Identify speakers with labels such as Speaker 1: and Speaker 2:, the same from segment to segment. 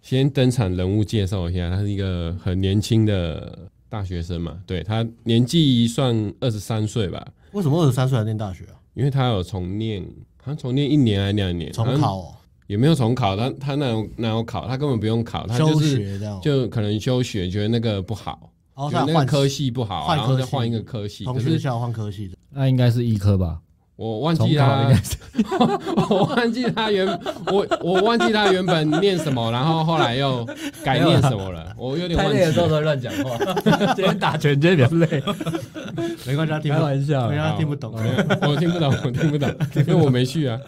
Speaker 1: 先登场人物介绍一下，他是一个很年轻的大学生嘛，对他年纪算二十三岁吧，
Speaker 2: 为什么二十三岁还念大学啊？
Speaker 1: 因为他有重念，好像重念一年还是两年，
Speaker 2: 重
Speaker 1: 好像
Speaker 2: 考哦，
Speaker 1: 也没有重考，他他哪有哪有考，他根本不用考，他就
Speaker 2: 休
Speaker 1: 是
Speaker 2: 学这样哦，
Speaker 1: 就可能休学，觉得那个不好，
Speaker 2: 然后
Speaker 1: 觉
Speaker 2: 他
Speaker 1: 得那个
Speaker 2: 换
Speaker 1: 科系不好，
Speaker 2: 换
Speaker 1: 然后
Speaker 2: 科
Speaker 1: 再
Speaker 2: 系
Speaker 1: 换一个科系，可
Speaker 2: 同学
Speaker 1: 是
Speaker 2: 校换科系的，
Speaker 3: 那应该是医科吧？
Speaker 1: 我忘
Speaker 3: 重
Speaker 1: 记
Speaker 3: 考
Speaker 1: 他
Speaker 3: 应该，是
Speaker 1: 我忘记他原我我忘记他原本念什么，然后后来又改念什么了，我有点
Speaker 3: 太
Speaker 1: 忘记
Speaker 3: 累的时候
Speaker 1: 了。
Speaker 3: 都会乱讲 话。今天打拳，今天比较累，
Speaker 2: 没关系，他听
Speaker 3: 开
Speaker 2: 不懂，
Speaker 3: 玩笑
Speaker 2: 没关系，
Speaker 3: 啦。
Speaker 2: 他听不懂。
Speaker 1: 没有啊我听不懂，我听 不懂，因为我没去啊。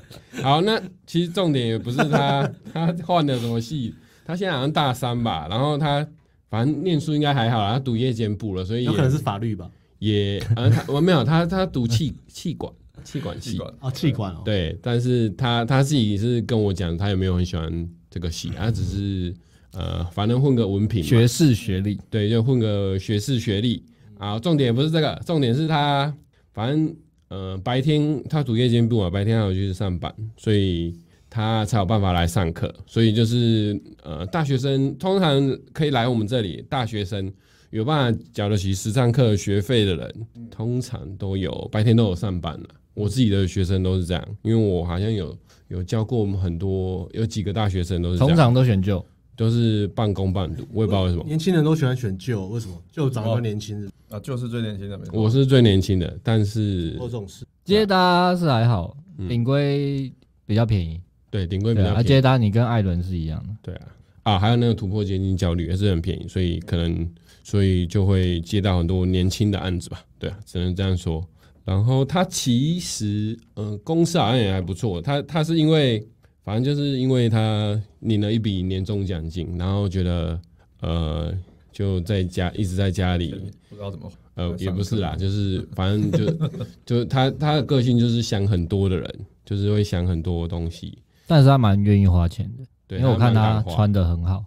Speaker 1: 好，那其实重点也不是他， 他换了什么系？他现在好像大三吧，然后他反正念书应该还好啦，他读夜间部了，所以
Speaker 2: 有可能
Speaker 1: 也
Speaker 2: 是法律吧？
Speaker 1: 也啊，他我没有他他读气气管气管系，
Speaker 2: 啊，气管哦，
Speaker 1: 对，但是他他自己是跟我讲，他也没有很喜欢这个系，他只是呃，反正混个文凭嘛，
Speaker 3: 嗯学士学历，
Speaker 1: 对，就混个学士学历啊。重点不是这个，重点是他反正呃白天他读夜间部嘛，白天还有去上班，所以他才有办法来上课。所以就是呃大学生通常可以来我们这里，大学生有办法缴得起实战课学费的人，通常都有白天都有上班了。我自己的学生都是这样，因为我好像有有教过我们很多，有几个大学生都是这
Speaker 3: 通
Speaker 1: 样，
Speaker 3: 常都选旧。
Speaker 1: 都是半工半读，我也不知道为什么。
Speaker 2: 年轻人都喜欢选旧，为什么？旧长得跟年轻人，
Speaker 4: 啊，就是最年轻的，没错。
Speaker 1: 我是最年轻的，但是
Speaker 2: 做这种事，
Speaker 3: 接搭是还好，顶规比较便宜。
Speaker 1: 对顶嗯规比
Speaker 3: 对
Speaker 1: 较
Speaker 3: 啊，
Speaker 1: 便宜，
Speaker 3: 接搭你跟艾伦是一样的。
Speaker 1: 对啊，啊，还有那个突破接近焦虑也是很便宜，所以可能所以就会接到很多年轻的案子吧，对啊，只能这样说。然后他其实嗯、呃公司好像也还不错，他他是因为反正就是因为他领了一笔年终奖金，然后觉得呃就在家一直在家里
Speaker 4: 不知道怎么，
Speaker 1: 呃，
Speaker 4: 上
Speaker 1: 也不是
Speaker 4: 课
Speaker 1: 啦，就是反正 就就他他的个性就是想很多的人，就是会想很多东西。
Speaker 3: 但是他蛮愿意花钱的，
Speaker 1: 对，
Speaker 3: 因为我看
Speaker 1: 蛮
Speaker 3: 他
Speaker 1: 敢花
Speaker 3: 穿的很好，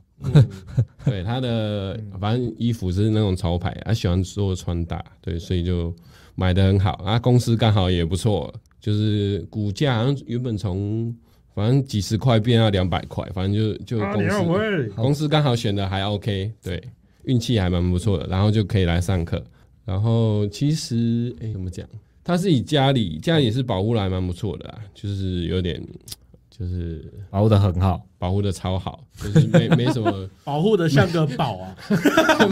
Speaker 1: 对他的反正衣服是那种潮牌，他喜欢做穿搭，对，所以就买的很好。啊，公司刚好也不错，就是股价好像原本从反正几十块变到两百块，反正就就公司、
Speaker 2: 喂，
Speaker 1: 公司刚好选的还 OK，对，运气还蛮不错的，然后就可以来上课。然后其实，哎，怎么讲？他自己家里家里是保护的还蛮不错的啊，就是有点，就是
Speaker 3: 保护的很好。
Speaker 1: 保护的超好，就是没没什么
Speaker 2: 保护的像个宝啊，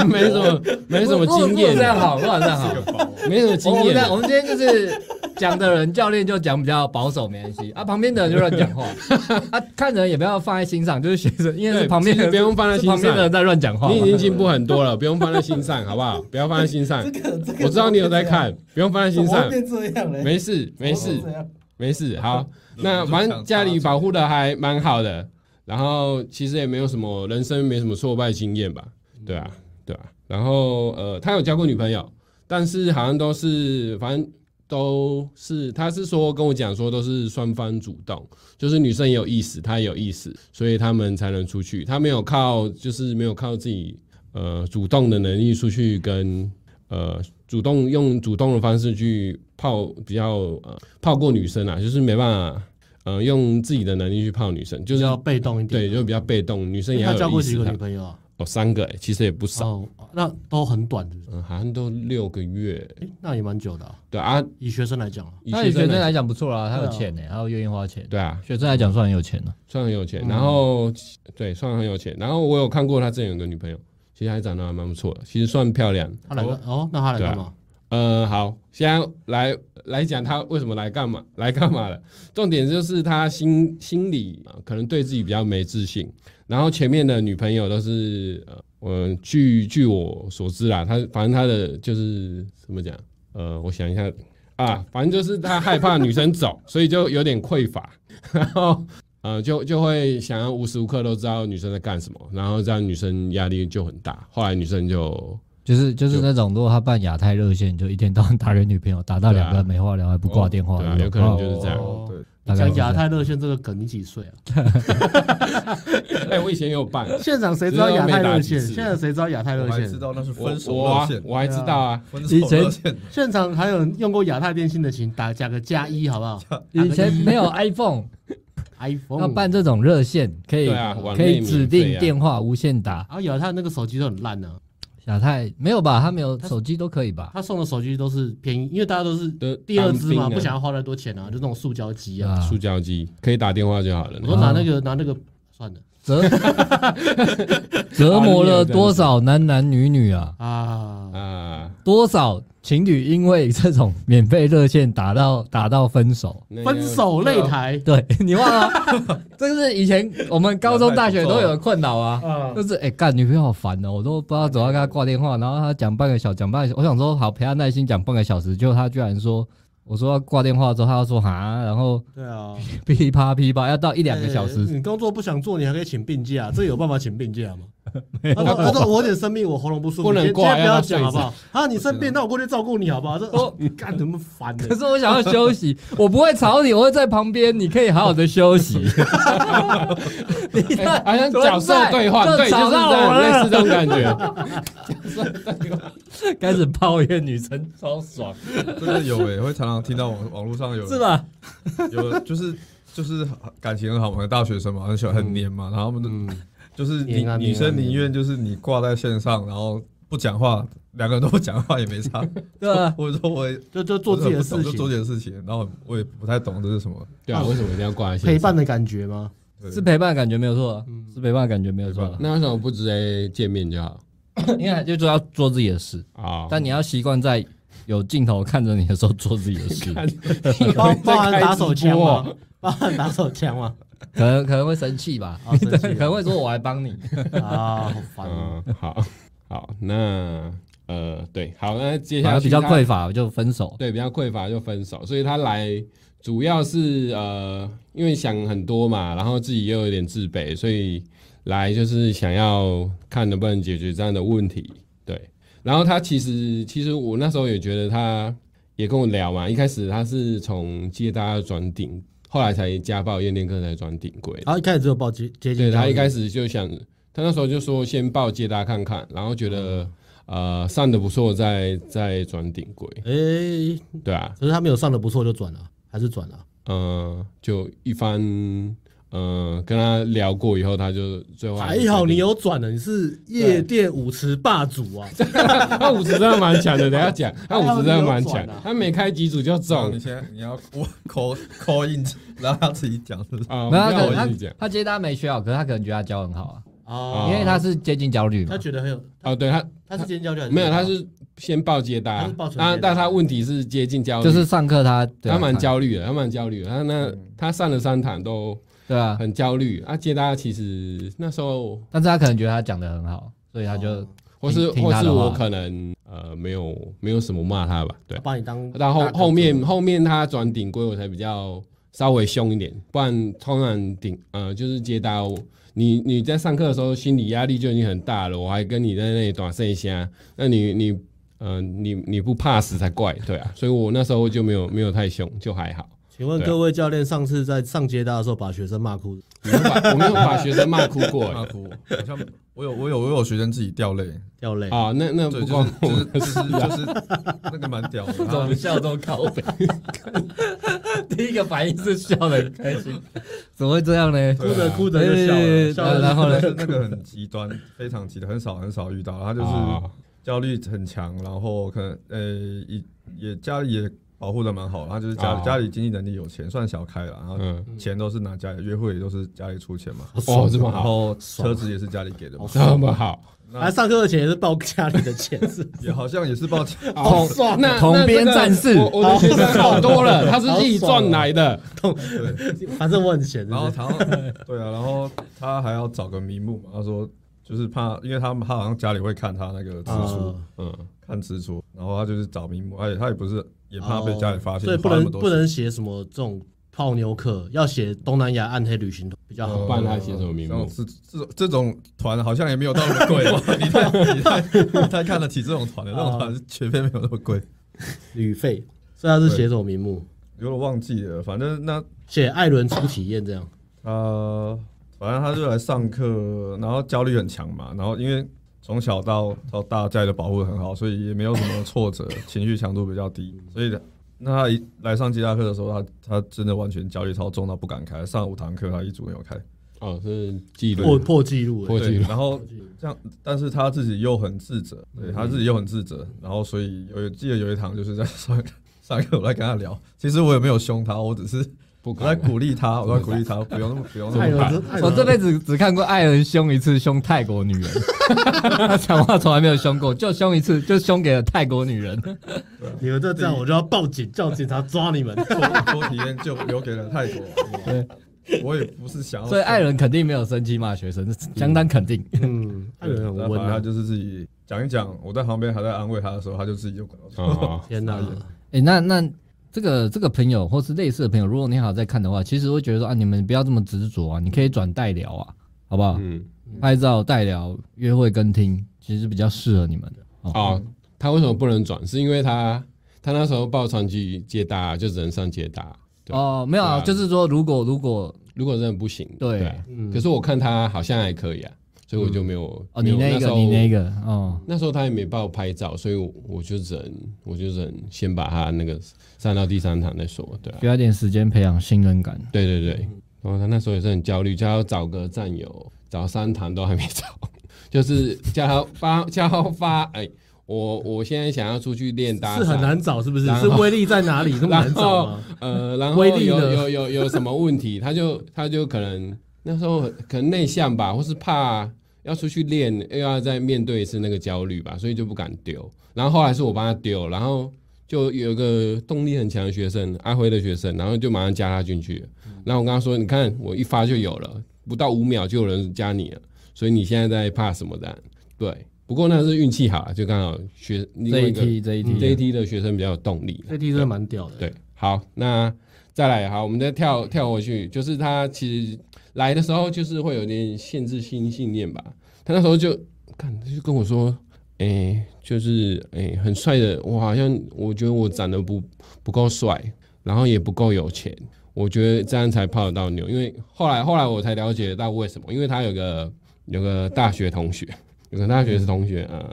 Speaker 1: 没什么没什么经验
Speaker 3: 不能不能这样好，不能这样好。
Speaker 1: 没什么经
Speaker 3: 我们这样，
Speaker 1: 验。
Speaker 3: 我们今天就是讲的人，教练就讲比较保守，没关系啊。旁边的人就乱 讲话，啊，看人也不要放在心上，就是学生，因为是
Speaker 1: 对
Speaker 3: 旁边
Speaker 1: 其实
Speaker 3: 人
Speaker 1: 不用放在心
Speaker 3: 是旁边的
Speaker 1: 上，
Speaker 3: 人在乱讲话嘛。
Speaker 1: 你已经进步很多了， 不用放在心上，好不好？不要放在心上。我知道你有在看，不用放在心上。
Speaker 2: 变这样嘞，
Speaker 1: 没事，没事，没事。好，那
Speaker 4: 就
Speaker 1: 反
Speaker 4: 想
Speaker 1: 正家里
Speaker 4: 插嘴
Speaker 1: 保护的还蛮好的，然后其实也没有什么人生没什么挫败经验吧？对啊，对啊。然后呃，他有交过女朋友，但是好像都是反正都是，他是说跟我讲说都是双方主动，就是女生也有意思，他也有意思，所以他们才能出去。他没有靠就是没有靠自己呃主动的能力出去跟呃主动用主动的方式去泡比较呃泡过女生啊，就是没办法呃用自己的能力去泡女生，就
Speaker 2: 就是
Speaker 1: 是
Speaker 2: 要被动一点。
Speaker 1: 对，就比较被动，女生也
Speaker 2: 他
Speaker 1: 要
Speaker 2: 交
Speaker 1: 有
Speaker 2: 过
Speaker 1: 意
Speaker 2: 几
Speaker 1: 思
Speaker 2: 个
Speaker 1: 啊
Speaker 2: 女。朋友啊？
Speaker 1: 哦，三个哎，其实也不少，
Speaker 2: 哦，那都很短的，
Speaker 1: 嗯，好像都六个月。
Speaker 2: 诶那也蛮久的啊。
Speaker 1: 对啊，
Speaker 2: 以学生来讲啊，
Speaker 1: 以
Speaker 3: 那以学生
Speaker 1: 来
Speaker 3: 来讲不错啦，他有
Speaker 2: 对啊
Speaker 3: 钱呢，他有愿意花钱。
Speaker 1: 对啊，
Speaker 3: 学生来讲算很有钱了，
Speaker 1: 算很有钱，然后、对，算很有钱。然后我有看过他之前有个女朋友，其实还长得还蛮不错的，其实算漂亮。
Speaker 2: 他来干哦，那他来干嘛？
Speaker 1: 呃，好，现在来来讲他为什么来干嘛， 来干嘛了。重点就是他心心里、呃可能对自己比较没自信，然后前面的女朋友都是呃，我据据我所知啦，他反正他的就是怎么讲，呃，我想一下啊，反正就是他害怕女生走， 所以就有点匮乏，然后呃，就就会想要无时无刻都知道女生在干什么，然后这样女生压力就很大，后来女生就哦
Speaker 3: 就是就是
Speaker 1: 就
Speaker 3: 那种，如果他办亚太热线，就一天到晚打给女朋友，打到
Speaker 1: 对啊
Speaker 3: 两个人没话聊，还不挂电话
Speaker 1: 对
Speaker 3: 那
Speaker 1: 啊
Speaker 3: 种，
Speaker 1: 有可能就是这样
Speaker 2: 哦
Speaker 4: 对，
Speaker 3: 大
Speaker 2: 你讲
Speaker 3: 概都是这
Speaker 2: 亚
Speaker 3: 样
Speaker 2: 太热线这个梗，你几岁啊？
Speaker 1: 哎、我以前也有办。
Speaker 2: 现场谁知道亚太热线？
Speaker 1: 只有被打几次
Speaker 2: 现在谁知道亚太热
Speaker 4: 我还
Speaker 2: 线
Speaker 4: 知？道那是
Speaker 1: 我
Speaker 4: 分手
Speaker 1: 我啊
Speaker 4: 热线，
Speaker 1: 我还知道啊，
Speaker 4: 分手热线，
Speaker 2: 现场
Speaker 1: 啊
Speaker 2: 还有人用过亚太电信的，请打加个加一好不好？
Speaker 3: 以前没有 iPhone，
Speaker 2: iPhone，
Speaker 3: 要办这种热线，可以、
Speaker 1: 哦对啊网
Speaker 3: 可
Speaker 1: 内
Speaker 3: 以
Speaker 1: 免
Speaker 3: 指
Speaker 1: 费
Speaker 3: 定
Speaker 1: 啊
Speaker 3: 电话无线打。
Speaker 2: 然后亚太那个手机都很烂呢，
Speaker 3: 亚太没有吧？他没有手机都可以吧？
Speaker 2: 他送的手机都是便宜，因为大家都是
Speaker 1: 的
Speaker 2: 第二支
Speaker 1: 当
Speaker 2: 嘛，
Speaker 1: 兵啊
Speaker 2: 不想要花太多钱啊，就那种塑胶机
Speaker 3: 啊
Speaker 2: 啊。
Speaker 1: 塑胶机可以打电话就好了
Speaker 2: 我。说拿那个拿那个算了
Speaker 3: 折折磨了多少男男女女啊！
Speaker 2: 啊，
Speaker 1: 啊，
Speaker 3: 多少情侣因为这种免费热线打到打到分手？
Speaker 1: 那个
Speaker 2: 分手擂台
Speaker 3: 对 你忘了？这是以前我们高中、大学都有的困扰啊。
Speaker 2: 啊，
Speaker 3: 就是哎，干、女朋友好烦哦、我都不知道怎么跟她挂电话，然后她讲半个小讲半个小，我想说好陪她耐心讲半个小时，结果她居然说，我说要挂电话之后，她又说哈，然后
Speaker 2: 对啊，
Speaker 3: 噼啪噼啪要到一两个小时
Speaker 2: 呃，你工作不想做，你还可以请病假，这有办法请病假 吗？他
Speaker 1: 有
Speaker 2: 说：“他说我有点生病，我喉咙不舒服，
Speaker 1: 不能
Speaker 2: 今天
Speaker 1: 挂
Speaker 2: 今天不
Speaker 1: 要他
Speaker 2: 要
Speaker 1: 睡
Speaker 2: 讲好不
Speaker 1: 着
Speaker 2: 好？啊，你生病，那我过去照顾你好不好？”这 哦，干什么烦的
Speaker 3: 可？是我想要休息，我不会吵你，我会在旁边，你可以好好的休息。 哎你看，
Speaker 1: 哎好像角色兑 换，
Speaker 3: 就
Speaker 1: 对，就是
Speaker 3: 找
Speaker 1: 这
Speaker 3: 到
Speaker 1: 样，
Speaker 3: 我
Speaker 1: 类似
Speaker 3: 了，
Speaker 1: 这种感觉。
Speaker 3: 开始抱怨女生超爽，
Speaker 4: 真的有欸诶，会常常听到网网络上有
Speaker 3: 是吧？
Speaker 4: 有就是就是感情很好嘛，可能大学生嘛，很喜欢很黏嘛，然后他们就就是女
Speaker 2: 嗯黏啊
Speaker 4: 女生
Speaker 2: 黏啊
Speaker 4: 宁愿就是你挂在线上，然后不讲话，两个人都不讲话也没差。
Speaker 3: 对吧？
Speaker 4: 我说我也
Speaker 2: 就就 做自己的
Speaker 4: 我
Speaker 2: 事
Speaker 4: 就做
Speaker 2: 情，
Speaker 4: 自己的事情，然后我也不太懂这是什么。
Speaker 1: 对啊，为什么一定要挂在线上
Speaker 2: 陪伴？的感 觉吗？
Speaker 4: 对
Speaker 3: 是陪伴的感觉没有错，啊
Speaker 1: 嗯
Speaker 3: 是陪伴的感觉没有错。啊
Speaker 1: 那为什么不直接见面就好
Speaker 3: 你看，就说要做自己的事，
Speaker 1: 啊？
Speaker 3: 但你要习惯在有镜头看着你的时候做自己的 事，
Speaker 2: 包包含
Speaker 1: 在开
Speaker 2: 打手
Speaker 1: 直
Speaker 2: 枪
Speaker 1: 播
Speaker 2: 吗？包含打手 枪吗？
Speaker 3: 可能可能会生气吧，
Speaker 2: 啊，生
Speaker 3: 可
Speaker 2: 气
Speaker 3: 能会说我来 帮你。
Speaker 2: 啊，好烦哦。
Speaker 1: 嗯，好好，那呃，对，好，那接
Speaker 3: 反
Speaker 1: 下来
Speaker 3: 正比较
Speaker 1: 他
Speaker 3: 匮乏就分手，
Speaker 1: 对，比较匮乏就分手，所以他来主要是呃，因为想很多嘛，然后自己又有点自卑，所以来就是想要看能不能解决这样的问题。对，然后他其实其实我那时候也觉得他也跟我聊嘛，一开始他是从接搭转顶，后来才家暴夜店课才转顶柜。
Speaker 2: 然后一开始只有报接接
Speaker 1: 对
Speaker 2: 近，
Speaker 1: 他一开始就想，他那时候就说先报接搭看看，然后觉得、呃上的不错再再转顶柜，
Speaker 2: 哎，
Speaker 1: 对啊，
Speaker 2: 可是他没有上的不错就转了，还是转了，
Speaker 1: 呃，就一番呃跟他聊过以后，他就最后
Speaker 2: 还好你
Speaker 1: 有
Speaker 2: 有转了，你是夜店舞池霸主啊！
Speaker 1: 他五十真的蛮强的，等一下讲他五十真的蛮强
Speaker 2: 还好你有转啊，
Speaker 1: 他没开几组就中
Speaker 4: 你先你要我 call call in，让 他自己讲是不是？
Speaker 1: 啊，
Speaker 3: 没有他
Speaker 1: 那
Speaker 3: 可
Speaker 1: 我
Speaker 3: 能
Speaker 1: 自己
Speaker 3: 他
Speaker 1: 讲
Speaker 3: 他接单没学好，可是他可能觉得他教很好啊，
Speaker 2: 哦，
Speaker 1: 哦
Speaker 3: 因为他是接近焦虑嘛
Speaker 2: 他。觉得很有，
Speaker 1: 哦，对他
Speaker 2: 他是尖叫就
Speaker 1: 没有，他是先报接搭
Speaker 2: 他是报，全
Speaker 1: 那
Speaker 2: 接搭
Speaker 1: 但他问题是接近焦虑，
Speaker 3: 就是上课他对啊
Speaker 1: 他蛮焦虑的，他蛮焦虑的，他那
Speaker 2: 嗯
Speaker 1: 他上了三堂都
Speaker 3: 对啊，
Speaker 1: 很焦虑，啊，接搭其实那时候
Speaker 3: 但是他可能觉得他讲的很好，所以他就
Speaker 1: 或是
Speaker 3: 听
Speaker 1: 或
Speaker 3: 他
Speaker 1: 是
Speaker 3: 的话
Speaker 1: 我可能呃没有没有什么骂他吧，对。
Speaker 2: 把你当
Speaker 1: 但后
Speaker 2: 大哥
Speaker 1: 后面后面他转顶规，我才比较稍微凶一点，不然通常顶呃就是接到你你在上课的时候心理压力就已经很大了，我还跟你在那里短剩一下，那你你呃你你不怕死才怪，对 啊，所以我那时候就没有没有太凶，就还好，
Speaker 2: 请问
Speaker 1: 对啊
Speaker 2: 各位教练，上次在上接搭的时候把学生骂哭，
Speaker 1: 我没有把我没有把学生骂哭过
Speaker 4: 骂
Speaker 1: 欸
Speaker 4: 哭 我，好像我有我有我有学生自己掉泪，
Speaker 2: 掉泪，
Speaker 1: 啊，那那
Speaker 4: 对，
Speaker 1: 不
Speaker 4: 就
Speaker 1: 光
Speaker 4: 是就是就是
Speaker 1: 啊
Speaker 4: 就是那个蛮屌的，他
Speaker 1: 哦
Speaker 3: 笑都靠 北。 第一个反应是笑的很开心，怎么会这样呢？
Speaker 1: 啊
Speaker 2: 哭着哭着就
Speaker 3: 对
Speaker 2: 笑
Speaker 3: 对对
Speaker 2: 了，
Speaker 3: 对
Speaker 2: 笑了
Speaker 3: 然后呢
Speaker 4: 就是那个很极端，非常极端，很少很少遇到。他就是
Speaker 1: 啊
Speaker 4: 焦虑很强，然后可能呃也也家里也保护的蛮好，他就是家里
Speaker 1: 啊
Speaker 4: 家里经济能力有钱，算小开了，然后
Speaker 1: 嗯
Speaker 4: 钱都是拿家里，约会也都是家里出钱嘛，
Speaker 1: 哦这么
Speaker 4: 然
Speaker 1: 好，
Speaker 4: 后车子也是家里给的嘛，
Speaker 1: 这么好，
Speaker 2: 来上课的钱也是报家里的钱，是不是
Speaker 4: 也好像 也是报警，
Speaker 1: 好
Speaker 2: 爽
Speaker 1: 哦那
Speaker 3: 统
Speaker 1: 那这
Speaker 3: 编
Speaker 1: 个
Speaker 3: 战士
Speaker 1: 我我的学生好多了，他是自己
Speaker 2: 好
Speaker 4: 啊
Speaker 2: 爽哦
Speaker 1: 赚来的。
Speaker 2: 反正我很闲，是
Speaker 4: 然
Speaker 2: 不
Speaker 4: 后
Speaker 2: 是
Speaker 4: 他对啊，然后他还要找个名目嘛，他说就是怕，因为他他好像家里会看他那个支出。
Speaker 2: 啊
Speaker 1: 嗯，
Speaker 4: 看支出，然后他就是找名目，而且他也不是也怕被家里发现，
Speaker 2: 所以哦不
Speaker 4: 花那
Speaker 2: 能
Speaker 4: 么多
Speaker 2: 不
Speaker 4: 钱
Speaker 2: 能写什么这种泡妞课，要写东南亚暗黑旅行团比较
Speaker 4: 嗯哦
Speaker 2: 好。啊
Speaker 1: 不然
Speaker 4: 啊
Speaker 1: 他写什么名目
Speaker 4: 像？是这种这种团好像也没有到那么贵哦，你太你太你太看得起这种团了，这种团是绝对没有那么贵。
Speaker 2: 旅费，所以他是写什么名目？
Speaker 4: 有点忘记了，反正那
Speaker 2: 写艾伦初体验这样。
Speaker 4: 呃，反正他就来上课，然后焦虑很强嘛，然后因为从小到到大家里的保护得很好，所以也没有什么挫折，情绪强度比较低，所以那他一来上吉他课的时候，他他真的完全焦虑超重到不敢开，上五堂课他一组没有开，
Speaker 1: 哦，是记
Speaker 2: 破
Speaker 1: 录，
Speaker 2: 破纪录
Speaker 1: 破
Speaker 2: 欸，
Speaker 1: 纪
Speaker 4: 对，
Speaker 1: 录
Speaker 4: 然后这样，但是他自己又很自责，对他自己又很自责，然后所以有记得有一堂就是在上上课，我在跟他聊，其实我也没有凶他，我只是
Speaker 1: 不
Speaker 4: 我在
Speaker 1: 敢。
Speaker 4: 鼓励他，我在鼓励他，不用那么不用那
Speaker 2: 太有
Speaker 4: 么怕，
Speaker 2: 这太有
Speaker 3: 我这辈子只看过爱人凶一次，凶泰国女人， 他讲话从来没有凶过，就凶一次，就凶给了泰国女人。
Speaker 2: 你们再这样，我就要报警，叫警察抓你 们。
Speaker 4: 多多体验就留给了泰国。我也不是想要，
Speaker 3: 所以爱人肯定没有生气骂学生，这相当肯定。
Speaker 2: 嗯，他人很
Speaker 4: 但
Speaker 2: 温
Speaker 4: 反正他
Speaker 2: 啊，
Speaker 4: 就是自己讲一讲，我在旁边还在安慰他的时候，他就自己就管到。
Speaker 1: 哦，
Speaker 2: 天哪！
Speaker 3: 哎、那那这个这个朋友或是类似的朋友，如果你好在看的话，其实会觉得说啊，你们不要这么执着啊，你可以转代聊啊，好不好？
Speaker 1: 嗯，
Speaker 3: 拍照代聊、约会跟听，其实比较适合你们的。
Speaker 1: 哦，他为什么不能转？是因为他他那时候报传去接搭，就只能上接搭。对
Speaker 3: 哦，没有啊，
Speaker 1: 对啊
Speaker 3: 就是说如果如果
Speaker 1: 如果真的不行，
Speaker 3: 对嗯
Speaker 1: 啊
Speaker 2: 嗯
Speaker 1: 可是我看他好像还可以啊，所以我就没有。没
Speaker 3: 哦，你
Speaker 1: 有
Speaker 3: 那
Speaker 1: 时
Speaker 3: 个
Speaker 1: 候
Speaker 3: 你那个哦，
Speaker 1: 那时候他也没帮我拍照，所以我我就只能我就只能先把他那个上到第三堂再说，对啊
Speaker 3: 需，要一点时间培养信任感。
Speaker 1: 对对对。
Speaker 3: 嗯
Speaker 1: 然后他那时候也是很焦虑，叫他找个战友，找三堂都还没找， 就是叫他发叫他发，哎，我我现在想要出去练搭
Speaker 2: 是
Speaker 1: 讪啊
Speaker 2: 很难找，是不 是？
Speaker 1: 然
Speaker 2: 是
Speaker 1: 后
Speaker 2: 威力在哪里那么难找吗？
Speaker 1: 呃，然后
Speaker 2: 威
Speaker 1: 有
Speaker 2: 力呢
Speaker 1: 有有有什么问题，他就他就可能那时候可能内向吧，或是怕要出去练，又要再面对一次那个焦虑吧，所以就不敢丢。然后后来是我帮他丢，然后就有一个动力很强的学生，阿辉的学生，然后就马上加他进去。然后我跟他说：“你看，我一发就有了，不到五秒就有人加你了，所以你现在在怕什么的？”对，不过那是运气好，啊就刚好学另外
Speaker 3: 这一
Speaker 1: 一个嗯
Speaker 3: 题这一
Speaker 1: 这一
Speaker 3: 题，
Speaker 1: 梯的学生比较有动力。
Speaker 2: 这题真的蛮屌的。
Speaker 1: 对，好，那再来，好，我们再跳跳回去，就是他其实来的时候就是会有点限制性信念吧。他那时候就看，他就跟我说，哎、就是哎、诶很帅的，我好像我觉得我长得不不够帅，然后也不够有钱，我觉得这样才泡得到妞。因为后来后来我才了解到为什么，因为他有个有个大学同学，有个大学是同学，呃，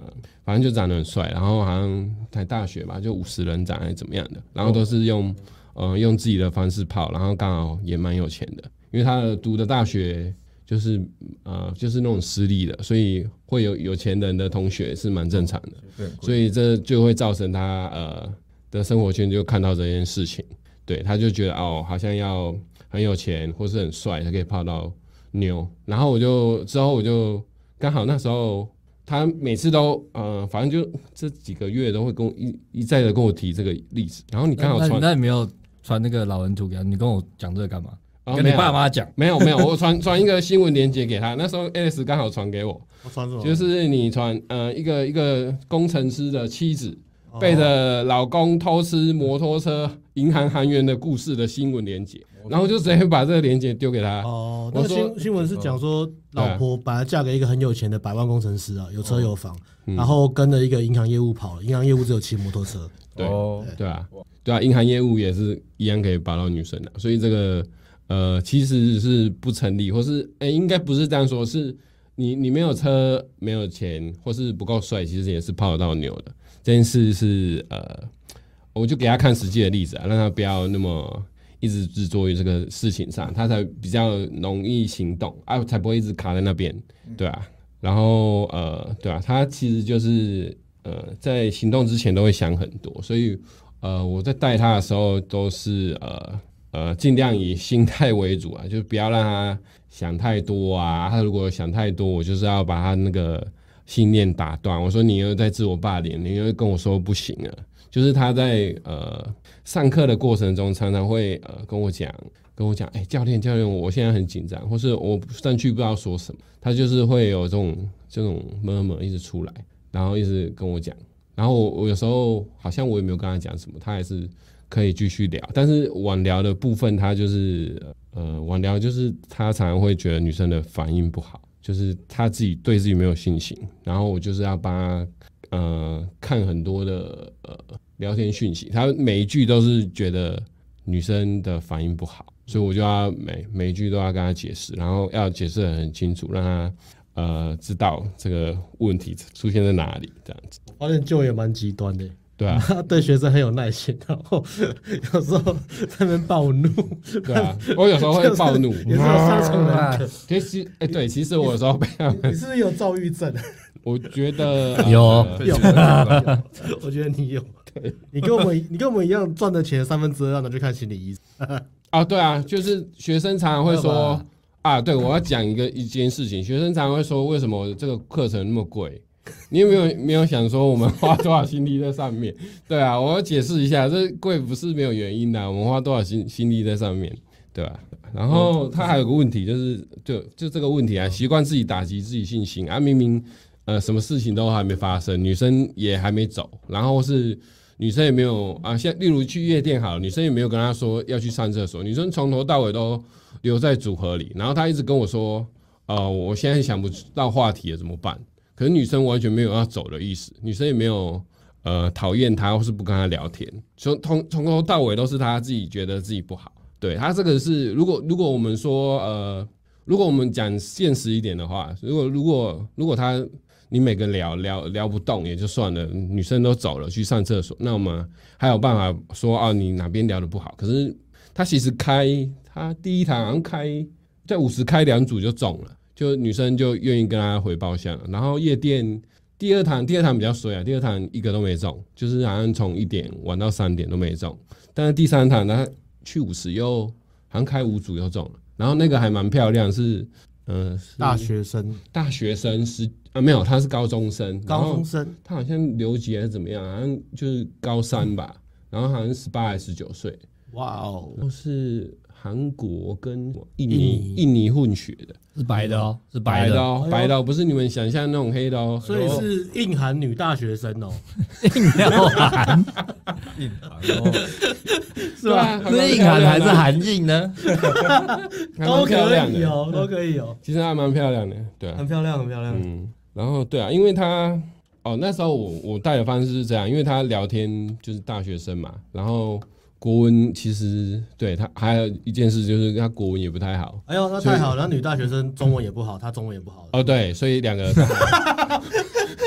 Speaker 1: 反正就长得很帅，然后好像才大学吧，就五十人斩还是怎么样的，然后都是用，呃，用自己的方式泡，然后刚好也蛮有钱的，因为他的读的大学就是呃就是那种私立的，所以会有有钱人的同学是蛮正常的，
Speaker 4: 对很贵
Speaker 1: 所以这就会造成他呃的生活圈就看到这件事情，对，他就觉得哦，好像要很有钱或是很帅才可以泡到妞。然后我就之后我就刚好那时候他每次都呃，反正就这几个月都会跟我一一再的跟我提这个例子。然后你刚好
Speaker 3: 那那
Speaker 1: 传，
Speaker 3: 那你没有传那个老人图给他，你跟我讲这个干嘛？
Speaker 1: 哦
Speaker 3: 跟
Speaker 1: 没
Speaker 3: 你
Speaker 1: 有
Speaker 3: 爸妈讲。
Speaker 1: 没有没有，我传传一个新闻链接给他。 那时候 Alice 刚好传给我，
Speaker 2: 我穿什么
Speaker 1: 就是你传呃一个一个工程师的妻子背着老公偷吃摩托车银行行员的故事的新闻连接，然后就直接把这个连接丢给他。
Speaker 2: 哦，那
Speaker 1: 我
Speaker 2: 个
Speaker 1: 说
Speaker 2: 新新闻是讲说，老婆把她嫁给一个很有钱的百万工程师啊，有车有房，然后跟着一个银行业务跑，银行业务只有骑摩托车。
Speaker 1: 对
Speaker 4: 哦，
Speaker 1: 对啊，对啊，银行业务也是一样可以拔到女生的，啊所以这个呃其实是不成立，或是哎、应该不是这样说，是你你没有车、没有钱，或是不够帅，其实也是泡得到妞的。这件事是呃，我就给他看实际的例子啊，让他不要那么一直执着于这个事情上，他才比较容易行动啊，才不会一直卡在那边，对啊。然后呃，对啊，他其实就是呃，在行动之前都会想很多，所以呃，我在带他的时候都是呃呃，尽量以心态为主啊， 就是不要让他想太多啊。他如果想太多，我就是要把他那个信念打断。我说你又在自我霸凌，你又跟我说不行啊。就是他在呃上课的过程中，常常会呃跟我讲，跟我讲，哎、教练，教练，我现在很紧张，或是我上去不知道说什么，他就是会有这种这种 murmur 一直出来，然后一直跟我讲，然后我我有时候好像哎我也没有跟他讲什么，他还是可以继续聊，但是晚聊的部分，他就是呃晚聊就是他常常会觉得女生的反应不好，就是他自己对自己没有信心，然后我就是要帮他呃看很多的呃聊天讯息，他每一句都是觉得女生的反应不好，所以我就要每每一句都要跟他解释，然后要解释的很清楚，让他呃知道这个问题出现在哪里，这样子。
Speaker 2: 发现舅也蛮极端的，
Speaker 1: 对啊，
Speaker 2: 他对学生很有耐心，然后 有时候在那边暴怒，
Speaker 1: 对啊，我有时候会暴 怒，
Speaker 2: 也是有杀虫人
Speaker 3: 啊
Speaker 2: 格。
Speaker 1: 其实，哎、对，其实我有时候被他们，
Speaker 2: 你是不是有躁郁症？啊
Speaker 1: 我觉得呃
Speaker 3: 有
Speaker 4: 对
Speaker 2: 有啊
Speaker 4: 其实是这 样的
Speaker 2: 我觉得你有。你跟我们，你跟我们一样赚的钱三分之二，让他去看心理医生。
Speaker 1: 啊，对啊，就是学生常常会
Speaker 2: 没有
Speaker 1: 说
Speaker 2: 吧
Speaker 1: 啊，对我要讲一个一件事情，学生常常会说为什么这个课程那么贵？你有没有没有想说我们花多少心力在上面？对啊，我要解释一下，这贵不是没有原因的、啊我们花多少心心力在上面，对吧、然后
Speaker 2: 嗯
Speaker 1: 他还有个问题就是，就就这个问题啊，习惯自己打击自己信心啊，明明呃什么事情都还没发生，女生也还没走，然后是女生也没有啊，像例如去夜店好了，女生也没有跟他说要去上厕所，女生从头到尾都留在组合里，然后她一直跟我说，呃，我现在想不到话题了，怎么办？可是女生完全没有要走的意思，女生也没有呃讨厌他或是不跟他聊天，从从从头到尾都是他自己觉得自己不好。对他这个是，如果如果我们说呃，如果我们讲现实一点的话，如果如果如果他你每个聊聊聊不动也就算了，女生都走了去上厕所，那我们还有办法说啊你哪边聊的不好？可是他其实开他第一堂好像开在五十开两组就中了，就女生就愿意跟他回包厢了。然后夜店第二堂第二堂比较衰啊，第二堂一个都没中，就是好像从一点玩到三点都没中。但是第三堂他去五十又好像开五组又中了，然后那个还蛮漂亮，是嗯、呃、是
Speaker 2: 大学生、
Speaker 1: 大学生是啊没有，他是高中生，然
Speaker 2: 高
Speaker 1: 后
Speaker 2: 中生，
Speaker 1: 他好像留级还是怎么样，好像就是高三吧，然后好像十八还是十九岁，
Speaker 2: 哇哦！
Speaker 1: 都是韩国跟印
Speaker 2: 尼
Speaker 1: 尼印尼混血的，
Speaker 3: 是白的哦，是
Speaker 1: 白
Speaker 3: 白
Speaker 1: 的
Speaker 3: 的，
Speaker 1: 哦，白的哦，不是你们想象那种黑的哦，
Speaker 2: 所以是硬韩女大学生哦，
Speaker 3: 硬要韩，
Speaker 4: 硬盘，然后
Speaker 2: 是
Speaker 1: 对啊
Speaker 2: 吧？，
Speaker 3: 是硬韩还是韩硬呢？
Speaker 1: 还
Speaker 2: 都
Speaker 1: 蛮漂
Speaker 2: 可
Speaker 1: 亮
Speaker 2: 以
Speaker 1: 的，
Speaker 2: 哦，都可以哦，
Speaker 1: 其实还蛮漂亮的，对啊
Speaker 2: 很，漂亮，很漂亮。
Speaker 1: 嗯，然后对啊，因为他哦，那时候我我带的方式是这样，因为他聊天就是大学生嘛，然后国文其实对他还有一件事就是他国文也不太好。
Speaker 2: 哎呦，那太好了！那女大学生中文也不好，她中文也不好。
Speaker 1: 哦，对，所以两个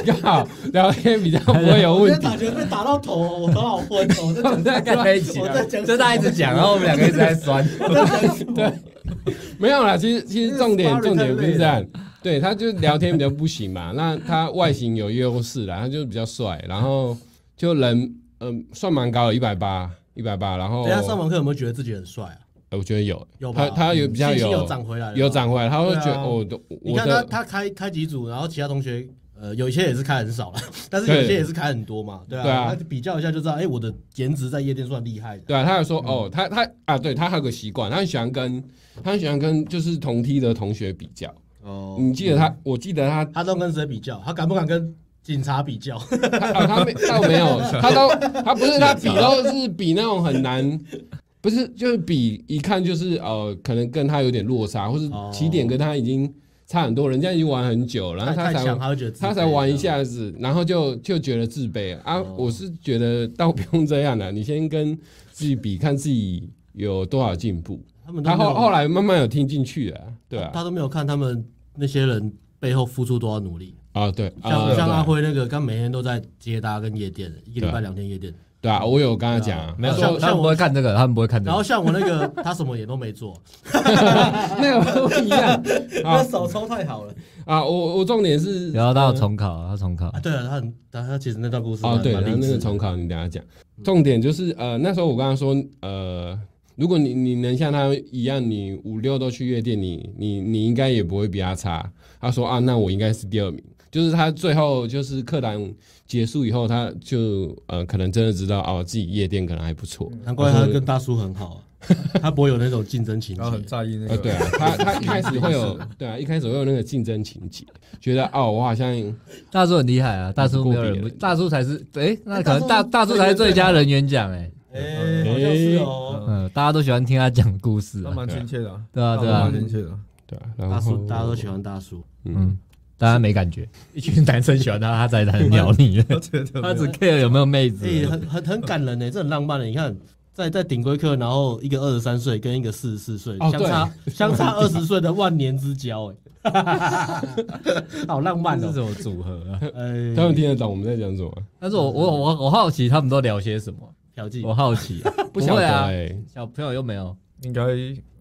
Speaker 1: 刚好聊天比较不会 有
Speaker 2: 我
Speaker 1: 问
Speaker 2: 今天
Speaker 1: 题。
Speaker 2: 打球被打到头哦，我头好昏哦，我在讲
Speaker 3: 大概在一起
Speaker 2: 我在讲
Speaker 3: 就大家一直讲，然后我们两个一直在酸。
Speaker 1: 没有啦，其实其实重点
Speaker 2: 这
Speaker 1: 重
Speaker 2: 个 sparring
Speaker 1: 点不是这样，对，他就聊天比较不行嘛。那他外形有优势啦，他就比较帅，然后就人嗯、算蛮高的，一百八，一百八，然后
Speaker 2: 等一下上网课有没有觉得自己很帅啊？
Speaker 1: 呃我觉得有
Speaker 2: 有吧嗯
Speaker 1: 他他有比较
Speaker 2: 信心有
Speaker 1: 有
Speaker 2: 涨回来了吧
Speaker 1: 有涨回来，他会觉
Speaker 2: 对
Speaker 1: 得
Speaker 2: 啊
Speaker 1: 哦，都
Speaker 2: 你
Speaker 1: 我
Speaker 2: 看他
Speaker 1: 的
Speaker 2: 他开开几组，然后其他同学呃有一些也是开很少了，但是有
Speaker 1: 对
Speaker 2: 些也是开很多嘛，对啊，
Speaker 1: 对啊
Speaker 2: 那比较一下就知道，哎，我的颜值在夜店算厉害的，
Speaker 1: 对啊，他有说哦，他他啊，对他还有个习惯，他很喜欢跟他很喜欢跟就是同梯的同学比较。
Speaker 2: 哦，
Speaker 1: 你记得他，我记得他
Speaker 2: 他都跟谁比较？他敢不敢跟警察比较？
Speaker 1: 他啊他没倒没有，他都他不是他比都是比那种很难，不是就是比一看就是呃，可能跟他有点落差，或是
Speaker 2: 哦
Speaker 1: 起点跟他已经差很多，人家已经玩很久，然后他
Speaker 2: 太太强，
Speaker 1: 才
Speaker 2: 他会觉得自卑
Speaker 1: 他才玩一，下子，然后就就觉得自卑啊。
Speaker 2: 哦
Speaker 1: 我是觉得倒不用这样了，你先跟自己比，看自己有多少进步。
Speaker 2: 他哦们都
Speaker 1: 他
Speaker 2: 没有哦
Speaker 1: 后后来慢慢有听进去了，对啊，
Speaker 2: 他都没有看他们那些人背后付出多少努力，
Speaker 1: 啊对，
Speaker 2: 像、
Speaker 1: 啊
Speaker 2: 像
Speaker 1: 对
Speaker 2: 阿辉那个，他每天都在接搭跟夜店，一个礼拜两天夜店，
Speaker 1: 对啊，我有跟他讲啊，
Speaker 3: 没有，
Speaker 2: 像
Speaker 3: 他
Speaker 2: 像
Speaker 3: 们不
Speaker 2: 我
Speaker 3: 会看这个，他们不会看这
Speaker 2: 然后
Speaker 3: 个。
Speaker 2: 像我那个，他什么也都 没做，
Speaker 1: 那个不一样
Speaker 2: 那手抽太好了。
Speaker 1: 啊，我我重点是
Speaker 3: 然后他要重考，他重考
Speaker 2: 啊，，对了，他很，他他其实那段故事
Speaker 1: 哦，
Speaker 2: 蛮
Speaker 1: 对，
Speaker 2: 蛮
Speaker 1: 然后
Speaker 2: 励
Speaker 1: 那
Speaker 2: 志
Speaker 1: 个
Speaker 2: 的
Speaker 1: 重考你等一下讲。重点就是呃，那时候我刚刚说呃，如果你你能像他一样，你五六都去夜店，你你你应该也不会比他差。他说啊，那我应该是第二名。就是他最后就是课堂结束以后，他就呃可能真的知道哦，自己夜店可能还不错。
Speaker 2: 难怪他跟大叔很好、 啊，他不会有那种竞争情
Speaker 4: 然后很
Speaker 2: 节。
Speaker 4: 在意那
Speaker 1: 呃，
Speaker 4: 个，
Speaker 1: 对 啊，他他一开始会有对啊，一开始会有那个竞争情节，觉得哦，我好像
Speaker 3: 大叔很厉害啊，大叔没有
Speaker 1: 不
Speaker 3: 人
Speaker 1: 过
Speaker 3: 不，
Speaker 1: 别人
Speaker 3: 大叔才是，哎，那可
Speaker 2: 大
Speaker 3: 能
Speaker 2: 叔
Speaker 3: 大大叔才是最佳人员奖哎，
Speaker 2: 哎、好像是哦。
Speaker 3: 嗯，大家都喜欢听他讲故事
Speaker 4: 他
Speaker 3: 啊，
Speaker 4: 蛮亲切的啊，
Speaker 3: 对啊对
Speaker 4: 他
Speaker 3: 啊
Speaker 4: 蛮，亲切的啊。
Speaker 1: 对啊，然
Speaker 2: 大
Speaker 1: 后
Speaker 2: 叔，大家都喜欢大叔。
Speaker 3: 嗯，大家没感觉，一群男生喜欢他，他才 才鸟你，
Speaker 4: 我觉得没
Speaker 3: 他
Speaker 4: 有
Speaker 3: 只 care 有没有妹子
Speaker 2: 哎欸哎、，很很很感人呢、这很浪漫的。你看，在在顶规课，然后一个二十三岁跟一个四十四岁，
Speaker 1: 哦
Speaker 2: 相差相差二十岁的万年之交，哎， 好浪漫
Speaker 3: 这是
Speaker 2: 哦。
Speaker 3: 什么组合啊？
Speaker 2: 呃
Speaker 1: 他，们听得懂我们在讲什么吗？
Speaker 3: 但是我我我我好奇他们都聊些什么，
Speaker 2: 嫖妓
Speaker 3: 我好奇、
Speaker 1: 不
Speaker 3: 会
Speaker 1: 晓得
Speaker 3: 啊，
Speaker 1: 哎，
Speaker 3: 小朋友又没有
Speaker 4: 应该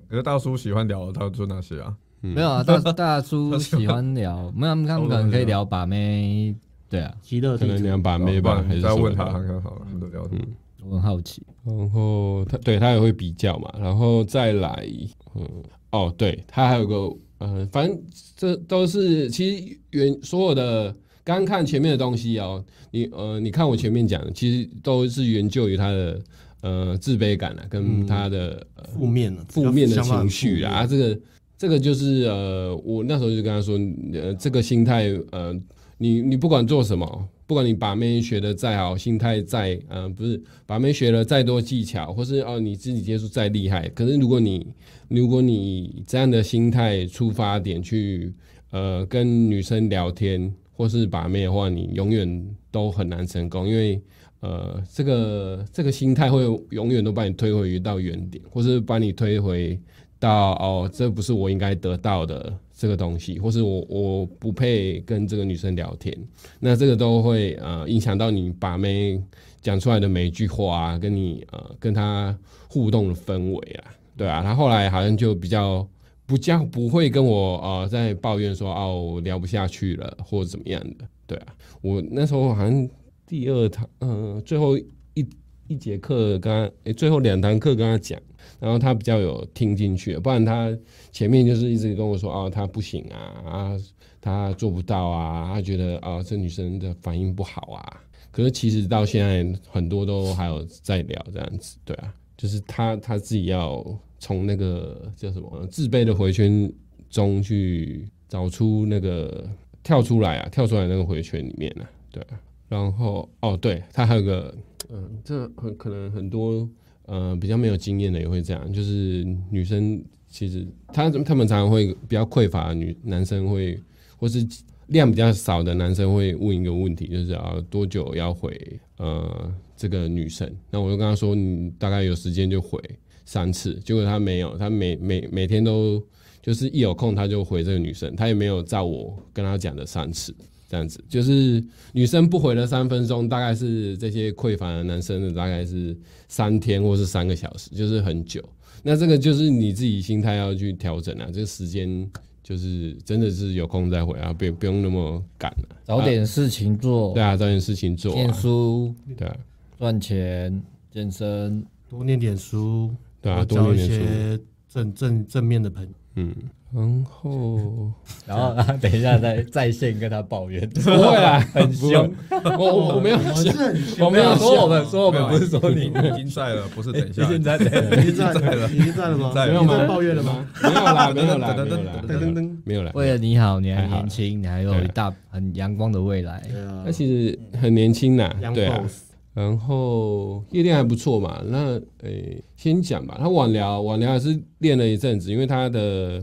Speaker 4: 可是大叔喜欢聊的，他就那些啊。
Speaker 1: 嗯
Speaker 3: 没有啊，大大叔喜欢聊，没有他们他们可能可以聊把妹，对啊，
Speaker 2: 极乐
Speaker 1: 可
Speaker 2: 地
Speaker 1: 能
Speaker 2: 主
Speaker 1: 两把妹
Speaker 4: 不
Speaker 1: 吧，
Speaker 4: 然
Speaker 1: 还
Speaker 4: 你
Speaker 1: 是
Speaker 4: 再
Speaker 1: 什么
Speaker 4: 问他
Speaker 1: 的
Speaker 4: 看看好了，他们都聊什么？
Speaker 3: 我很好奇。
Speaker 1: 然后他对他也会比较嘛，然后再来，嗯，哦，对他还有个，呃，反正这都是其实原所有的，刚刚看前面的东西哦，你呃，你看我前面讲的，其实都是源就于他的呃自卑感啊，
Speaker 4: 嗯
Speaker 1: 跟他的、呃
Speaker 2: 负面的
Speaker 1: 负面的情绪啦，啊，
Speaker 2: 啊，
Speaker 1: 这个这个就是呃，我那时候就跟他说，呃，这个心态，呃，你你不管做什么，不管你把妹学的再好，心态再，嗯、呃，不是把妹学了再多技巧，或是哦、你自己接触再厉害，可是如果你如果你以这样的心态出发点去呃跟女生聊天或是把妹的话，你永远都很难成功，因为呃这个这个心态会永远都把你推回到原点，或是把你推回到哦这不是我应该得到的这个东西，或是我我不配跟这个女生聊天，那这个都会呃影响到你把妹讲出来的每一句话啊，跟你呃跟她互动的氛围啊。对啊，他后来好像就比较不这样，不会跟我呃在抱怨说哦我聊不下去了或者怎么样的。对啊，我那时候好像第二堂，嗯、最后一一节课跟他，诶最后两堂课跟他讲，然后他比较有听进去，不然他前面就是一直跟我说哦他不行啊啊他做不到啊，他觉得啊、这女生的反应不好啊。可是其实到现在很多都还有在聊这样子，对啊。就是他他自己要从那个叫什么自卑的回圈中去找出那个跳出来啊，跳出来那个回圈里面啊，对啊。然后哦，对，他还有个嗯，这很可能很多呃比较没有经验的也会这样，就是女生其实他他们常常会比较匮乏的女男生会或是。量比较少的男生会问一个问题，就是啊多久要回呃这个女生？那我就跟他说，你大概有时间就回三次。结果他没有，他每每每天都就是一有空他就回这个女生，他也没有照我跟他讲的三次，这样子就是女生不回了三分钟，大概是这些匮乏的男生的大概是三天或是三个小时，就是很久。那这个就是你自己心态要去调整啊，这个时间就是真的是有空再回啊，不不用那么赶啊，
Speaker 3: 找点事情做
Speaker 1: 对，啊，找点事情做
Speaker 3: 哦念
Speaker 1: 啊，
Speaker 3: 书、
Speaker 1: 对啊，
Speaker 3: 赚钱、健身，
Speaker 2: 多念点书，
Speaker 1: 对啊，
Speaker 2: 多
Speaker 1: 多
Speaker 2: 交一
Speaker 1: 念点书，
Speaker 2: 些正正正面的朋友。
Speaker 1: 嗯，然后
Speaker 3: 然后 等一下再在线跟他抱怨，
Speaker 1: 不会啊，
Speaker 3: 很
Speaker 1: 不会
Speaker 3: 凶。
Speaker 1: 我我我没有
Speaker 2: 我是很
Speaker 1: 我没有
Speaker 3: 说我们，说我
Speaker 4: 没
Speaker 3: 们
Speaker 4: 有
Speaker 3: 不是说
Speaker 4: 已
Speaker 3: 你
Speaker 4: 经已经在了，不是等一下。
Speaker 3: 现在在
Speaker 2: 已经在了，已经在了吗？
Speaker 4: 在了
Speaker 2: 已
Speaker 4: 没
Speaker 1: 有
Speaker 2: 经
Speaker 1: 吗
Speaker 2: 在抱怨了吗？？
Speaker 1: 没有啦，没有啦，
Speaker 4: 噔
Speaker 1: 没
Speaker 4: 噔
Speaker 1: 有
Speaker 4: 噔
Speaker 1: 啦，
Speaker 4: 噔
Speaker 1: 没
Speaker 2: 噔
Speaker 1: 有
Speaker 2: 噔
Speaker 1: 啦
Speaker 2: 噔，
Speaker 1: 没有啦。
Speaker 3: 为了你好，你还
Speaker 1: 还好啦
Speaker 3: 年轻，你还有一大很阳光的未来。
Speaker 2: 对啊
Speaker 1: 他其实很年轻呐
Speaker 2: 杨，
Speaker 1: 对啊，
Speaker 2: boss，
Speaker 1: 然后夜店还不错嘛，那诶、先讲吧。他网聊网聊还是练了一阵子，因为他的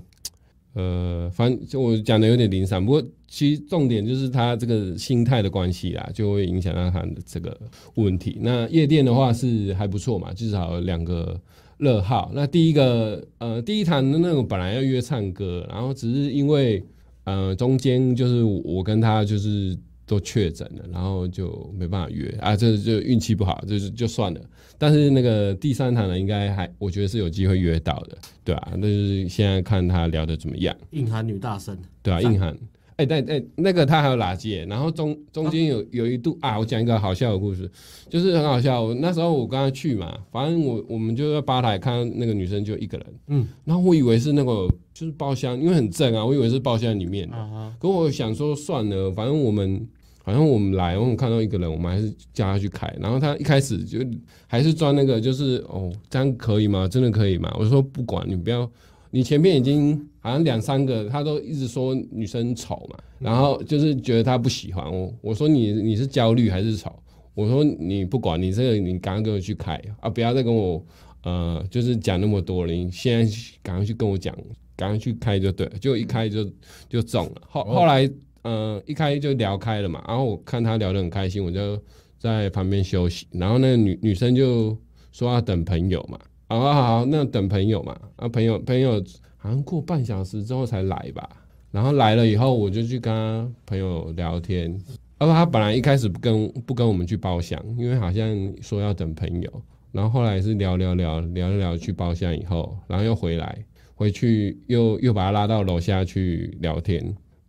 Speaker 1: 呃，反正就我讲的有点零散，不过其实重点就是他这个心态的关系啦，就会影响到他的这个问题。那夜店的话是还不错嘛，至少有两个乐号。那第一个呃，第一堂的那个本来要约唱歌，然后只是因为呃中间就是我我跟他就是都确诊了，然后就没办法约啊，这就运气不好，就是就算了。但是那个第三堂呢，应该还我觉得是有机会约到的，对啊，那就是现在看他聊的怎么样，
Speaker 2: 硬汉女大神，
Speaker 1: 对啊，
Speaker 2: 赞
Speaker 1: 硬汉。哎、但哎、那个他还有垃圾耶，然后中中间有有一度啊，我讲一个好笑的故事，就是很好笑。我那时候我跟他去嘛，反正我我们就在吧台看到那个女生就一个人，
Speaker 2: 嗯，
Speaker 1: 然后我以为是那个就是包厢，因为很正啊，我以为是包厢里面的，
Speaker 2: 啊
Speaker 1: 可我想说算了，反正我们好像我们来，我们看到一个人，我们还是叫他去开。然后他一开始就还是装那个，就是哦，这样可以吗？真的可以吗？我说不管你不要，你前面已经好像两三个，他都一直说女生丑嘛，然后就是觉得他不喜欢我。我说你你是焦虑还是丑？我说你不管你这个，你赶快给我去开啊！不要再跟我呃，就是讲那么多了，你现在赶快去跟我讲，赶快去开就对了。结果一开就就中了。后
Speaker 4: 哦
Speaker 1: 后来，呃，一开就聊开了嘛，然后我看他聊得很开心，我就在旁边休息。然后那个女女生就说要等朋友嘛，好好好，那等朋友嘛，啊朋友朋友好像过半小时之后才来吧，然后来了以后我就去跟他朋友聊天，而他本来一开始不跟不跟我们去包厢，因为好像说要等朋友，然后后来是聊聊聊聊一聊去包厢以后，然后又回来回去又又把他拉到楼下去聊天。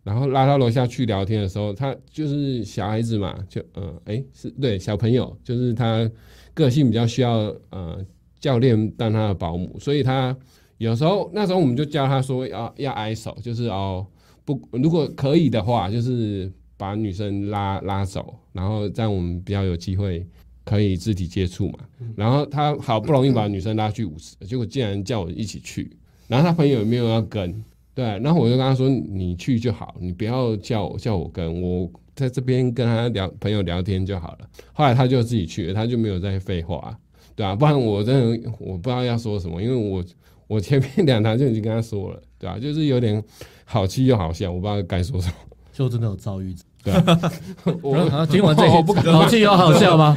Speaker 1: 然后拉到楼下去聊天的时候，他就是小孩子嘛，就嗯，哎、是对小朋友，就是他个性比较需要呃教练当他的保姆，所以他有时候那时候我们就教他说要要挨手，就是哦不，如果可以的话，就是把女生拉拉走，然后这样我们比较有机会可以肢体接触嘛。然后他好不容易把女生拉去舞池，结果竟然叫我一起去，然后他朋友也没有要跟，对，啊然后我就跟他说：“你去就好，你不要叫我叫我跟我在这边跟他聊朋友聊天就好了。”后来他就自己去了，他就没有再废话，对啊，不然我真的我不知道要说什么，因为我我前面两堂就已经跟他说了，对啊，就是有点好气又好笑，我不知道该说什么。
Speaker 2: 就真的有躁郁症。
Speaker 1: 对啊，我
Speaker 3: 然后听完这
Speaker 1: 我我不敢
Speaker 3: 些，老气有好笑吗？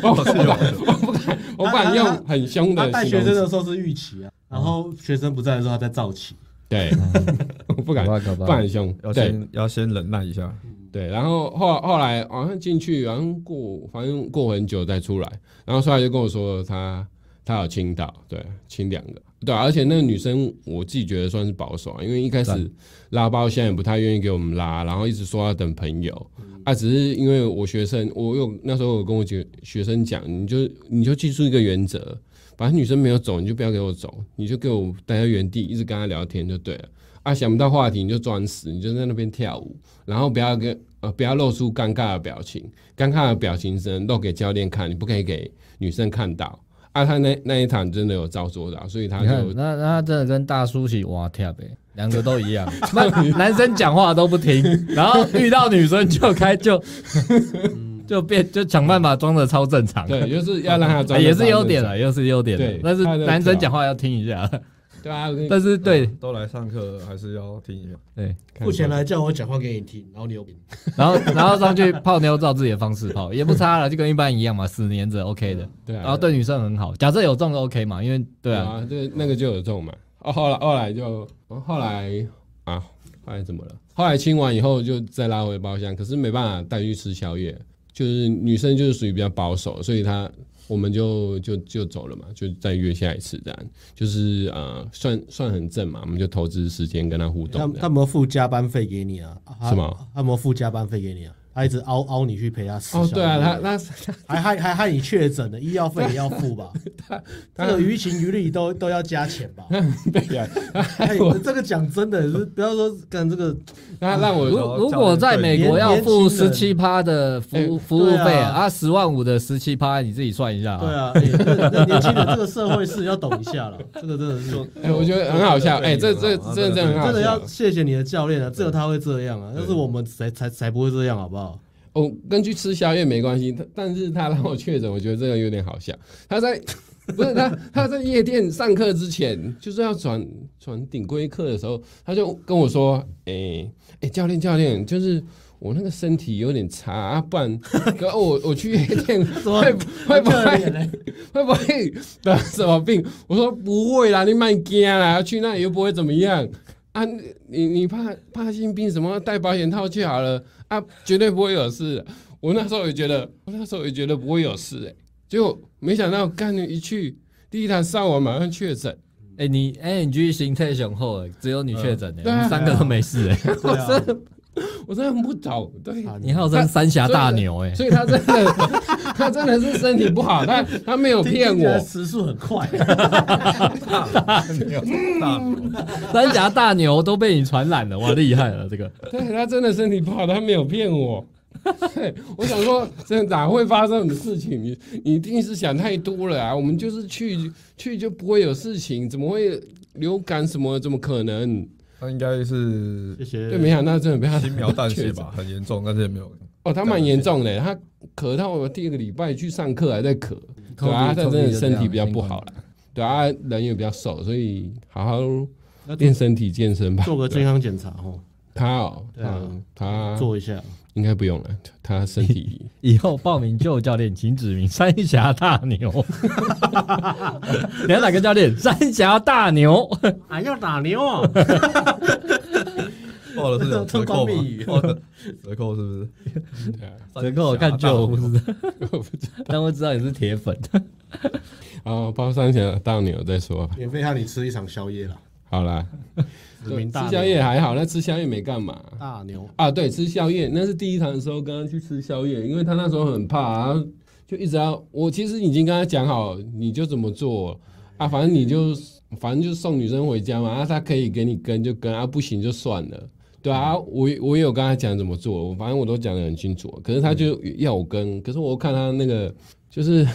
Speaker 1: 我不敢用很凶
Speaker 2: 他
Speaker 1: 的
Speaker 2: 带
Speaker 1: 形
Speaker 2: 学生
Speaker 1: 容词，嗯
Speaker 2: 的时候是预期啊，然后学生不在的时候他在躁起。
Speaker 1: 对，
Speaker 2: 嗯
Speaker 1: 我不敢
Speaker 3: 搞不好搞不
Speaker 1: 不
Speaker 3: 好
Speaker 1: 敢凶，
Speaker 4: 要
Speaker 1: 对。
Speaker 4: 先要先忍耐一下。
Speaker 1: 对，然后后后来好像进去，好像过反正过很久再出来，然后出来就跟我说他他有亲到，对，亲两个，对啊、而且那个女生我自己觉得算是保守啊，因为一开始拉包现在也不太愿意给我们拉，然后一直说要等朋友，
Speaker 3: 嗯
Speaker 1: 啊，只是因为我学生，我有那时候有跟我学学生讲，你就你就记住一个原则，反正女生没有走，你就不要给我走，你就给我待在原地，一直跟她聊天就对了。啊，想不到话题你就装死，你就在那边跳舞，然后不要跟呃不要露出尴尬的表情，尴尬的表情只能露给教练看，你不可以给女生看到。啊，他那那一场真的有照做到，所以他
Speaker 3: 你看，
Speaker 1: 就
Speaker 3: 那那他真的跟大叔起哇跳呗，两个都一 样。那男生讲话都不听，然后遇到女生就开就就变就想办法装的超正常。
Speaker 1: 嗯对，就是要让他装、
Speaker 3: 哎，也是优点了，又是优点
Speaker 1: 对啊
Speaker 3: 了。但是
Speaker 1: 他的
Speaker 3: 男生讲话要听一 下，
Speaker 1: 对啊，
Speaker 3: 但是对
Speaker 4: 都来上课了还是要听一下。
Speaker 1: 嗯
Speaker 3: 对，
Speaker 2: 付钱来叫我讲话给你听，然后你又
Speaker 3: 然后然后上去泡妞，照自己的方式泡，也不差了，就跟一般一样嘛，死黏着 OK 的。
Speaker 1: 对啊，
Speaker 3: 然后对女生很好，假设有中就 OK 嘛，因为对
Speaker 1: 对
Speaker 3: 啊，
Speaker 1: 啊，对那个就有中嘛。哦，后来后来就哦后来啊，后来怎么了？后来清完以后就再拉回包厢，可是没办法带去吃宵夜，就是女生就是属于比较保守，所以她我们就就就走了嘛，就再约下一次这样，就是呃算算很正嘛，我们就投资时间跟她互动
Speaker 2: 他
Speaker 1: 这
Speaker 2: 他
Speaker 1: 样。
Speaker 2: 没有付加班费给你啊？他
Speaker 1: 是吗？
Speaker 2: 他没有付加班费给你啊？他一直凹凹你去陪他吃。
Speaker 1: 哦，对啊，她她她
Speaker 2: 还害还害你确诊了，医药费也要付 吧？这个于情于理都都要加钱吧？
Speaker 1: 对啊，
Speaker 2: 哎，这个讲真的，是不要说干这个，
Speaker 1: 她让
Speaker 3: 如
Speaker 1: 我
Speaker 4: 后
Speaker 3: 如果在美国要付
Speaker 2: 年
Speaker 3: 十
Speaker 2: 年轻
Speaker 3: 七趴的服务
Speaker 1: 哎
Speaker 3: 服务费
Speaker 2: 对啊
Speaker 3: 啊，十万五的十七趴，你自己算一下
Speaker 2: 对
Speaker 3: 啊。
Speaker 2: 啊，哎这这年轻人这个社会是要懂一下了，这个真的是，
Speaker 1: 哎，我觉得很好笑，哎，这这这这真的很好
Speaker 2: 真的
Speaker 1: 笑
Speaker 2: 要。谢谢你的教练啊，只有他会这样啊，要是我们才才才不会这样，好不好？
Speaker 1: 哦，跟去吃宵夜没关系，但但是他让我确诊，我觉得这个有点好笑。他在不是他他在夜店上课之前，就是要转转顶规课的时候，他就跟我说：“哎、哎、教练教练，就是我那个身体有点差，啊、不然 可我我去夜店
Speaker 2: 么
Speaker 1: 会不会不
Speaker 2: 很可怜
Speaker 1: 会
Speaker 2: 欸
Speaker 1: 会不会得什么病？”我说：“不会啦，你慢惊啦，去那里又不会怎么样。”啊，你你怕怕性病什么，戴保险套去好了啊，绝对不会有事。我那时候也觉得，我那时候也觉得不会有事哎、结果没想到干了一去，第一堂上完马上确诊，
Speaker 3: 哎，你哎，你去形态雄厚了，只有你确诊
Speaker 1: 对啊
Speaker 3: 哎，你三个都没 事哎，
Speaker 2: 对啊
Speaker 1: 我真的我真的很不懂，对，
Speaker 2: 啊
Speaker 3: 你号称三峡大牛哎，
Speaker 1: 所以他真的 他真的是身体不好，他他没有骗
Speaker 2: 听起来
Speaker 1: 我，
Speaker 2: 时速很快，啊
Speaker 4: 大牛
Speaker 3: 三峡大牛都被你传染了，哇，厉害了这个。
Speaker 1: 对他真的身体不好，他没有骗我。 对，我想说，这哪会发生什么事情？你你一定是想太多了啊！我们就是去去就不会有事情，怎么会流感什么？怎么可能？
Speaker 4: 他应该是
Speaker 2: 谢谢。
Speaker 1: 对，没想到真的被他
Speaker 4: 轻描淡写吧，很严重，但是也没有。
Speaker 1: 哦，他蛮严重的，他咳到我第二个礼拜去上课还在咳，对啊，他真的身体比较不好了，对啊，人也比较瘦，所以好好
Speaker 2: 那
Speaker 1: 练身体健身吧。
Speaker 2: 做个健康检查哦。
Speaker 1: 他哦，
Speaker 2: 对啊
Speaker 1: 嗯他
Speaker 2: 做一下，
Speaker 1: 应该不用了，他身 体
Speaker 3: 以后报名就有教练，请指名三峡大牛。 你要哪个教练？三峡大牛。
Speaker 2: 啊，要打牛，
Speaker 4: 报了是有折扣
Speaker 2: 光
Speaker 4: 吗
Speaker 2: 避雨？
Speaker 4: 报了折扣是不是？
Speaker 1: 对啊
Speaker 3: 折扣我看旧，不知道，
Speaker 1: 我不知
Speaker 3: 但我知道你是铁粉。
Speaker 1: 哦，包三钱大牛再说吧。
Speaker 2: 免费让你吃一场宵夜啦。
Speaker 1: 好啦，
Speaker 2: 指名大
Speaker 1: 吃
Speaker 2: 牛
Speaker 1: 宵夜还好，那吃宵夜没干嘛
Speaker 2: 大牛，
Speaker 1: 啊？对，吃宵夜那是第一堂的时候，跟他去吃宵夜，因为他那时候很怕、啊，就一直要我其实已经跟他讲好，你就怎么做啊，反正你就反正就送女生回家嘛，啊，他可以给你跟就跟，啊不行就算了。对啊，我也我也有跟他讲怎么做，我反正我都讲得很清楚。可是他就要我跟，可是我看他那个就是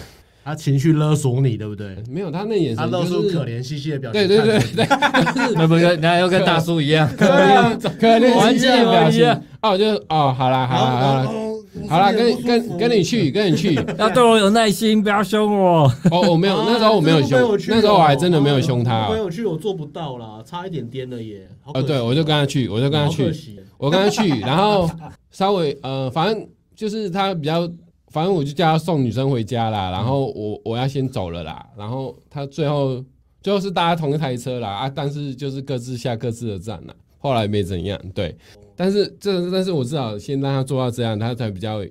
Speaker 2: 他情绪勒索你，对不对？
Speaker 1: 没有他那眼
Speaker 2: 他
Speaker 1: 神、就
Speaker 2: 露
Speaker 1: 是，
Speaker 2: 出可怜兮兮的表情，
Speaker 1: 对对对
Speaker 2: 看着你，
Speaker 1: 对，
Speaker 3: 那不跟那又跟大叔一样，
Speaker 1: 可怜可怜
Speaker 3: 完
Speaker 1: 兮兮
Speaker 3: 全
Speaker 1: 的表
Speaker 3: 一
Speaker 1: 情
Speaker 3: 样。
Speaker 1: 哦，我就哦，好啦好啦好
Speaker 2: 然后
Speaker 1: 啦，
Speaker 2: 哦
Speaker 1: 好啦，跟跟跟你，去，跟你去。
Speaker 3: 要对我有耐心，不要凶我。
Speaker 1: 哦，我没
Speaker 2: 啊
Speaker 1: 有，那时候我没有凶，那时候我还真的没有凶他
Speaker 2: 没
Speaker 1: 哦。
Speaker 2: 有去，我做不到啦，差一点颠了耶。好可
Speaker 1: 呃，
Speaker 2: 惜
Speaker 1: 对，我就跟他去，我就跟他
Speaker 2: 好可
Speaker 1: 去，
Speaker 2: 惜啊
Speaker 1: 我跟他去，然后稍微呃，反正就是他比较，反正我就叫他送女生回家啦，然后我我要先走了啦，然后他最后最后是搭同一台车啦啊，但是就是各自下各自的站啦，后来没怎样，对，但是这但是我至少先让他做到这样，他才比较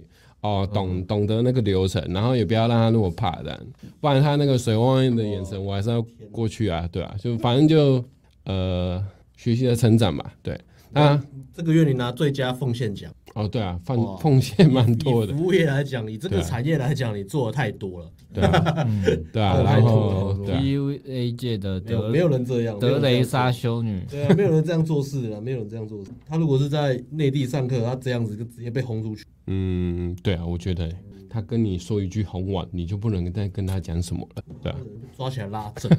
Speaker 1: 哦懂懂得那个流程，然后也不要让他那么怕的，不然他那个水汪汪的眼神，我还是要过去啊，对啊，就反正就呃学习的成长吧，对，那
Speaker 2: 这个月你拿最佳奉献奖，
Speaker 1: 哦对啊，
Speaker 2: 哇
Speaker 1: 奉奉献蛮
Speaker 2: 以
Speaker 1: 多的，
Speaker 2: 服务业来讲，你这
Speaker 1: 对
Speaker 2: 个
Speaker 1: 啊
Speaker 2: 产业来讲，你做的太多了，
Speaker 1: 对啊对啊，
Speaker 2: 哦
Speaker 1: 然
Speaker 4: 嗯太多
Speaker 1: 后
Speaker 4: 了
Speaker 1: 对啊
Speaker 3: PUA 界的
Speaker 2: 没有
Speaker 3: 德
Speaker 2: 没有人这样，
Speaker 3: 德
Speaker 2: 没有人
Speaker 3: 雷
Speaker 2: 这样
Speaker 3: 莎修女，
Speaker 2: 对啊，没有人这样做事的啦，没有人这样做事。他如果是在内地上课，他这样子就直接被轰出去。
Speaker 1: 嗯对啊，我觉得他跟你说一句红碗，你就不能再跟他讲什么了，对啊。
Speaker 2: 抓起来拉正，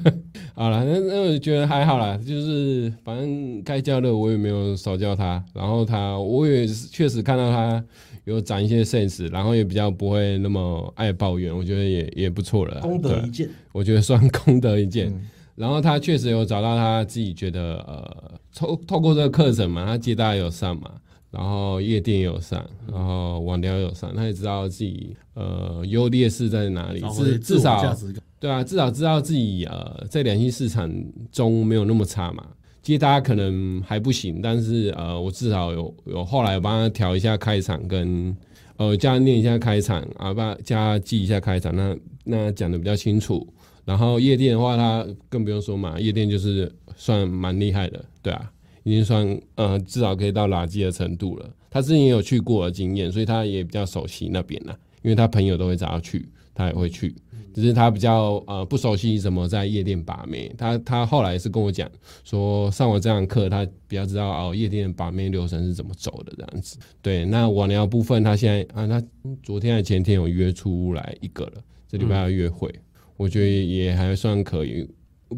Speaker 1: 好了，那那我觉得还好啦，就是反正该教的我也没有少教他，然后他我也是确实看到他有长一些 sense，然后也比较不会那么爱抱怨，我觉得也也不错了啦，
Speaker 2: 功
Speaker 1: 对
Speaker 2: 德
Speaker 1: 啊
Speaker 2: 一件。
Speaker 1: 我觉得算功德一件。
Speaker 2: 嗯
Speaker 1: 然后他确实有找到他自己觉得呃，透透过这个课程嘛，他接待有上嘛，然后夜店也有上，然后网聊也有上，他也知道自己呃优劣势在哪里
Speaker 2: 找，回
Speaker 1: 至
Speaker 2: 自
Speaker 1: 啊至
Speaker 2: 我
Speaker 1: 少
Speaker 2: 价值感，
Speaker 1: 对啊，至少知道自己呃在两性市场中没有那么差嘛。接大家可能还不行，但是呃，我至少有有后来有帮他调一下开场跟呃加念一下开场啊，帮他加记一下开场，那那讲的比较清楚。然后夜店的话，他更不用说嘛，夜店就是算蛮厉害的，对啊，已经算呃至少可以到垃圾的程度了。他之前也有去过的经验，所以他也比较熟悉那边啦，因为他朋友都会找他去，他也会去。只是他比较呃不熟悉怎么在夜店把妹，他他后来是跟我讲说上完这堂课，他比较知道哦夜店把妹流程是怎么走的这样子。对，那网聊部分他现在啊，他昨天还前天有约出来一个了，这礼拜要约会，我觉得也还算可以，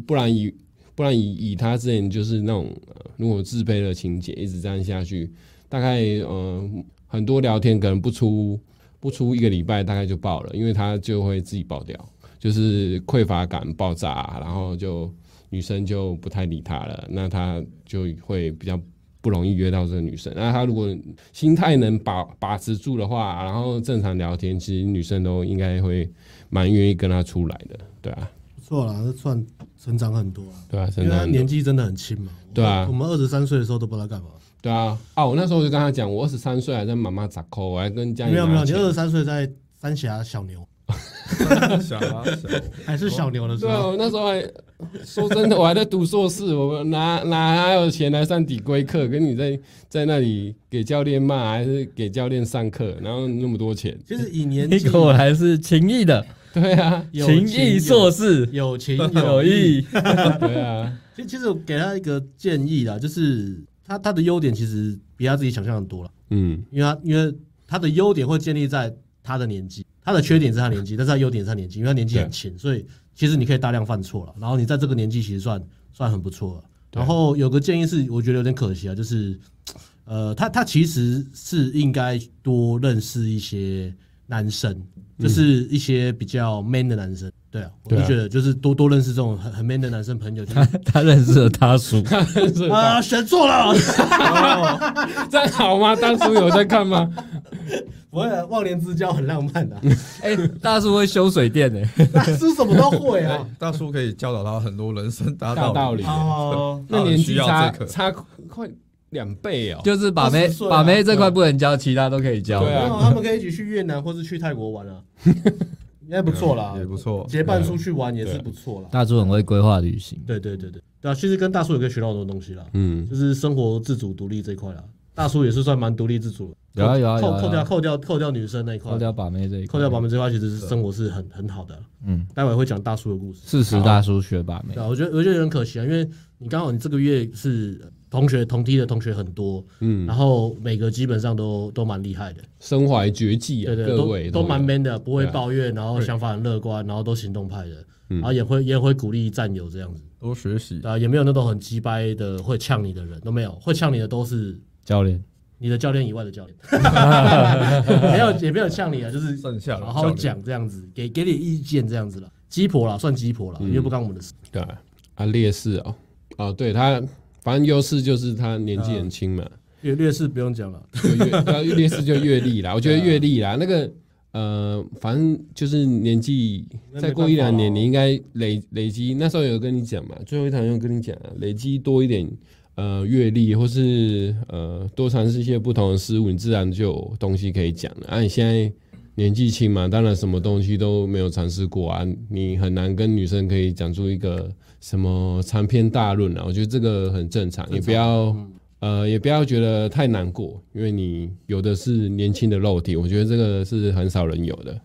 Speaker 1: 不然以不然以以他之前就是那种、呃如果自卑的情节一直这样下去，大概呃很多聊天可能不出不出一个礼拜大概就爆了，因为他就会自己爆掉，就是匮乏感爆炸，然后就女生就不太理他了，那他就会比较不容易约到这个女生。那他如果心态能把把持住的话，然后正常聊天，其实女生都应该会蛮愿意跟他出来的，对啊，
Speaker 2: 不错啦，这算成长很多啦。
Speaker 1: 对啊，
Speaker 2: 因
Speaker 1: 真
Speaker 2: 为
Speaker 1: 的
Speaker 2: 他
Speaker 1: 很多
Speaker 2: 年纪真的很轻嘛，
Speaker 1: 对啊
Speaker 2: 我们二十三岁的时候都不知道干嘛。
Speaker 1: 对啊，啊，我那时候就跟他讲，我二十三岁还在妈妈砸扣，我还跟家里
Speaker 2: 没有没有，
Speaker 1: 拿
Speaker 2: 你
Speaker 1: 钱
Speaker 2: 二十三岁在三峡小牛
Speaker 4: 想啊想，
Speaker 2: 还是小牛的时
Speaker 1: 对啊，
Speaker 2: 候，
Speaker 1: 我那时候还说真的，我还在读硕士，我哪哪还有钱来上理规课？跟你在在那里给教练骂，还是给教练上课，然后那么多钱？
Speaker 2: 其实以年
Speaker 3: 你
Speaker 2: 纪
Speaker 3: 果然是情义的，
Speaker 1: 对啊，
Speaker 2: 有
Speaker 3: 情义硕士，
Speaker 2: 有 情
Speaker 3: 有
Speaker 2: 有义。
Speaker 3: 义。
Speaker 1: 对啊，
Speaker 2: 其实其实我给他一个建议啦，就是他他的优点其实比他自己想象的多了。
Speaker 1: 嗯
Speaker 2: 因为他因为他的优点会建立在他的年纪，他的缺点是他年纪，但是他优点是他年纪，因为他年纪很轻，所以其实你可以大量犯错了。然后你在这个年纪其实算算很不错了。
Speaker 1: 对
Speaker 2: 然后有个建议是，我觉得有点可惜啊，就是呃，他他其实是应该
Speaker 1: 嗯
Speaker 2: 多认识一些男生，就是一些比较 man 的男生。对啊，我
Speaker 1: 对
Speaker 2: 就
Speaker 1: 啊
Speaker 2: 觉得就是多多认识这种很很 man 的男生朋友，就是
Speaker 3: 他他认识了他叔，
Speaker 1: 是吧
Speaker 2: 啊，选错了，哦
Speaker 1: 这样好吗？当初有在看吗？
Speaker 2: 不会啊忘年之交很浪漫的、啊，
Speaker 3: 哎、大叔会修水电呢、
Speaker 2: 那是什么都会啊。
Speaker 4: 大叔可以教导他很多人生大
Speaker 1: 大道
Speaker 4: 道
Speaker 1: 理，
Speaker 2: 哦，
Speaker 1: 那
Speaker 4: 他
Speaker 1: 年
Speaker 4: 很需
Speaker 1: 纪
Speaker 4: 要
Speaker 1: 差
Speaker 4: 这个。
Speaker 1: 差快两倍哦。
Speaker 3: 就是把妹
Speaker 2: 20岁啊
Speaker 3: 把妹这块不能教，其他都可以教。
Speaker 1: 对啊
Speaker 2: 然哦后他们可以一起去越南或是去泰国玩啊，应该不错啦，
Speaker 4: 也不错
Speaker 2: 结伴出去玩也是不错啦。
Speaker 3: 大叔很会规划旅行，
Speaker 2: 对对对对，对啊，其实跟大叔也可以学到很多东西啦，
Speaker 1: 嗯，
Speaker 2: 就是生活自主独立这一块啦。大叔也是算蛮独立自主的，
Speaker 3: 有啊有啊有
Speaker 2: 扣
Speaker 3: 啊
Speaker 2: 扣掉扣掉扣掉女生那一块
Speaker 3: 扣，掉把妹这一块，
Speaker 2: 扣掉把门这一块，其实是生活是很很好的。
Speaker 3: 嗯，
Speaker 2: 待会会讲大叔的故事。
Speaker 3: 四十大叔学把妹
Speaker 2: 对，啊，我觉得我觉得有点可惜啊，因为你刚好你这个月是呃同学同梯的同学很多，嗯，然后每个基本上都都蛮厉害的，
Speaker 1: 身怀绝技啊，
Speaker 2: 对对，
Speaker 1: 各位
Speaker 2: 都都
Speaker 1: 有
Speaker 2: 蛮 man 的，不会
Speaker 1: 对啊嗯
Speaker 2: 抱怨，然后想法很乐观，然后都行动派的，然后也会也会鼓励战友这样子，
Speaker 4: 多学习
Speaker 2: 对，啊，也没有那种很鸡掰的会呛你的人都没有，会呛你的都是
Speaker 3: 教练。
Speaker 2: 你的教练以外的 教练，没有也没有呛你啊，就是
Speaker 4: 剩下的
Speaker 2: 好好
Speaker 4: 教练
Speaker 2: 讲这样子，给给点意见这样子了，鸡婆啦，算鸡婆
Speaker 1: 嗯
Speaker 2: 啦，因为不干我们的事，
Speaker 1: 对啊，啊劣势哦，哦，对他，反正优势就是他年
Speaker 2: 嗯
Speaker 1: 纪很轻嘛，
Speaker 2: 略略是不用讲了。
Speaker 1: 就阅 对啊劣势就阅历
Speaker 2: 啊
Speaker 1: 啦，我觉得阅历啦，那个呃，反正就是年纪
Speaker 2: 那没办法啊
Speaker 1: 再过一两年，
Speaker 2: 咯
Speaker 1: 你应该累累积，那时候有跟你讲嘛，最后一堂有跟你讲啊，累积多一点。呃，阅历或是呃，多尝试一些不同的事物，你自然就有东西可以讲了。啊，你现在年纪轻嘛，当然什么东西都没有尝试过啊，你很难跟女生可以讲出一个什么长篇大论啊。我觉得这个很正常，也不要、
Speaker 2: 嗯
Speaker 1: 呃，也不要觉得太难过，因为你有的是年轻的肉体，我觉得这个是很少人有的，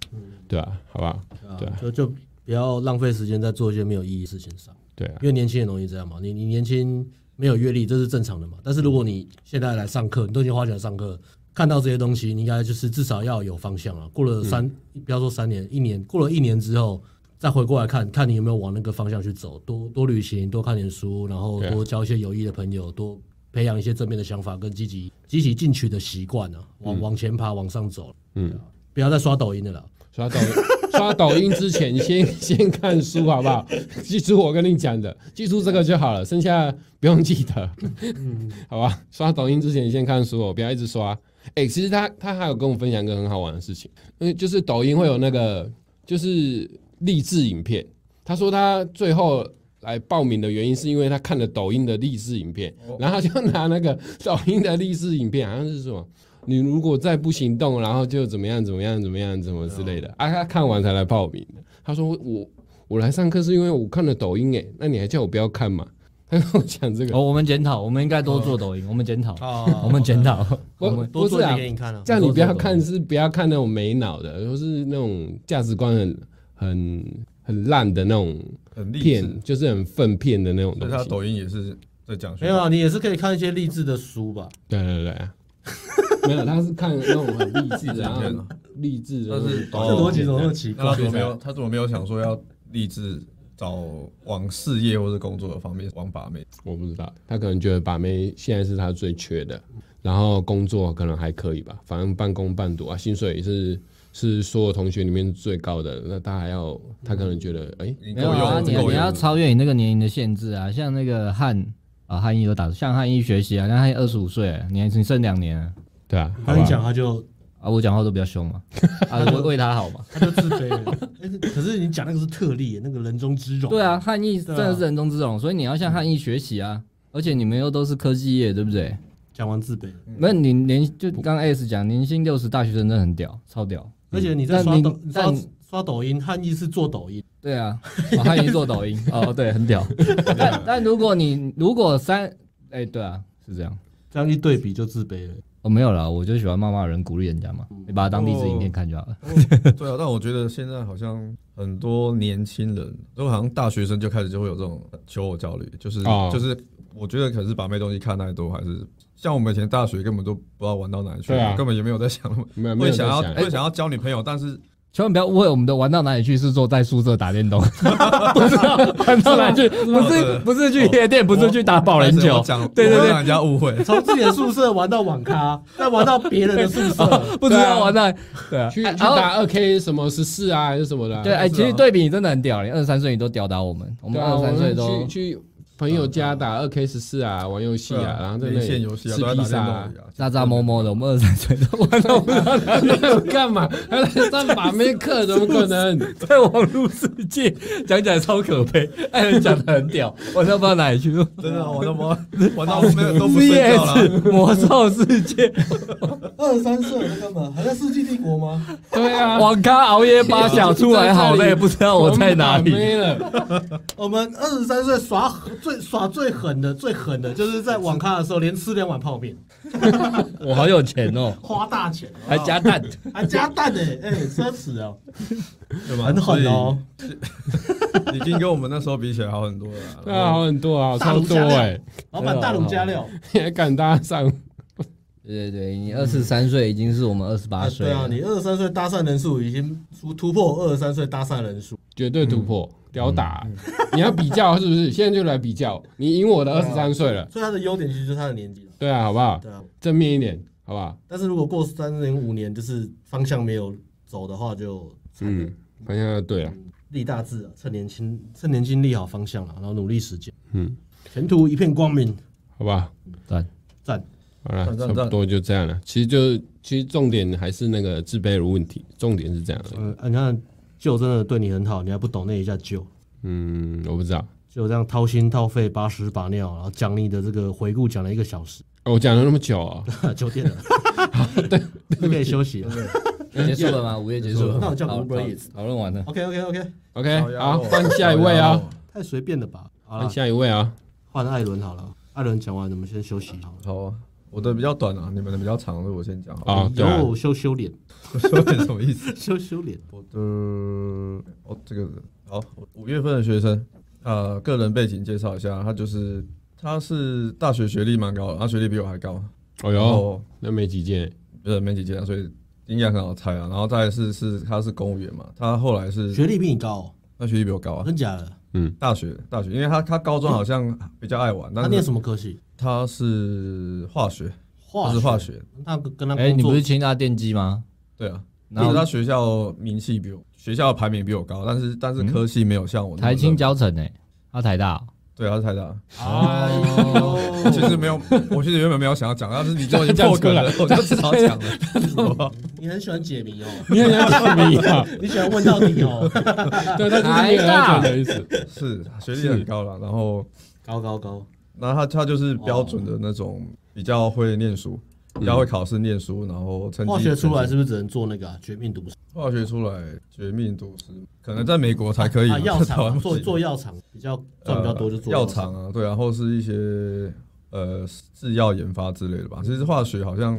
Speaker 1: 对吧、好吧，对啊
Speaker 2: 就就不要浪费时间在做一些没有意义的事情上，
Speaker 1: 对啊
Speaker 2: 因，为年轻人容易这样嘛。你你年轻没有阅历，这是正常的嘛。但是如果你现在来上课，你都已经花钱来上课，看到这些东西，你应该就是至少要有方向了。过了三，
Speaker 1: 嗯
Speaker 2: 不要说三年，一年，过了一年之后。再回过来看看你有没有往那个方向去走，多多旅行，多看点书，然后
Speaker 1: 对啊
Speaker 2: 多交一些有益的朋友，多培养一些正面的想法跟积极积极进取的习惯啊，
Speaker 1: 嗯
Speaker 2: 往往前爬，往上走。嗯，不要再刷抖音的了啦。
Speaker 1: 刷抖刷抖音之前先先看书好不好？记住我跟你讲的，记住这个就好了，剩下不用记得，好吧？刷抖音之前先看书哦，不要一直刷。哎、其实他他还有跟我分享一个很好玩的事情，因为就是抖音会有那个就是励志影片，他说他最后。来报名的原因是因为他看了抖音的励志影片，
Speaker 2: 哦
Speaker 1: 然后他就拿那 个抖音的励志影片，好像是什么你如果再不行动，然后就怎么样怎么样怎么样怎么之类
Speaker 2: 哦
Speaker 1: 的啊？他看完才来报名的。他说我我来上课是因为我看了抖音诶，那你还叫我不要看嘛？他跟我讲这个，
Speaker 3: 哦，我们检讨，我们应该多做抖音，我们检讨，
Speaker 2: 哦
Speaker 3: 我们检讨，我
Speaker 1: 不
Speaker 3: 们
Speaker 2: 多
Speaker 1: 不
Speaker 2: 做
Speaker 1: 是
Speaker 2: 一点
Speaker 1: 啊，
Speaker 2: 给你看啊。
Speaker 1: 这样你不要看是不要看那种没脑的，或是那种价值观很很很烂的那种
Speaker 4: 很励志
Speaker 1: 片，，就是很粪片的那种
Speaker 4: 所
Speaker 1: 东
Speaker 4: 以他
Speaker 1: 西。
Speaker 4: 抖音也是在讲学
Speaker 2: 没有啊，你也是可以看一些励志的书吧？
Speaker 1: 对对对啊。没有，他是看那种很励志的，然
Speaker 4: 这
Speaker 1: 后
Speaker 4: 种
Speaker 1: 励志的
Speaker 4: 但是
Speaker 2: 哦
Speaker 4: 哦
Speaker 1: 那种
Speaker 4: 这逻
Speaker 1: 短片
Speaker 4: 辑
Speaker 1: 这样
Speaker 2: 奇
Speaker 4: 那他怎么没有？他怎么没有想说要立志找往事业或是工作的方面往把妹？
Speaker 1: 我不知道，他可能觉得把妹现在是他最缺的，然后工作可能还可以吧，反正半工半读啊，薪水也是是所有同学里面最高的，那他还要他可能觉得哎、
Speaker 4: 你
Speaker 3: 没
Speaker 4: 够
Speaker 3: 有啊，
Speaker 4: 用，
Speaker 3: 你
Speaker 4: 这够
Speaker 3: 你要
Speaker 4: 用。
Speaker 3: 超越你那个年龄的限制啊，像那个汉啊，汉一有打，向汉一学习啊，那汉一二十五岁，你还你剩两年啊，
Speaker 1: 对啊，
Speaker 2: 他
Speaker 1: 好
Speaker 2: 一
Speaker 1: 吧
Speaker 2: 讲他就
Speaker 3: 啊我讲话都比较凶 嘛，啊，我为他好嘛。
Speaker 2: 他就自卑了。 哎可是你讲那个是特例，那个人中之龙。
Speaker 3: 对啊，，汉译真的是人中之龙，所以你要向汉译学习啊。而且你们又都是科技业，对不对？
Speaker 2: 讲完自卑，
Speaker 4: 嗯
Speaker 3: 那你年就刚刚 S 讲，年薪六十大学生真的很屌，超屌。
Speaker 2: 而嗯且你在刷
Speaker 3: 但
Speaker 2: 抖
Speaker 3: 你
Speaker 2: 刷
Speaker 3: 但
Speaker 2: 刷抖音，汉译是做抖音，
Speaker 3: 对啊，哦、汉译做抖音哦，对，很屌。 但但如果你如果三，哎、对啊，是这样。
Speaker 2: 这样一对比就自卑了。
Speaker 3: 哦，没有啦，我就喜欢骂骂人，鼓励人家嘛。
Speaker 1: 嗯
Speaker 3: 你把它当励志影片看就好了。
Speaker 1: 哦
Speaker 4: 对啊，但我觉得现在好像很多年轻人，就好像大学生就开始就会有这种求偶焦虑，就是、
Speaker 1: 哦
Speaker 4: 就是，我觉得可能是把妹东西看太多，还是像我们以前大学根本都不知道玩到哪里去，
Speaker 1: 对啊
Speaker 4: 根本也没有在想那么
Speaker 1: 没有没有
Speaker 4: 会
Speaker 1: 在
Speaker 4: 想要
Speaker 1: 想
Speaker 4: 会想要交女朋友，但是
Speaker 3: 千万不要误会，我们的玩到哪里去是坐在宿舍打电动， 不知道玩到哪里去，不是不是去夜店，不
Speaker 1: 哦
Speaker 3: 是去打保龄
Speaker 4: 但是我
Speaker 3: 球，
Speaker 4: 讲
Speaker 3: 对对
Speaker 4: 我
Speaker 3: 对
Speaker 4: 让人家误会。啊
Speaker 2: 从自己的宿舍玩到网咖，再玩到别人的宿 舍，
Speaker 3: 不知道玩到对啊，
Speaker 1: 去
Speaker 3: 哎
Speaker 1: 去
Speaker 3: 然后
Speaker 1: 打二 K 什么十四啊还是什么的啊、
Speaker 3: 对，哎，
Speaker 4: 知
Speaker 3: 其
Speaker 4: 道
Speaker 3: 实对比你真的很屌，你二十三岁你都吊打我们，我们
Speaker 1: 对啊，
Speaker 3: 二十
Speaker 1: 我
Speaker 3: 三岁都哦
Speaker 1: 们去去朋友家打二 K 十四啊，玩游戏
Speaker 4: 对
Speaker 1: 啊，然后在那
Speaker 4: 连线
Speaker 1: 里
Speaker 4: 游戏啊，
Speaker 1: 吃
Speaker 4: 都在打
Speaker 1: 披
Speaker 4: 电
Speaker 1: 萨
Speaker 4: 动
Speaker 1: 啊
Speaker 4: 而已，啊
Speaker 3: 渣渣摸摸的，我们二十三岁都 玩到不知道哪里
Speaker 1: 干嘛？还来上把妹 课？怎么可能？
Speaker 3: 在网络世界，讲起来超可悲，哎，讲的很屌，玩到不知道哪 里去，
Speaker 4: 真的啊玩到摸，玩到没有都不睡 觉
Speaker 1: 啊
Speaker 4: 了。
Speaker 3: CS 魔兽世界，
Speaker 2: 二十三岁在干嘛？还在世纪帝国吗？
Speaker 1: 对 啊，
Speaker 3: 网咖熬夜八小出来好累，不知道我在哪
Speaker 1: 我们打
Speaker 3: 里。
Speaker 1: 妹了？啊
Speaker 2: 我们二十三岁耍最耍最狠的最狠的，就是在网咖的时候连吃两碗泡面，
Speaker 3: 我好有钱哦，
Speaker 2: 花大钱，
Speaker 3: 还加蛋，
Speaker 2: 还加蛋呢、哎、奢侈 啊！
Speaker 4: 对吧？
Speaker 2: 很狠哦
Speaker 4: 所以，已经跟我们那时候比起来好很多了啊。
Speaker 1: 对
Speaker 3: 哦
Speaker 1: 啊，好很多啊，
Speaker 2: 大
Speaker 1: 超
Speaker 2: 陆
Speaker 1: 多
Speaker 2: 加料
Speaker 1: 哎，
Speaker 2: 老板大卤加料，
Speaker 1: 你还敢搭上？
Speaker 3: 对对对，你二十三岁已经是我们二十八
Speaker 2: 哎
Speaker 3: 岁
Speaker 2: 对啊，
Speaker 3: 了，
Speaker 2: 你二十三岁搭讪人数已经突突破我二十三岁搭讪人数，
Speaker 1: 绝对突破，
Speaker 3: 嗯
Speaker 1: 屌打！你要比较是不是？现在就来比较，你赢我的
Speaker 3: 啊
Speaker 1: 二十三岁了，
Speaker 2: 所以他的优点其实就是他的年纪了。
Speaker 1: 对啊，好不好？
Speaker 2: 对啊，
Speaker 1: 正面一点，好不好？
Speaker 2: 但是如果过三年五年就是方向没有走的话，就惨了
Speaker 1: 嗯，方向要对啊，
Speaker 2: 立大志啊，趁年轻趁年轻立好方向了，啊然后努力实践，
Speaker 1: 嗯，
Speaker 2: 前途一片光明，
Speaker 1: 好不好？
Speaker 3: 对，
Speaker 2: 嗯赞！
Speaker 1: 好了，
Speaker 4: 赞
Speaker 1: 差
Speaker 4: 赞
Speaker 1: 不多就这样了。其实就其实重点还是那个自卑的问题，重点是这样的。
Speaker 2: 嗯、啊你看舅真的对你很好，你还不懂那一下舅。
Speaker 1: 嗯，我不知道，
Speaker 2: 就这样掏心掏肺、拔屎拔尿，然后讲你的这个回顾讲了一个小时，
Speaker 1: 哦我讲了那么久 哦，
Speaker 2: 九点了， 对，可以休息了。
Speaker 3: 结束了吗？五月结束了，
Speaker 2: 那我叫
Speaker 3: 好
Speaker 2: Uber Eats
Speaker 3: 讨讨论完了。
Speaker 2: OK OK OK，
Speaker 4: 烧
Speaker 1: OK，
Speaker 4: 鸭
Speaker 1: 好，
Speaker 4: 肉
Speaker 1: 换下一位
Speaker 4: 烧鸭
Speaker 1: 啊
Speaker 4: 肉，
Speaker 2: 太随便了吧？好
Speaker 1: 换
Speaker 4: 哎
Speaker 2: 了，
Speaker 1: 下一位啊。
Speaker 2: 换艾伦好了，艾伦讲完，我们先休息好了。
Speaker 4: 好啊，我的比较短啊，你们的比较长，所以我先讲好了。
Speaker 1: 啊，对啊，
Speaker 2: 有羞羞脸，
Speaker 4: 我说点什么意思？
Speaker 2: 羞羞脸，
Speaker 4: 我的哦，这个好，五月份的学生，呃，个人背景介绍一下，他就是他是大学学历蛮高的，他学历比我还高，
Speaker 1: 哦
Speaker 4: 然
Speaker 1: 哟，
Speaker 4: 后
Speaker 1: 那没几件，
Speaker 4: 呃没几届啊，所以应该很好猜啊。然后再来是是他是公务员嘛，他后来是
Speaker 2: 学历比你高、
Speaker 4: 他学历比我高
Speaker 2: 哦，
Speaker 4: 啊，
Speaker 2: 真假的？
Speaker 4: 大学大学，因为他他高中好像比较爱玩，
Speaker 2: 他
Speaker 4: 但
Speaker 2: 念
Speaker 4: 是
Speaker 2: 什么科系？
Speaker 4: 他是化学，
Speaker 2: 化
Speaker 4: 他是化，学，
Speaker 2: 那跟他
Speaker 3: 哎，
Speaker 2: 工
Speaker 3: 你不
Speaker 2: 作
Speaker 3: 是清大电机吗？
Speaker 4: 对啊。
Speaker 3: 然
Speaker 4: 然后
Speaker 3: 后
Speaker 4: 他学校名气比我学校排名比我高，但是但是科系没有像我那么
Speaker 3: 台清
Speaker 4: 热
Speaker 3: 教程哎，他台大哦，
Speaker 4: 对，他是台大。
Speaker 2: 哎
Speaker 4: 我其
Speaker 2: 呦，
Speaker 4: 实没有，我其实原本没有想要讲，但是你都 已经
Speaker 1: 讲
Speaker 4: 破
Speaker 1: 出
Speaker 4: 梗
Speaker 1: 来
Speaker 4: 了，我就只好讲了。好不好
Speaker 2: 你很喜欢解谜哦，
Speaker 1: 你很想解谜 啊？
Speaker 2: 你喜欢问到底 哦，
Speaker 1: 对，他就是没有要讲的意思。
Speaker 4: 是学历很高了，然后
Speaker 2: 高高高，
Speaker 4: 那他他就是
Speaker 2: 哦
Speaker 4: 标准的那种比较会念书，比较会考试念书，然后成
Speaker 2: 嗯
Speaker 4: 绩
Speaker 2: 化学出来是不是只能做那个啊绝命毒师？
Speaker 4: 化学出来绝命毒师，可能在美国才可以
Speaker 2: 啊，
Speaker 4: 吧，
Speaker 2: 药
Speaker 4: 在 台
Speaker 2: 厂
Speaker 4: 湾
Speaker 2: 啊
Speaker 4: 不
Speaker 2: 做
Speaker 4: 行
Speaker 2: 做药厂比较赚比较多，就做
Speaker 4: 呃药厂啊，对啊，或是一些呃制药研发之类的吧。其实化学好像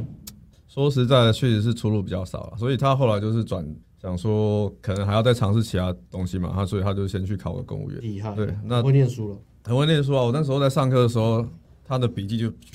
Speaker 4: 说实在的，确实是出路比较少了，所以他后来就是转想说，可能还要再尝试其他东西嘛，他所以他就先去考个公务员。
Speaker 2: 厉害，
Speaker 4: 对那
Speaker 2: 不会念书了，
Speaker 4: 很会念书啊，我那时候在上课的时候，他的笔记就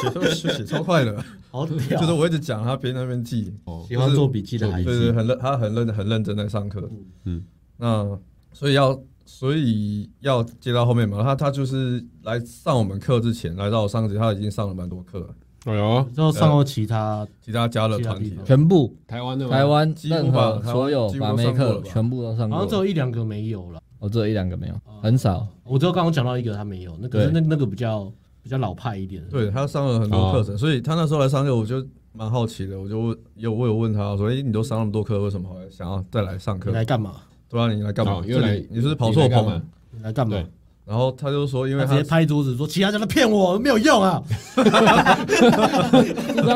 Speaker 4: 写都写超快的，
Speaker 2: 好 屌，哦
Speaker 4: 就是我一直讲，他边那边记。
Speaker 2: 喜欢做笔记的孩
Speaker 4: 对
Speaker 2: 子，
Speaker 4: 对，很认，他很认很认真在上课。
Speaker 1: 嗯
Speaker 4: 嗯，那所以要所以要接到后面嘛，他他就是来上我们课之前，来到我上课之前，他已经上了蛮多课了，
Speaker 1: 哎呦，
Speaker 2: 之后上过其他
Speaker 4: 其他加了团体
Speaker 2: 其他地
Speaker 4: 了，
Speaker 3: 全部
Speaker 1: 台湾的吗
Speaker 3: 台湾
Speaker 4: 几乎吧
Speaker 3: 任何
Speaker 4: 台湾
Speaker 3: 所有
Speaker 4: 几乎
Speaker 3: 把
Speaker 4: 都
Speaker 3: 妹
Speaker 4: 上过
Speaker 3: 课
Speaker 4: 了吧
Speaker 3: 全部都上
Speaker 2: 好
Speaker 3: 过
Speaker 2: 像只，有啊一两个没有了。
Speaker 3: 我只有一两个没有，很少。
Speaker 2: 我只有刚刚讲到一个他没有，那可是
Speaker 3: 对
Speaker 2: 那那个比较比较老派一点。
Speaker 4: 对他上了很
Speaker 1: 哦
Speaker 4: 多课程，所以他那时候来上课，我就蛮好奇的，我就问有我有问他说，哎、你都上那么多课，为什么还想要再来上课
Speaker 2: 你？来干嘛？
Speaker 4: 对啊，你来干嘛
Speaker 1: 哦？又来
Speaker 4: 这里你是不是跑错
Speaker 1: 你来干
Speaker 4: 棚
Speaker 1: 嘛
Speaker 4: 了？
Speaker 2: 你来干嘛
Speaker 1: 对？
Speaker 4: 然后他就说，因
Speaker 2: 他
Speaker 4: 为
Speaker 2: 啊直
Speaker 4: 他
Speaker 2: 接拍桌子说：“其他家都骗我，没有用啊
Speaker 1: 知道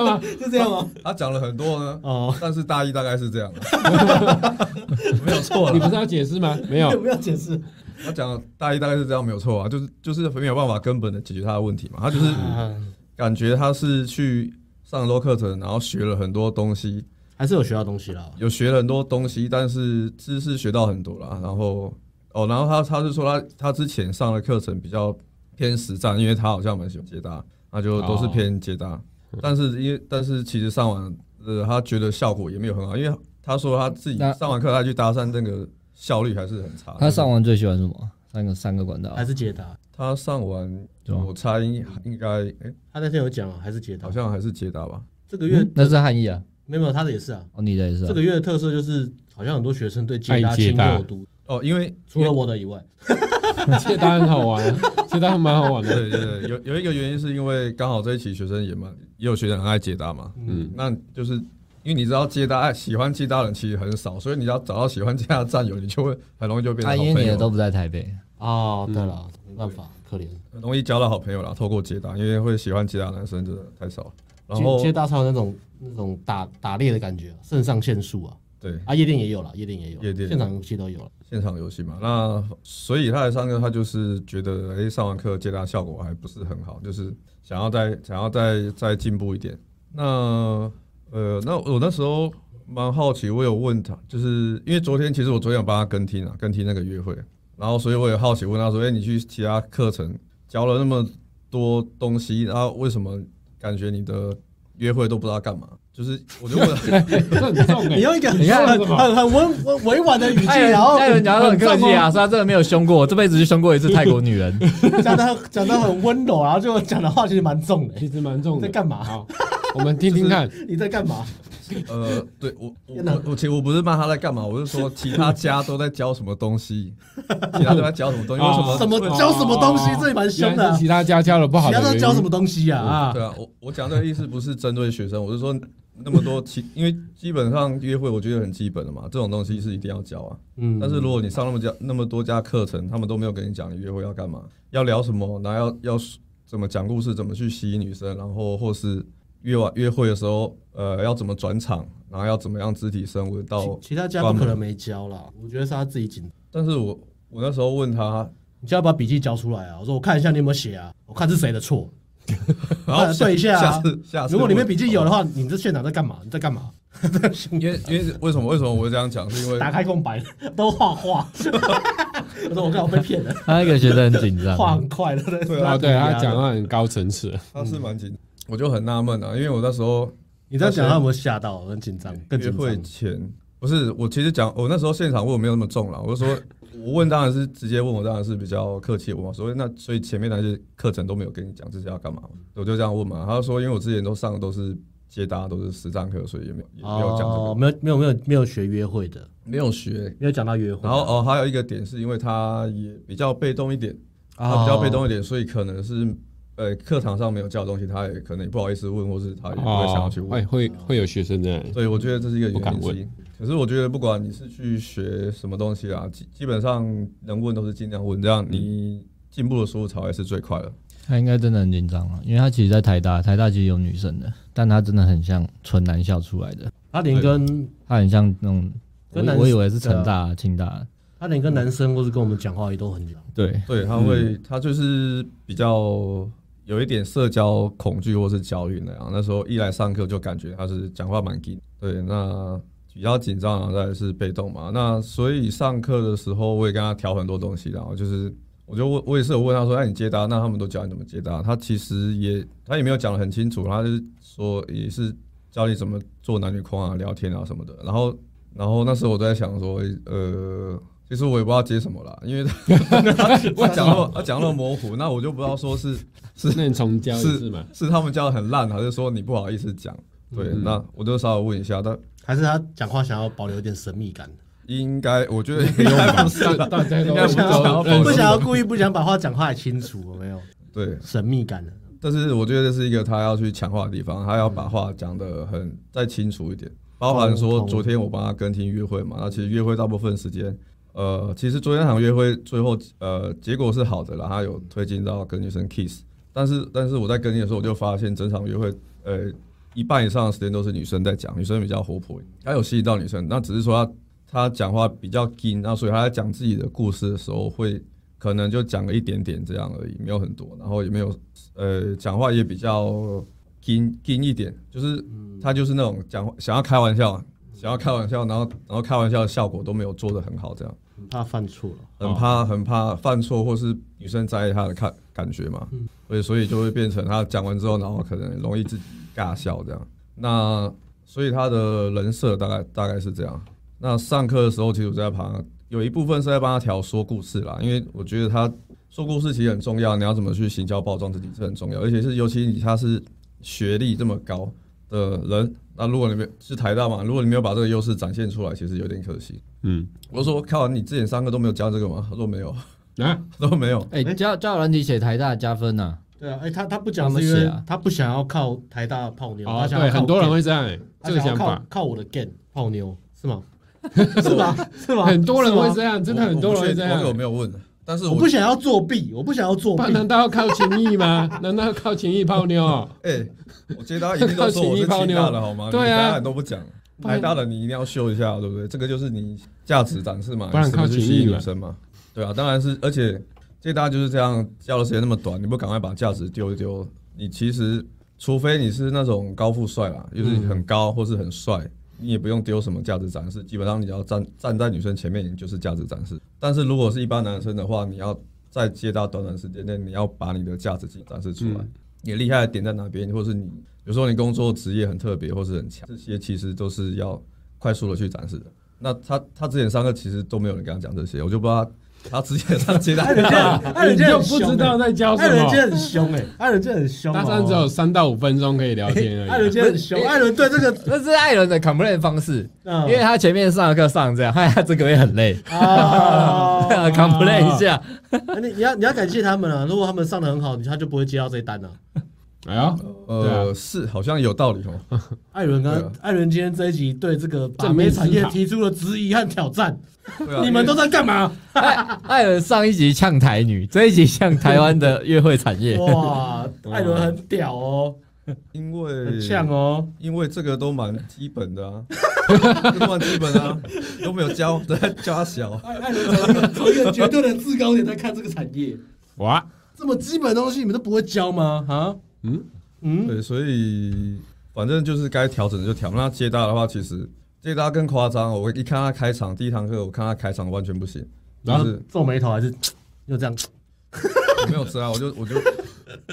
Speaker 1: 吗？！”
Speaker 2: 就这样哦吗？
Speaker 4: 他讲了很多呢，
Speaker 2: 哦，，
Speaker 4: 但是大一大概是这样，没有错
Speaker 1: 你不
Speaker 4: 了。
Speaker 1: 是要解释吗？没有
Speaker 2: 不要解释。
Speaker 4: 他讲大一大概是这样，没有错啊，就是就是没有办法根本的解决他的问题嘛。他就是
Speaker 2: 啊
Speaker 4: 感觉他是去上很多课程，然后学了很多东西，
Speaker 2: 还是有学到东西啦。
Speaker 4: 有学了很多东西，但是知识学到很多啦。然后哦，然后他他是说他他之前上的课程比较偏实战，因为他好像蛮喜欢解答，那就都是偏解答。但是因为但是其实上完呃，他觉得效果也没有很好，因为他说他自己
Speaker 3: 那
Speaker 4: 上完课他去搭讪，那个效率还是很差。
Speaker 3: 他上完最喜欢什么？三个三个管道
Speaker 2: 还，是捷达？
Speaker 4: 他上完，
Speaker 3: 对吧
Speaker 4: 我猜应应该哎，
Speaker 2: 他那天有讲啊，还是捷达
Speaker 4: 好。像还是捷达吧。
Speaker 2: 这个月
Speaker 3: 嗯那是汉译啊，
Speaker 2: 没有没有，他的也是啊。
Speaker 3: 哦，你的也是啊
Speaker 2: 这，个月的特色就是，好像很多学生对捷
Speaker 1: 爱
Speaker 2: 达
Speaker 1: 捷
Speaker 2: 情
Speaker 1: 达
Speaker 2: 有独，
Speaker 4: 哦，因为
Speaker 2: 除了我的以外，
Speaker 1: 这当然很好玩，这当然蛮好玩的。
Speaker 4: 对对对，有有一个原因是因为刚好这一期学生也蛮，也有学生很爱捷达嘛，
Speaker 1: 嗯，
Speaker 4: 那就是因为你知道捷达爱喜欢捷达的人其实很少，所以你要找到喜欢捷达的战友，你就会很容易就变
Speaker 3: 啊，
Speaker 4: 成
Speaker 3: 因为
Speaker 4: 好
Speaker 3: 你
Speaker 4: 朋
Speaker 3: 的
Speaker 4: 友，
Speaker 3: 都不在台北，
Speaker 2: 哦，对了，没办法，可怜。
Speaker 4: 很容易交到好朋友啦。透过捷达，因为会喜欢捷达的男生真的太少了。然
Speaker 2: 接
Speaker 4: 后
Speaker 2: 接大超有那种那种打打猎的感觉，肾上腺素啊，
Speaker 4: 对
Speaker 2: 啊，夜店也有了，夜店也有，
Speaker 4: 夜店
Speaker 2: 现场游戏都有了。
Speaker 4: 现场游戏嘛，那所以他来上课，他就是觉得哎、诶上完课接搭效果还不是很好，就是想要再想要再再进步一点。那呃，那我那时候蛮好奇，我有问他，就是因为昨天其实我昨天有帮他跟听啊，跟听那个约会，然后所以我也好奇问他说，哎、你去其他课程教了那么多东西，然后为什么感觉你的约会都不知道干嘛？就是我就问他。
Speaker 1: 这很重 哎、
Speaker 2: 用一个很
Speaker 1: 你看哎
Speaker 2: 很很文文委婉的语
Speaker 3: 艾伦艾伦讲的很客气啊，说他真的没有凶过，我这辈子就凶过一次泰国女人。
Speaker 2: 讲的讲的很温柔，然后就讲的话其实蛮重的
Speaker 1: 其实蛮重的。
Speaker 2: 在干嘛
Speaker 1: 好，我们听听看。
Speaker 2: 你在干嘛？
Speaker 4: 呃，对我我
Speaker 2: 天哪
Speaker 4: 我我其实我不是骂他在干嘛，我是说其他家都在教什么东西，其他都在教什么东西，为什么？
Speaker 1: 哦
Speaker 2: 什么教什么东西？这也蛮凶
Speaker 1: 原
Speaker 2: 的
Speaker 1: 来
Speaker 2: 啊
Speaker 1: 是。其他家教的不好
Speaker 2: 其
Speaker 1: 的
Speaker 2: 他
Speaker 1: 原因。
Speaker 2: 都教什么东西啊？啊，
Speaker 4: 对啊，我我讲这个意思不是针对学生，我是说那么多其，因为基本上约会我觉得很基本的嘛，这种东西是一定要教啊。
Speaker 2: 嗯
Speaker 4: 但是如果你上那么家那么多家课程，他们都没有跟你讲你约会要干嘛，要聊什么，然后要要怎么讲故事，怎么去吸引女生，然后或是约完约会的时候，呃，要怎么转场，然后要怎么样肢体升温到
Speaker 2: 其其他家不可能没教啦，我觉得是他自己紧张。
Speaker 4: 但是我我那时候 问他，
Speaker 2: 你就要把笔记交出来啊！我说我看一下你有没有写啊，我看是谁的错。
Speaker 4: 然后
Speaker 2: 啊对一下啊
Speaker 4: 下次下次
Speaker 2: 如果里面
Speaker 4: 我
Speaker 2: 笔记有的话，你这现场在干嘛？你在干嘛？
Speaker 4: 因为因为为什么为什么我会这样讲，是因为
Speaker 2: 打开空白， 都画画。 我说我刚好被骗了，
Speaker 3: 他那个学生很紧张，
Speaker 2: 画很快的。对
Speaker 1: 啊，对他讲，话很高层次，
Speaker 4: 他是蛮紧，我就很纳闷啊，因为我那时候
Speaker 2: 你这样讲他有没有吓到？很紧张，更
Speaker 4: 约
Speaker 2: 紧
Speaker 4: 会
Speaker 2: 张。
Speaker 4: 前不是我其实讲我那时候现场问我没有那么重了，我就说 我问当然是直接问我当然是比较客气地问我说那所以前面那些课程都没有跟你讲这是要干嘛，我就这样问嘛，他就说因为我之前都上的都是接搭都是实战课，所以也没有也没有讲这个，
Speaker 2: 哦，没有没有没有没有学约会的，
Speaker 4: 没有学。
Speaker 2: 没有讲到约会。啊
Speaker 4: 然后哦，还有一个点是因为他也比较被动一点，
Speaker 1: 哦
Speaker 4: 他比较被动一点，所以可能是呃课堂上没有教的东西，他也可能也不好意思问，或是他也不会想要去问。
Speaker 1: 哎，会会有学生这样。
Speaker 4: 对，我觉得这是一个
Speaker 1: 不敢
Speaker 4: 原因之一
Speaker 1: 问。
Speaker 4: 可是我觉得不管你是去学什么东西啊，基基本上能问都是尽量问，这样
Speaker 1: 嗯
Speaker 4: 你进步的速度才会是最快的。
Speaker 3: 他应该真的很紧张啊，因为他其实，在台大，台大其实有女生的，但他真的很像纯男校出来的，
Speaker 2: 他连跟
Speaker 3: 他很像那种，我
Speaker 2: 跟男
Speaker 3: 我以为是成大、清大，
Speaker 2: 他连跟男生或是跟我们讲话也都很紧张。
Speaker 3: 对，
Speaker 4: 对，他会，他就是比较有一点社交恐惧或是焦虑那样。那时候一来上课就感觉他是讲话蛮紧，对，那比较紧张，然后再来是被动嘛。那所以上课的时候我也跟他调很多东西，然后就是。我就问，我也是有问他说：“哎，你接搭，那他们都教你怎么接搭？”他其实也他也没有讲得很清楚，他就是说也是教你怎么做男女框啊、聊天啊什么的。然后，然后那时候我都在想说，呃，其实我也不知道接什么啦，因为 我讲到他讲到模糊，那我就不知道说是
Speaker 1: 那你重教一次嘛？
Speaker 4: 是他们教的很烂，还是说你不好意思讲？对，那我就稍微问一下，但
Speaker 2: 还是他讲话想要保留一点神秘感，
Speaker 4: 应该我觉得应该不是
Speaker 1: 大大家都
Speaker 4: 应该不
Speaker 2: 想要
Speaker 4: 走
Speaker 2: 不
Speaker 1: 认识
Speaker 2: 想要故意不想把话讲话也清楚，有没有
Speaker 4: 对，
Speaker 2: 神秘感的？
Speaker 4: 但是我觉得这是一个他要去强化的地方，他要把话讲得很再清楚一点，包含
Speaker 2: 沟
Speaker 4: 说
Speaker 2: 通
Speaker 4: 昨天我帮他跟听约会嘛，那其实约会大部分时间。呃，其实昨天那场约会最后呃结果是好的啦，他有推进到跟女生 kiss，但是但是我在跟进的时候，我就发现整场约会呃一半以上的时间都是女生在讲，女生比较活泼，她有吸引到女生，那只是说她她讲话比较硬，那所以她在讲自己的故事的时候会可能就讲了一点点这样而已，没有很多，然后也没有呃讲话也比较硬硬一点，就是她就是那种讲话想要开玩笑，想要开玩笑，然后然后开玩笑的效果都没有做得很好，这样
Speaker 2: 很怕犯错了。
Speaker 4: 很怕很怕犯错或是女生在意她的看感觉嘛，所以所以就会变成她讲完之后，然后可能容易自己尬笑这样。那所以他的人设大概大概是这样。那上课的时候，其实我在帮他有一部分是在帮他调说故事啦，因为我觉得他说故事其实很重要，你要怎么去行销包装自己是很重要，而且是尤其你他是学历这么高的人，那如果你没有是台大嘛，如果你没有把这个优势展现出来，其实有点可惜。
Speaker 1: 嗯，
Speaker 4: 我说靠，你之前上课都没有教这个吗？他说没有，
Speaker 1: 啊，
Speaker 4: 他说没有。
Speaker 3: 哎，教教软体写台大加分呐，
Speaker 2: 对啊，哎、他他不讲
Speaker 3: 他们
Speaker 2: 是因为
Speaker 3: 写啊
Speaker 2: 他不想要靠台大泡妞，
Speaker 1: 哦
Speaker 2: 他，想要
Speaker 1: 对，
Speaker 2: 靠
Speaker 1: 很多人
Speaker 2: gain，
Speaker 1: 会这样、欸，
Speaker 2: 他
Speaker 1: 这个
Speaker 2: 想要
Speaker 1: 想
Speaker 2: 靠
Speaker 1: 法，
Speaker 2: 靠我的 gain 泡妞是吗？是吧？是吗？
Speaker 1: 很多人会这
Speaker 2: 样。
Speaker 1: 样，真的很多人会这样
Speaker 4: 我。我没有问，但是
Speaker 2: 我
Speaker 4: 我
Speaker 2: 不想要作弊，我不想要作
Speaker 1: 不
Speaker 2: 弊
Speaker 1: 然。难道要靠情谊吗？ 难道要靠情谊泡妞、哦？
Speaker 4: 哎、 我觉得大家一定都说我是
Speaker 1: 靠
Speaker 4: 清
Speaker 1: 情谊
Speaker 4: 大
Speaker 1: 泡
Speaker 4: 的
Speaker 1: 妞
Speaker 4: 好吗？
Speaker 1: 对啊
Speaker 4: 你台大人都不讲，
Speaker 1: 不然
Speaker 4: 台大的你一定要秀一下，对不对？这个就是你价值展示嘛，
Speaker 1: 不然
Speaker 4: 你是不是
Speaker 1: 靠情
Speaker 4: 吸
Speaker 1: 谊
Speaker 4: 引
Speaker 1: 嘛
Speaker 4: 女生嘛，对啊，当然是，而且这大家就是这样，教的时间那么短，你不赶快把价值丢一丢，你其实除非你是那种高富帅啦，
Speaker 1: 嗯
Speaker 4: 就是很高或是很帅。你也不用丢什么价值展示，基本上你要站站在女生前面，你就是价值展示。但是如果是一般男生的话，你要在接到短短时间内，你要把你的价值展示出
Speaker 1: 嗯
Speaker 4: 来。你厉害的点在哪边，或是你有时候你工作职业很特别，或是很强，这些其实都是要快速的去展示的。那他他之前上课其实都没有人跟他讲这些，我就不知道他他之前上接 待
Speaker 2: 哎
Speaker 1: 啊你就不
Speaker 5: 欸
Speaker 1: 知道在教什
Speaker 2: 艾伦今天
Speaker 1: 么。
Speaker 2: 哎很凶哎，艾伦今天很凶哦。
Speaker 1: 大三只有三到五分钟可以啊聊 天
Speaker 2: 艾
Speaker 1: 而
Speaker 2: 伦
Speaker 1: 已。
Speaker 2: 今天很凶，艾伦对这个，
Speaker 3: 这是艾伦的 complain 方式，
Speaker 2: 嗯
Speaker 3: 因为他前面上的课上这样，害他这个月很累
Speaker 2: 啊，
Speaker 3: ，complain 一下。
Speaker 2: 啊你你要你要感谢他们啊！如果他们上的很好，你他就不会接到这一单啊。
Speaker 1: 哎呦，对
Speaker 4: 呃，是好像有道理哦。
Speaker 2: 艾伦
Speaker 4: 对啊
Speaker 2: 刚，艾伦今天这一集对这个把
Speaker 1: 正面
Speaker 2: 妹
Speaker 1: 思考
Speaker 2: 产业提出了质疑和挑战，
Speaker 4: 对啊
Speaker 2: 你们都在干嘛？
Speaker 3: 艾艾伦上一集呛台女，这一集呛台湾的约会产业。
Speaker 2: 哇，艾伦很屌哦，
Speaker 4: 因为
Speaker 2: 很呛哦。
Speaker 4: 因为这个都蛮基本的啊， 这都蛮基本的啊，都没有教，都在教他小。
Speaker 2: 艾艾伦从一个从一个绝对的制高点在看这个产业，
Speaker 1: 哇，
Speaker 2: 这么基本的东西你们都不会教吗？啊，
Speaker 1: 嗯
Speaker 2: 嗯，
Speaker 4: 对，所以反正就是该调整的就调。那接搭的话，其实接搭更夸张哦。我一看他开场第一堂课，我看他开场完全不行，就
Speaker 2: 啊
Speaker 1: 然后
Speaker 4: 是
Speaker 2: 皱眉头还是又这样，
Speaker 4: 我没有吃啊，我就我就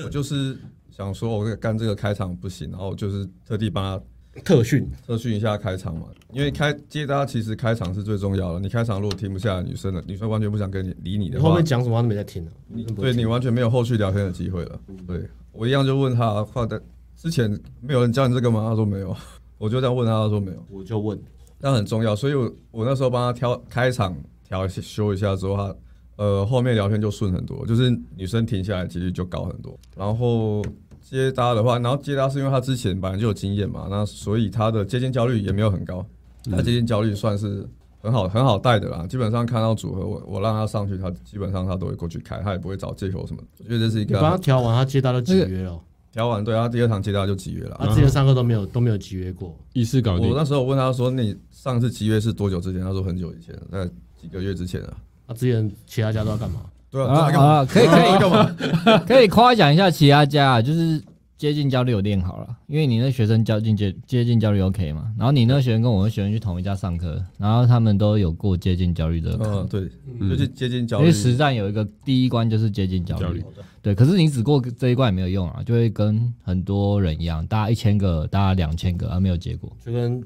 Speaker 4: 我就是想说，我干这个开场不行，然后我就是特地帮他
Speaker 2: 特训
Speaker 4: 特训一下开场嘛，因为开接搭其实开场是最重要的。你开场如果停不下来，女生的女生完全不想跟你理你
Speaker 2: 你
Speaker 4: 的
Speaker 2: 后
Speaker 4: 话
Speaker 2: 面，讲什么他都没在听啊
Speaker 4: 你
Speaker 2: 真不
Speaker 4: 对
Speaker 2: 会听
Speaker 4: 你完全没有后续聊天的机会了。对我一样就问他，话的之前没有人教你这个吗？他说没有，我就这样问他，他说没有。
Speaker 2: 我就问，
Speaker 4: 那很重要，所以我我那时候帮他挑开场调一些修一下之后，他呃后面聊天就顺很多，就是女生停下来几率就高很多。然后接搭的话，然后接搭是因为他之前本来就有经验嘛，那所以他的接近焦虑也没有很高，
Speaker 2: 嗯
Speaker 4: 他接近焦虑算是很好很好带的啦。基本上看到组合，我我让他上去，他基本上他都会过去开，他也不会找借口什么的。我觉得这是一
Speaker 2: 你帮他
Speaker 4: 个
Speaker 2: 调完，他接到都集约了，
Speaker 4: 调完，对他第二堂接搭就集约了。
Speaker 2: 他之前上课都没有都没有集约过，
Speaker 1: 一次搞
Speaker 4: 我
Speaker 1: 定。
Speaker 4: 那时候问他说：“你上次集约是多久之前？”他说：“很久以前，那几个月之前啊。
Speaker 2: 他之前其他家都要干嘛？”
Speaker 4: 对啊，
Speaker 3: 啊
Speaker 4: 这干嘛？
Speaker 3: 啊，可以可以
Speaker 4: 这干嘛？
Speaker 3: 可以夸奖一下其他家啊，就是接近焦虑有练好了，因为你那学生接近接接近焦虑 OK 嘛，然后你那学生跟我那学生去同一家上课，然后他们都有过接近焦虑的课，
Speaker 4: 嗯，对，就是接近焦
Speaker 3: 因
Speaker 4: 虑
Speaker 3: 为。实战有一个第一关就是接近焦虑，
Speaker 1: 焦虑
Speaker 3: 对，可是你只过这一关也没有用啊，就会跟很多人一样，大家一千个，大家两千个，啊而、没有结果。
Speaker 2: 就跟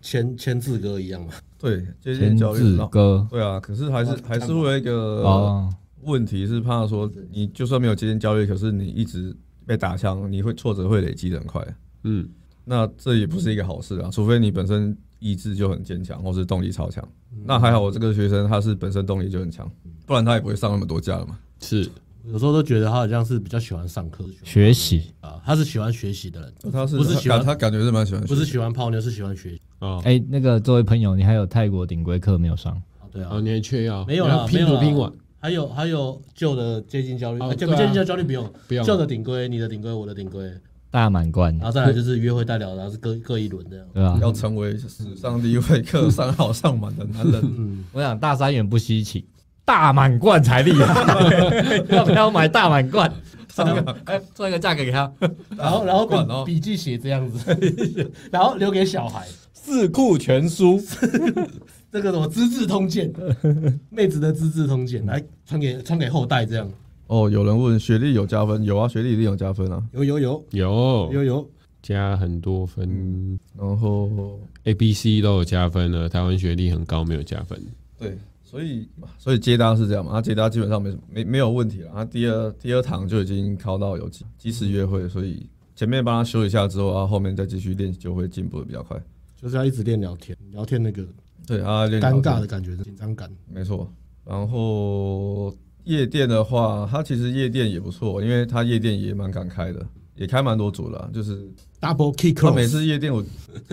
Speaker 2: 签签字哥一样嘛，
Speaker 4: 对，接近
Speaker 3: 千
Speaker 4: 焦虑
Speaker 3: 字。
Speaker 4: 然后
Speaker 3: 歌
Speaker 4: 对啊，可是还是还是会有一个
Speaker 3: 哦，
Speaker 4: 问题，是怕说你就算没有接近焦虑，可是你一直被打枪，你会挫折会累积的很快。
Speaker 1: 嗯，
Speaker 4: 那这也不是一个好事啊，除非你本身意志就很坚强，或是动力超强。
Speaker 3: 嗯
Speaker 4: 那还好，我这个学生他是本身动力就很强，不然他也不会上那么多架了嘛。
Speaker 1: 是
Speaker 2: 有时候都觉得他好像是比较喜欢上课
Speaker 3: 学习，
Speaker 2: 啊，他是喜欢学习的人，
Speaker 4: 他是
Speaker 2: 不是
Speaker 4: 他
Speaker 2: 喜欢
Speaker 4: 感他感觉是蛮喜欢学
Speaker 2: 不
Speaker 4: 习的，
Speaker 2: 是喜欢泡妞，是喜欢学习。
Speaker 1: 哦，
Speaker 3: 哎、那个作为朋友，你还有泰国顶规课没有上？
Speaker 2: 啊对啊
Speaker 1: 哦，，你还缺药？
Speaker 2: 没有
Speaker 1: 你要
Speaker 2: 啦，
Speaker 1: 拼
Speaker 2: 没有
Speaker 1: 不
Speaker 2: 啦
Speaker 1: 拼完？
Speaker 2: 还有还有旧的接近焦虑，
Speaker 1: 哦
Speaker 2: 啊，接
Speaker 1: 对啊
Speaker 2: 接近焦虑不用，
Speaker 1: 不用
Speaker 2: 旧的顶规，你的顶规，我的顶规，
Speaker 3: 大满贯
Speaker 4: 啊
Speaker 2: 然，后再来就是约会代聊，然后是各各一轮这 样。
Speaker 3: 对吧、
Speaker 4: 要成为史上第一位课上好上满的男人。
Speaker 3: 我想大三元不稀奇，大满贯才厉害。 要不要买大满贯？哎，做一个价格给他。
Speaker 2: 然后然后
Speaker 4: 管哦
Speaker 2: 笔笔记写这样子， 然后留给小孩。
Speaker 3: 四库全书，
Speaker 2: 这个什么《资治通 鉴》，妹子的《资治通鉴》来传给传给后代，这样
Speaker 4: 哦，有人问学历有加分，有啊，学历一定有加分啊。
Speaker 2: 有有有
Speaker 1: 有
Speaker 2: 有有，
Speaker 1: 加很多分、
Speaker 4: 然后
Speaker 1: a B、C 都有加分了，台湾学历很高没有加分，
Speaker 4: 对，所以啊所以接搭是这样嘛，啊他接搭基本上没什么没没有问题了。他第二第二堂就已经考到有即即时约会，所以前面帮他修一下之后，他后面再继续练习就会进步的比较快。
Speaker 2: 就是要一直练聊天，聊天那个
Speaker 4: 对啊，练
Speaker 2: 尴尬
Speaker 4: 的
Speaker 2: 的感觉、紧张感，
Speaker 4: 没错。然后夜店的话，他其实夜店也不错，因为他夜店也蛮敢开的，也开蛮多组了啊，就是
Speaker 2: double key
Speaker 4: 他每
Speaker 2: close
Speaker 4: 次夜店我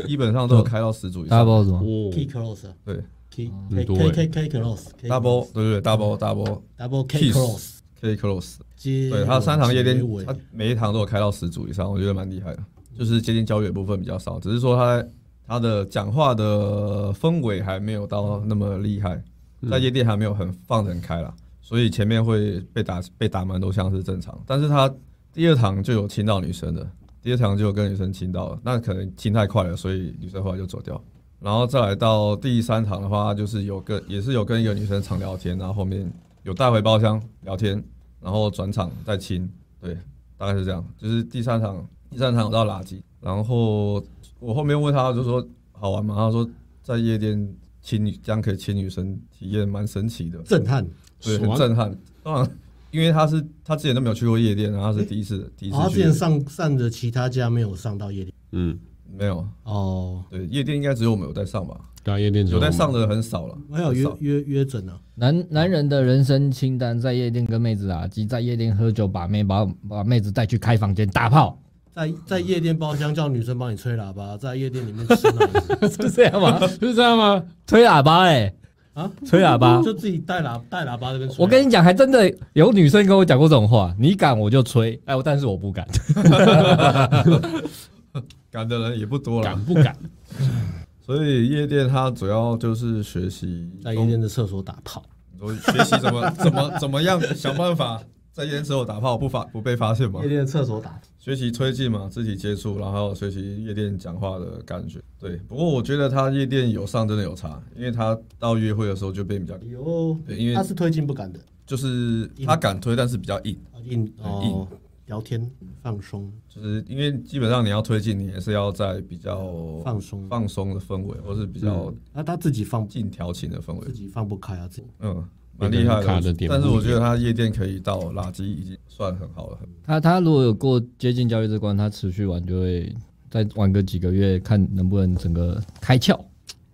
Speaker 4: 基本上都有开到十组以
Speaker 3: 大家
Speaker 4: 上
Speaker 3: 不知道什么？
Speaker 1: 哦
Speaker 2: key close 啊
Speaker 4: 对
Speaker 2: key
Speaker 1: 很
Speaker 2: K
Speaker 1: 多
Speaker 2: K K K close K
Speaker 4: ，double 对对对，double double
Speaker 2: double K
Speaker 4: Kiss
Speaker 2: close
Speaker 4: K close。
Speaker 2: 接
Speaker 4: 对，他三堂夜店
Speaker 2: 结，尾
Speaker 4: 他每一堂都有开到十组以上，我觉得蛮厉害的。就是接近教育的部分比较少，只是说他他的讲话的氛围还没有到那么厉害，在夜店还没有很放得很开啦，所以前面会被打被打满都像是正常。但是他第二堂就有亲到女生的，第二堂就有跟女生亲到了，那可能亲太快了，所以女生后来就走掉。然后再来到第三堂的话，就是有跟也是有跟一个女生常聊天，然后后面有带回包厢聊天，然后转场再亲，对，大概是这样。就是第三场，第三场有到垃圾，然后我后面问他就说好玩吗？他说在夜店亲女，这样可以亲女生，体验蛮神奇的，
Speaker 2: 震撼，
Speaker 4: 对，
Speaker 1: 爽
Speaker 4: 很震撼。当然，因为他是他之前都没有去过夜店，啊然后他是第一次第一
Speaker 2: 然哦
Speaker 4: 次
Speaker 2: 后他之
Speaker 4: 去，
Speaker 2: 前上上的其他家没有上到夜店
Speaker 1: 嗯，
Speaker 4: 没有，
Speaker 2: 哦，
Speaker 4: 对，夜店应该只有我们有在上吧，
Speaker 1: 对啊，夜店
Speaker 4: 有在上
Speaker 1: 的
Speaker 4: 的很少了，
Speaker 2: 还有
Speaker 4: 很
Speaker 2: 约
Speaker 4: 少
Speaker 2: 约约诊啊，
Speaker 3: 男男人的人生清单：在夜店跟妹子打鸡，在夜店喝酒把妹，把把妹子带去开房间打炮，
Speaker 2: 在在夜店包厢叫女生帮你吹喇叭，在夜店里面吃奶
Speaker 3: 是这样 吗？
Speaker 1: 是这样吗？
Speaker 3: 吹喇叭哎、
Speaker 2: 啊，
Speaker 3: 吹喇 叭
Speaker 2: 就自己带喇带喇叭这边吹啊。
Speaker 3: 我跟你讲，还真的有女生跟我讲过这种话，你敢我就吹，哎，但是我不敢。
Speaker 4: 敢的人也不多了
Speaker 1: 敢。不敢？
Speaker 4: 所以夜店它主要就是学习
Speaker 2: 在夜店的厕所打炮，
Speaker 4: 我学习怎么怎么怎么样想办法在烟时候打炮不发不被发现嘛
Speaker 2: 夜，店的厕所打，
Speaker 4: 学习推进嘛，肢体接触，然后学习夜店讲话的感觉。对，不过我觉得他夜店有上真的有差，因为他到约会的时候就变比较，
Speaker 2: 哎呦，
Speaker 4: 对，因
Speaker 2: 他
Speaker 4: 为
Speaker 2: 是推进不敢的，
Speaker 4: 就是他敢推，但是比较硬，
Speaker 2: 啊硬哦，聊天放松，
Speaker 4: 就是因为基本上你要推进，你也是要在比较
Speaker 2: 放松
Speaker 4: 放松的氛围，或是比较
Speaker 2: 那他自己放不
Speaker 4: 近调情的氛围
Speaker 2: 自。己放不开啊，自己
Speaker 4: 嗯，蛮厉害
Speaker 1: 每个人卡的点不
Speaker 4: 但是
Speaker 1: 一
Speaker 4: 我
Speaker 1: 样
Speaker 4: 觉得他夜店可以到垃圾已经算很好了。
Speaker 3: 他他如果有过接近教育这关，他持续玩就会再玩个几个月，看能不能整个开窍。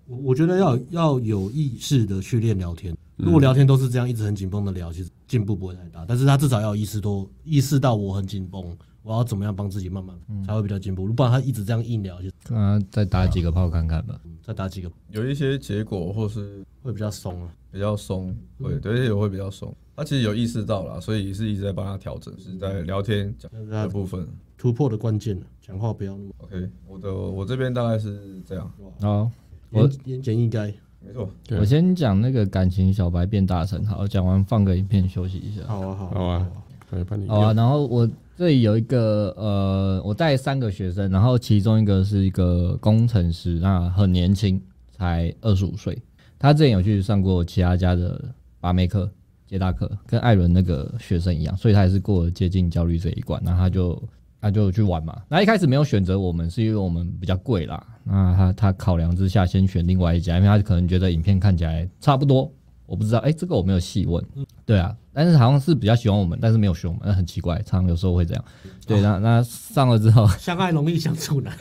Speaker 2: 我我觉得要要有意识的去练聊天。如果聊天都是这样一直很紧绷的聊，其实进步不会太大。但是他至少要有意识多意识到我很紧绷，我要怎么样帮自己慢慢才会比较进步。不然他一直这样硬聊，就
Speaker 3: 看他再打几个炮看看吧。
Speaker 2: 再打几个
Speaker 4: 有一些结果或是
Speaker 2: 会比较松啊。
Speaker 4: 比较松，对，对，也会比较松。他其实有意识到了，所以是一直在帮他调整，是在聊天讲
Speaker 2: 那是
Speaker 4: 的
Speaker 2: 他
Speaker 4: 部分。
Speaker 2: 突破的关键了，啊讲话不要那么
Speaker 4: OK，我的我这边大概是这样，
Speaker 3: 好，我
Speaker 2: 言言简意赅。
Speaker 4: 没错。
Speaker 1: 对
Speaker 3: 我先讲那个感情小白变大神，好，讲完放个影片休息一下。
Speaker 2: 好啊好
Speaker 1: 好啊，来帮你
Speaker 3: 好啊，
Speaker 1: 用
Speaker 3: 然后我这里有一个呃，我带三个学生，然后其中一个是一个工程师，那很年轻，才二十五岁。他之前有去上过其他家的把妹课、接大课，跟艾伦那个学生一样，所以他也是过了接近焦虑这一关，然后他就他就去玩嘛。那一开始没有选择我们，是因为我们比较贵啦。那他他考量之下，先选另外一家，因为他可能觉得影片看起来差不多，我不知道，哎、这个我没有细问。对啊，但是好像是比较喜欢我们，但是没有选我们，那很奇怪，常常有时候会这样。对，那那上了之后，
Speaker 2: 相爱容易相处难，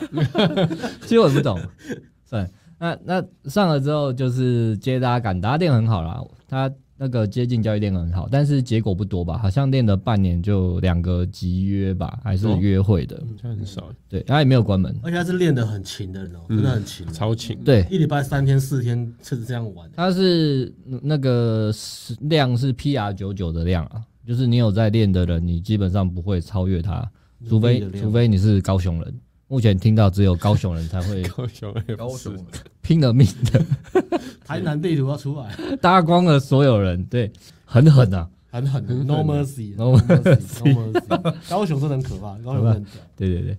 Speaker 3: 其实我也不懂， 算了。那那上了之后就是接搭赶搭练很好啦，他那个接近教育练得很好，但是结果不多吧？好像练了半年就两个集约吧，还是约会的。
Speaker 1: 这样很少，
Speaker 3: 对，他也没有关门。
Speaker 2: 而且他是练得很勤的人哦，真的很勤。
Speaker 1: 超勤。
Speaker 3: 对，
Speaker 2: 一礼拜三天四天就是这样玩，
Speaker 3: 他是那个是量是 PR 九九的量啊，就是你有在练的人，你基本上不会超越他，除非
Speaker 2: 努力地练
Speaker 3: 除非你是高雄人。目前听到只有高雄人才会
Speaker 1: 高雄也
Speaker 4: 高
Speaker 1: 不
Speaker 4: 雄
Speaker 1: 是，
Speaker 3: 拼了命的
Speaker 2: 台南地图要出来，
Speaker 3: 搭光了所有人，对，很狠啊。
Speaker 2: 很狠的，no mercy，no
Speaker 3: No
Speaker 2: mercy，高雄真的很可怕，高雄真的很屌。
Speaker 3: 对对对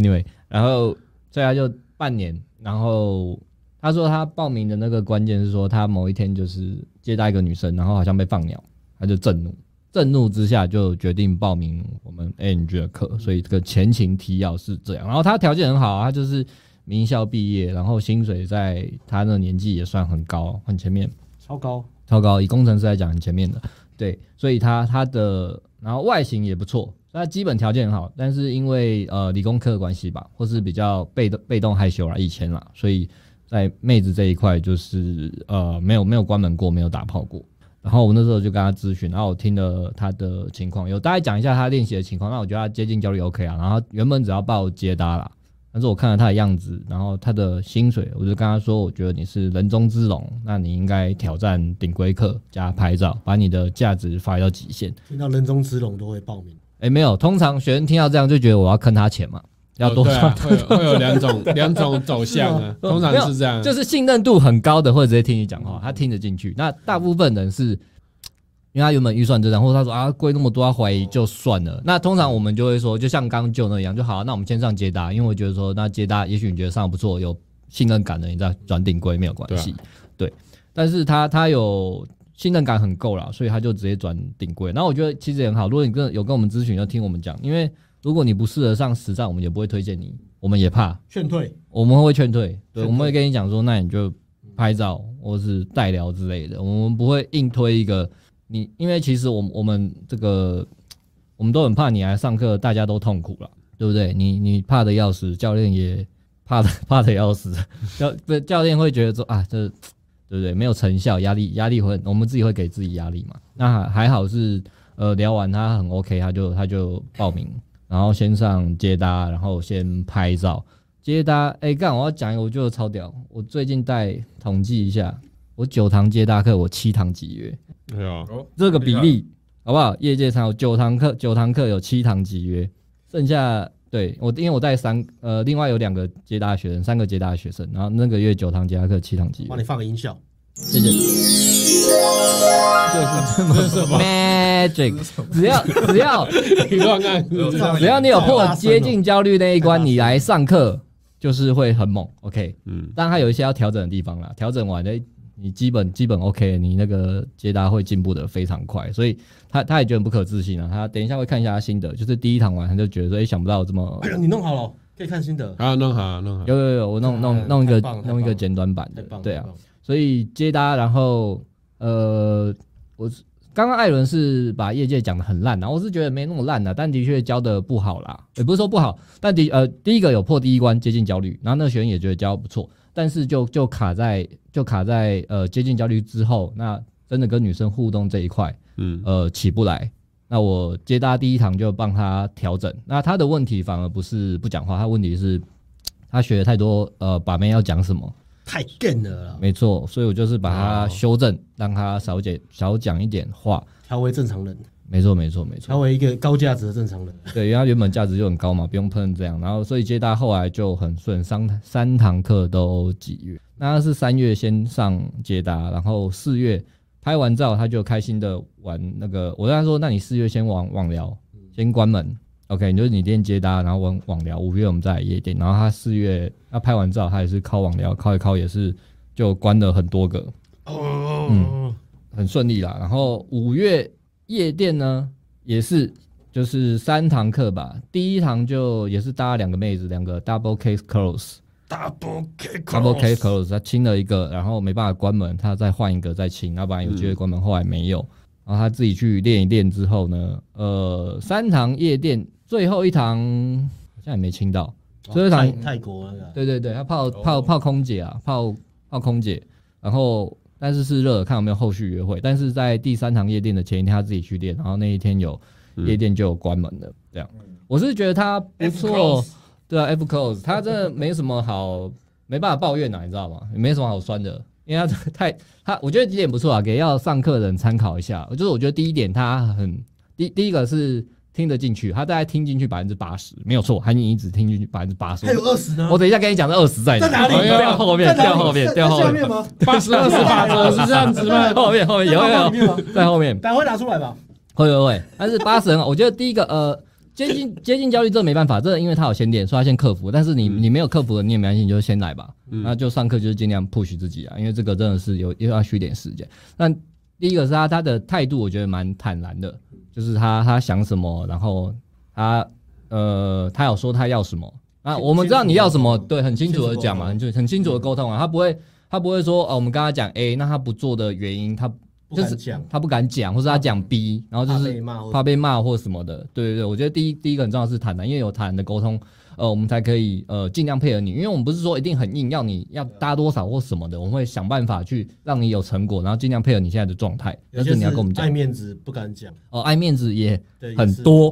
Speaker 3: ，anyway，然后所以他就半年，然后他说他报名的那个关键是说他某一天就是接待一个女生，然后好像被放鸟，他就震怒，震怒之下就决定报名我们 ANG 的课，E 所以这个前情提要是这样。然后他条件很好啊，他就是名校毕业，然后薪水在他那个年纪也算很高，很前面，
Speaker 2: 超高，
Speaker 3: 超高。以工程师来讲，很前面的，对，所以他他的然后外形也不错，他基本条件很好，但是因为呃理工科的关系吧，或是比较被动被动害羞啦，以前啦，所以在妹子这一块就是呃没有没有关门过，没有打炮过。然后我那时候就跟他咨询，然后我听了他的情况，有大概讲一下他练习的情况。那我觉得他接近焦虑 OK 啊，然后他原本只要报接啊搭啦，但是我看了他的样子，然后他的薪水，我就跟他说，我觉得你是人中之龙，那你应该挑战顶规课加拍照，把你的价值发挥到极限。
Speaker 2: 听到人中之龙都会报名，
Speaker 3: 哎，没有，通常学生听到这样就觉得我要坑他钱嘛，要多
Speaker 1: 对
Speaker 3: 赚
Speaker 1: 啊，会有会有两 种两种走向啊，通常是这样，
Speaker 3: 就是信任度很高的会直接听你讲话，他听得进去。那大部分人是，因为他原本预算就这样，或者他说啊贵那么多，他怀疑就算了。那通常我们就会说，就像刚刚就那样，就好、那我们先上接搭，因为我觉得说那接搭，也许你觉得上得不错，有信任感的，你再转顶规没有关系。
Speaker 1: 啊
Speaker 3: 对，但是他他有。信任感很够了，所以他就直接转顶规。然后我觉得其实也很好，如果你跟有跟我们咨询，要听我们讲，因为如果你不适合上实战，我们也不会推荐你，我们也怕，
Speaker 2: 劝退，
Speaker 3: 我们会劝退，
Speaker 2: 劝退
Speaker 3: 对，我们会跟你讲说，那你就拍照或是代聊之类的，我们不会硬推一个你，因为其实我们我们这个我们都很怕你来上课，大家都痛苦了，对不对？你你怕的要死，教练也怕的 怕的要死，教不教练会觉得说啊，这对不对？没有成效，压力压力会很，我们自己会给自己压力嘛。那还还好是呃聊完他很 OK，他就他就报名，然后先上接搭，然后先拍照。接搭，哎、干！我要讲一个，我觉得超屌。我最近在统计一下，我九堂接搭课，我七堂集约，
Speaker 1: 哎呦
Speaker 4: 哦
Speaker 3: 这个比
Speaker 4: 厉
Speaker 3: 例好不好？业界上有九堂课，九堂课有七堂集约，剩下对我，因为我带三呃，另外有两个接搭学生，三个接搭学生，然后那个月九堂接搭课，七堂集约
Speaker 2: 帮，你放个音效，
Speaker 3: 谢谢。 就是这么 magic，只要只要
Speaker 1: 你哎乱按是不是
Speaker 4: 害
Speaker 2: 这
Speaker 3: 只要你有破
Speaker 2: 太大声了
Speaker 3: 接近焦虑那一关，你来上课就是会很猛。OK，
Speaker 1: 嗯，
Speaker 3: 当然它有一些要调整的地方啦，调整完诶，你基本基本 OK，你那个接搭会进步的非常快，所以他他也觉得很不可置信啊。他等一下会看一下他心得，就是第一堂完他就觉得说，哎、想不到这么
Speaker 2: 哎呀，你弄好了，可以看心得，
Speaker 1: 好弄好弄好，
Speaker 3: 有有有，我弄
Speaker 2: 太
Speaker 3: 弄弄一个
Speaker 2: 太棒了
Speaker 3: 弄一
Speaker 2: 太棒
Speaker 3: 个
Speaker 2: 了
Speaker 3: 简短版
Speaker 2: 太
Speaker 3: 的
Speaker 2: 棒，了，
Speaker 3: 对啊
Speaker 2: 太，棒了，
Speaker 3: 所以接搭，然后呃，我是刚刚艾伦是把业界讲的很烂啊，我是觉得没那么烂的、但的确教的不好啦，也不是说不好，但的呃第一个有破第一关接近焦虑，然后那个学员也觉得教得不错，但是就就卡在就卡在呃接近焦虑之后，那真的跟女生互动这一块，
Speaker 1: 嗯，
Speaker 3: 呃起不来。那我接搭第一堂就帮他调整。那他的问题反而不是不讲话，他问题是他学了太多呃把妹要讲什么，
Speaker 2: 太 gay 了啦，
Speaker 3: 没错，所以我就是把它
Speaker 1: 哦
Speaker 3: 修正，让它少讲少讲一点话。
Speaker 2: 调为正常人，
Speaker 3: 没错，没错，没
Speaker 2: 调
Speaker 3: 错。
Speaker 2: 为一个高价值的正常人，
Speaker 3: 对，因为它原本价值就很高嘛，不用喷这样。然后，所以接搭后来就很顺，三三堂课都几月？那他是三月先上接搭，然后四月拍完照，他就开心的玩那个。我跟他说，那你四月先网网聊，先关门。OK，你就是你店接搭，然后网网聊。五月我们再来夜店，然后他四月他拍完照，他也是靠网聊，靠一靠也是就关了很多个。嗯
Speaker 2: 哦，
Speaker 3: 很顺利啦。然后五月夜店呢，也是就是三堂课吧，第一堂就也是搭两个妹子，两个 double case close。
Speaker 2: double K
Speaker 3: double K close，他清了一个，然后没办法关门，他再换一个再清，要不然有机会关门，后来没有。然后他自己去练一练之后呢，呃，三堂夜店最后一堂好像也没清到，最后一堂
Speaker 2: 泰泰国那个
Speaker 3: 对对对，他泡
Speaker 4: 哦
Speaker 3: 泡泡空姐啊，泡泡空姐，然后但是是热，看有没有后续约会。但是在第三堂夜店的前一天，他自己去练，然后那一天有夜店就有关门了。这样，我是觉得他不错，对啊，F close，他真的没什么好，没办法抱怨的、啊你知道吗？也没什么好酸的，因为他太他，我觉得几点不错啊，给要上课的人参考一下。就是我觉得第一点，他很第第一个是。听得进去，他大概听进去百分之八十，没有错。韩影一直听进去百分之八十，
Speaker 2: 还有二十呢
Speaker 3: 我，等一下跟你讲，这二十在
Speaker 2: 在哪里？
Speaker 1: 哎呀
Speaker 3: 掉后面，
Speaker 2: 在哪里
Speaker 3: 掉后面，
Speaker 2: 在
Speaker 3: 掉
Speaker 2: 在
Speaker 3: 后
Speaker 2: 下
Speaker 3: 面，
Speaker 2: 面吗？
Speaker 1: 八十二十 八折是这样子吗？
Speaker 3: 后面，后面，
Speaker 2: 在
Speaker 3: 有
Speaker 2: 包包
Speaker 3: 有
Speaker 2: 里面吗？
Speaker 3: 有，在后面，
Speaker 2: 等下会拿出来吧。
Speaker 3: 会会会。但是八十很好，我觉得第一个 呃，接近接近焦虑这没办法，这因为他有先练，所以他先克服。但是你你没有克服的，你也没关系，你就先来吧。那就上课就是尽量 push 自己啊，因为这个真的是有又要需一点时间。但第一个是他他的态度，我觉得蛮坦然的。就是他他想什么，然后他呃他有说他要什么啊，我们知道你要什么，对，很清楚的讲嘛，很清很清楚的沟通啊，他不会他不会说哦，我们跟他讲 A，那他不做的原因，他
Speaker 2: 不
Speaker 3: 就
Speaker 2: 敢
Speaker 3: 是
Speaker 2: 讲
Speaker 3: 他不敢讲，或是他讲 B，然后就
Speaker 2: 怕被
Speaker 3: 是
Speaker 2: 骂或
Speaker 3: 怕被骂或什么的。对对对，我觉得第一第一个很重要的是坦然，因为有坦然的沟通，呃，我们才可以呃尽量配合你，因为我们不是说一定很硬要你要搭多少或什么的，我们会想办法去让你有成果，然后尽量配合你现在的状态。
Speaker 2: 有
Speaker 3: 但
Speaker 2: 些
Speaker 3: 是你要跟我们
Speaker 2: 是
Speaker 3: 讲
Speaker 2: 爱，面子不敢讲，
Speaker 3: 哦、爱面子也
Speaker 2: 对，也
Speaker 3: 很
Speaker 2: 是
Speaker 3: 多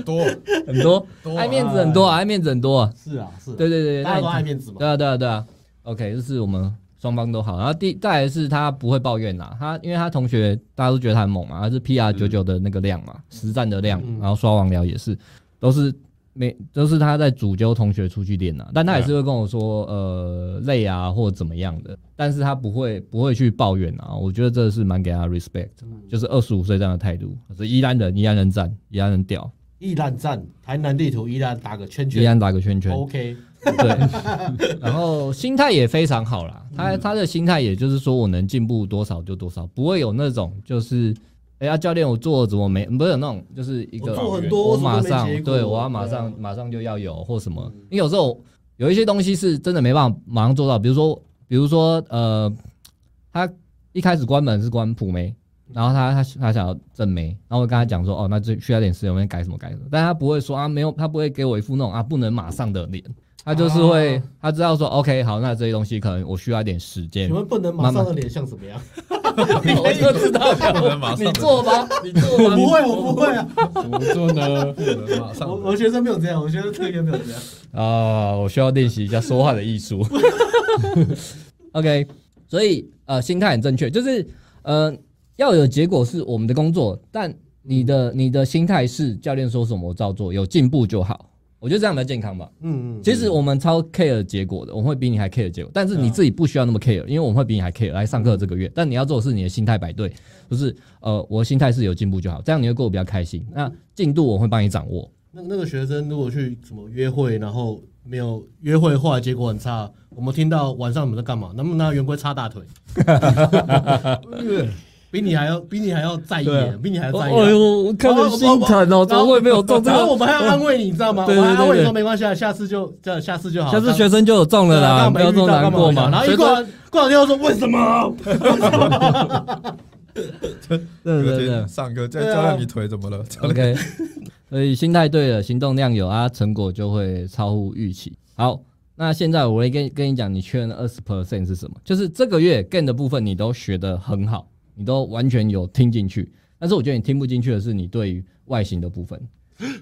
Speaker 4: 多，
Speaker 3: 很多
Speaker 4: 多，啊
Speaker 3: 爱面子很多啊，爱面子很多啊。
Speaker 2: 是啊，是啊，
Speaker 3: 对对对，
Speaker 2: 大家都
Speaker 3: 那你
Speaker 2: 爱面子嘛
Speaker 3: 对，啊，对啊，对啊。OK，就是我们双方都好。然后第再来是他不会抱怨啦，他因为他同学大家都觉得他很猛嘛，他是 PR 九九的那个量嘛，实战的量，然后刷网聊也是，都是每都是他在主揪同学出去练啦，但他也是会跟我说，呃，累啊或怎么样的，但是他不会不会去抱怨啊，我觉得这是蛮给他 respect，的就是二十五岁这样的态度，是宜兰人，宜兰人赞，宜兰人屌，
Speaker 2: 宜兰站台南地图宜兰打个圈
Speaker 3: 宜
Speaker 2: 圈
Speaker 3: 兰打个圈圈。
Speaker 2: ，OK，
Speaker 3: 对，然后心态也非常好啦。他他的心态也就是说，我能进步多少就多少，不会有那种就是，哎呀，教练我做了怎么没，不是有那种就是一个
Speaker 2: 我做很多
Speaker 3: 我
Speaker 2: 为什么
Speaker 3: 马
Speaker 2: 没
Speaker 3: 上
Speaker 2: 结果
Speaker 3: 对我要马
Speaker 2: 对啊
Speaker 3: 上马上就要有或什么，因为有时候有一些东西是真的没办法马上做到，比如说比如说呃，他一开始关门是关普梅。然后他他他想要正妹，然后我跟他讲说，哦，那这需要点时间，我们改什么改什么。但他不会说啊，没有，他不会给我一副那种啊不能马上的脸，他就是会、他知道说，OK，好，那这些东西可能我需要一点时间
Speaker 2: 请。问不能马上的脸像什么样？
Speaker 3: 我就知道，
Speaker 4: 不能马上的
Speaker 3: 你做吧，你做吧。
Speaker 2: 不会，我不会啊，
Speaker 1: 怎么做呢？
Speaker 4: 马上
Speaker 2: 我我学生没有这样，我学生特别没有这样。
Speaker 3: 啊、我需要练习一下说话的艺术。OK，所以呃，心态很正确，就是呃，要有结果是我们的工作，但你的你的心态是教练说什么我照做，有进步就好。我觉得这样比较健康吧。
Speaker 2: 嗯嗯，
Speaker 3: 其实我们超 care 结果的，我们会比你还 care 结果，但是你自己不需要那么 care，因为我们会比你还 care 来上课这个月。但你要做的是你的心态摆对，就是呃，我心态是有进步就好，这样你会过得比较开心。那进度我会帮你掌握，
Speaker 2: 那那个学生如果去什么约会，然后没有约会，后来结果很差，我们听到晚上你们在干嘛？能不能拿圆规插大腿？比你还要比你还要在意耶，比你还要在意耶。
Speaker 3: 哦哎呦，我看
Speaker 2: 着心疼
Speaker 3: 哦
Speaker 2: 怎么会
Speaker 3: 没有中
Speaker 2: 然后我们还要安慰你，你知道吗？我
Speaker 3: 对
Speaker 2: 们
Speaker 3: 对
Speaker 2: 还安慰你
Speaker 3: 对
Speaker 2: 说
Speaker 3: 对
Speaker 2: 没关系啊，下次就这下次就好。
Speaker 3: 下次学生就有中了
Speaker 2: 对啊
Speaker 3: 啦，
Speaker 2: 让
Speaker 3: 不要
Speaker 2: 没遇
Speaker 3: 这么
Speaker 2: 到
Speaker 3: 难
Speaker 2: 干嘛
Speaker 3: 过
Speaker 2: 我想
Speaker 3: 嘛。
Speaker 2: 然后
Speaker 3: 学
Speaker 2: 一
Speaker 3: 生
Speaker 2: 过来过两天又说为什么？
Speaker 3: 对
Speaker 4: 隔
Speaker 3: 对对
Speaker 4: 天上课，教
Speaker 2: 对啊
Speaker 4: 教练你腿怎么了？ 教练
Speaker 3: ，OK。所以心态对了，行动量有啊，成果就会超乎预期。好，那现在我会跟跟你讲，你确认二十 percent 是什么？就是这个月 gain 的部分你都学得很好，你都完全有听进去。但是我觉得你听不进去的是你对于外形的部分，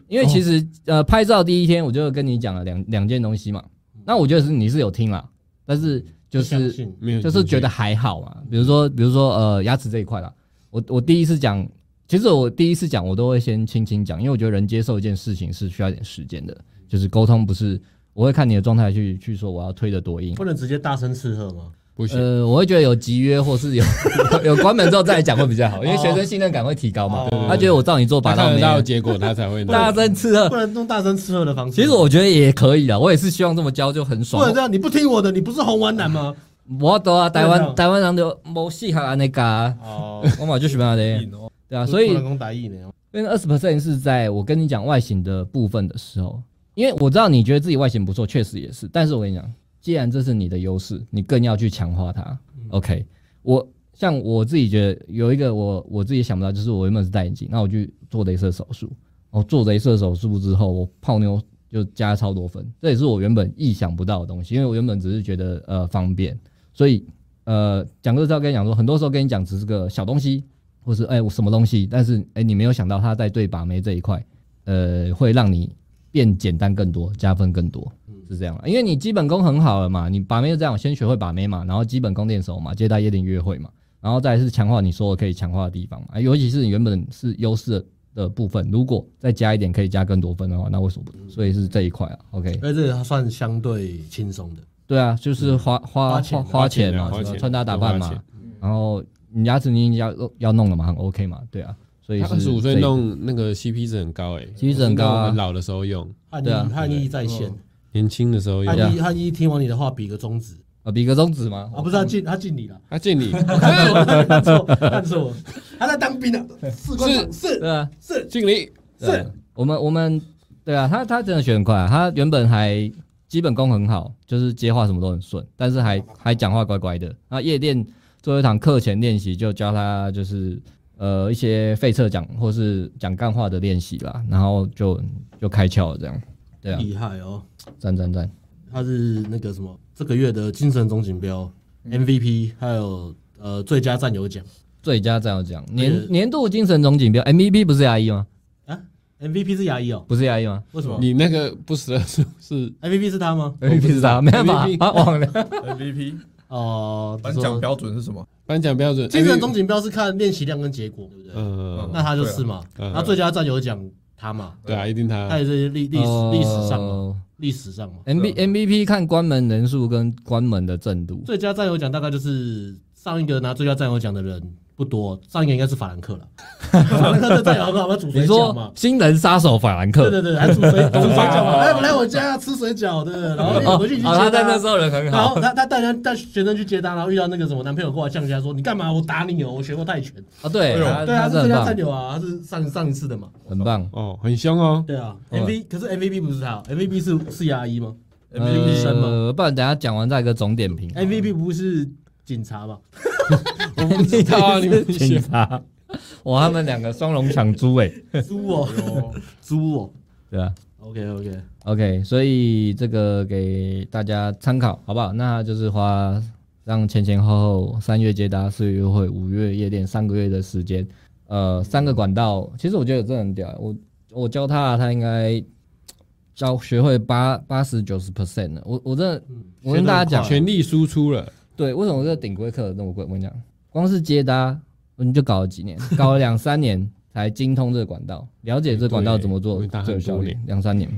Speaker 3: 因为其实、
Speaker 2: 哦
Speaker 3: 呃拍照第一天我就跟你讲了两两件东西嘛，那我觉得是你是有听啦，但是就
Speaker 2: 不相
Speaker 3: 是
Speaker 2: 信
Speaker 1: 没有，
Speaker 3: 就是觉得还好啊。比如说，比如说呃，牙齿这一块啦，我我第一次讲，其实我第一次讲我都会先轻轻讲，因为我觉得人接受一件事情是需要一点时间的，就是沟通不是我会看你的状态去去说我要推的多硬
Speaker 2: 不。能直接大声斥喝吗？
Speaker 1: 不行。
Speaker 3: 呃，我会觉得有集约或是有 有有关门之后再来讲会比较好，因为学生信任感会提高嘛。他觉得我照你做把
Speaker 1: 哦他
Speaker 3: 到
Speaker 1: 看
Speaker 3: 没
Speaker 1: 得到
Speaker 3: 有，
Speaker 1: 结果，他才会
Speaker 3: 大
Speaker 1: 拿。
Speaker 3: 声吃喝
Speaker 2: 不。能用大声斥喝的方式。
Speaker 3: 其实我觉得也可以啦，我也是希望这么教就很
Speaker 2: 不
Speaker 3: 爽
Speaker 2: 能。这样，你不听我的，你不是红丸男吗？
Speaker 3: 我都啊，台
Speaker 2: 不能这
Speaker 3: 湾
Speaker 2: 样
Speaker 3: 台湾人就没适合安尼噶，
Speaker 2: 哦，
Speaker 3: 我嘛就喜欢安尼
Speaker 4: 硬，哦
Speaker 3: 对啊，所以
Speaker 2: 不能攻打义呢。
Speaker 3: 因为二十 percent 是在我跟你讲外形的部分的时候，因为我知道你觉得自己外形不错，确实也是。但是我跟你讲，既然这是你的优势，你更要去强化它。OK，我像我自己觉得有一个我我自己想不到，就是我原本是戴眼镜，那我去做镭射手术，我做镭射手术之后，我泡妞就加超多分，这也是我原本意想不到的东西，因为我原本只是觉得呃方便，所以呃讲课是要跟你讲说，很多时候跟你讲只是个小东西，或是哎、我什么东西，但是哎、你没有想到它在对把妹这一块，呃会让你变简单更多，加分更多，是这样啊啦。因为你基本功很好了嘛，你把妹就这样，先学会把妹嘛，然后基本功练熟嘛，接待夜店约会嘛，然后再来是强化你说的可以强化的地方嘛，哎尤其是你原本是优势的。的部分，如果再加一点，可以加更多分的话，那为什么不？所以是这一块啊，OK。
Speaker 2: 而且它哎算相对轻松的。
Speaker 3: 对啊，就是花
Speaker 2: 花
Speaker 3: 花
Speaker 2: 钱嗯
Speaker 3: 花
Speaker 2: 啊
Speaker 3: 花钱嘛，
Speaker 1: 嗯花
Speaker 3: 什
Speaker 1: 钱
Speaker 3: 么
Speaker 1: 啊
Speaker 3: 穿搭打扮
Speaker 1: 花
Speaker 3: 嘛
Speaker 1: 钱，
Speaker 3: 然后你牙齿你要要弄了嘛，很 OK 嘛，对啊，所以
Speaker 1: 他
Speaker 3: 是
Speaker 1: 二十五岁
Speaker 3: 这一
Speaker 1: 弄那个 CP 值很高哎、欸、
Speaker 3: CP 值很高啊
Speaker 1: 我们老的时候用，
Speaker 2: 汉
Speaker 3: 对啊
Speaker 2: 一汉一在线，
Speaker 1: 年轻的时候用
Speaker 2: 啊汉，一汉一听完你的话，比个中指。
Speaker 3: 个啊，比个中指吗？
Speaker 2: 啊，不是他敬他敬你了，
Speaker 1: 他啊敬你，
Speaker 2: 看错看错，他在当兵的，士官长是
Speaker 3: 对啊，
Speaker 2: 是
Speaker 1: 敬你，
Speaker 3: 对啊我们我们对啊，他他真的学很快、啊，他原本还基本功很好，就是接话什么都很顺，但是
Speaker 2: 哦
Speaker 3: 还还讲话乖乖的。那夜店最后一堂课前练习就教他就是呃一些废测讲或是讲干话的练习啦，然后就就开窍了这样。对啊，
Speaker 2: 厉害哦，
Speaker 3: 赞赞赞！
Speaker 2: 他是那个什么这个月的精神总锦标 MVP，还有呃最佳战友奖
Speaker 3: 最佳战友奖年
Speaker 2: 对
Speaker 3: 年度精神总锦标 MVP 不是牙医吗？
Speaker 2: 啊，MVP 是牙医哦，
Speaker 3: 不是牙 医吗
Speaker 2: 为什么
Speaker 1: 你那个不死的是是
Speaker 2: ？MVP 是他吗？
Speaker 3: ？MVP 是 他，没办法
Speaker 1: MVP
Speaker 3: 啊，忘了。
Speaker 4: MVP
Speaker 2: 哦，
Speaker 4: 颁
Speaker 2: 说
Speaker 4: 奖标准是什么？
Speaker 1: 颁奖标准，
Speaker 2: 精神总
Speaker 1: 哎
Speaker 2: 锦标是看练习量跟结果，对不对？
Speaker 1: 呃，
Speaker 2: 那他就是嘛，
Speaker 1: 对啊
Speaker 2: 那最佳战友奖他嘛，
Speaker 1: 对啊，一定
Speaker 2: 他
Speaker 1: 他
Speaker 2: 也是 历历史历史上啊嘛，
Speaker 3: 哦
Speaker 2: 历史上嘛，
Speaker 3: M B
Speaker 4: 对
Speaker 3: M V P 看关门人数跟关门的正度，
Speaker 2: 最佳战友奖大概就是上一个拿最佳战友奖的人不多，上一个应该是法兰 克了，法兰克的战友很好，他煮
Speaker 3: 你
Speaker 2: 水饺嘛
Speaker 3: 说。新人杀手法兰
Speaker 2: 对
Speaker 3: 克，
Speaker 2: 对对，还 煮水煮水饺 嘛？来来我家吃水饺，对不对？然后
Speaker 3: 哦
Speaker 2: 我回去去接
Speaker 3: 哦，他在那时候人很
Speaker 2: 然
Speaker 3: 好
Speaker 2: 后他他带人带学生去接他，然后遇到那个什么男朋友过来呛人家说：“你干嘛？我打你哦！我学过泰拳。
Speaker 3: 啊，对，
Speaker 4: 对
Speaker 3: 他”
Speaker 2: 对啊，
Speaker 3: 他
Speaker 2: 是最
Speaker 3: 是很
Speaker 2: 佳战
Speaker 3: 棒，
Speaker 2: 友啊，他是上上一次的嘛。
Speaker 3: 很棒。
Speaker 1: 哦，很凶 哦，
Speaker 2: 对啊
Speaker 3: 嗯
Speaker 2: ，MV 可是 MVP 不是他，MVP 是是牙医吗
Speaker 4: MVP
Speaker 2: 生吗
Speaker 3: 呃，不然等一下讲完再一个总点评。
Speaker 2: ？MVP 不是警察吧？
Speaker 1: 我不知道啊，你们
Speaker 3: 警察， 哇，他们两个双龙抢珠哎，
Speaker 2: 猪哦，猪哦。
Speaker 3: 对啊。
Speaker 2: OK OK，
Speaker 3: OK，所以这个给大家参考好不好？那就是花让前前后后三月接搭、四月约会、五月夜店三个月的时间，呃，三个管道，其实我觉得真的很屌。我我教他，他应该教学会八八十九十 percent 了。我我真的，我跟大家讲，
Speaker 1: 全力输出了，
Speaker 3: 对，为什么这个顶规课那么贵？我跟你讲，光是接搭你就搞了 几年，搞了两三年才精通这个管道，了解这个管道怎么做
Speaker 1: 对因为它
Speaker 3: 最有
Speaker 1: 很
Speaker 3: 效
Speaker 1: 多
Speaker 3: 率
Speaker 1: 年，
Speaker 3: 两三年。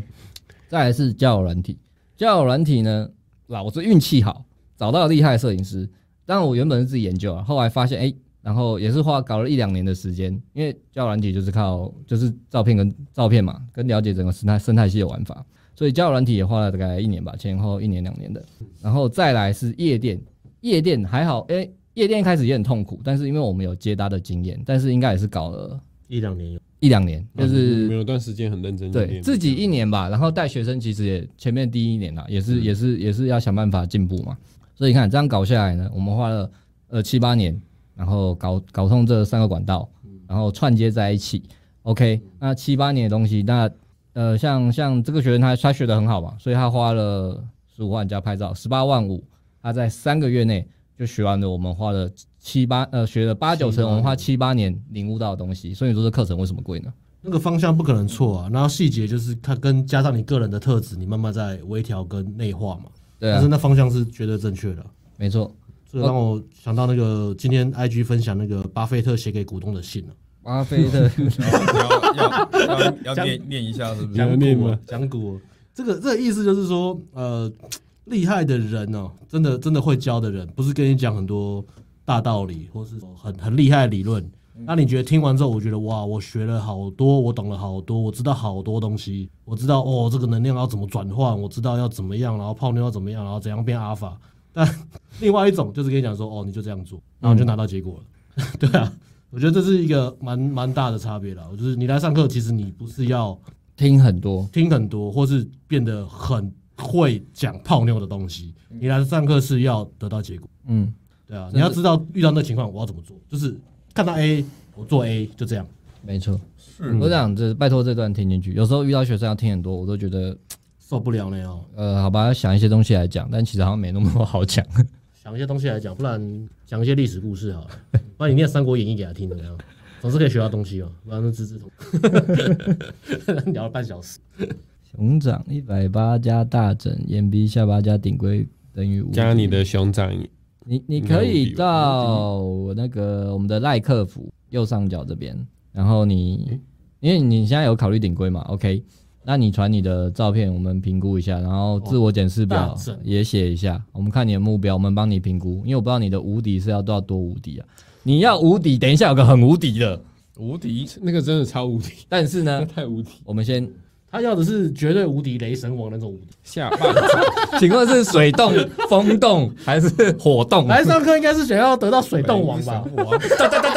Speaker 3: 再来是交友软体，交友软体呢，老子运气好，找到厉害的摄影师。当然我原本是自己研究啊，后来发现哎、然后也是花搞了一两年的时间，因为交友软体就是靠就是照片跟照片嘛，跟了解整个生态生态系的玩法。所以交友软体也花了大概一年吧，前后一年两年的，然后再来是夜店，夜店还好，哎、夜店一开始也很痛苦，但是因为我们有接搭的经验，但是应该也是搞了
Speaker 2: 一两年有，
Speaker 3: 一两年，就是、
Speaker 1: 啊嗯没有段时间很认真去
Speaker 3: 对
Speaker 1: 练嗯
Speaker 3: 自己一年吧，然后带学生其实也前面第一年啊啦，也是、也是也是要想办法进步嘛。所以你看这样搞下来呢，我们花了呃七八年，然后搞搞通这三个管道，
Speaker 1: 嗯
Speaker 3: 然后串接在一起。OK，那七八年的东西，那呃像像这个学生他他学的很好嘛，所以他花了十五万加拍照十八万五，他在三个月内就学完了我们花了七八呃学了八九成，我们花七八年领悟到的东西。所以你说这课程为什么贵呢？
Speaker 2: 那个方向不可能错啊。然后细节就是看跟加上你个人的特质，你慢慢在微调跟内化嘛。
Speaker 3: 对
Speaker 2: 但是
Speaker 3: 啊，哦
Speaker 2: 那方向是绝对正确的。啊
Speaker 3: 没错。
Speaker 2: 这让我想到那个今天 IG 分享那个巴菲特写给股东的信啊了，
Speaker 3: 巴菲特
Speaker 4: 要要要要念念一下，是不
Speaker 1: 你要
Speaker 4: 是？
Speaker 1: 念吗？
Speaker 2: 讲股，这个这个意思就是说，呃，厉害的人哦，真的真的会教的人，不是跟你讲很多大道理，或是很很厉害的理论。那你觉得听完之后，我觉得哇，我学了好多，我懂了好多，我知道好多东西，我知道哦，这个能量要怎么转换，我知道要怎么样，然后泡妞要怎么样，然后怎样变阿尔法。但 另外一种就是跟你讲说，哦，你就这样做，然后你就拿到结果了。 对啊，我觉得这是一个蛮蛮大的差别了。就是你来上课，其实你不是要
Speaker 3: 听很多，
Speaker 2: 听很多，或是变得很会讲泡妞的东西。你来上课是要得到结果，
Speaker 3: 嗯，
Speaker 2: 对啊，
Speaker 3: 真的
Speaker 2: 你要知道遇到那情况我要怎么做，就是看到 A 我做 A 就这样。
Speaker 3: 没错。
Speaker 4: 是
Speaker 3: 我想这拜托这段听进去，有时候遇到学生要听很多，我都觉得
Speaker 2: 受不了呢哦，
Speaker 3: 呃，好吧，要想一些东西来讲，但其实好像没那么多好讲。
Speaker 2: 想一些东西来讲，不然讲一些历史故事好了，不然你念《三国演义》给他听怎么样？总是可以学到东西嘛，哦不然那资治通 聊了半小时。
Speaker 3: 熊掌一百八加大整，眼鼻下巴加顶规等于五。
Speaker 1: 加你的熊掌，
Speaker 3: 你你
Speaker 1: 应该
Speaker 3: 可
Speaker 1: 无敌吧
Speaker 3: 以到我那个我们的赖客服右上角这边，然后你因为你现在有考虑顶规嘛，OK，那你传你的照片，我们评估一下，然后自我检视
Speaker 2: 大
Speaker 3: 表
Speaker 2: 整
Speaker 3: 也写一下，我们看你的目标，我们帮你评估，因为我不知道你的无敌是要多少多无敌啊，你要无敌，等一下有个很无敌的，
Speaker 4: 无敌，
Speaker 1: 那个真的超无敌，
Speaker 3: 但是呢
Speaker 1: 那，太无敌，
Speaker 3: 我们先
Speaker 2: 他要的是绝对无敌雷神王那种无敌。
Speaker 1: 下半 场
Speaker 3: 请问是水洞、风洞还是 火洞？
Speaker 2: 来上课应该是想要得到水洞王 吧？啊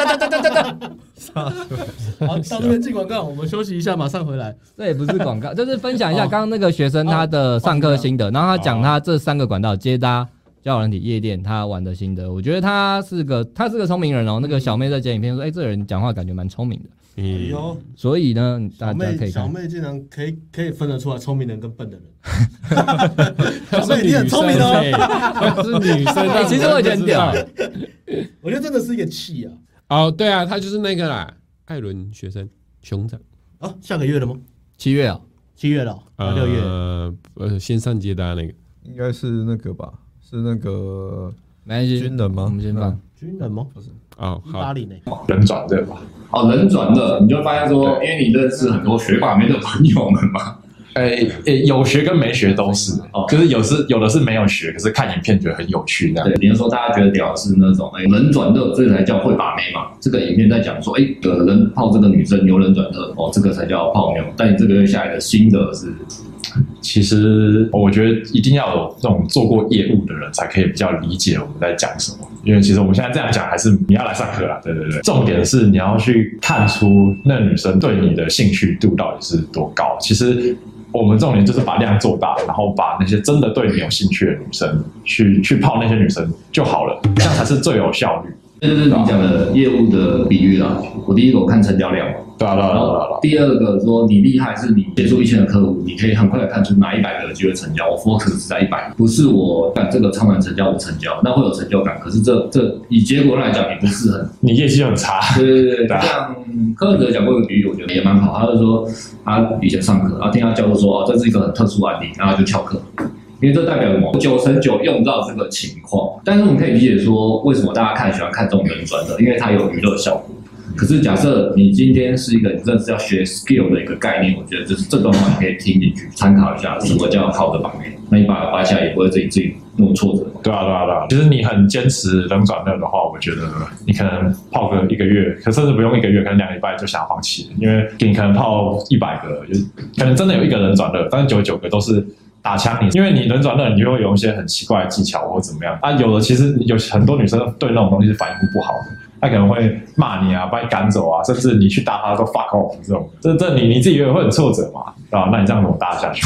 Speaker 2: 好，到这边进广告，我们休息一下，马上回来。
Speaker 3: 这也不是广告，就是分享一下刚刚那个学生他的上课心得，然后他讲他这三个管道接搭、交友软体、夜店，他玩的心得。我觉得他是个他是个聪明人哦。那个小妹在剪影片说：“哎、这个人讲话感觉蛮聪明的。
Speaker 1: 嗯，
Speaker 2: 哎呦，”
Speaker 3: 所以呢，大
Speaker 2: 小
Speaker 3: 家可
Speaker 2: 妹
Speaker 3: 以
Speaker 2: 小
Speaker 3: 看。
Speaker 2: 妹竟然可以可以分得出来聪明人跟笨的人。
Speaker 1: 她
Speaker 2: 小妹你很聪明哦
Speaker 1: 女生欸她哎是 女生
Speaker 3: 哎，其实我觉得很屌。
Speaker 2: 我觉得真的是一个气啊！
Speaker 1: 哦，对啊，他就是那个啦，艾伦学生熊掌，
Speaker 2: 啊，下个月了吗？
Speaker 3: 七月哦，
Speaker 2: 七月了哦，啊，六月。
Speaker 1: 呃呃，线上接单那个，
Speaker 4: 应该是那个吧？是那个
Speaker 3: 没关系，
Speaker 4: 军人吗
Speaker 3: 我们先放
Speaker 4: 嗯。
Speaker 2: 军人吗？
Speaker 1: 哦，
Speaker 2: 一
Speaker 1: 好
Speaker 2: 八，零呢？
Speaker 6: 人转热吧。嗯
Speaker 7: 哦，人转热，你就发现说，因为你认识很多学霸妹的朋友们嘛，
Speaker 6: 诶、诶，哎有学跟没学都是，
Speaker 7: 哦
Speaker 6: 就是有是有的是没有学，可是看影片觉得很有趣那样。
Speaker 7: 对，比如说大家觉得屌的是那种，哎，人转热，这个才叫会把妹嘛。这个影片在讲说，哎，有人泡这个女生，有人转热，哦，这个才叫泡妞。但你这个月下来的新的是，
Speaker 6: 其实我觉得一定要有那种做过业务的人才可以比较理解我们在讲什么，因为其实我们现在这样讲还是你要来上课啦，对对对。重点是你要去看出那女生对你的兴趣度到底是多高。其实我们重点就是把量做大，然后把那些真的对你有兴趣的女生去去泡那些女生就好了，这样才是最有效率。
Speaker 7: 这就是你讲的业务的比喻啦。我第一个我看成交量嘛，
Speaker 6: 对啊对啊
Speaker 7: 然
Speaker 6: 对啊对啊对
Speaker 7: 后
Speaker 6: 啊。
Speaker 7: 第二个说你厉害是你接触一千个客户，你可以很快的看出哪一百个有机会成交。我 focus 是在一百，不是我干这个超难成交，我成交那会有成就感。可是这这以结果来讲，你不是很
Speaker 6: 你业绩很差，
Speaker 7: 对对对，
Speaker 6: 对啊
Speaker 7: 像柯文哲讲过一个比喻，我觉得也蛮好。他就说他以前上课，然后听他教授说哦，这是一个很特殊案例，然后他就翘课。因为这代表什么？九成九用到这个情况，但是我们可以理解说，为什么大家看喜欢看这种人转的，因为它有娱乐效果。可是假设你今天是一个你真的是要学 skill 的一个概念，我觉得就是这段话你可以听进去，参考一下什么叫好的榜样，那你把它拔下来也不会自己自己弄挫折。
Speaker 6: 对啊，对啊，对啊。其实你很坚持冷转热的话，我觉得你可能泡个一个月，可甚至不用一个月，可能两个礼拜就想要放弃了，因为你可能泡一百个，有可能真的有一个人转热，但是九十九个都是打枪你，因为你冷转热，你就会有一些很奇怪的技巧或怎么样。啊，有的其实有很多女生对那种东西是反应不好的。她可能会骂你啊，把你赶走啊，甚至你去搭她都 fuck off 这种，这这你你自己也会很挫折嘛，对啊吧、那你这样怎么搭得下去？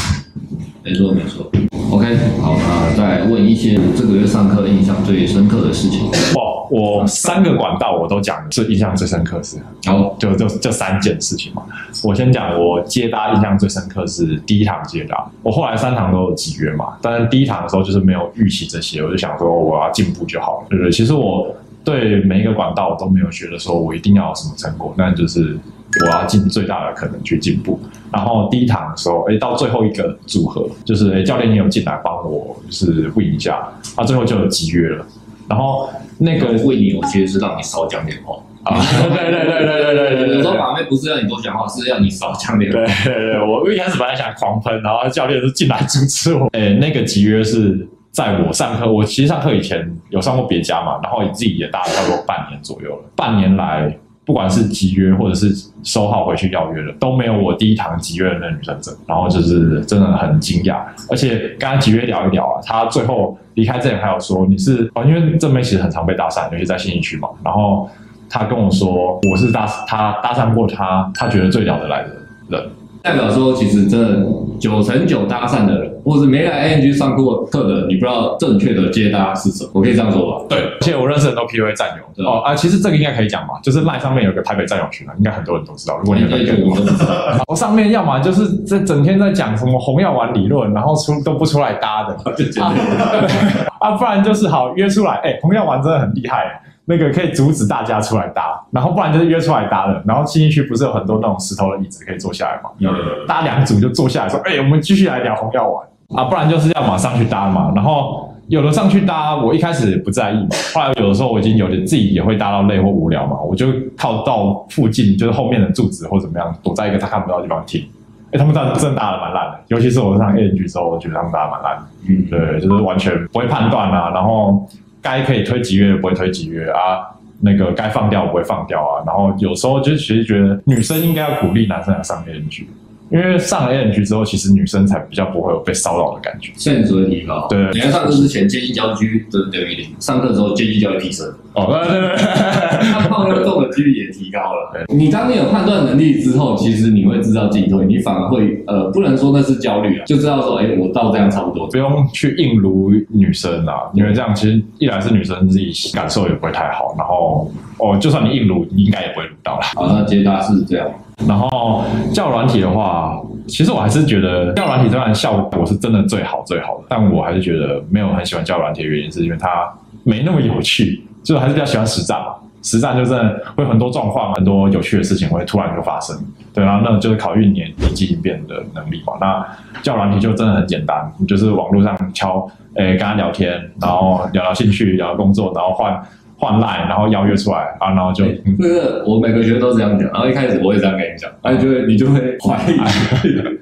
Speaker 7: 没错没错。OK，好，那再问一些这个月上课印象最深刻的事情。
Speaker 6: 哇，我三个管道我都讲，最印象最深刻是
Speaker 7: 然后
Speaker 6: 就就就三件事情嘛。我先讲，我接搭印象最深刻是第一堂接搭，我后来三堂都有集约嘛，但是第一堂的时候就是没有预期这些，我就想说我要进步就好了，对不对？其实我对每一个管道我都没有觉得说我一定要有什么成果，但就是我要尽最大的可能去进步。然后第一堂的时候，哎，到最后一个组合，就是哎教练也有进来帮我，就是 win 一下，他、最后就有集约了。然后那
Speaker 7: 那
Speaker 6: 个
Speaker 7: 个问你，我其实是让你少讲点话。
Speaker 6: 啊，对对对对对对对对，
Speaker 7: 有时候把妹不是让你多讲话，是让你少讲点话
Speaker 6: 对。对对，我一开始本来想狂喷，然后教练就进来阻止我。诶、哎那个集约是在我上课，我其实上课以前有上过别家嘛，然后自己也搭了差不多半年左右了。半年来，不管是集约或者是收号回去邀约的，都没有我第一堂集约的那女生真。然后就是真的很惊讶，而且跟她集约聊一聊啊，她最后离开之前还有说你是，哦、因为这妹其实很常被搭讪，尤其在信义区嘛，然后。她跟我说，我是搭她搭讪过她，她觉得最聊得来的人，
Speaker 7: 代表说，其实真的九成九搭讪的人，或是没来 ING 上过课的，你不知道正确的接搭是什么。我可以这样说吧？
Speaker 6: 对，而且我认识很多 PUA 战友
Speaker 7: 对
Speaker 6: 哦啊，其实这个应该可以讲吧，就是 LINE 上面有个台北战友群啊，应该很多人都知道。如果你有在
Speaker 7: 这
Speaker 6: 用的
Speaker 7: 就我
Speaker 6: 话，
Speaker 7: 们都知道。
Speaker 6: 我上面要么就是这整天在讲什么红药丸理论，然后出都不出来搭的， 啊啊，不然就是好约出来，哎、红药丸真的很厉害，那个可以阻止大家出来搭，然后不然就是约出来搭的，然后新一区不是有很多那种石头的椅子可以坐下来吗？搭两组就坐下来说，哎、我们继续来聊红药丸啊，不然就是要马上去搭嘛。然后有的上去搭，我一开始也不在意嘛，后来有的时候我已经有点自己也会搭到累或无聊嘛，我就靠到附近就是后面的柱子或怎么样，躲在一个他看不到的地方听。哎、他们搭真的搭的蛮烂的，尤其是我上 A N G 之后，我觉得他们搭的蛮烂的。
Speaker 7: 嗯，
Speaker 6: 对，就是完全不会判断啊，然后该可以推几月不会推几月啊，那个该放掉不会放掉啊，然后有时候就其实觉得女生应该要鼓励男生来上 ANG，因为上了 N 局之后，其实女生才比较不会有被骚扰的感觉。
Speaker 7: 现在只会提高。
Speaker 6: 对
Speaker 7: 你看上课之前接近郊区等等于零，上课之后接近郊区提升，
Speaker 6: 哦，对对对，
Speaker 7: 那泡妞中的几率也提高了。你当你有判断能力之后，其实你会知道进退，你反而会呃，不能说那是焦虑啊，就知道说，哎、我到这样差不 多。
Speaker 6: 不用去硬撸女生啊，因为这样其实一来是女生自己感受也不会太好，然后哦，就算你硬撸，你应该也不会撸到啦。
Speaker 7: 好，那接大是这样。
Speaker 6: 然后教软体的话，其实我还是觉得教软体这然效果是真的最好最好的，但我还是觉得没有很喜欢教软体的原因是因为它没那么有趣，就是还是比较喜欢实战嘛。实战就真的会很多状况，很多有趣的事情会突然就发生，对，然后那就是考验你的临机应变的能力嘛。那教软体就真的很简单，你就是网络上敲，诶、跟他聊天，然后聊聊兴趣，聊聊工作，然后换换 line，然后邀约出来啊，然后就、嗯嗯
Speaker 7: 这个我每个学生都这样讲，然后一开始我也这样跟你讲，然后就会你就会怀 疑，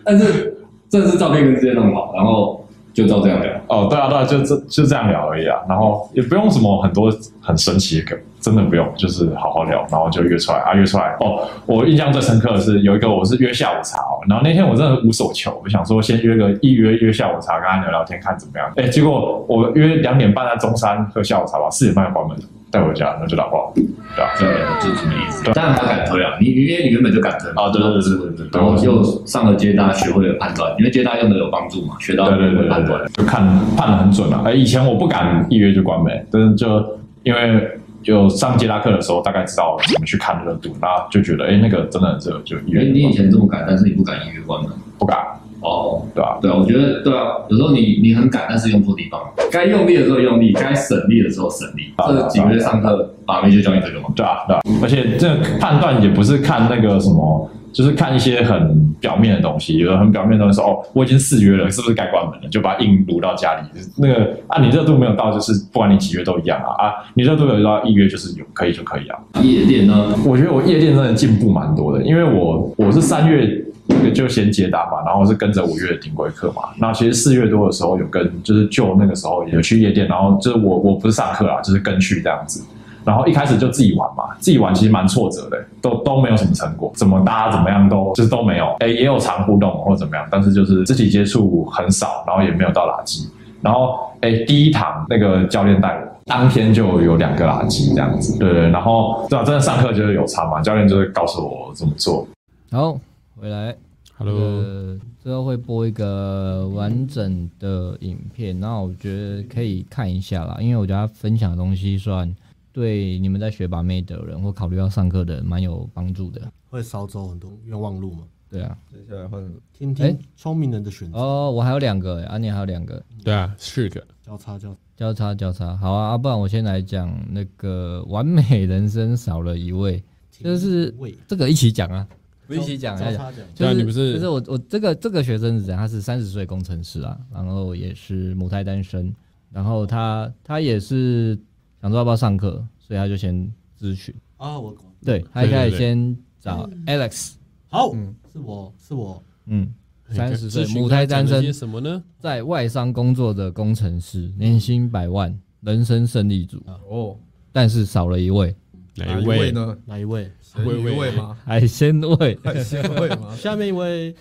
Speaker 7: 但是这是照片跟之间弄好，然后就照这样讲。
Speaker 6: 哦，对啊，对啊，就这就这样聊而已啊，然后也不用什么很多很神奇的梗，真的不用，就是好好聊，然后就约出来啊，约出来。哦，我印象最深刻的是有一个我是约下午茶哦，然后那天我真的无所求，我想说先约个一约约下午茶，跟他聊聊天看怎么样。哎，结果我约两点半在中山喝下午茶吧，四点半就关门了，带回家，那就打包，对啊。
Speaker 7: 这这是什么意思？当然他敢推啊，你你因为你原本就敢推嘛
Speaker 6: 啊对对对对对对
Speaker 7: 然后又上了接大，学会了判断，因为接大用的有帮助嘛，学到
Speaker 6: 对对
Speaker 7: 了
Speaker 6: 对
Speaker 7: 判
Speaker 6: 对
Speaker 7: 断
Speaker 6: 对，。就看判的很准啊。哎，以前我不敢一约就关门，但是就因为有上捷达课的时候，大概知道怎么去看热度，那就觉得哎，那个真的很热，就一
Speaker 7: 因
Speaker 6: 约
Speaker 7: 为
Speaker 6: 就
Speaker 7: 你以
Speaker 6: 关
Speaker 7: 前这么敢，但是你不敢一约关门。
Speaker 6: 不敢，
Speaker 7: 哦，
Speaker 6: 对吧、
Speaker 7: 对啊，我觉得对啊，有时候你你很敢，但是用错地方了，该用力的时候用力，该省力的时候省力。
Speaker 6: 啊
Speaker 7: 这几个月上课，把妹就教你这个嘛。
Speaker 6: 对啊，对啊，而且这个判断也不是看那个什么，就是看一些很表面的东西，有的很表面的东西说哦，我已经四约了，是不是该关门了？就把它硬撸到家里。那个啊，你热度没有到，就是不管你几约都一样啊啊，你热度有到一约就是有可以就可以啊。
Speaker 7: 夜店呢，
Speaker 6: 我觉得我夜店真的进步蛮多的，因为我我是三月那个就先接单嘛，然后是跟着五月的顶规课嘛。那其实四月多的时候有跟，就是就那个时候有去夜店，然后就是我我不是上课啦，就是跟去这样子。然后一开始就自己玩嘛，自己玩其实蛮挫折的，都都没有什么成果，怎么搭怎么样都就是都没有，哎，也有常互动或怎么样，但是就是肢体接触很少，然后也没有到垃圾。然后，哎，第一堂那个教练带我，当天就有两个垃圾这样子，对对。然后，对啊，真的上课就是有差嘛，教练就是告诉我怎么做。
Speaker 3: 好，回来。
Speaker 1: Hello，
Speaker 3: 呃，之后会播一个完整的影片，那我觉得可以看一下啦，因为我觉得他分享的东西算对你们在学把妹的人或考虑要上课的人蛮有帮助的。
Speaker 2: 会少走很多冤枉路嘛。
Speaker 3: 对啊，
Speaker 4: 接下来换
Speaker 2: 听
Speaker 3: 哎
Speaker 2: 听聪明人的选择，
Speaker 3: 哦，我还有两个欸，啊，你还有两个，
Speaker 1: 对啊，四个，
Speaker 2: 交叉交叉。
Speaker 3: 交叉交叉，好啊，啊不然我先来讲那个完美人生少了一位，就是
Speaker 2: 位
Speaker 3: 这个一起讲啊，不是一起讲，
Speaker 2: 交
Speaker 3: 要讲
Speaker 2: 叉讲，
Speaker 3: 就
Speaker 1: 对啊
Speaker 3: 是
Speaker 1: 你不是
Speaker 3: 就是我我这个这个学生是怎样？他是三十岁工程师啊，然后也是母胎单身，然后他他也是想说要不要上课，所以他就先咨询，
Speaker 2: 啊，我懂
Speaker 3: 对他一
Speaker 1: 对
Speaker 3: 开始
Speaker 1: 对对
Speaker 3: 先找 Alex，
Speaker 2: 好，是我是我，
Speaker 3: 嗯，三十岁
Speaker 1: 咨询
Speaker 3: 母胎单
Speaker 1: 他讲了
Speaker 3: 身
Speaker 1: 些，什么呢？
Speaker 3: 在外商工作的工程师，年薪百万，人生胜利组，
Speaker 1: 啊
Speaker 4: 哦，
Speaker 3: 但是少了一位
Speaker 2: 哎
Speaker 1: 哪
Speaker 4: 哪
Speaker 1: 一
Speaker 4: 一
Speaker 1: 位
Speaker 4: 位？呢？
Speaker 2: 哪一位？？
Speaker 4: 谁
Speaker 1: 魏
Speaker 4: 一
Speaker 1: 魏
Speaker 4: 位吗？
Speaker 3: 海 鲜味。
Speaker 4: 海鲜味吗
Speaker 2: 下面一 位，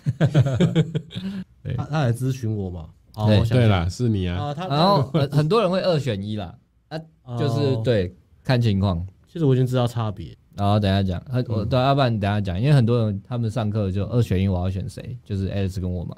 Speaker 2: 哎
Speaker 3: 对
Speaker 2: 他他来咨询我嘛？好，
Speaker 3: 对
Speaker 2: 我想
Speaker 1: 对啦，是你啊，
Speaker 2: 啊，他
Speaker 3: 然后很很多人会二选一啦，啊，就是
Speaker 2: 哦
Speaker 3: 对，看情况。
Speaker 2: 其实我已经知道差别，
Speaker 3: 然后等一下讲，他我对，要不然等一下讲，因为很多人他们上课就二选一，我要选谁，就是 Alex 跟我嘛。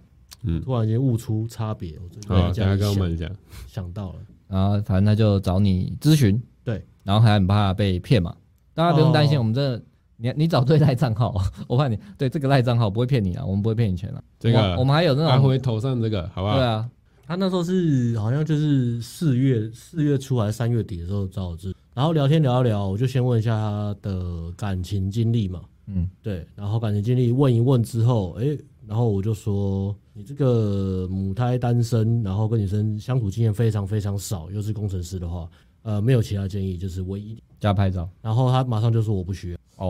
Speaker 2: 突然间悟出差别，我最近
Speaker 1: 好，
Speaker 2: 这
Speaker 1: 大家
Speaker 2: 样一
Speaker 1: 跟我
Speaker 2: 想
Speaker 1: 们哦讲，
Speaker 2: 想到了，
Speaker 3: 然后反正他就找你咨询，
Speaker 2: 对，
Speaker 3: 然后还很怕被骗嘛。大家不用担心，
Speaker 2: 哦
Speaker 3: 我们真的，你你找对赖账号， 我怕你对这个赖账号不会骗你啊，我们不会骗你钱啊。
Speaker 1: 这个
Speaker 3: 我们我们还有那
Speaker 1: 阿
Speaker 3: 种
Speaker 1: 辉头上这个好不好
Speaker 3: 对？啊，
Speaker 2: 他那时候是好像就是四月四月初还是三月底的时候找我治，然后聊天聊一聊，我就先问一下他的感情经历嘛，
Speaker 3: 嗯，
Speaker 2: 对，然后感情经历问一问之后，诶，然后我就说你这个母胎单身，然后跟女生相处经验非常非常少，又是工程师的话，呃，没有其他建议，就是唯一
Speaker 3: 加拍照。
Speaker 2: 然后他马上就说我不需要，
Speaker 3: 哦，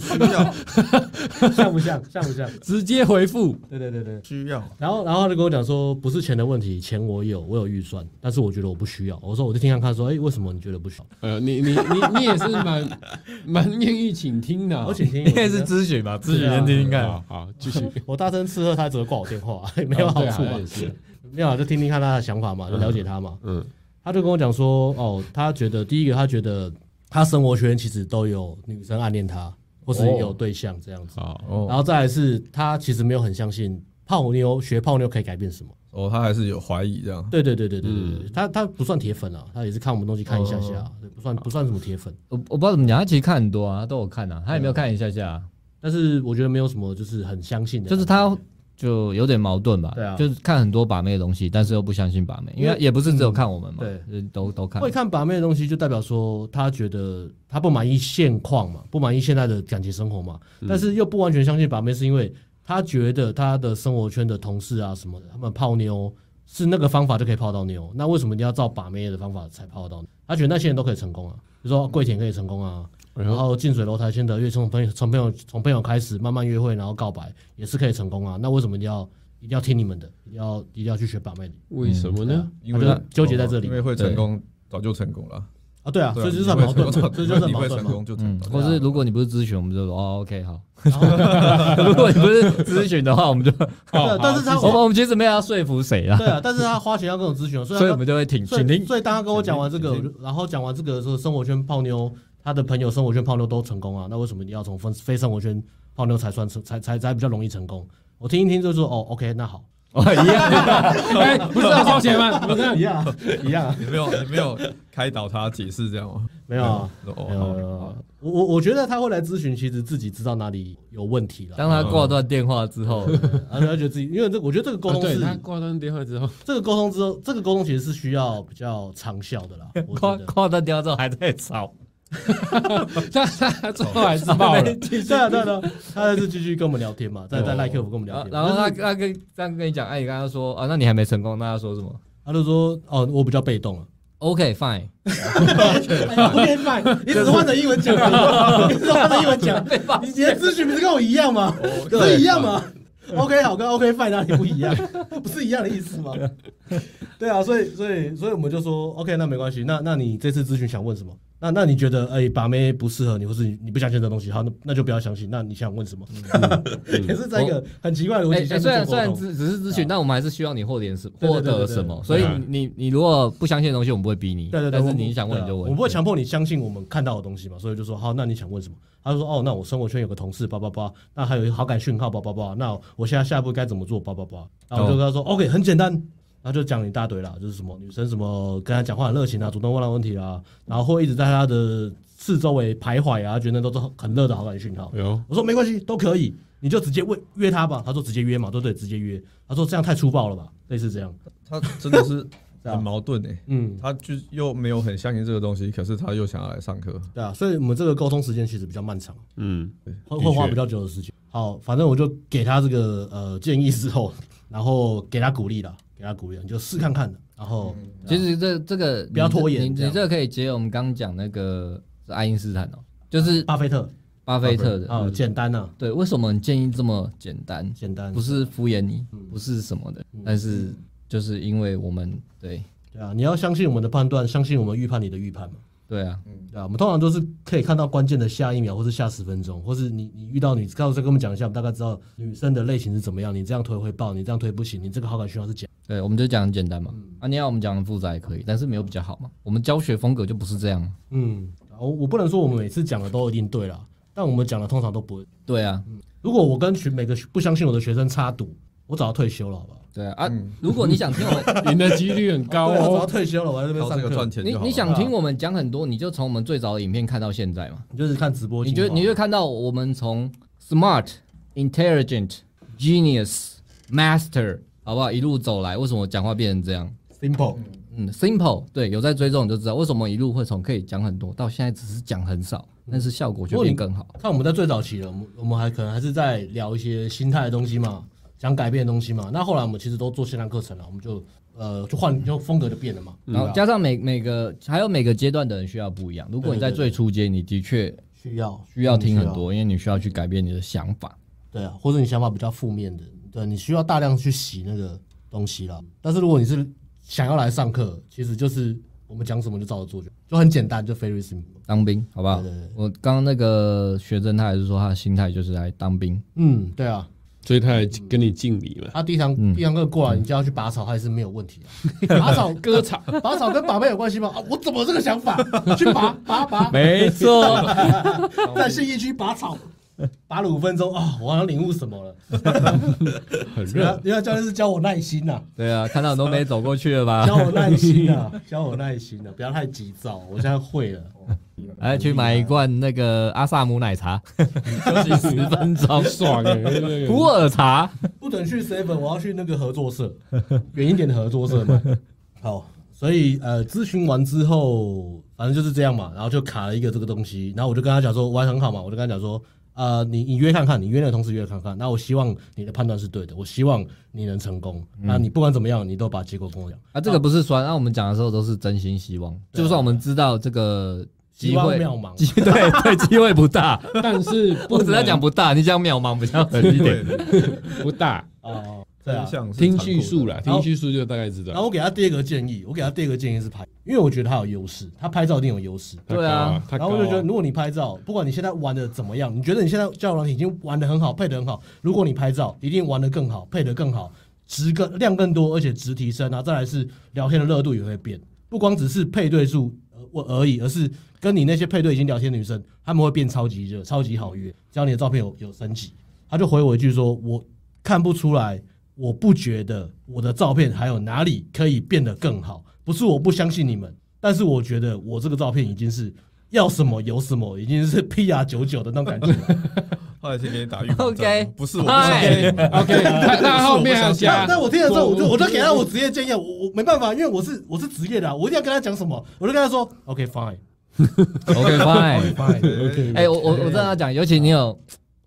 Speaker 4: 需要
Speaker 2: 像不像？像不像？
Speaker 1: 直接回复，
Speaker 2: 对对对对。
Speaker 4: 需要，
Speaker 2: 然后，然后他就跟我讲说，不是钱的问题，钱我有，我有预算，但是我觉得我不需要。我说，我就听看看说，哎、为什么你觉得不需要？
Speaker 1: 呃，你你你你也是蛮蛮愿意倾听的啊、
Speaker 2: 而且听
Speaker 8: 应该是咨询 吧，
Speaker 4: 啊
Speaker 8: 咨询先听听看
Speaker 1: 好。好继续，
Speaker 2: 我大声斥喝他，只会挂我电话，也没有
Speaker 1: 哦
Speaker 2: 好
Speaker 1: 对啊
Speaker 2: 处嘛
Speaker 1: 也，是
Speaker 2: 没有啊就听听看他的想法嘛，就了解他嘛。
Speaker 1: 嗯
Speaker 2: 他就跟我讲说，哦，他觉得第一个，他觉得他生活圈其实都有女生暗恋他，或是有对象这样子。
Speaker 1: 好，
Speaker 4: 哦
Speaker 2: 然后再来是他其实没有很相信泡妞，学泡妞可以改变什么。
Speaker 4: 哦，他还是有怀疑这样。
Speaker 2: 对对对对对对，对他他不算铁粉啊，他也是看我们东西看一下下啊，对不算不算什么铁粉。
Speaker 3: 我我不知道怎么讲，他其实看很多啊，他都有看啊，他也没有看一下下啊、
Speaker 2: 但是我觉得没有什么就是很相信的，
Speaker 3: 就是他就有点矛盾吧，
Speaker 2: 对啊
Speaker 3: 就是看很多把妹的东西，但是又不相信把妹，因为也不是只有看我们嘛，
Speaker 2: 嗯
Speaker 3: 对，都都看
Speaker 2: 会。看把妹的东西，就代表说他觉得他不满意现况嘛，不满意现在的感情生活嘛，但是又不完全相信把妹，是因为他觉得他的生活圈的同事啊什么的，他们泡妞是那个方法就可以泡到妞，那为什么一定要照把妹的方法才泡得到妞？他觉得那些人都可以成功啊，比如说跪舔可以成功啊。然后近水楼台先得月，从朋友从朋友从朋友开始慢慢约会，然后告白也是可以成功啊。那为什么一定要一定要听你们的，一定要一定要去学把妹的？啊
Speaker 1: 为什么呢？
Speaker 4: 因哦
Speaker 2: 他就纠结在这里
Speaker 4: 因为会成功早就成功了啊，
Speaker 2: 啊，对啊，
Speaker 4: 对啊
Speaker 2: 所以就是很矛盾
Speaker 4: 你
Speaker 2: 嘛，
Speaker 4: 会成
Speaker 2: 这就
Speaker 4: 功
Speaker 2: 是很
Speaker 4: 你
Speaker 2: 矛
Speaker 4: 会
Speaker 2: 盾
Speaker 4: 成
Speaker 2: 嘛。
Speaker 4: 功就成
Speaker 3: 嗯，
Speaker 2: 啊
Speaker 4: 功，
Speaker 3: 或是如果你不是咨询，我们就说哦，OK 好。 如果你不是咨询的话，我们就
Speaker 2: 对啊，但是他
Speaker 3: 我们我们其实没有要说服谁啊，
Speaker 2: 对啊，但是他花钱要跟我咨询，所以
Speaker 3: 所以我
Speaker 2: 他
Speaker 3: 们就会挺
Speaker 2: 啊所
Speaker 3: 请
Speaker 2: 以啊
Speaker 3: 听。
Speaker 2: 所以当他跟我讲完这个，我就然后讲完这个的时候，生活圈泡妞，他的朋友生活圈泡妞都成功啊，那为什么你要从分非生活圈泡妞才算成才才才比较容易成功？我听一听就说哦，OK，那好，
Speaker 3: 哦，一样，
Speaker 1: 哎， 不是要收钱吗？不是要
Speaker 2: 一样啊，一样啊，
Speaker 4: 你没有你没有开导他解释这样吗？
Speaker 2: 没有啊。没有没
Speaker 4: 哦，
Speaker 2: 有没有我我我觉得他会来咨询，其实自己知道哪里有问题了，
Speaker 3: 当他挂断电话之 后，
Speaker 2: 然后他觉得自己，因为这我觉得这个沟
Speaker 1: 啊
Speaker 2: 通
Speaker 1: 对
Speaker 2: 是
Speaker 1: 他挂断电话之后，
Speaker 2: 这个沟通之后，这个沟通其实是需要比较长效的啦。我
Speaker 3: 挂
Speaker 2: 觉得，
Speaker 3: 挂断电话之后还在 吵，
Speaker 1: 他他最
Speaker 2: 哦
Speaker 1: 后还是爆 了，
Speaker 2: 对啊对啊对啊，他还是继续跟我们聊天嘛，在在赖 Q 跟我们聊
Speaker 3: 然后
Speaker 2: 天嘛，
Speaker 3: 然后他他跟这样跟你讲，哎，你刚刚说啊，那你还没成功，那他说什么
Speaker 2: 他就说哦，我比较被动啊。
Speaker 3: ？OK fine，
Speaker 2: OK fine，你只是换成英文讲，你只是换成英文讲，你的咨询不是跟我一样吗？是一样吗？OK 好跟 OK fine 哪里不一样？ 不是一样的意思吗？ 对啊，所以所以所以我们就说 OK，那没关系，那那你这次咨询想问什么？那那你觉得哎、把妹不适合你，或是你你不相信这东西，好，那那就不要相信。那你想问什么？ 也是在一个很奇怪的逻
Speaker 3: 哎、
Speaker 2: 辑下
Speaker 3: 哎
Speaker 2: 去
Speaker 3: 虽
Speaker 2: 做
Speaker 3: 然
Speaker 2: 沟
Speaker 3: 虽然
Speaker 2: 通。
Speaker 3: 只只是咨询，但我们还是希望你获点什
Speaker 2: 啊对
Speaker 3: 获
Speaker 2: 对对
Speaker 3: 得
Speaker 2: 对
Speaker 3: 什么，
Speaker 2: 对
Speaker 3: 所以
Speaker 1: 对
Speaker 3: 你你你如果不相信的东西，我们不会逼你。
Speaker 2: 对对对，
Speaker 3: 但
Speaker 2: 我
Speaker 3: 是你想问你就
Speaker 2: 对啊
Speaker 3: 问。
Speaker 2: 我们不会强迫你相信我们看到的东西嘛，所以就说好，那你想问什么？他就说哦，那我生活圈有个同事，叭叭叭，那还有好感讯号，叭叭叭，那我现在下一步该怎么做，叭叭叭，然后我就跟他说、OK，很简单，然后就讲一大堆啦，就是什么女生什么跟他讲话很热情啊，主动问他问题啊，然后会一直在他的四周围徘徊啊，觉得那都是很热的好感讯号。
Speaker 1: 有
Speaker 2: 我说没关系，都可以，你就直接问约他吧。他说直接约嘛，对对，直接约。他说这样太粗暴了吧，类似这样。
Speaker 4: 他真 的是
Speaker 2: 这样
Speaker 4: 很矛盾哎，
Speaker 2: 啊嗯，
Speaker 4: 他就又没有很相信这个东西，可是他又想要来上课，
Speaker 2: 对啊，所以我们这个沟通时间其实比较漫长，
Speaker 1: 嗯，
Speaker 2: 会
Speaker 1: 的
Speaker 2: 会花
Speaker 1: 确
Speaker 2: 比较久的时间。好，反正我就给他这个呃建议之后，然后给他鼓励了，给他鼓励啦，你就试看看的。然后
Speaker 3: 其实这这个
Speaker 2: 啊不要拖延
Speaker 3: 你你
Speaker 2: 这
Speaker 3: 你
Speaker 2: 样
Speaker 3: 这个可以结合我们刚刚讲那个是爱因斯坦哦，就是
Speaker 2: 巴菲特
Speaker 3: 巴菲特的。
Speaker 2: 啊，简单呐，
Speaker 3: 对，为什么你建议这么简单？
Speaker 2: 简单，
Speaker 3: 不是敷衍你，
Speaker 2: 嗯
Speaker 3: 不是什么的，但是就是因为我们对
Speaker 2: 对啊，你要相信我们的判断，相信我们预判你的预判嘛。
Speaker 3: 对啊，
Speaker 2: 对啊，我们通常都是可以看到关键的下一秒，或是下十分钟，或是你你遇到你，刚才跟我们讲一下，我们大概知道女生的类型是怎么样，你这样推会爆，你这样推不行，你这个好感讯号是假的。
Speaker 3: 对，我们就讲很简单嘛。
Speaker 2: 嗯
Speaker 3: 啊，你要我们讲复杂也可以，但是没有比较好嘛。我们教学风格就不是这样。啊
Speaker 2: 嗯，我我不能说我们每次讲的都一定对啦，但我们讲的通常都不会。
Speaker 3: 对啊，
Speaker 2: 如果我跟学每个学不相信我的学生插赌，我早要退休了，好不好？
Speaker 3: 对啊。啊，
Speaker 2: 嗯
Speaker 3: 如果你想听我们
Speaker 1: 赢的几率很高
Speaker 2: 对我啊早要
Speaker 1: 哦。
Speaker 2: 退休了，我还在这边
Speaker 4: 靠
Speaker 2: 上
Speaker 4: 这个赚
Speaker 2: 课，
Speaker 4: 钱
Speaker 3: 你
Speaker 4: 就好
Speaker 3: 你
Speaker 4: 了。
Speaker 3: 想听我们讲很多，你就从我们最早的影片看到现在嘛。
Speaker 2: 你就是看直播
Speaker 3: 你
Speaker 2: 精
Speaker 3: 就
Speaker 2: 华。
Speaker 3: 你就看到我们从 smart、intelligent、genius、master 好不好一路走来，为什么我讲话变成这样？
Speaker 2: simple，
Speaker 3: 嗯，simple 对，有在追踪你就知道为什么一路会从可以讲很多到现在只是讲很少，
Speaker 2: 嗯
Speaker 3: 但是效果却变更好。
Speaker 2: 看我们在最早期了，我们我们还可能还是在聊一些心态的东西嘛，想改变的东西嘛。那后来我们其实都做线上课程了，我们就呃，就换就风格就变了嘛。
Speaker 3: 然后加上每每个还有每个阶段的人需要不一样。如果你在最初阶，你的确
Speaker 2: 需要
Speaker 3: 需要听很，多，因为你需要去改变你的想法。
Speaker 2: 对啊，或者你想法比较负面的，对啊你需要大量去洗那个东西啦。但是如果你是想要来上课，其实就是我们讲什么就照着做就好，就很简单，就 very simple。
Speaker 3: 当兵，好不好
Speaker 2: 对对对？
Speaker 3: 我刚刚那个学生他还是说他的心态就是来当兵，
Speaker 2: 嗯，对啊，
Speaker 1: 所以他还跟你敬礼 嘛，
Speaker 2: 他啊第一堂第一堂课过来，你就要去拔草，他也是没有问题啊。拔草割草，拔草跟把妹有关系吗？啊，我怎么这个想法？ 去拔拔 拔，
Speaker 3: 没错。
Speaker 2: 在信义区拔草，拔了五分钟啊、我好像领悟什么了。
Speaker 1: 很
Speaker 2: 原来
Speaker 1: 热。
Speaker 2: 原来教练是教我耐心呐、
Speaker 3: 对啊，看到你都没走过去了 吧？
Speaker 2: 教我耐心呐、 教我耐心啊呐、不要太急躁，我现在会了。
Speaker 3: 来哎去买一罐那个阿萨姆奶 茶，休息十分 钟，
Speaker 1: 爽哎、那个
Speaker 3: 普洱茶。
Speaker 2: 不准去 seven，我要去那个合作社， 远一点的合作社 嘛。好，所以呃，咨询完之后，反正就是这样嘛，然后就卡了一个这个东西，然后我就跟他讲说，我还很好嘛，我就跟他讲说，呃，你你约看看，你约那个同事约看看，那我希望你的判断是对的，我希望你能成功，
Speaker 3: 嗯
Speaker 2: 那你不管怎么样，你都把结果跟我讲，
Speaker 3: 啊，这个不是酸，那、我们讲的时候都是真心希望，就算我们知道这个机
Speaker 2: 希望
Speaker 3: 会
Speaker 2: 渺茫
Speaker 3: 机 对对，机会不大，
Speaker 1: 但 是不
Speaker 3: 我只在
Speaker 1: 能
Speaker 3: 讲不大，你讲渺茫比较合理一
Speaker 4: 对
Speaker 3: 点。，
Speaker 1: 不大，
Speaker 2: 哦、对啊
Speaker 4: 真。相是
Speaker 1: 听
Speaker 4: 残酷
Speaker 1: 叙述
Speaker 4: 的，
Speaker 1: 啦，听叙述就大概知
Speaker 2: 然后
Speaker 1: 道。
Speaker 2: 我给他第二个建议，我给他第二个建议是拍，因为我觉得他有优势，他拍照一定有优势。
Speaker 1: 他
Speaker 3: 对啊
Speaker 1: 高他
Speaker 2: 然
Speaker 1: 高
Speaker 2: 后我就觉得，
Speaker 1: 啊
Speaker 2: 如果你拍照，不管你现在玩的怎么样，你觉得你现在交友软体已经玩的很好，配的很好，如果你拍照，一定玩的更好，配的更好，值更量更多，而且值提升，然后再来是聊天的热度也会变，不光只是配对数呃我而已，而是跟你那些配对已经聊天的女生，她们会变超级热，超级好约，只要你的照片有有升级，他就回我一句说，我看不出来，我不觉得我的照片还有哪里可以变得更好，不是我不相信你们，但是我觉得我这个照片已经是要什么有什么，已经是 PR 九九的那种 感觉了。
Speaker 4: 后来先给你打预防针
Speaker 3: OK，
Speaker 4: 不是我不相信你们，
Speaker 1: 哎，OK，他他后面还要嗯加
Speaker 2: 但，但我听了之后，我就我就给他我职业建议，我我没办法，因为我是我是职业的啊、我一定要跟他讲什么，我就跟他说 OK fine
Speaker 3: OK fine。
Speaker 2: fine，
Speaker 3: 哎、我我我正要讲，尤其你有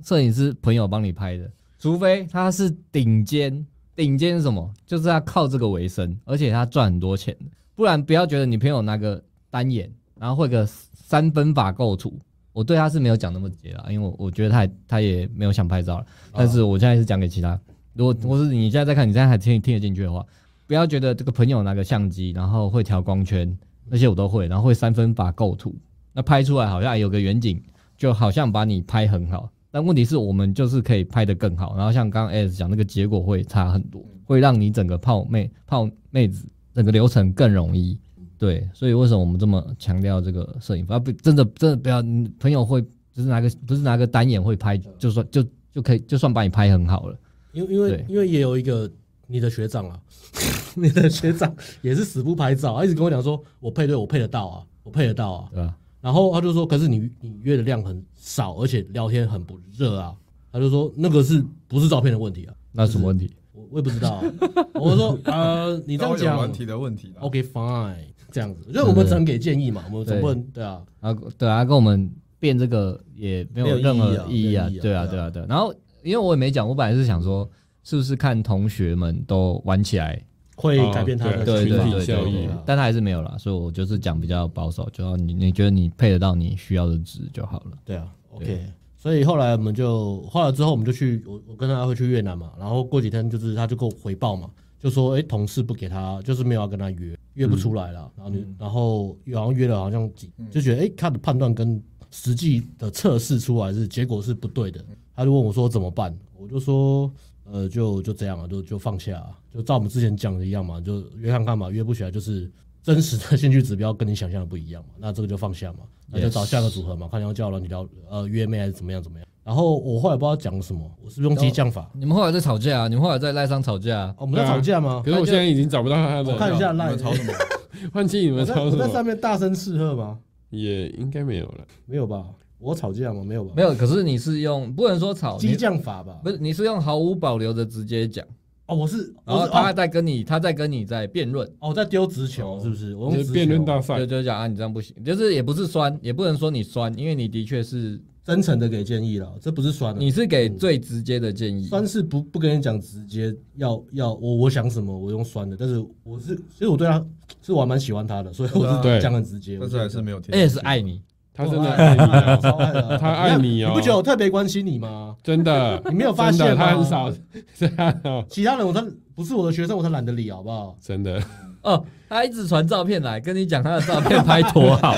Speaker 3: 摄影师朋友帮你拍的，除非他是顶尖，顶尖是什么？就是他靠这个为生，而且他赚很多钱，不然不要觉得你朋友拿个单眼，然后会个三分法构图。我对他是没有讲那么直接啦，因为我我觉得他也他也没有想拍照了，但是我现在是讲给其他，如果或是你现在在看，你现在还听听得进去的话，不要觉得这个朋友拿个相机，然后会调光圈那些我都会，然后会三分法构图，那拍出来好像有个远景，就好像把你拍很好，但问题是我们就是可以拍得更好。然后像刚刚 S 讲，那个结果会差很多，会让你整个泡妹泡妹子整个流程更容易。对，所以为什么我们这么强调这个摄影法？不，真的真的不要，你朋友会就是拿个不是拿个单眼会拍，就算就就可以就算把你拍很好了。
Speaker 2: 因为因为
Speaker 3: 对
Speaker 2: 因为也有一个你的学长啊， 你的学长也是死不拍照，啊他一直跟我讲说，我配对我配得到啊，我配得到啊，
Speaker 3: 对吧？
Speaker 2: 然后他就说，可是你你约的量很少，而且聊天很不热啊，他就说那个是不是照片的问题啊？
Speaker 3: 那什么问题？
Speaker 2: 我我也不知道、啊，我就说呃，你 这样
Speaker 4: 交友软
Speaker 2: 讲哦
Speaker 4: 体的问题啦。
Speaker 2: ，OK fine，这样子，就是我们只能给建议嘛，我们总不能对啊，
Speaker 3: 啊，对啊，跟我们变这个也没有任何
Speaker 2: 没有意
Speaker 3: 意
Speaker 2: 义
Speaker 3: 义
Speaker 2: 啊
Speaker 3: 啊，
Speaker 2: 没有意义
Speaker 3: 对
Speaker 2: 啊
Speaker 3: 啊，
Speaker 2: 对
Speaker 3: 对
Speaker 2: 啊
Speaker 3: 啊，对啊。然后因为我也没讲，我本来是想说，是不是看同学们都玩起来，
Speaker 2: 会
Speaker 1: 哦
Speaker 2: 改变他的
Speaker 1: 对
Speaker 3: 对
Speaker 2: 想
Speaker 3: 对
Speaker 2: 法
Speaker 1: 群体
Speaker 3: 对对
Speaker 1: 效
Speaker 3: 对
Speaker 1: 益
Speaker 3: 对
Speaker 2: 啊
Speaker 3: 但他还是没有啦，所以我就是讲比较保守，就要你你觉得你配得到你需要的值就好了。
Speaker 2: 对啊，OK。所以后来我们就后来之后我们就去我我跟他会去越南嘛，然后过几天就是他就给我回报嘛，就说哎、诶同事不给他，就是没有要跟他约，约不出来
Speaker 3: 嗯
Speaker 2: 了。然后你、然后然后约了好像几就觉得哎、诶他的判断跟实际的测试出来是结果是不对的，他就问我说怎么办，我就说呃就就这样啊，就就放下啊、就照我们之前讲的一样嘛，就约看看嘛，约不起来就是真实的 兴趣指标跟你想象的不一样嘛，那这个就放下嘛，那就找下个组合嘛，看你要叫了你聊呃约妹还是怎么样怎么样。然后我后来不知道讲什么，我是不是用激将法？
Speaker 3: 你们后来在吵架、啊，你们后来在赖上吵架、啊
Speaker 2: 哦，我们在吵架吗？
Speaker 1: 可是我现在已经找不到他
Speaker 2: 我看
Speaker 1: 的，
Speaker 2: 一下
Speaker 4: 你
Speaker 2: 赖
Speaker 4: 们吵什 么？
Speaker 1: 换气你
Speaker 2: 我
Speaker 1: 们
Speaker 2: 在
Speaker 1: 抄
Speaker 2: 我
Speaker 1: 什
Speaker 2: 在上
Speaker 1: 么？
Speaker 2: 面大声斥喝吗？
Speaker 1: 也应该没有了。
Speaker 2: 没有吧？我吵架吗？没有吧？
Speaker 3: 没有，可是你是用不能说吵，
Speaker 2: 激
Speaker 3: 你
Speaker 2: 将法吧？
Speaker 3: 不是你是用毫无保留的直接讲，
Speaker 2: 哦，我是
Speaker 3: 然
Speaker 2: 我
Speaker 3: 后
Speaker 2: 是
Speaker 3: 他
Speaker 2: 哦
Speaker 3: 在跟你他在跟你在辩论。
Speaker 2: 哦，我在丢直球是不是？我用
Speaker 1: 就
Speaker 2: 直
Speaker 1: 辩论
Speaker 2: 球
Speaker 1: 大赛
Speaker 3: 就，就讲啊，你这样不行，就是也不是酸，也不能说你酸，因为你的确是
Speaker 2: 真诚的给建议了，这不是酸啊
Speaker 3: 你是给最直接的建议，
Speaker 2: 酸是不不跟你讲直接要要我我想什么我用酸的，但是我是其实我对他其实我还蛮喜欢他的，所以我
Speaker 1: 对啊
Speaker 2: 是讲很直接。我哎
Speaker 4: 但是还是没有听。
Speaker 3: 而且是爱你，
Speaker 1: 他真的爱你 啊，
Speaker 2: 超爱的，
Speaker 1: 他爱你哦
Speaker 2: 你不觉得我特别关心你吗？
Speaker 1: 真的，
Speaker 2: 你没有发现
Speaker 1: 真的
Speaker 2: 吗
Speaker 1: 他很少，真的
Speaker 2: 其他人我才不是我的学生，我才懒得理，好不好？
Speaker 1: 真的，
Speaker 3: 哦，他一直传照片来跟你讲他的照 片拍多好，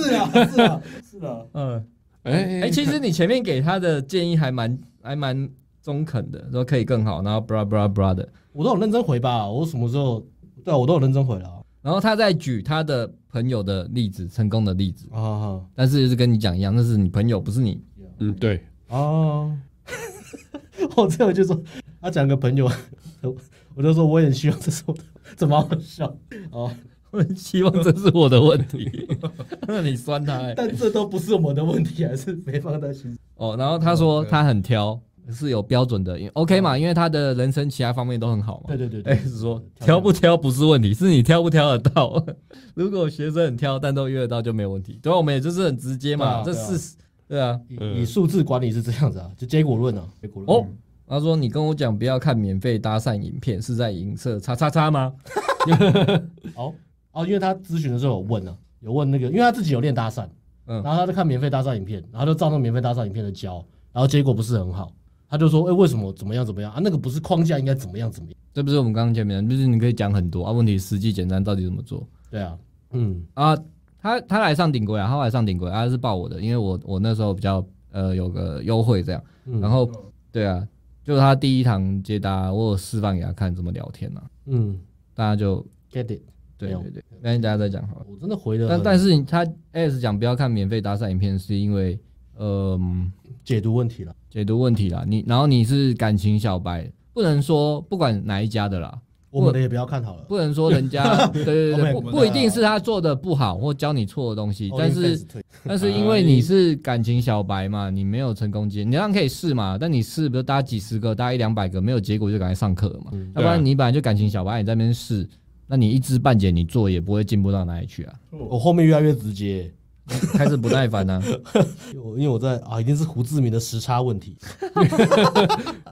Speaker 2: 是啊，是啊，是啊。
Speaker 3: 嗯，
Speaker 1: 哎
Speaker 3: 哎、其实你前面给他的建议还蛮还蛮中肯的，说可以更好，然后 bra bra bra 的，
Speaker 2: 我都有认真回吧，我什么时候？对啊，我都有认真回了啊
Speaker 3: 然后他再举他的朋友的例子，成功的例子，
Speaker 2: 啊啊
Speaker 3: 但是就是跟你讲一样，那是你朋友，不是你。
Speaker 1: 嗯，对，
Speaker 2: 啊！ 我最后就说，他讲个朋友， 我就说我也希望这是我的， 怎么好笑哦？
Speaker 3: 我很希望这是我的问 题，那你酸他、欸、
Speaker 2: 但这都不是我们的问题，还是没放在心上。
Speaker 3: 哦。然后他说他很挑，是有标准的因，OK
Speaker 2: 哦
Speaker 3: 嘛？因为他的人生其他方面都很好嘛
Speaker 2: 对。对对对
Speaker 3: 哎，是说挑不挑不是问题，是你挑不挑得到。 如果学生很挑，但都约得到就没有问题。对啊，我们也就是很直接嘛，这
Speaker 2: 对啊对啊
Speaker 3: 事实对啊。
Speaker 1: 嗯
Speaker 2: 以以数字管理是这样子啊，就结果论啊，结果论。
Speaker 3: 哦，他说你跟我讲不要看免费搭讪影片，是在影射叉叉叉吗？
Speaker 2: 哦哦，因为他咨询的时候有问啊，有问那个，因为他自己有练搭讪，
Speaker 3: 嗯
Speaker 2: 嗯，然后他就看免费搭讪影片，然后就照那个免费搭讪影片的教，然后结果不是很好，他就说，哎、为什么怎么样怎么样啊？那个不是框架应该怎么样怎么样？
Speaker 3: 这不是我们刚刚前面，就是你可以讲很多啊，问题实际简单到底怎么做？
Speaker 2: 对啊，嗯，
Speaker 3: 啊，他他来上顶规啊，他来上顶规，啊他是报我的，因为我我那时候比较呃有个优惠这样，
Speaker 2: 嗯
Speaker 3: 然后对啊，就是他第一堂接答，我有示范给他看怎么聊天啊，
Speaker 2: 嗯
Speaker 3: 大家就
Speaker 2: ，get it，
Speaker 3: 对
Speaker 2: 没有啊
Speaker 3: 对对，那大家再讲好了。
Speaker 2: 我真的回了，
Speaker 3: 但但是他 S 讲不要看免费搭讪影片，是因为嗯、
Speaker 2: 解读问题了，
Speaker 3: 解读问题啦，你然后你是感情小白，不能说不管哪一家的啦，
Speaker 2: 我们的也不要看好了，
Speaker 3: 不能说人家对对
Speaker 2: 我
Speaker 3: 对，
Speaker 2: 们
Speaker 3: 不
Speaker 4: 我们
Speaker 3: 不一定是他做的不好或教你错的东西，但是
Speaker 2: Onlyfans 退
Speaker 3: 但是因为你是感情小白嘛，你没有成功经验，你当然可以试嘛，但你试，比如搭几十个，搭一两百个，没有结果就赶快上课了嘛，要不
Speaker 1: 对啊
Speaker 3: 然你本来就感情小白，你在那边试，那你一知半解，你做也不会进步到哪里去啊，
Speaker 2: 我后面越来越直接，
Speaker 3: 开始不耐 烦啊，
Speaker 2: 我因为我在啊，一定是胡志明的时差问题，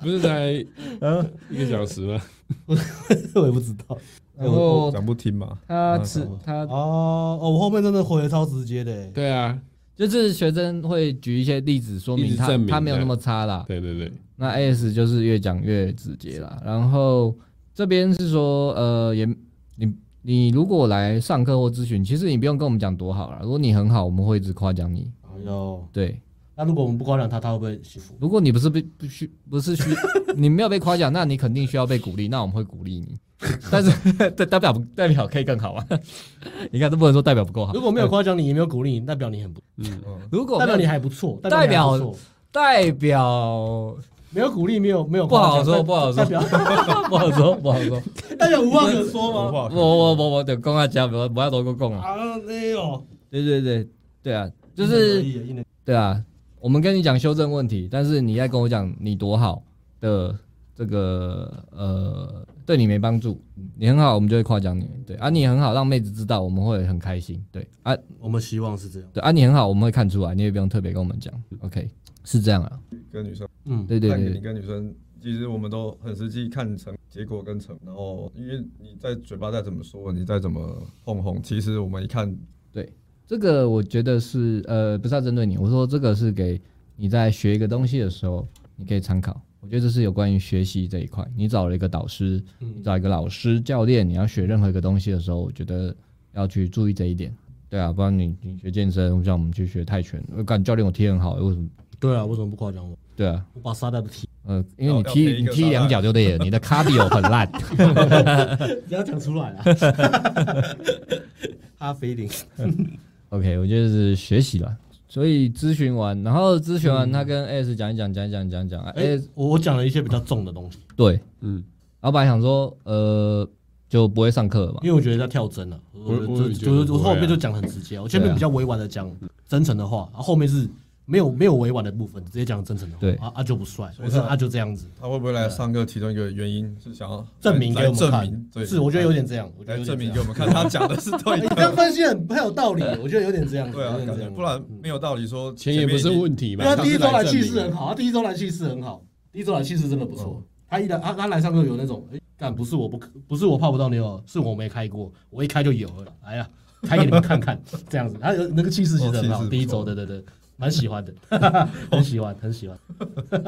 Speaker 1: 不是才一个小时吗？
Speaker 2: 我也不知道。
Speaker 3: 然后
Speaker 4: 讲不听嘛，
Speaker 3: 他吃他
Speaker 2: 哦哦，我后面真的回的超直接的欸，
Speaker 1: 对啊，
Speaker 3: 就是学生会举一些例子说
Speaker 1: 一
Speaker 3: 明
Speaker 1: 直
Speaker 3: 他
Speaker 1: 证明
Speaker 3: 他没有
Speaker 1: 对
Speaker 3: 那么差啦，
Speaker 1: 对对对，
Speaker 3: 那 AS 就是越讲越直接啦。然后这边是说，呃，也你你如果来上课或咨询，其实你不用跟我们讲多好啦。如果你很好，我们会一直夸奖你。
Speaker 2: 哎呦，
Speaker 3: 对，
Speaker 2: 那如果我们不夸奖他，他会不会欺负？
Speaker 3: 如果你不是被不需不是需 你没有被夸奖，那你肯定需要被鼓励，那我们会鼓励你。但是 代代表不代表可以更好啊？ 你看这不能说代表不够好
Speaker 2: 如，果没有夸奖你，也没有鼓励你，代表你很不，
Speaker 3: 如果
Speaker 2: 代
Speaker 3: 没
Speaker 2: 表
Speaker 3: 有
Speaker 2: 你还不错，
Speaker 3: 代
Speaker 2: 你还
Speaker 3: 表
Speaker 2: 不错，
Speaker 3: 代表
Speaker 2: 没有鼓励，没有没有
Speaker 3: 不好说
Speaker 2: 夸奖
Speaker 3: 不好说
Speaker 2: 代表
Speaker 3: 不好说不好说，
Speaker 2: 代表无话可说吗？
Speaker 4: 话
Speaker 3: 我我我我等公阿讲，不不要多过讲啊。
Speaker 2: 啊，哎呦，
Speaker 3: 对对对对啊，就
Speaker 2: 因人而
Speaker 3: 是
Speaker 2: 异因人
Speaker 3: 对啊，我们跟你讲修正问题，但是你在跟我讲你多好的这个呃，对你没帮助，你很好，我们就会夸奖你。对啊，你很好，让妹子知道，我们会很开心。对啊，
Speaker 2: 我们希望是这样，
Speaker 3: 对啊，你很好，我们会看出来，你也不用特别跟我们讲。OK，是这样啊。
Speaker 4: 跟女生，
Speaker 2: 嗯，
Speaker 3: 对对
Speaker 4: 看
Speaker 3: 对
Speaker 4: 你
Speaker 3: 对，
Speaker 4: 跟女生，其实我们都很实际看成结果跟成，然后因为你在嘴巴再怎么说，你再怎么哄哄，其实我们一看
Speaker 3: 这个我觉得是呃，不是要针对你，我说这个是给你在学一个东西的时候，你可以参考。我觉得这是有关于学习这一块，你找了一个导师，
Speaker 4: 嗯
Speaker 3: 你找一个老师、教练，你要学任何一个东西的时候，我觉得要去注意这一点。对啊，不然你你学健身，像我们去学泰拳，我感觉教练我踢很好，为什么？
Speaker 2: 对啊，为什么不夸奖我？
Speaker 3: 对啊，
Speaker 2: 我把沙袋都踢，
Speaker 3: 呃，因为
Speaker 4: 要
Speaker 3: 你
Speaker 4: 要
Speaker 3: 踢
Speaker 4: 配一
Speaker 3: 你
Speaker 4: 个
Speaker 3: 踢
Speaker 4: 沙
Speaker 3: 两
Speaker 4: 袋
Speaker 3: 脚就对了，你的 cardio 很烂。
Speaker 2: 不要讲出来 啊，哈菲林，
Speaker 3: OK，我就是学习了，所以咨询完，然后咨询完
Speaker 4: 嗯
Speaker 3: 他跟 S 讲一讲，讲一讲，讲一讲，哎、
Speaker 2: 哎，我我讲了一些比较重的东西，
Speaker 3: 对，
Speaker 1: 嗯，
Speaker 3: 老板想说，呃，就不会上课了嘛
Speaker 2: 因。为我觉得在跳针啊，我
Speaker 1: 我
Speaker 2: 我
Speaker 1: 也觉得
Speaker 2: 我
Speaker 1: 不
Speaker 2: 我
Speaker 1: 会啊啊
Speaker 2: 后面就讲得很直接，我前面比较委婉的讲真诚的话，然后后面是没有没有委婉的部分，直接讲真诚的话。
Speaker 3: 对
Speaker 2: 啊，阿九不帅，
Speaker 4: 以
Speaker 2: 我是
Speaker 4: 他
Speaker 2: 阿九这样子，
Speaker 4: 他会不会来上课？其中一个原因是想要
Speaker 2: 证明给
Speaker 4: 来
Speaker 2: 我们
Speaker 4: 证明，
Speaker 2: 看。
Speaker 4: 对，
Speaker 2: 是，我觉得有点这样，我觉得
Speaker 4: 来
Speaker 2: 有点
Speaker 4: 证明
Speaker 2: 这
Speaker 4: 给
Speaker 2: 样。
Speaker 4: 我
Speaker 2: 哎
Speaker 4: 们看，他讲的是 对
Speaker 2: 你这样
Speaker 4: 的。
Speaker 2: 分析很很有道理，我觉得有点这样，
Speaker 4: 对啊
Speaker 2: 有，点
Speaker 4: 感
Speaker 2: 这
Speaker 4: 觉
Speaker 2: 样。
Speaker 4: 不然没有道理说
Speaker 1: 钱也不是问题嘛
Speaker 2: 因为。他第一周
Speaker 1: 他
Speaker 2: 来
Speaker 1: 是
Speaker 2: 气
Speaker 1: 证明
Speaker 2: 势很好，他第一周来气势很好，第一周来气势真的不错。他一来，他他来上课有那种，哎、干不是我不不是我泡不到妞，是我没开过，我一开就有了，来呀，开给你们看看，这样子，他有那个气势其实很
Speaker 4: 哦气势
Speaker 2: 好，
Speaker 4: 不错
Speaker 2: 第一周，对对对，蛮喜欢的， 很喜欢，很喜欢。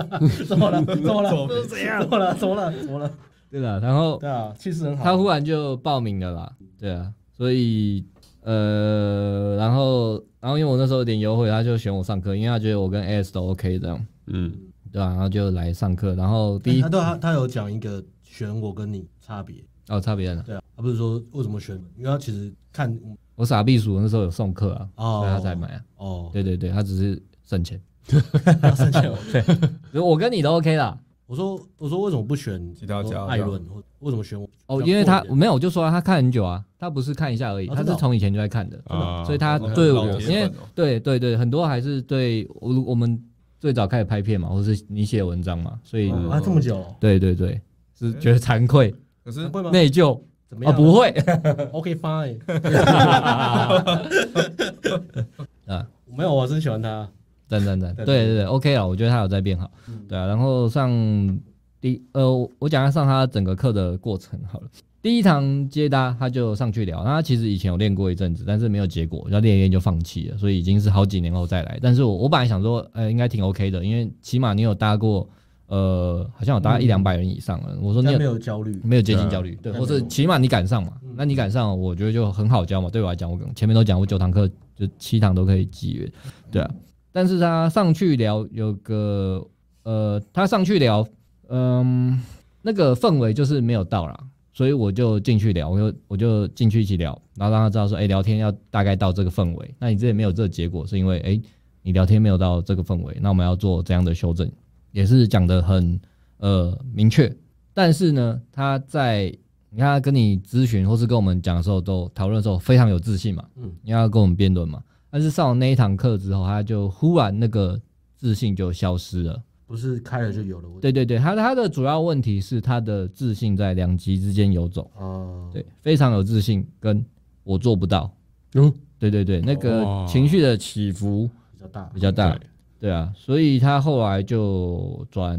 Speaker 2: 怎么了？怎么了？怎样？怎么了？怎么了？怎么了？
Speaker 3: 对了，然后
Speaker 2: 对啊，气势很好。
Speaker 3: 他忽然就报名了啦，对啊，所以呃，然后然后因为我那时候有点优惠，他就选我上课，因为他觉得我跟 AS 都 OK 这样，
Speaker 1: 嗯，
Speaker 3: 对啊吧、然后就来上课，然后第
Speaker 2: 哎
Speaker 3: 一
Speaker 2: 他对他他有讲一个选我跟你差别，
Speaker 3: 哦差别了，
Speaker 2: 对啊，他不是说为什么选，因为他其实看
Speaker 3: 我傻避暑那时候有送课啊，
Speaker 2: 哦
Speaker 3: 所以他才买啊，
Speaker 2: 哦，
Speaker 3: 对对对，他只是 省钱，
Speaker 2: 他生气 了。
Speaker 3: 所以我跟你都 OK 啦，
Speaker 2: 我说我说为什么不选哦
Speaker 4: 其他家
Speaker 2: 艾伦？或为什么选我？
Speaker 3: 哦，
Speaker 2: 比较
Speaker 3: 因为他
Speaker 2: 过瘾
Speaker 3: 没有，我就说啊他看很久啊，他不是看一下而已，
Speaker 2: 哦
Speaker 3: 他
Speaker 2: 真的
Speaker 3: 是
Speaker 2: 哦
Speaker 3: 从以前就在看的，
Speaker 1: 啊
Speaker 3: 所以他
Speaker 4: 哦
Speaker 3: 对
Speaker 4: 老
Speaker 3: 我，
Speaker 4: 铁
Speaker 3: 因为
Speaker 4: 粉哦
Speaker 3: 对对对，很多还是对我我们最早开始拍片嘛，或是你写文章嘛，所以
Speaker 4: 嗯
Speaker 2: 啊这么久，
Speaker 3: 对对对，是觉得惭愧、
Speaker 4: 可是
Speaker 2: 啊会吗？
Speaker 3: 内疚
Speaker 2: 怎么
Speaker 3: 啊，
Speaker 2: 样？
Speaker 3: 不会
Speaker 2: ，OK fine，
Speaker 3: 啊，
Speaker 2: 没有，我是喜欢他。
Speaker 3: 赞赞赞，
Speaker 2: 对
Speaker 3: 对
Speaker 2: 对
Speaker 3: 对对，OK 了，我觉得他有在变好，对啊，然后上第呃，我我讲一下上他整个课的过程好了。第一堂接搭，他就上去聊。那他其实以前有练过一阵子，但是没有结果，然后练一练就放弃了，所以已经是好几年后再来。但是我我本来想说，呃，应该挺 OK 的，因为起码你有搭过，呃，好像有搭一两百人以上了。我说
Speaker 2: 应
Speaker 3: 你
Speaker 2: 该
Speaker 3: 有
Speaker 2: 没有焦虑，
Speaker 3: 没有接近焦虑，
Speaker 2: 对
Speaker 3: 对，
Speaker 2: 啊
Speaker 3: 或者起码你敢上嘛，那你敢上，我觉得就很好教嘛。对我来讲，我前面都讲，我九堂课就七堂都可以集约，对啊。但是他上去聊有个呃，他上去聊，嗯、那个氛围就是没有到啦，所以我就进去聊，我就我就进去一起聊，然后让他知道说，哎、聊天要大概到这个氛围。那你这里没有这个结果，是因为哎、你聊天没有到这个氛围，那我们要做这样的修正，也是讲的很呃明确。但是呢，他在你看他跟你咨询或是跟我们讲的时候，都讨论的时候非常有自信嘛，
Speaker 2: 嗯
Speaker 3: 嗯，因为他跟我们辩论嘛。但是上了那一堂课之后，他就忽然那个自信就消失了。
Speaker 2: 不是开了就有了。我
Speaker 3: 对对对，他他的主要问题是他的自信在两极之间游走，
Speaker 2: 啊，
Speaker 3: 对，非常有自信，跟我做不到，
Speaker 2: 嗯，
Speaker 3: 对对对，那个
Speaker 1: 哇
Speaker 3: 情绪的起伏
Speaker 2: 比较大
Speaker 3: 比。较大
Speaker 1: 对，
Speaker 3: 对啊，所以他后来就转，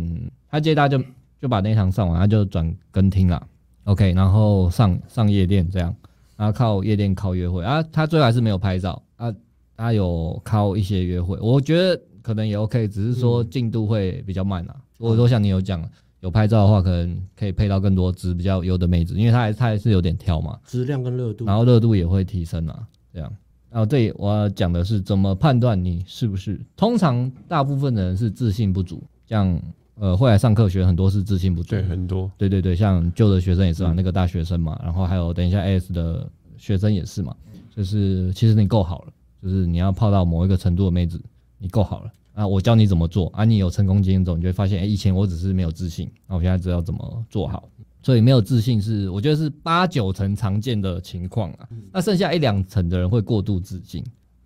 Speaker 3: 他接大就就把那一堂上完，他就转跟听了，OK，然后上上夜店这样，然后靠夜店靠约会啊，他最后还是没有拍照啊，他有靠一些约会，我觉得可能也 OK，只是说进度会比较慢啊。如果说像你有讲有拍照的话，可能可以配到更多只比较优的妹子，因为他还他还是有点挑嘛，
Speaker 2: 质量跟热度，
Speaker 3: 然后热度也会提升啊，这样。然后这里我要讲的是怎么判断你是不是，通常大部分的人是自信不足，像呃会来上课学很多是自信不足，
Speaker 1: 对，很多
Speaker 3: 对对对，像旧的学生也是嘛，那个大学生嘛，然后还有等一下 AS 的学生也是嘛，就是其实你够好了，就是你要泡到某一个程度的妹子，你够好了啊，我教你怎么做啊，你有成功经验之后，你就会发现，哎，以前我只是没有自信，那我现在知道怎么做好，所以没有自信是我觉得是八九成常见的情况啊，那剩下一两成的人会过度自信，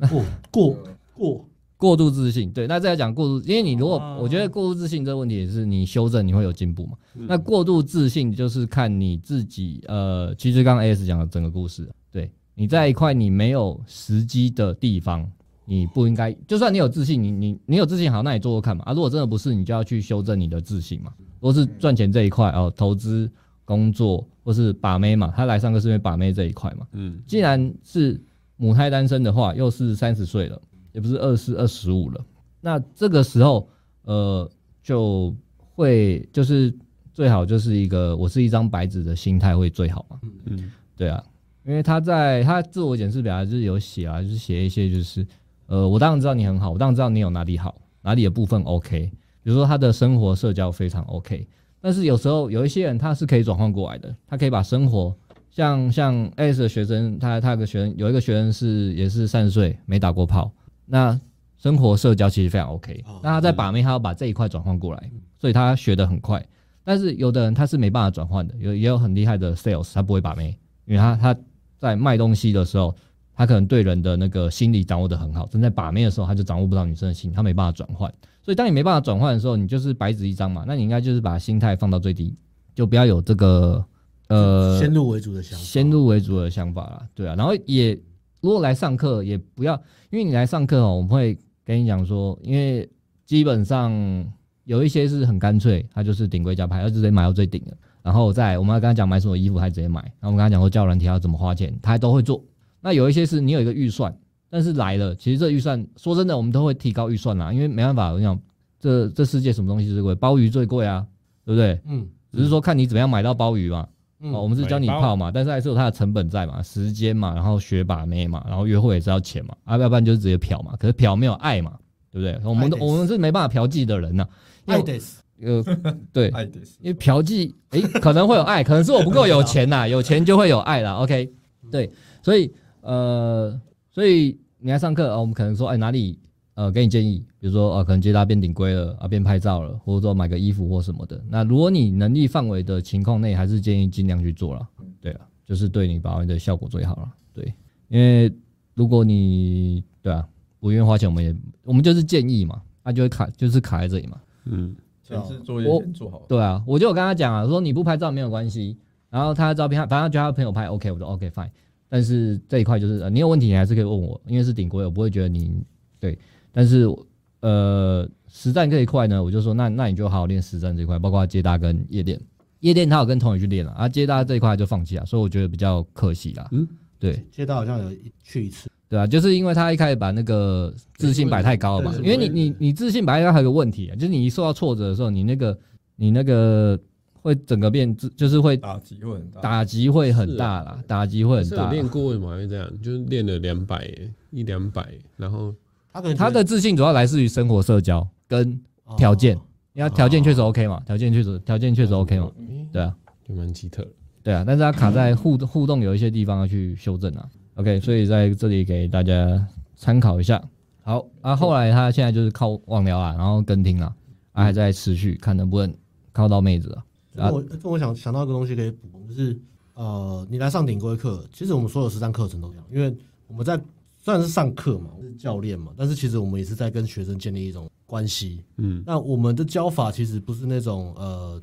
Speaker 2: 过过
Speaker 4: 呃
Speaker 2: 过，
Speaker 3: 过度自信，对，那再来讲过度，因为你如果、我觉得过度自信这个问题也是你修正你会有进步嘛。那过度自信就是看你自己，呃，其实刚刚 AS 讲的整个故事，对你在一块你没有时机的地方，你不应该，就算你有自信，你你你有自信好，那你做做看嘛。啊，如果真的不是，你就要去修正你的自信嘛。如果是赚钱这一块哦，投资、工作或是把妹嘛，他来上课是因为把妹这一块嘛。
Speaker 1: 嗯，
Speaker 3: 既然是母胎单身的话，又是三十岁了，也不是二四二十五了，那这个时候，呃，就会就是最好就是一个我是一张白纸的心态会最好嘛。
Speaker 1: 嗯，
Speaker 3: 对啊，因为他在他自我检视表达就是有写啊，就是写一些就是呃，我当然知道你很好，我当然知道你有哪里好，哪里的部分 OK，比如说他的生活社交非常 OK，但是有时候有一些人他是可以转换过来的，他可以把生活像像 S 的学生，他他有个学生有一个学生是也是三十岁没打过炮，那生活社交其实非常 OK，、那
Speaker 2: 哦
Speaker 3: 他
Speaker 2: 嗯
Speaker 3: 在把妹他要把这一块转换过来，所以他学得很快。但是有的人他是没办法转换的，有也有很厉害的 sales，他不会把妹，因为他他在卖东西的时候，他可能对人的那个心理掌握的很好，但在把妹的时候他就掌握不到女生的心，他没办法转换。所以当你没办法转换的时候，你就是白纸一张嘛。那你应该就是把心态放到最低，就不要有这个呃
Speaker 2: 先入为主的想法，
Speaker 3: 先入为主的想法啦，对啊，然后也如果来上课也不要，因为你来上课哦，我们会跟你讲说，因为基本上有一些是很干脆，他就是顶规加拍，他就直接买到最顶的，然后再我们要跟他讲买什么衣服，他直接买，然后我们跟他讲说教软体要怎么花钱，他都会做。那有一些是你有一个预算，但是来了，其实这预算说真的，我们都会提高预算啦，因为没办法，我跟你讲，这这世界什么东西最贵？鲍鱼最贵啊，对不对？
Speaker 2: 嗯
Speaker 3: 只是说看你怎么样买到鲍鱼嘛。
Speaker 2: 嗯
Speaker 3: 哦，我们是教你泡嘛，但是还是有它的成本在嘛，时间嘛，然后学把妹嘛，然后约会也是要钱嘛，啊，要不然就是直接嫖嘛。可是嫖没有爱嘛，对不对？我们都
Speaker 2: 爱得死
Speaker 3: 我们是没办法嫖妓的人呐、因
Speaker 2: 爱
Speaker 3: 为
Speaker 2: 得
Speaker 3: 呃，对，
Speaker 4: 爱迪斯
Speaker 3: 因为嫖妓，诶，可能会有爱，可能是我不够有钱呐，有钱就会有爱啦。OK，对，所以呃，所以你来上课啊、呃我们可能说，哎、哪里呃给你建议，比如说呃，可能接搭变顶规了啊，变拍照了，或者说买个衣服或什么的。那如果你能力范围的情况内，还是建议尽量去做了。对啊，就是对你把握的效果最好了。对，因为如果你对啊不愿意花钱，我们也我们就是建议嘛，那、就会卡就是卡在这里嘛。
Speaker 1: 嗯，
Speaker 4: 前置作
Speaker 3: 我
Speaker 4: 业先做好。
Speaker 3: 对啊，我就有跟他讲啊，说你不拍照没有关系，然后他的照片，反正他觉得他的朋友拍 OK，我就 OK fine。但是这一块就是、呃你有问题你还是可以问我，因为是顶规，我不会觉得你对。但是呃，实战这一块呢，我就说那那你就好好练实战这一块，包括接搭跟夜店。夜店他有跟同学去练了，啊，接搭这一块他就放弃啊了，所以我觉得比较可惜啦。
Speaker 1: 嗯
Speaker 3: 嗯，对
Speaker 2: 街道好像有一去一次，
Speaker 3: 对啊，就是因为他一开始把那个自信摆太高了嘛，因
Speaker 4: 对
Speaker 3: 为你你你自信摆太高还有个问题啊，就是你一受到挫折的时候，你那个你那个会整个变自，就是会
Speaker 4: 打击会很大，
Speaker 3: 打击会很大啦，打击会很
Speaker 1: 是有
Speaker 3: 大啦。
Speaker 1: 练过为什么还会这样？就是练了两百一两百，然后
Speaker 2: 他可能觉
Speaker 3: 他
Speaker 2: 得
Speaker 3: 的自信主要来自于生活社交跟条件，
Speaker 2: 哦
Speaker 3: 因为他条件确实 OK 嘛，条件确实条件确实 OK 嘛，对啊
Speaker 1: 就蛮奇特的。
Speaker 3: 对啊，但是他卡在互互动有一些地方要去修正啊。OK，所以在这里给大家参考一下。好啊，后来他现在就是靠网聊啊，然后跟听啊，啊还在持续看能不能靠到妹子啊。
Speaker 2: 跟我跟我想想到一个东西可以补充，就是呃，你来上顶规课，其实我们所有实战课程都一样，因为我们在虽然是上课嘛，我们是教练嘛，但是其实我们也是在跟学生建立一种关系。
Speaker 1: 嗯，
Speaker 2: 那我们的教法其实不是那种呃，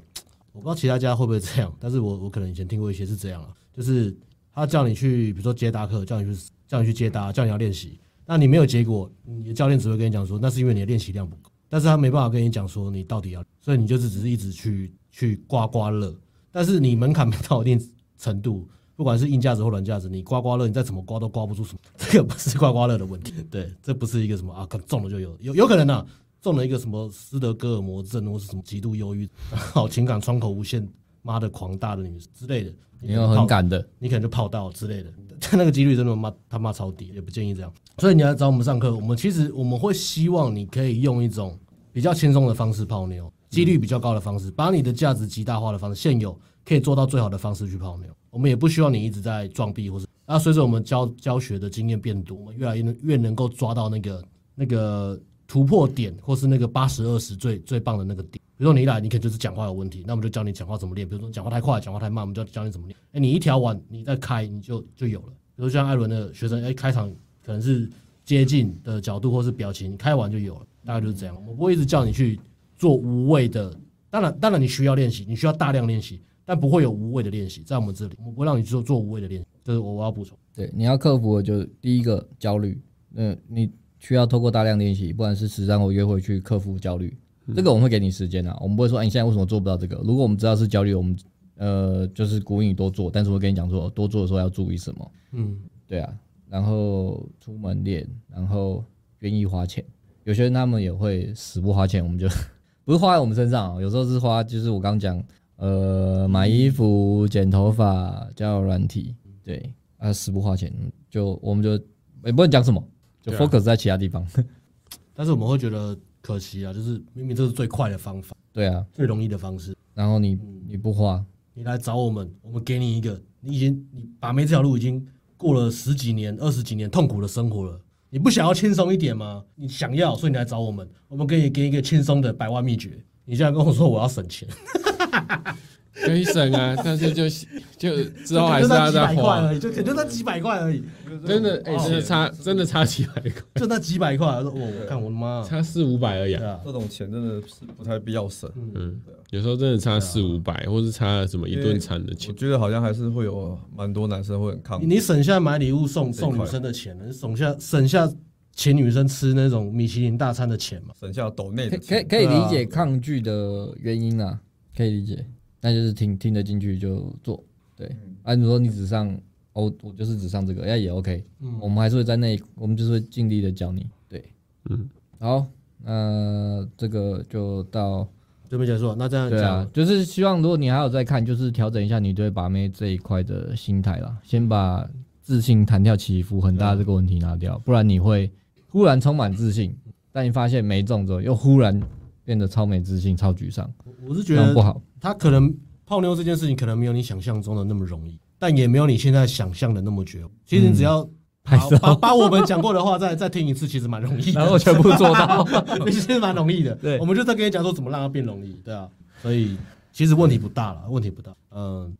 Speaker 2: 我不知道其他家会不会这样，但是我我可能以前听过一些是这样啊，就是他叫你去，比如说接搭课，叫你去叫你去接搭，叫你要练习，那你没有结果，你的教练只会跟你讲说，那是因为你的练习量不够，但是他没办法跟你讲说你到底要，所以你就是只是一直去去刮刮乐，但是你门槛没到一定程度。不管是硬价值或软价值，你刮刮乐，你再怎么刮都刮不出什么。这个不是刮刮乐的问题，对，这不是一个什么啊，可中了就有，有有可能啊，中了一个什么斯德哥尔摩症或是什么极度忧郁，然后情感窗口无限，妈的狂大的女之类的，
Speaker 3: 你有很
Speaker 2: 感。
Speaker 3: 赶的，
Speaker 2: 你可能就泡到之类的， 但那个几率真的妈他妈超低，也不建议这样。所以你来找我们上课，我们其实我们会希望你可以用一种比较轻松的方式泡妞，几率比较高的方式，把你的价值极大化的方式，现有可以做到最好的方式去泡妞。我们也不希望你一直在撞壁，或是啊，随着我们教教学的经验变多，我们越来越能越能够抓到那个那个突破点，或是那个八十二十最最棒的那个点。比如说你一来，你可能就是讲话有问题，那我们就教你讲话怎么练。比如说讲话太快、讲话太慢，我们就教你怎么练。哎，你一条完，你再开，你就就有了。比如像艾伦的学生，哎，开场可能是接近的角度或是表情，开完就有了，大概就是这样。我不会一直叫你去做无谓的，当然，当然你需要练习，你需要大量练习，但不会有无谓的练习在我们这里，我们不会让你去做做无谓的练习。这是我我要补充。
Speaker 3: 对，你要克服的就是第一个焦虑，嗯，你需要透过大量练习，不管是实战或约会去克服焦虑。这个我们会给你时间啊，我们不会说，哎、你现在为什么做不到这个？如果我们知道是焦虑，我们呃就是鼓励你多做，但是我会跟你讲说，多做的时候要注意什么。
Speaker 2: 嗯，
Speaker 3: 对啊，然后出门练，然后愿意花钱。有些人他们也会死不花钱，我们就不是花在我们身上啊，有时候是花，就是我刚刚讲，呃，买衣服、剪头发、交友软体，对啊，死不花钱，就我们就也不能讲什么，就
Speaker 1: 对啊
Speaker 3: focus 在其他地方。
Speaker 2: 但是我们会觉得可惜啊，就是明明这是最快的方法，
Speaker 3: 对啊，
Speaker 2: 最容易的方式。
Speaker 3: 然后你你不花，
Speaker 2: 你来找我们，我们给你一个，你已经你把妹这条路已经过了十几年、二十几年痛苦的生活了，你不想要轻松一点吗？你想要，所以你来找我们，我们给你给你一个轻松的百万秘诀。你现在跟我说我要省钱，
Speaker 1: 可以省啊，但是就 就之后还是要
Speaker 2: 就
Speaker 1: 再
Speaker 2: 那几百块哦
Speaker 1: 花
Speaker 2: 而。已，就就那几百块而已，
Speaker 1: 真的，哎、真的差，真的差几百块，
Speaker 2: 就那几百块。我说哦我我看我的妈，
Speaker 1: 差四五百而已、
Speaker 2: 对
Speaker 1: 啊。
Speaker 2: 啊，
Speaker 4: 这种钱真的是不太必要省。
Speaker 1: 嗯，有时候真的差四五百，或是差什么一顿餐的
Speaker 4: 我
Speaker 1: 钱。
Speaker 4: 觉得好像还是会有蛮多男生会很抗
Speaker 2: 你
Speaker 4: 拒。
Speaker 2: 你省下买礼物送
Speaker 4: 这一块
Speaker 2: 送女生的钱，你省下省下请女生吃那种米其林大餐的钱嘛？
Speaker 4: 省下抖内
Speaker 3: 可
Speaker 4: 的
Speaker 3: 以可以
Speaker 4: 钱，
Speaker 3: 可以理解抗拒的原因啊，可以理解，那就是听听得进去就做，对。啊，你说你只上哦，我就是只上这个，哎也 OK，我们还是会在那，我们就是会尽力的教你，对，
Speaker 1: 嗯，
Speaker 3: 好，那这个就到
Speaker 2: 这边结束了。那这样
Speaker 3: 对啊
Speaker 2: 讲，，
Speaker 3: 就是希望如果你还有在看，就是调整一下你对把妹这一块的心态啦，先把自信弹跳起伏很大这个问题拿掉，不然你会忽然充满自信，但你发现没中之后，又忽然变得超没自信、超沮丧，
Speaker 2: 我是觉
Speaker 3: 这
Speaker 5: 啊
Speaker 3: 样
Speaker 2: 得
Speaker 3: 不好。
Speaker 2: 他可能泡妞这件事情可能没有你想象中的那么容易，但也没有你现在想象的那么绝。其实你只要把、把把我们讲过的话再 再听一次，其实蛮容易的，
Speaker 5: 然后全部做到，
Speaker 2: 其实蛮容易 的。
Speaker 5: 对
Speaker 2: 我们就在跟你讲说怎么让它变容易，对啊，所以其实问题不大了，问题不大。嗯，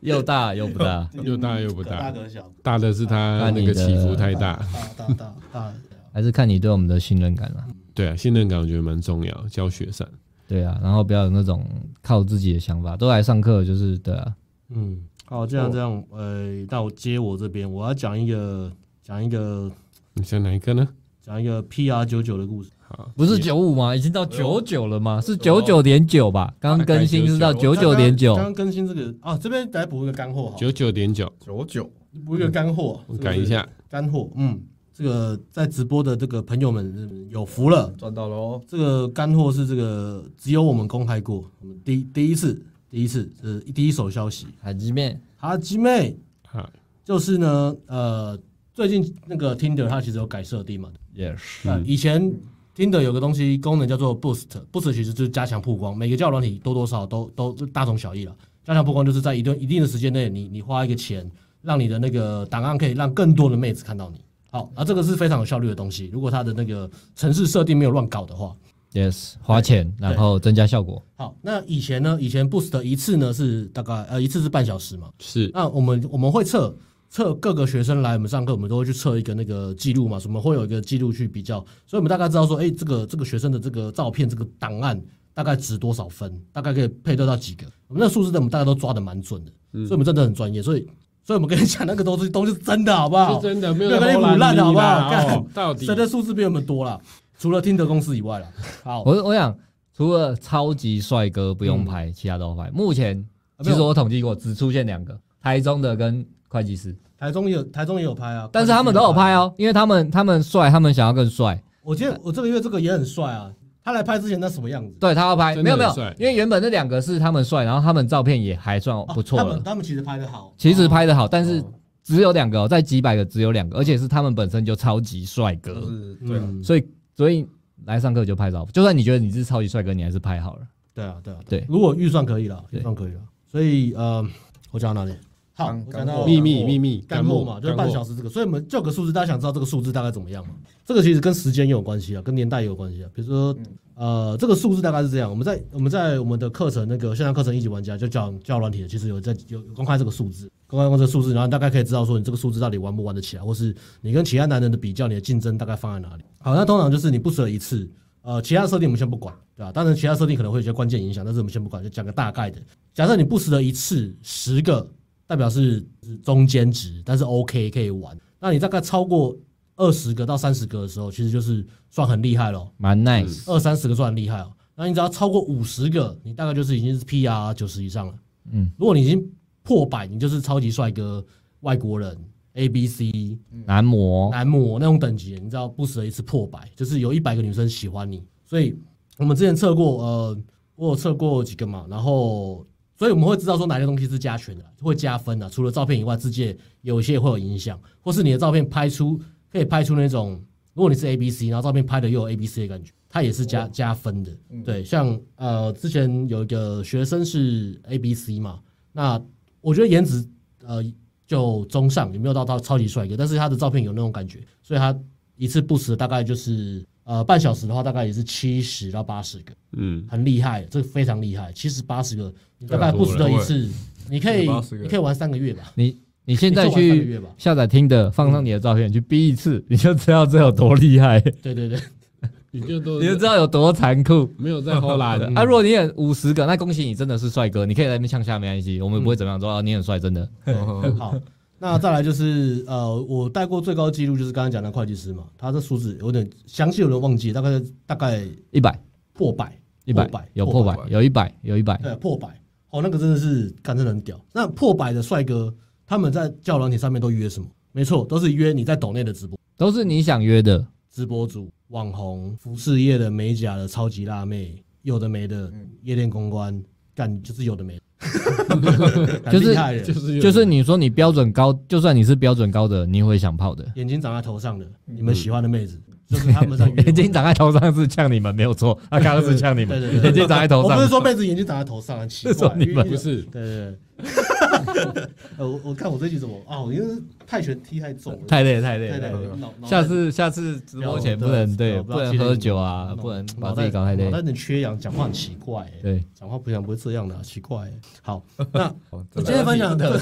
Speaker 5: 又大又不大，
Speaker 1: 又大又不
Speaker 2: 可
Speaker 1: 大，
Speaker 2: 大可小，
Speaker 1: 大的是它那个起伏太大。
Speaker 2: 大大大大。对啊
Speaker 3: 还是看你对我们的信任感啦。
Speaker 1: 对啊，信任感我觉得蛮重要，教学上。
Speaker 3: 对啊，然后不要有那种靠自己的想法，都来上课就是对啊，
Speaker 2: 嗯，好，这样这样，呃，那我接我这边，我要讲一个讲一个
Speaker 1: 你想哪一个呢？
Speaker 2: 讲一个 PR 九九的故事。
Speaker 1: 好，
Speaker 3: 不是九五吗？已经到九九了吗？是九九点九吧？刚更新是到九九点九
Speaker 2: 刚，刚更新这个啊，这边来补一个干货好了，
Speaker 1: 九九点九，
Speaker 4: 九九
Speaker 2: 补一个干货，
Speaker 3: 嗯
Speaker 1: 我改一下。
Speaker 2: 干货。嗯，这个在直播的这个朋友们嗯有福了，
Speaker 4: 赚到了哦，
Speaker 2: 这个干货是这个只有我们公开过，我们第第一次第一次呃第一手消息。
Speaker 3: 海基面
Speaker 2: 哈基妹
Speaker 1: 好，
Speaker 2: 就是呢，呃，最近那个 Tinder 它其实有改设定嘛，
Speaker 3: 也是
Speaker 2: 那以前 Tinder 有个东西功能叫做 Boost，Boost 其实就是加强曝光，每个交友软体多多少少都都都大同小异了。加强曝光就是在一定一定的时间内，你你花一个钱，让你的那个档案可以让更多的妹子看到你。好，啊，这个是非常有效率的东西。如果它的那个城市设定没有乱搞的话，
Speaker 3: yes 花钱，然后增加效果。
Speaker 2: 好，那以前呢？以前 Boost 一次呢是大概呃一次是半小时嘛，
Speaker 1: 是
Speaker 2: 那我们我们会测测各个学生来我们上课，我们都会去测一个那个记录嘛，什么会有一个记录去比较，所以我们大概知道说，哎、这个这个学生的这个照片这个档案大概值多少分，大概可以配对到几个，我们那数字的我们大概都抓的蛮准的，
Speaker 3: 嗯
Speaker 2: 所以我们真的很专业，所以所以我们跟你讲那个东西都是真的，好不好？
Speaker 1: 是真的，没
Speaker 2: 没
Speaker 1: 有
Speaker 2: 有跟你
Speaker 1: 胡
Speaker 2: 胡
Speaker 1: 乱
Speaker 2: 烂的好不好？
Speaker 1: 哦
Speaker 2: 干
Speaker 1: 到底
Speaker 2: 谁的数字比我们多啦？除了听得公司以外啦，好，
Speaker 3: 我我想除了超级帅哥不用拍，其他都拍。目前
Speaker 2: 啊没
Speaker 3: 其
Speaker 2: 有
Speaker 3: 实我统计过，只出现两个，台中的跟会计师，
Speaker 2: 台中也有台中也有拍啊，
Speaker 3: 但是他们都有拍。哦，因为他们他们帅，他们想要更帅。
Speaker 2: 我记得我这个月这个也很帅啊，他来拍之前那什么样子？
Speaker 3: 对他要拍，
Speaker 1: 真的
Speaker 3: 没有没有
Speaker 1: 很帅，
Speaker 3: 因为原本那两个是他们帅，然后他们照片也还算不错
Speaker 2: 哦他
Speaker 3: 了
Speaker 2: 们，他们其实拍的好，哦
Speaker 3: 其实拍的好，但是只有两个、哦，在几百个只有两个，而且是他们本身就超级帅
Speaker 4: 就
Speaker 3: 哥，
Speaker 4: 是对
Speaker 2: 嗯
Speaker 4: 啊，
Speaker 3: 所以所以来上课就拍照，就算你觉得你是超级帅哥，你还是拍好了。
Speaker 2: 对啊，对啊，
Speaker 3: 对
Speaker 2: 如果预算可以了，
Speaker 3: 对
Speaker 2: 预算可以了，所以呃，我讲到哪里？好，
Speaker 4: 干
Speaker 2: 我讲到
Speaker 4: 干货
Speaker 1: 秘密秘密
Speaker 2: 干货嘛，就是半小
Speaker 1: 时。
Speaker 2: 时这个，所以我们就有个数字，大家想知道这个数字大概怎么样嘛？这个其实跟时间也有关系啊，跟年代也有关系啊。比如说，呃，这个数字大概是这样，我们在我们在我们的课程那个线上课程一级玩家就教教软体的，其实有在有有公开这个数字，公开过这个数字，然后大概可以知道说你这个数字到底玩不玩得起来，或是你跟其他男人的比较，你的竞争大概放在哪里。好，那通常就是你不舍一次。呃，其他设定我们先不管，对吧、当然，其他设定可能会有一些关键影响，但是我们先不管，就讲个大概的。假设你不时的一次十个，代表是是中间值，但是 OK 可以玩。那你大概超过二十个到三十个的时候，其实就是算很厉害咯。
Speaker 3: 蛮 nice，、
Speaker 2: 二三十个算很厉害哦。那你只要超过五十个，你大概就是已经是 PR 九十以上了。
Speaker 3: 嗯，
Speaker 2: 如果你已经破百，你就是超级帅哥、外国人、A B C
Speaker 3: 男模
Speaker 2: 男模那种等级，你知道不时的一次破百，就是有一百个女生喜欢你。所以我们之前测过，呃，我有测过几个嘛，然后所以我们会知道说哪些东西是加权的，会加分的。除了照片以外，字界有一些会有影响，或是你的照片拍出可以拍出那种，如果你是 A B C，然后照片拍的又有 A B C 的感觉，它也是加、加分的。对，像呃之前有一个学生是 A B C 嘛，那我觉得颜值呃就中上，也没有到到超级帅哥，但是他的照片有那种感觉，所以他一次不死大概就是呃，半小时的话大概也是七十到八十个，
Speaker 1: 嗯，
Speaker 2: 很厉害，这个非常厉害，七十八十个，你大概不值得一次，你可以
Speaker 4: 70-80个
Speaker 2: 你可以玩三个月吧。
Speaker 3: 你你现在
Speaker 2: 你做完三个月
Speaker 3: 去
Speaker 2: 吧
Speaker 3: 下载听的，放上你的照片，去逼一次，你就知道这有多厉害，
Speaker 2: 对对对，
Speaker 1: 你就都
Speaker 3: 你就知道有多残酷。
Speaker 1: 没有在后
Speaker 2: 嗯
Speaker 1: 拉的，
Speaker 3: 啊，如果你也五十个，那恭喜你真的是帅哥，你可以在那边呛下没关系，我们不会怎
Speaker 2: 嗯
Speaker 3: 么样说啊，你很帅，真的。
Speaker 2: 好，那再来就是呃，我带过最高纪录就是刚刚讲的会计师嘛，他这数字有点详细，有点忘记，大概大概
Speaker 3: 一百
Speaker 2: 破百，
Speaker 3: 一百
Speaker 2: 破百
Speaker 3: 有破百
Speaker 4: 破，百
Speaker 3: 有一百有一百，
Speaker 2: 对，破百，哦，那个真的是干真的很屌。那破百的帅哥，他们在教软体上面都约什么？没错，都是约你在抖内的直播，
Speaker 3: 都是你想约的。
Speaker 2: 直播主、网红、服饰业的、美甲的、超级辣妹，有的没的，
Speaker 3: 嗯
Speaker 2: 夜店公关，干就是有的没的，干
Speaker 3: 就是
Speaker 2: 厉害人，
Speaker 1: 就是
Speaker 3: 就是你说你标准高，就算你是标准高的，你也会想泡的。
Speaker 2: 眼睛长在头上的，你们喜欢的妹子，就是他们在约我。
Speaker 3: 嗯 眼睛长在头上是呛你们没有错，他刚刚是呛
Speaker 2: 对
Speaker 3: 你们
Speaker 2: 对对，对
Speaker 3: 眼睛长在头
Speaker 2: 我不是
Speaker 3: 上。
Speaker 2: 说妹子眼睛长在头上，很奇
Speaker 3: 是说
Speaker 2: 怪，
Speaker 3: 你
Speaker 2: 因
Speaker 3: 们
Speaker 2: 为
Speaker 1: 不是
Speaker 2: 对对 对。呃，我我看我这局怎么啊？我因为泰拳踢太重了，
Speaker 3: 太累太累
Speaker 2: 对对
Speaker 3: 了，
Speaker 2: 对，脑脑
Speaker 3: 下次下次直播前不能对不能喝酒啊，不能把自己搞太累
Speaker 2: 脑。袋有点缺氧，讲话很奇怪、欸。
Speaker 3: 对，
Speaker 2: 讲话不想不会这样的啊、奇怪欸、 好，那
Speaker 4: 哦
Speaker 2: 我今天分享的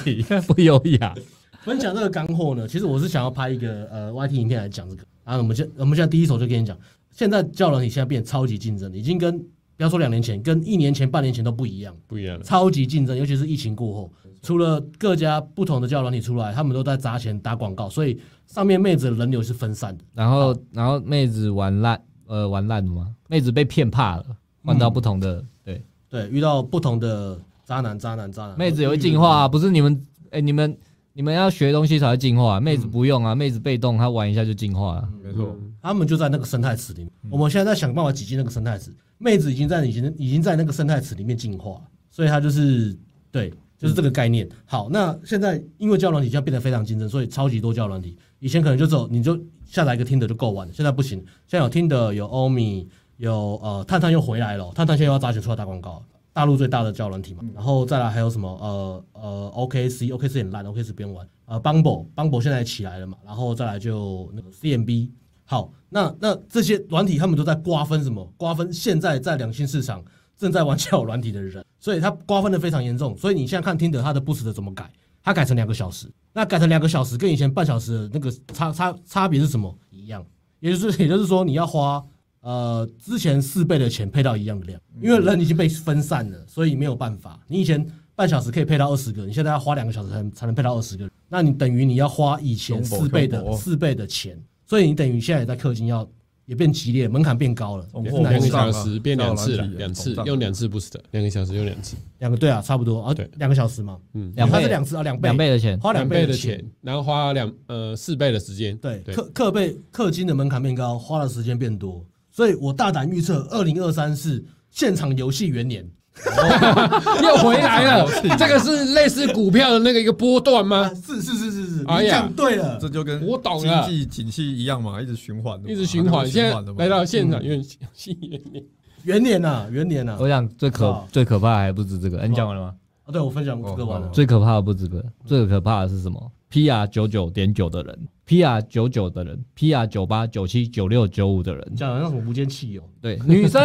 Speaker 3: 不优雅，
Speaker 2: 分享这个干货呢，其实我是想要拍一个呃 YT 影片来讲这个啊。我们现我们现在第一手就跟你讲，现在教人你现在变超级竞争，已经跟不要说两年前，跟一年前、半年前都不一样。
Speaker 1: 不一样了。
Speaker 2: 超级竞争，尤其是疫情过后，除了各家不同的教软体出来，他们都在砸钱打广告，所以上面妹子的人流是分散的。
Speaker 3: 然后然后妹子玩烂，呃，玩烂了吗？妹子被骗怕了，换
Speaker 2: 嗯
Speaker 3: 到不同的，对，
Speaker 2: 对，遇到不同的渣男、渣男、渣男，
Speaker 3: 妹子也会进化啊，不是你们，哎，你们你们要学东西才会进化啊，妹
Speaker 2: 嗯
Speaker 3: 子不用啊，妹子被动，她玩一下就进化了。
Speaker 4: 没错，
Speaker 2: 他们就在那个生态池里面。我们现在在想办法挤进那个生态池，妹子已经在已经已经在那个生态池里面进化了，所以她就是对，就是这个概念。好，那现在因为教软体现在变得非常竞争，所以超级多教软体，以前可能就只有你就下载一个听的就够玩了，现在不行，现在有听的，有欧米，有呃探探又回来了，探探现在又要砸钱出来打广告了。大陆最大的教软体嘛，然后再来还有什么呃呃 OKC OKC 很烂，OKC 不用玩，呃 Bumble Bumble 现在也起来了嘛，然后再来就那个 CMB。好，那那这些软体他们都在瓜分什么？瓜分现在在两性市场正在玩交友软体的人，所以它瓜分的非常严重。所以你现在看听的它的不时的怎么改，它改成两个小时，那改成两个小时跟以前半小时的那个差差差别是什么？一样，也就是也就是说你要花呃之前四倍的钱配到一样的量，
Speaker 4: 嗯
Speaker 2: 因为人已经被分散了，所以没有办法。你以前半小时可以配到二十个，你现在要花两个小时才能才能配到二十个，那你等于你要花以前
Speaker 4: 中
Speaker 2: 四
Speaker 4: 国
Speaker 2: 倍
Speaker 4: 中
Speaker 2: 的
Speaker 4: 国
Speaker 2: 四倍的钱，所以你等于现在也在氪金要也变激烈，门槛变高了，
Speaker 4: 通
Speaker 2: 是
Speaker 4: 货
Speaker 1: 两
Speaker 2: 难
Speaker 1: 个
Speaker 2: 以
Speaker 4: 膨胀
Speaker 1: 小
Speaker 4: 啊
Speaker 1: 时变两次了，
Speaker 4: 到了
Speaker 1: 两次
Speaker 4: 膨胀
Speaker 1: 用两次 boost，两个小时用两次，
Speaker 2: 两个对啊，差不多啊
Speaker 1: 对，
Speaker 2: 两个小时嘛，嗯，
Speaker 3: 两
Speaker 2: 它
Speaker 3: 倍
Speaker 2: 是两次啊，两倍
Speaker 3: 两倍的钱，
Speaker 2: 花两
Speaker 1: 倍
Speaker 2: 的
Speaker 1: 的钱，然后花两呃四倍的时间，
Speaker 2: 对，
Speaker 1: 对
Speaker 2: 氪氪倍氪金的门槛变高，花的时间变多，所以我大胆预测，二零二三是现场游戏元年。
Speaker 1: 又回来 了。这个是类似股票的那个一个波段吗？
Speaker 2: 啊是是是是是，
Speaker 1: 哎
Speaker 2: 你
Speaker 1: 呀
Speaker 2: 讲对了
Speaker 4: 这，就跟
Speaker 1: 我懂
Speaker 4: 经
Speaker 1: 了
Speaker 4: 济景气一样嘛，一直循环的
Speaker 1: 一
Speaker 4: 嘛，
Speaker 1: 直循环，嗯现在
Speaker 4: 的嘛
Speaker 1: 来到现场有点吸引你。
Speaker 2: 元年呐，元年呐。
Speaker 3: 我想最可
Speaker 2: 哇
Speaker 3: 最可怕还不止这个，哎你讲完了吗？
Speaker 2: 啊，对我分
Speaker 1: 哦
Speaker 2: 享这个完了，
Speaker 3: 最可怕的不止这个，最可怕的是什么？PR 九九点九的人，PR 九九的人，PR 九八、九七、九六、九五的人，
Speaker 2: 讲的像什么无间哦汽油
Speaker 3: 对，女生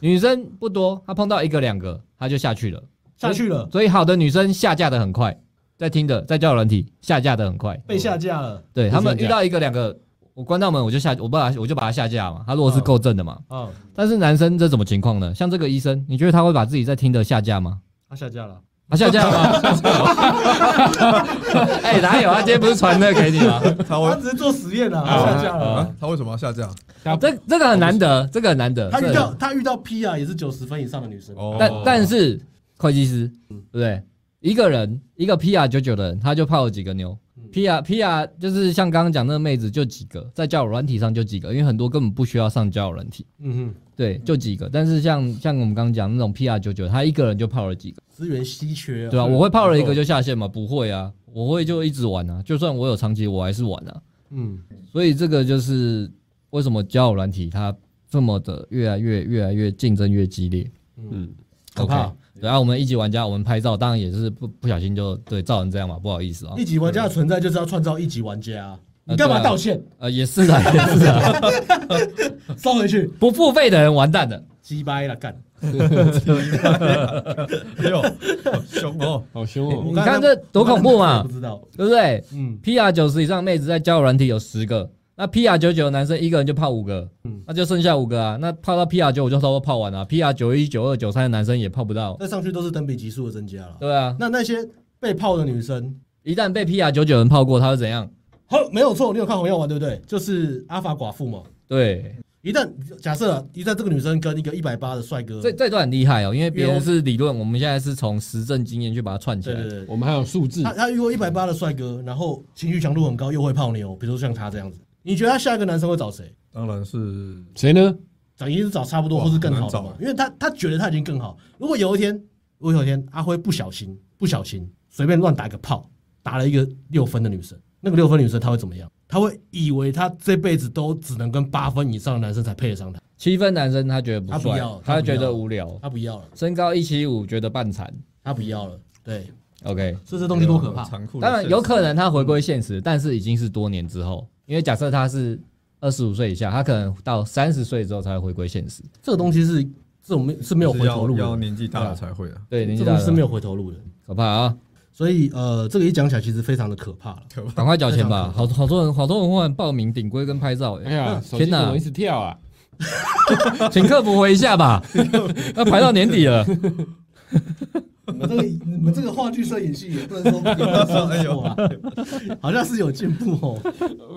Speaker 3: 女生不多，她碰到一个两个，她就下去了。
Speaker 2: 下去了，
Speaker 3: 所以好的女生下架的很快，在听的在交友软体下架的很快，
Speaker 2: 被下架了
Speaker 3: 对他们
Speaker 1: 下架
Speaker 3: 遇到一个两个，我关到门我就下，我把我就把她下架嘛。她如果是
Speaker 2: 嗯
Speaker 3: 够正的嘛，
Speaker 2: 啊，
Speaker 3: 但是男生这什么情况呢？像这个医生，你觉得他会把自己在听的下架吗？
Speaker 2: 他下架了，
Speaker 3: 他下架了吗？哎、哪有？他今天不是传那个给你吗？
Speaker 4: 他
Speaker 2: 他
Speaker 4: 为
Speaker 2: 只是做实验啊，他下架了
Speaker 4: 啊。他为什么要下架？
Speaker 3: 这这个很难得，这个很难得。
Speaker 2: 他遇
Speaker 3: 这
Speaker 2: 到
Speaker 3: 个
Speaker 2: 他遇到 P 啊，也是九十分以上的女生，
Speaker 4: 哦，
Speaker 3: 但但是会计师，对不对？一个人一个 PR 九九的人，他就泡了几个妞。PR
Speaker 2: 嗯
Speaker 3: PR 就是像刚刚讲那个妹子，就几个在交友软体上就几个，因为很多根本不需要上交友软体，
Speaker 2: 嗯哼，
Speaker 3: 对，就几个。但是像像我们刚刚讲那种 PR 九九，他一个人就泡了几个。
Speaker 2: 资源稀缺啊，
Speaker 3: 对啊，我会泡了一个就下线吗？不会啊，我会就一直玩啊，就算我有长期，我还是玩啊。
Speaker 2: 嗯，
Speaker 3: 所以这个就是为什么交友软体它这么的越来越越来越竞争越激烈。
Speaker 1: 嗯，
Speaker 2: 可怕
Speaker 3: OK，然后我们一级玩家，我们拍照当然也是不不小心就对造成这样嘛，不好意思啊。
Speaker 2: 一级玩家的存在就是要创造一级玩家啊，你干嘛道歉？
Speaker 3: 呃，也是 的，也是的，啊
Speaker 2: 收回去，
Speaker 3: 不付费的人完蛋的。
Speaker 2: 鸡掰了，干！
Speaker 4: 哎呦，好凶哦！
Speaker 1: 好凶哦！
Speaker 3: 你看这多恐怖啊
Speaker 2: 我
Speaker 3: 嘛
Speaker 2: 不，知道，
Speaker 3: 对不对
Speaker 2: 嗯，
Speaker 3: ？PR 九十以上妹子在交友软体有十个，那 PR 九九男生一个人就泡五个，
Speaker 2: 嗯
Speaker 3: 那就剩下五个啊。那泡到 PR 九我就差不多泡完了，PR 九一、九二、九三的男生也泡不到。
Speaker 2: 那上去都是等比级数的增加了。
Speaker 3: 对啊，
Speaker 2: 那那些被泡的女生，
Speaker 3: 一旦被 PR 九九人泡过，他会怎样？
Speaker 2: 好，没有错，你有看《红药丸》对不对？就是阿法寡妇嘛。
Speaker 3: 对，
Speaker 2: 一旦假设啊一旦这个女生跟一个一百八的帅哥，
Speaker 3: 这这段很厉害哦，因为别人是理论，我们现在是从实证经验去把它串起
Speaker 2: 对
Speaker 3: 来
Speaker 2: 对。对，
Speaker 1: 我们还有数字
Speaker 2: 他，他遇过一百八的帅哥，然后情绪强度很高，又会泡妞，比如说像他这样子，你觉得他下一个男生会找谁？
Speaker 4: 当然是
Speaker 1: 谁呢？
Speaker 2: 找一定是找差不多
Speaker 4: 哇
Speaker 2: 或是更好的
Speaker 4: 很
Speaker 2: 嘛
Speaker 4: 难，找
Speaker 2: 因为他他觉得他已经更好。如果有一天，如果有一天阿辉不小心不小心随便乱打一个炮，打了一个六分的女生，那个六分女生她会怎么样？她会以为她这辈子都只能跟八分以上的男生才配得上她，
Speaker 3: 七分男生他觉得
Speaker 2: 他
Speaker 3: 不
Speaker 2: 不
Speaker 3: 帅
Speaker 2: 要，他
Speaker 3: 他
Speaker 2: 不
Speaker 3: 觉
Speaker 2: 要
Speaker 3: 得无聊，
Speaker 2: 她不要了，
Speaker 3: 身高一七五觉得半残。
Speaker 2: 她不要了，对，
Speaker 3: OK，
Speaker 2: 所以这东西多可怕！
Speaker 4: 残酷的现
Speaker 3: 当
Speaker 4: 实。
Speaker 3: 然有可能他回归现实，但是已经是多年之后，因为假设他是二十五岁以下，他可能到三十岁之后才会回归现实。
Speaker 2: 这个东西是这种没是没有
Speaker 4: 是
Speaker 2: 回头
Speaker 4: 要
Speaker 2: 路
Speaker 4: 要
Speaker 2: 的，
Speaker 4: 年纪大了才会啊，
Speaker 3: 对，年纪
Speaker 2: 这
Speaker 3: 大
Speaker 2: 东西是没
Speaker 3: 了，
Speaker 2: 有回头路的。
Speaker 3: 可怕啊！
Speaker 2: 所以呃，这个一讲起来其实非常的可怕了。
Speaker 3: 赶快缴钱
Speaker 2: 非常
Speaker 3: 吧，
Speaker 2: 可怕
Speaker 3: 好好多人，好多人忽然报名顶规跟拍照、
Speaker 1: 哎
Speaker 3: 欸，
Speaker 1: 呀，手机
Speaker 3: 天
Speaker 1: 怎
Speaker 3: 哪
Speaker 1: 么一直跳啊？
Speaker 3: 请客服回一下吧， 要排到年底了。
Speaker 2: 你 们这个你们这个话剧摄影系也不能说也不能 说
Speaker 4: 哎
Speaker 2: 错啊， 好像是有进步哦，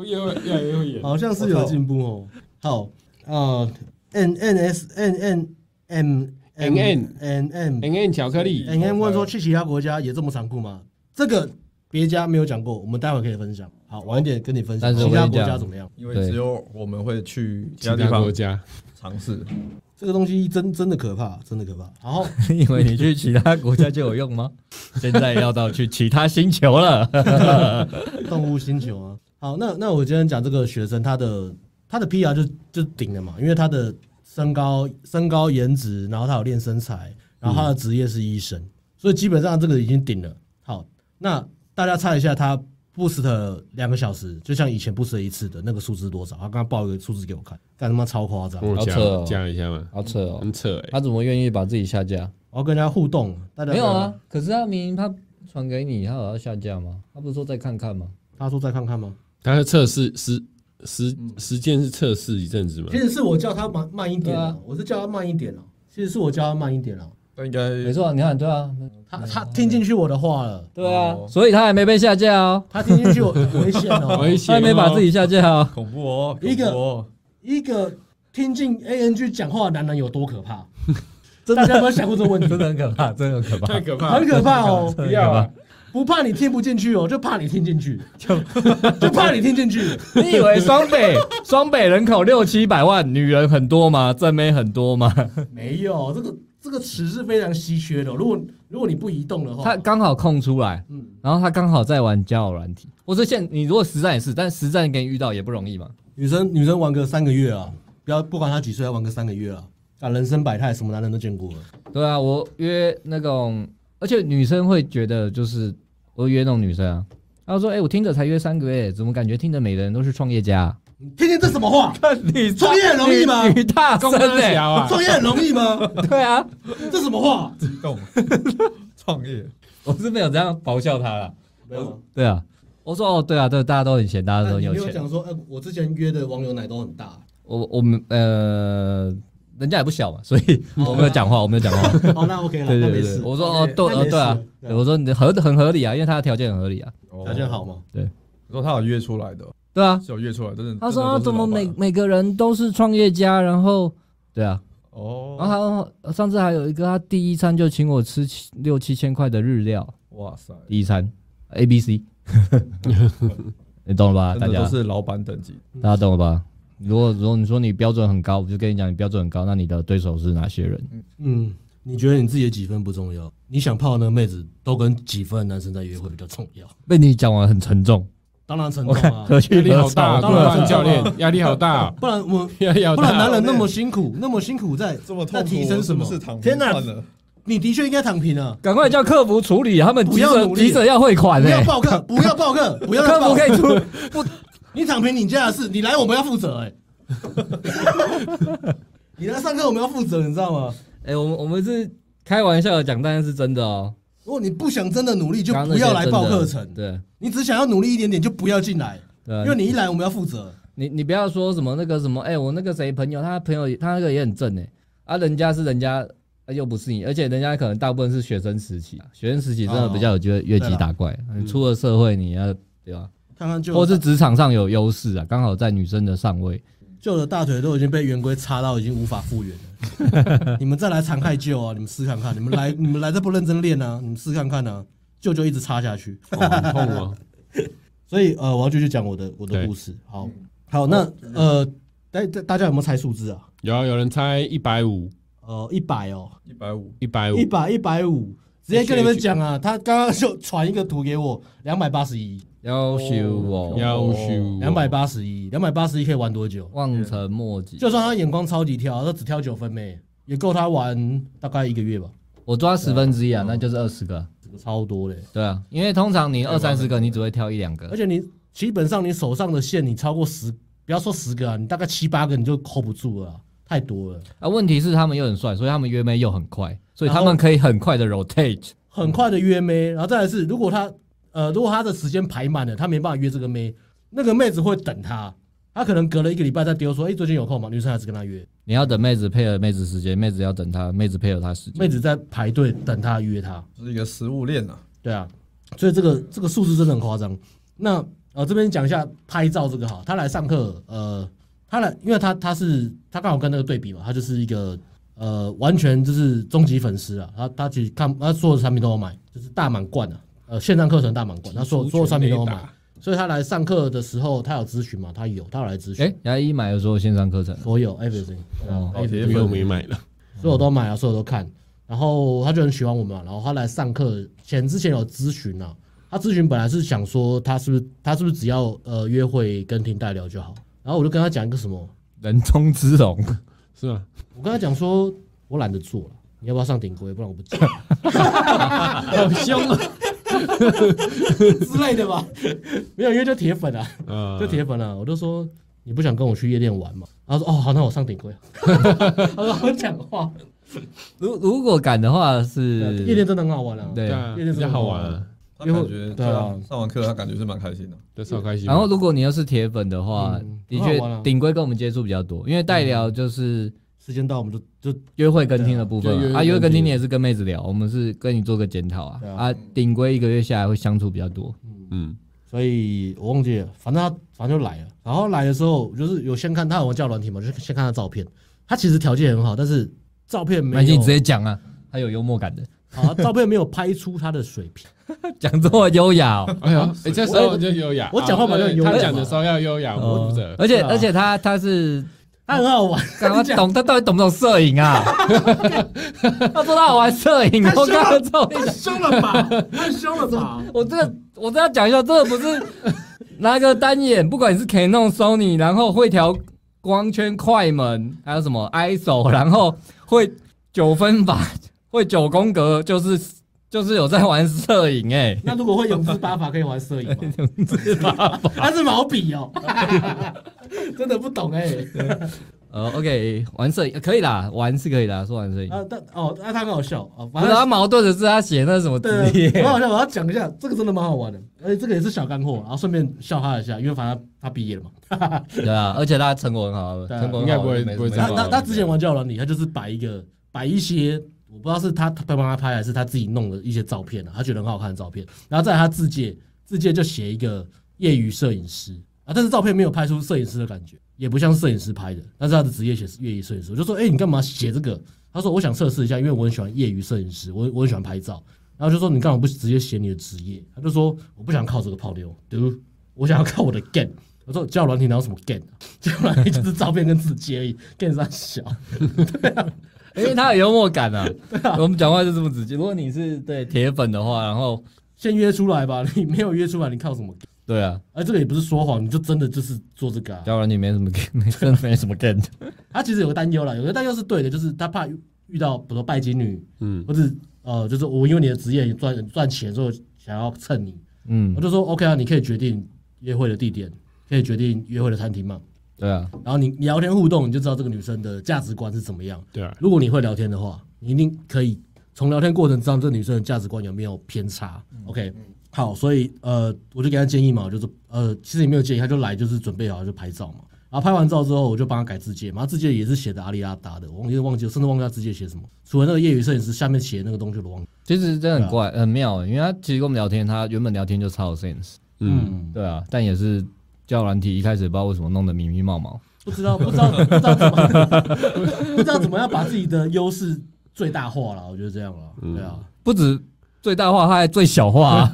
Speaker 1: 越越来越会演。
Speaker 2: 好像是有进步哦。好啊、n N S N N M
Speaker 1: NN
Speaker 2: N M
Speaker 1: N N 巧克力，
Speaker 2: N M 问说去其他国家也这么残酷吗？这个别家没有讲过，我们待会可以分享。好，晚一点跟你分享
Speaker 3: 但是
Speaker 2: 其
Speaker 3: 我跟
Speaker 2: 他
Speaker 3: 你
Speaker 2: 国家
Speaker 3: 讲
Speaker 2: 怎么样？
Speaker 4: 因为
Speaker 3: 对
Speaker 4: 只有我们会去其
Speaker 1: 其
Speaker 4: 他地
Speaker 1: 他
Speaker 4: 方
Speaker 1: 国家，
Speaker 4: 尝试。
Speaker 2: 这个东西真真的可怕，真的可怕。然后
Speaker 3: 你以为你去其他国家就有用吗？ 现在要到去其他星球了。
Speaker 2: 动物星球啊。好，那那我今天讲这个学生，他的他的 PR 就就顶了嘛，因为他的身高、身高、颜值，然后他有练身材，然后他的职业是医生，所以基本上这个已经顶了。好，那大家猜一下，他 boost 了两个小时，就像以前 boost 了一次的那个数字多少？他刚刚报一个数字给我看，干他妈超夸张！
Speaker 1: 我
Speaker 3: 好扯
Speaker 1: 讲
Speaker 3: 哦
Speaker 1: 讲一下嘛，
Speaker 3: 好扯哦
Speaker 1: 很，扯哎。
Speaker 3: 他怎么愿意把自己下架？
Speaker 2: 我要跟人家互动，大家
Speaker 3: 没有啊，，可是他明明他传给你，他有要下架吗？他不是说再看看吗？
Speaker 2: 他说再看看吗？
Speaker 1: 他是测试时时时间是测试一阵子嘛
Speaker 2: 其，实是我叫他慢慢一点
Speaker 3: 对
Speaker 2: 啊
Speaker 3: 啊，
Speaker 2: 我是叫他慢一点啊，其实是我叫他慢一点啊，
Speaker 4: 那应该
Speaker 3: 没错啊，你看，对啊，
Speaker 2: 他他听进去我的话了。
Speaker 3: 对啊
Speaker 4: 哦，
Speaker 3: 所以他还没被下架哦，
Speaker 2: 他听进去我很危险哦、
Speaker 1: 危险
Speaker 3: 他还没把自己下架哦。
Speaker 4: 恐怖哦，
Speaker 2: 一个
Speaker 4: 恐怖哦
Speaker 2: 一个听进 ANG 讲话的男人有多可怕？大家有没有想过这个问题？
Speaker 3: 真的很可怕，真的很可怕。
Speaker 1: 可
Speaker 2: 很可怕哦、
Speaker 1: 不要啊！
Speaker 2: 不怕你听不进去哦、就怕你听进去，就 就怕你听进去。
Speaker 3: 你以为双北双北人口六七百万，女人很多吗？正妹很多吗？
Speaker 2: 没有这个这个词是非常稀缺的哦、如果如果你不移动的话，
Speaker 3: 他刚好空出来，
Speaker 2: 嗯，
Speaker 3: 然后他刚好在玩交友软体，或者现你如果实战也是，但实战给你遇到也不容易嘛。
Speaker 2: 女生女生玩个三个月啊，不要不管她几岁，要玩个三个月啊。啊，人生百态，什么男人都见过了。
Speaker 3: 对啊，我约那种，而且女生会觉得就是我约那种女生啊，她说：“哎、我听着才约三个月，怎么感觉听着每个人都是创业家、啊
Speaker 2: 你听听这什么话？？”
Speaker 3: 你
Speaker 2: 创业容易吗
Speaker 3: 女女大生哎、
Speaker 1: 小啊，
Speaker 2: 创业很容易 吗？
Speaker 3: 对啊，
Speaker 2: 这什么话？
Speaker 4: 激动哦创业，
Speaker 3: 我是没有这样嘲笑她啦。
Speaker 2: 没有啊。
Speaker 3: 对啊，我说哦，对啊，对，大家都很闲，大家
Speaker 2: 那
Speaker 3: 都很
Speaker 2: 你没
Speaker 3: 有
Speaker 2: 有
Speaker 3: 钱。
Speaker 2: 讲说，呃，我之前约的网友奶都很大。
Speaker 3: 我我们呃，人家也不小嘛，所以我没有讲话，我没有讲话。
Speaker 2: 哦，那 OK 了，
Speaker 3: 对
Speaker 2: 那
Speaker 3: 对
Speaker 2: 没
Speaker 3: 对
Speaker 2: 事
Speaker 3: 对，。我说哦，对
Speaker 2: 那没
Speaker 3: 哦，
Speaker 2: 事
Speaker 3: 对啊，
Speaker 2: 对
Speaker 3: 对我说你的合很合理啊，因为他的条件很合理啊。
Speaker 4: 哦
Speaker 2: 条件好吗？
Speaker 4: 你说他有约出来的，
Speaker 3: 对啊，
Speaker 4: 是有约出来，真的。
Speaker 3: 他
Speaker 4: 真
Speaker 3: 说、
Speaker 4: 的都
Speaker 3: 啊、
Speaker 4: 是
Speaker 3: 怎么
Speaker 4: 老板
Speaker 3: 每每个人都是创业家，然后对啊，然
Speaker 4: 哦，
Speaker 3: 后他上次还有一个，他第一餐就请我吃七六七千块的日料，
Speaker 4: 哇塞，
Speaker 3: 第一餐 A B C，你懂了吧？大
Speaker 4: 真的
Speaker 3: 家
Speaker 4: 都是老板等级，
Speaker 3: 大家懂了吧？如果如果你说你标准很高，我就跟你讲你标准很高，那你的对手是哪些人？
Speaker 2: 嗯，你觉得你自己的几分不重要，你想泡那个妹子都跟几分的男生在约会比较重要。
Speaker 3: 被你讲完很沉重，
Speaker 2: 当然沉
Speaker 3: 我
Speaker 2: 重
Speaker 3: 看
Speaker 2: 啊，
Speaker 3: 何去
Speaker 1: 压 力
Speaker 3: 何
Speaker 1: 好
Speaker 3: 从
Speaker 1: 大，
Speaker 2: 当
Speaker 1: 顾
Speaker 2: 然
Speaker 1: 问教练压力好大哦，
Speaker 2: 不然 我们
Speaker 1: 压力好
Speaker 2: 不然
Speaker 1: 大
Speaker 2: 男
Speaker 1: 哦。
Speaker 2: 人那么辛苦，那么辛苦在
Speaker 4: 这么
Speaker 2: 在
Speaker 4: 痛苦，
Speaker 2: 提升什么
Speaker 4: 我是不是？躺平
Speaker 2: 天哪
Speaker 4: 算，了
Speaker 2: 你的确应该躺平啊！
Speaker 3: 赶快叫客服处理，他们
Speaker 2: 不
Speaker 3: 急
Speaker 2: 要
Speaker 3: 着
Speaker 2: 努力
Speaker 3: 急着要汇款欸
Speaker 2: 不
Speaker 3: 呢、
Speaker 2: 要报课，不要报课，不要再
Speaker 3: 客
Speaker 2: 报
Speaker 3: 服可
Speaker 2: 课。
Speaker 3: 以出不
Speaker 2: 你躺平你家的事，你来我们要负责哎、 你来上课我们要负责，你知道吗？
Speaker 3: 哎、我们我们是开玩笑的讲，但是真的哦、
Speaker 2: 如果你不想真的努力，就
Speaker 3: 刚刚那
Speaker 2: 不
Speaker 3: 些
Speaker 2: 要来
Speaker 3: 真
Speaker 2: 报
Speaker 3: 的
Speaker 2: 课程。
Speaker 3: 对
Speaker 2: 你只想要努力一点点，就不要进来，
Speaker 3: 对啊，
Speaker 2: 因为你一来我们要负责。
Speaker 3: 你你不要说什么那个什么，哎、我那个谁朋友，他朋友他那个也很正哎、啊，人家是人家、啊又不是你，而且人家可能大部分是学生时期，啊学生时期真
Speaker 2: 哦
Speaker 3: 的比较有机会越级打怪，
Speaker 2: 嗯
Speaker 3: 你出了社会你要对吧、
Speaker 2: 看看旧
Speaker 3: 或
Speaker 2: 的
Speaker 3: 是职场上有优势啊，刚好在女生的上位，
Speaker 2: 旧的大腿都已经被圆规插到，已经无法复原了。 你们再来残害旧啊！你们试看看，你们来你们来这不认真练啊！你们试看看啊！舅舅一直插下去，
Speaker 1: 哦很痛啊！
Speaker 2: 所以呃，我要继续讲我的我的
Speaker 1: 对
Speaker 2: 故事。好，好，那呃，大大大家有没有猜数字啊？
Speaker 1: 有啊有人猜一百五，
Speaker 2: 呃，一百哦，
Speaker 4: 一百五，
Speaker 1: 一百五
Speaker 2: 一，百一百五，直接跟你们讲啊！他刚刚就传一个图给我，两百八十一，
Speaker 3: 要修哦，
Speaker 1: 要修
Speaker 2: 两百八十一，两百八十一可以玩多久？
Speaker 3: 望尘莫及。
Speaker 2: 就算他眼光超级挑，他只挑九分妹，也够他玩大概一个月吧，
Speaker 3: 我抓十分之一啊，那就是二十个，
Speaker 2: 超多嘞。
Speaker 3: 对啊，因为通常你二三十个，你只会挑一两个
Speaker 2: 而，且你基本上你手上的线，你超过十，不要说十个啊，你大概七八个你就 hold 不住了啊、太多了。
Speaker 3: 啊，问题是他们又很帅，所以他们约妹又很快，所以他
Speaker 2: 然
Speaker 3: 们
Speaker 2: 后
Speaker 3: 可以很快的 rotate。
Speaker 2: 很快的约妹，然后再来是，如果他呃，如果他的时间排满了，他没办法约这个妹，那个妹子会等他，他可能隔了一个礼拜再丢说，哎、最近有空吗？女生还是跟他约，
Speaker 3: 你要等妹子配合妹子时间，妹子要等她，妹子配合她时间。
Speaker 2: 妹子在排队等他约他，
Speaker 4: 就是一个食物链呐。
Speaker 2: 对啊，所以这个这个数字真的很夸张。那呃，这边讲一下拍照这个好，他来上课，呃，他来，因为他他是他刚好跟那个对比嘛，他就是一个呃，完全就是终极粉丝啊，他他其实看他所有的产品都有买，就是大满贯啊，呃，线上课程大满贯，他所有所有产品都有买，所以他来上课的时候，他有咨询嘛，他有，他有来咨询，
Speaker 3: 哎，牙医买了所有线上课程，
Speaker 2: 所有 everything，
Speaker 3: 哦
Speaker 1: 老铁粉没买了，
Speaker 2: 所有都买啊，所有都看，然后他就很喜欢我们、啊，然后他来上课前之前有咨询啊，他咨询本来是想说他是不是他是不是只要呃约会跟听代聊就好，然后我就跟他讲一个什么，
Speaker 3: 人中之龙，
Speaker 1: 是吗？
Speaker 2: 我跟他讲说我懒得做了，你要不要上顶规，不然我不讲
Speaker 1: 好凶啊！
Speaker 2: 之类的吧，没有约就铁粉啊，
Speaker 1: 呃
Speaker 2: 就铁粉啊，我就说你不想跟我去夜店玩嘛，他说哦好，那我上顶规， 他说我讲话，
Speaker 3: 如如果敢的话
Speaker 2: 夜
Speaker 3: 是，
Speaker 2: 店真的很好玩啊，
Speaker 1: 对
Speaker 3: 对。
Speaker 1: 啊，
Speaker 2: 夜店
Speaker 1: 比
Speaker 2: 真的
Speaker 1: 较
Speaker 2: 很
Speaker 1: 好
Speaker 2: 好
Speaker 1: 玩
Speaker 2: 玩
Speaker 1: 啊，
Speaker 4: 他
Speaker 2: 因为
Speaker 4: 感觉
Speaker 2: 对啊
Speaker 4: 上完课，他感觉是蛮开心的。
Speaker 1: 对，超开心的。
Speaker 3: 然后如果你又是铁粉的话
Speaker 2: 嗯，
Speaker 3: 的
Speaker 2: 很
Speaker 3: 确
Speaker 2: 好玩啊嗯
Speaker 3: 顶规跟我们接触比较多，因为代聊就是
Speaker 2: 时间到我们就就
Speaker 3: 约会跟听的部分
Speaker 1: 对啊
Speaker 3: 啊
Speaker 1: 就
Speaker 3: 啊，
Speaker 1: 约
Speaker 3: 约
Speaker 1: 会
Speaker 3: 会
Speaker 1: 跟
Speaker 3: 跟
Speaker 1: 听
Speaker 3: 听你也是跟妹子聊，我们是跟你做个检讨啊
Speaker 2: 对啊
Speaker 3: 啊，顶规一个月下来会相处比较多，
Speaker 1: 嗯，
Speaker 2: 所以我忘记了，反正他反正就来了。然后来的时候，就是有先看他有玩教软体嘛，就是先看他照片。他其实条件很好，但是照片
Speaker 3: 那
Speaker 2: 没
Speaker 3: 你
Speaker 2: 有
Speaker 3: 直 接讲啊，他有幽默感的，
Speaker 2: 啊，照片没有拍出他的水 平。
Speaker 3: 讲这么优雅 哦。
Speaker 1: 哎呀，哎，这时候就优雅。
Speaker 2: 我讲话
Speaker 1: 啊
Speaker 2: 本来就
Speaker 1: 对
Speaker 2: 优雅
Speaker 1: 他讲的时候要优雅，我负责。
Speaker 3: 而且
Speaker 2: 对啊
Speaker 3: 而且他他是
Speaker 2: 他很好玩，
Speaker 3: 干嘛懂他到底懂不懂摄影啊？他说他好玩摄影，我刚刚照片讲
Speaker 6: 凶了吧？太凶了吧？
Speaker 3: 我这个我这要讲一下，这个 不是拿个单眼，不管你是 Canon、Sony，然后会调光圈、快门，还有什么 ISO，然后会九分法，会九宫格，就是就是有在玩摄影哎、
Speaker 2: 那如果会泳姿打法，可以玩摄影吗？啊他是毛笔哦， 真的不懂哎、
Speaker 3: 呃，OK，玩摄影呃可以啦，玩是可以啦，说玩摄影。
Speaker 2: 啊，但哦，那、他很好笑啊，
Speaker 3: 不
Speaker 2: 反
Speaker 3: 是
Speaker 2: 正
Speaker 3: 他矛盾的是他写那什么字
Speaker 2: 对，
Speaker 3: 帖
Speaker 2: 很好笑。我要讲一下，这个真的蛮好玩的，而且这个也是小干货，然后顺便笑他一下，因为反正他毕业了嘛。
Speaker 3: 对啊，而且他成果很好，
Speaker 2: 对啊
Speaker 3: 成果很好
Speaker 1: 应该不会
Speaker 3: 没
Speaker 1: 不会
Speaker 3: 没
Speaker 1: 这样
Speaker 2: 他
Speaker 1: 吧
Speaker 2: 他他之前玩教软体，他就是摆一个摆一些，我不知道是他他帮他拍还是他自己弄的一些照片啊，他觉得很好看的照片。然后再来他自介，自介就写一个业余摄影师啊，但是照片没有拍出摄影师的感觉，也不像摄影师拍的，但是他的职业写是业余摄影师。我就说，哎、你干嘛写这个？他说我想测试一下，因为我很喜欢业余摄影师，我我很喜欢拍照。然后就说你干嘛不直接写你的职业？他就说我不想靠这个泡妞，对，我想要靠我的 gain。我说教软体哪有什么 gain 啊？教软体就是照片跟字接而已，gain 上小。
Speaker 3: 因为他有幽默感 啊。我们讲话就这么直接。如果你是对铁粉的话，然后
Speaker 2: 先约出来吧，你没有约出来，你靠什么 gain？
Speaker 3: 对啊，
Speaker 2: 而这个也不是说谎，你就真的就是做这个啊。
Speaker 3: 要不然你没什么没真的没什么 g a
Speaker 2: 他其实有个担忧啦，有个担忧是对的，就是他怕遇到比如说拜金女，
Speaker 1: 嗯，
Speaker 2: 或者呃，就是我因为你的职业赚赚钱，所以我想要蹭你。
Speaker 3: 嗯
Speaker 2: 我，就说 OK 啊，你可以决定约会的地点，
Speaker 5: 可以决定约会的餐厅嘛。
Speaker 3: 对啊，
Speaker 5: 然后你聊天互动，你就知道这个女生的价值观是怎么样。
Speaker 1: 对啊，
Speaker 5: 如果你会聊天的话，你一定可以从聊天过程知道这女生的价值观有没有偏差。OK，好，所以呃，我就给她建议嘛，就是呃，其实也没有建议，她就来就是准备好就拍照嘛。然后拍完照之后，我就帮她改字界嘛，她字界也是写的阿里阿达的，我忘记忘记了，甚至忘记她字界写什么。除了那个业余摄影师下面写的那个东西，我都忘记了。
Speaker 3: 其实真的很怪、
Speaker 5: 啊
Speaker 3: 很妙欸，因为他其实跟我们聊天，他原本聊天就超有 sense，
Speaker 1: 嗯，
Speaker 3: 对啊，但也是教软体一开始不知道为什么弄得迷迷毛毛，
Speaker 5: 不知道不知道不知道怎么不知道怎么样把自己的优势最大化了，我觉得这样了，对啊，
Speaker 3: 不止最大化，他还最小化、 啊，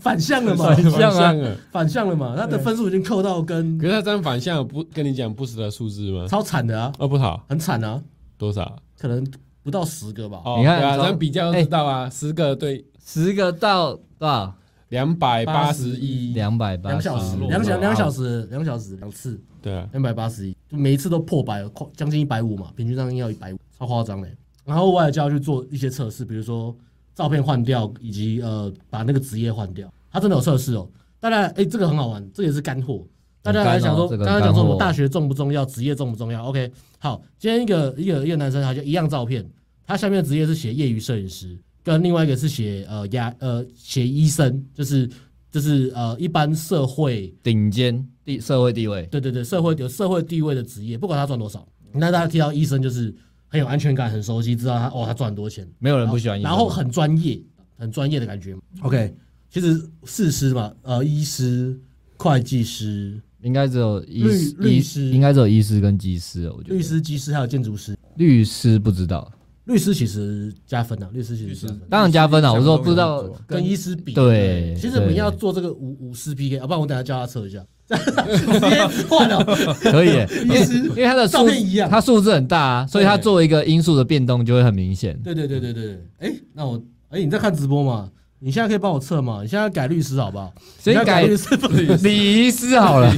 Speaker 5: 反向了嘛，
Speaker 3: 很像啊，
Speaker 1: 了。
Speaker 5: 反向了嘛，他的分数已经扣到跟
Speaker 1: 可是他这样反向有不跟你讲不实的数字吗？
Speaker 5: 超惨的啊，
Speaker 1: 哦，不好，
Speaker 5: 很惨啊，
Speaker 1: 多少？
Speaker 5: 可能不到十个吧，
Speaker 1: 哦，
Speaker 3: 你看
Speaker 1: 对啊，
Speaker 3: 从
Speaker 1: 咱比较就知道啊，十个对
Speaker 3: 十个到多少？
Speaker 1: 两百八十一，
Speaker 3: 两百八，
Speaker 5: 两小时，
Speaker 1: 啊
Speaker 5: 两小
Speaker 1: 哇
Speaker 5: 两小时，两小时两次，
Speaker 1: 对啊，
Speaker 5: 两百八十一，就每一次都破百，快将近一百五嘛，平均上要一百五，超夸张的。然后我也叫他去做一些测试，比如说照片换掉，以及呃把那个职业换掉，他真的有测试哦。大家哎、这个很好玩，这也是干货。大家还想说，
Speaker 3: 很干哦这
Speaker 5: 刚
Speaker 3: 个
Speaker 5: 刚
Speaker 3: 很干
Speaker 5: 讲说
Speaker 3: 货
Speaker 5: 我们大学重不重要，职业重不重要？OK，好，今天一个一个一个男生，他就一样照片，他下面的职业是写业余摄影师，跟另外一个是写呃牙呃写医生，就是就是呃一般社会
Speaker 3: 顶尖地社会地位，
Speaker 5: 对对对，社会有社会地位的职业，不管他赚多少，那大家提到医生就是很有安全感，很熟悉，知道他哦，他赚很多钱，
Speaker 3: 没有人不喜欢医生
Speaker 5: 然后很专业，很专业的感觉。OK，其实事师嘛，呃，医师、会计师、
Speaker 3: 应该只有医
Speaker 5: 律律
Speaker 3: 医
Speaker 5: 师
Speaker 3: 应该只有医师跟技师了，我觉得
Speaker 5: 律师、技师还有建筑师，
Speaker 3: 律师不知道，
Speaker 5: 律师其实加分啊，律师其实加分。
Speaker 3: 当然加分了。
Speaker 4: 律
Speaker 3: 我
Speaker 4: 师
Speaker 3: 说不知道
Speaker 4: 想不通
Speaker 5: 跟医师比，
Speaker 3: 对
Speaker 5: 其实我们
Speaker 3: 对
Speaker 5: 要做这个五五师 PK，要不然啊我等下叫他测一下， 直接换了。
Speaker 3: 可以耶，因为
Speaker 5: 师
Speaker 3: 因为它的
Speaker 5: 照
Speaker 3: 数
Speaker 5: 片一样
Speaker 3: 它数字很大啊，所以它做一个因素的变动就会很明显。
Speaker 5: 对对对对对对，哎、那我哎、你在看直播嘛？你现在可以帮我测嘛？你现在改律师好不好？
Speaker 3: 所以
Speaker 5: 你要
Speaker 3: 改
Speaker 5: 律师不是，
Speaker 3: 李医师好 了，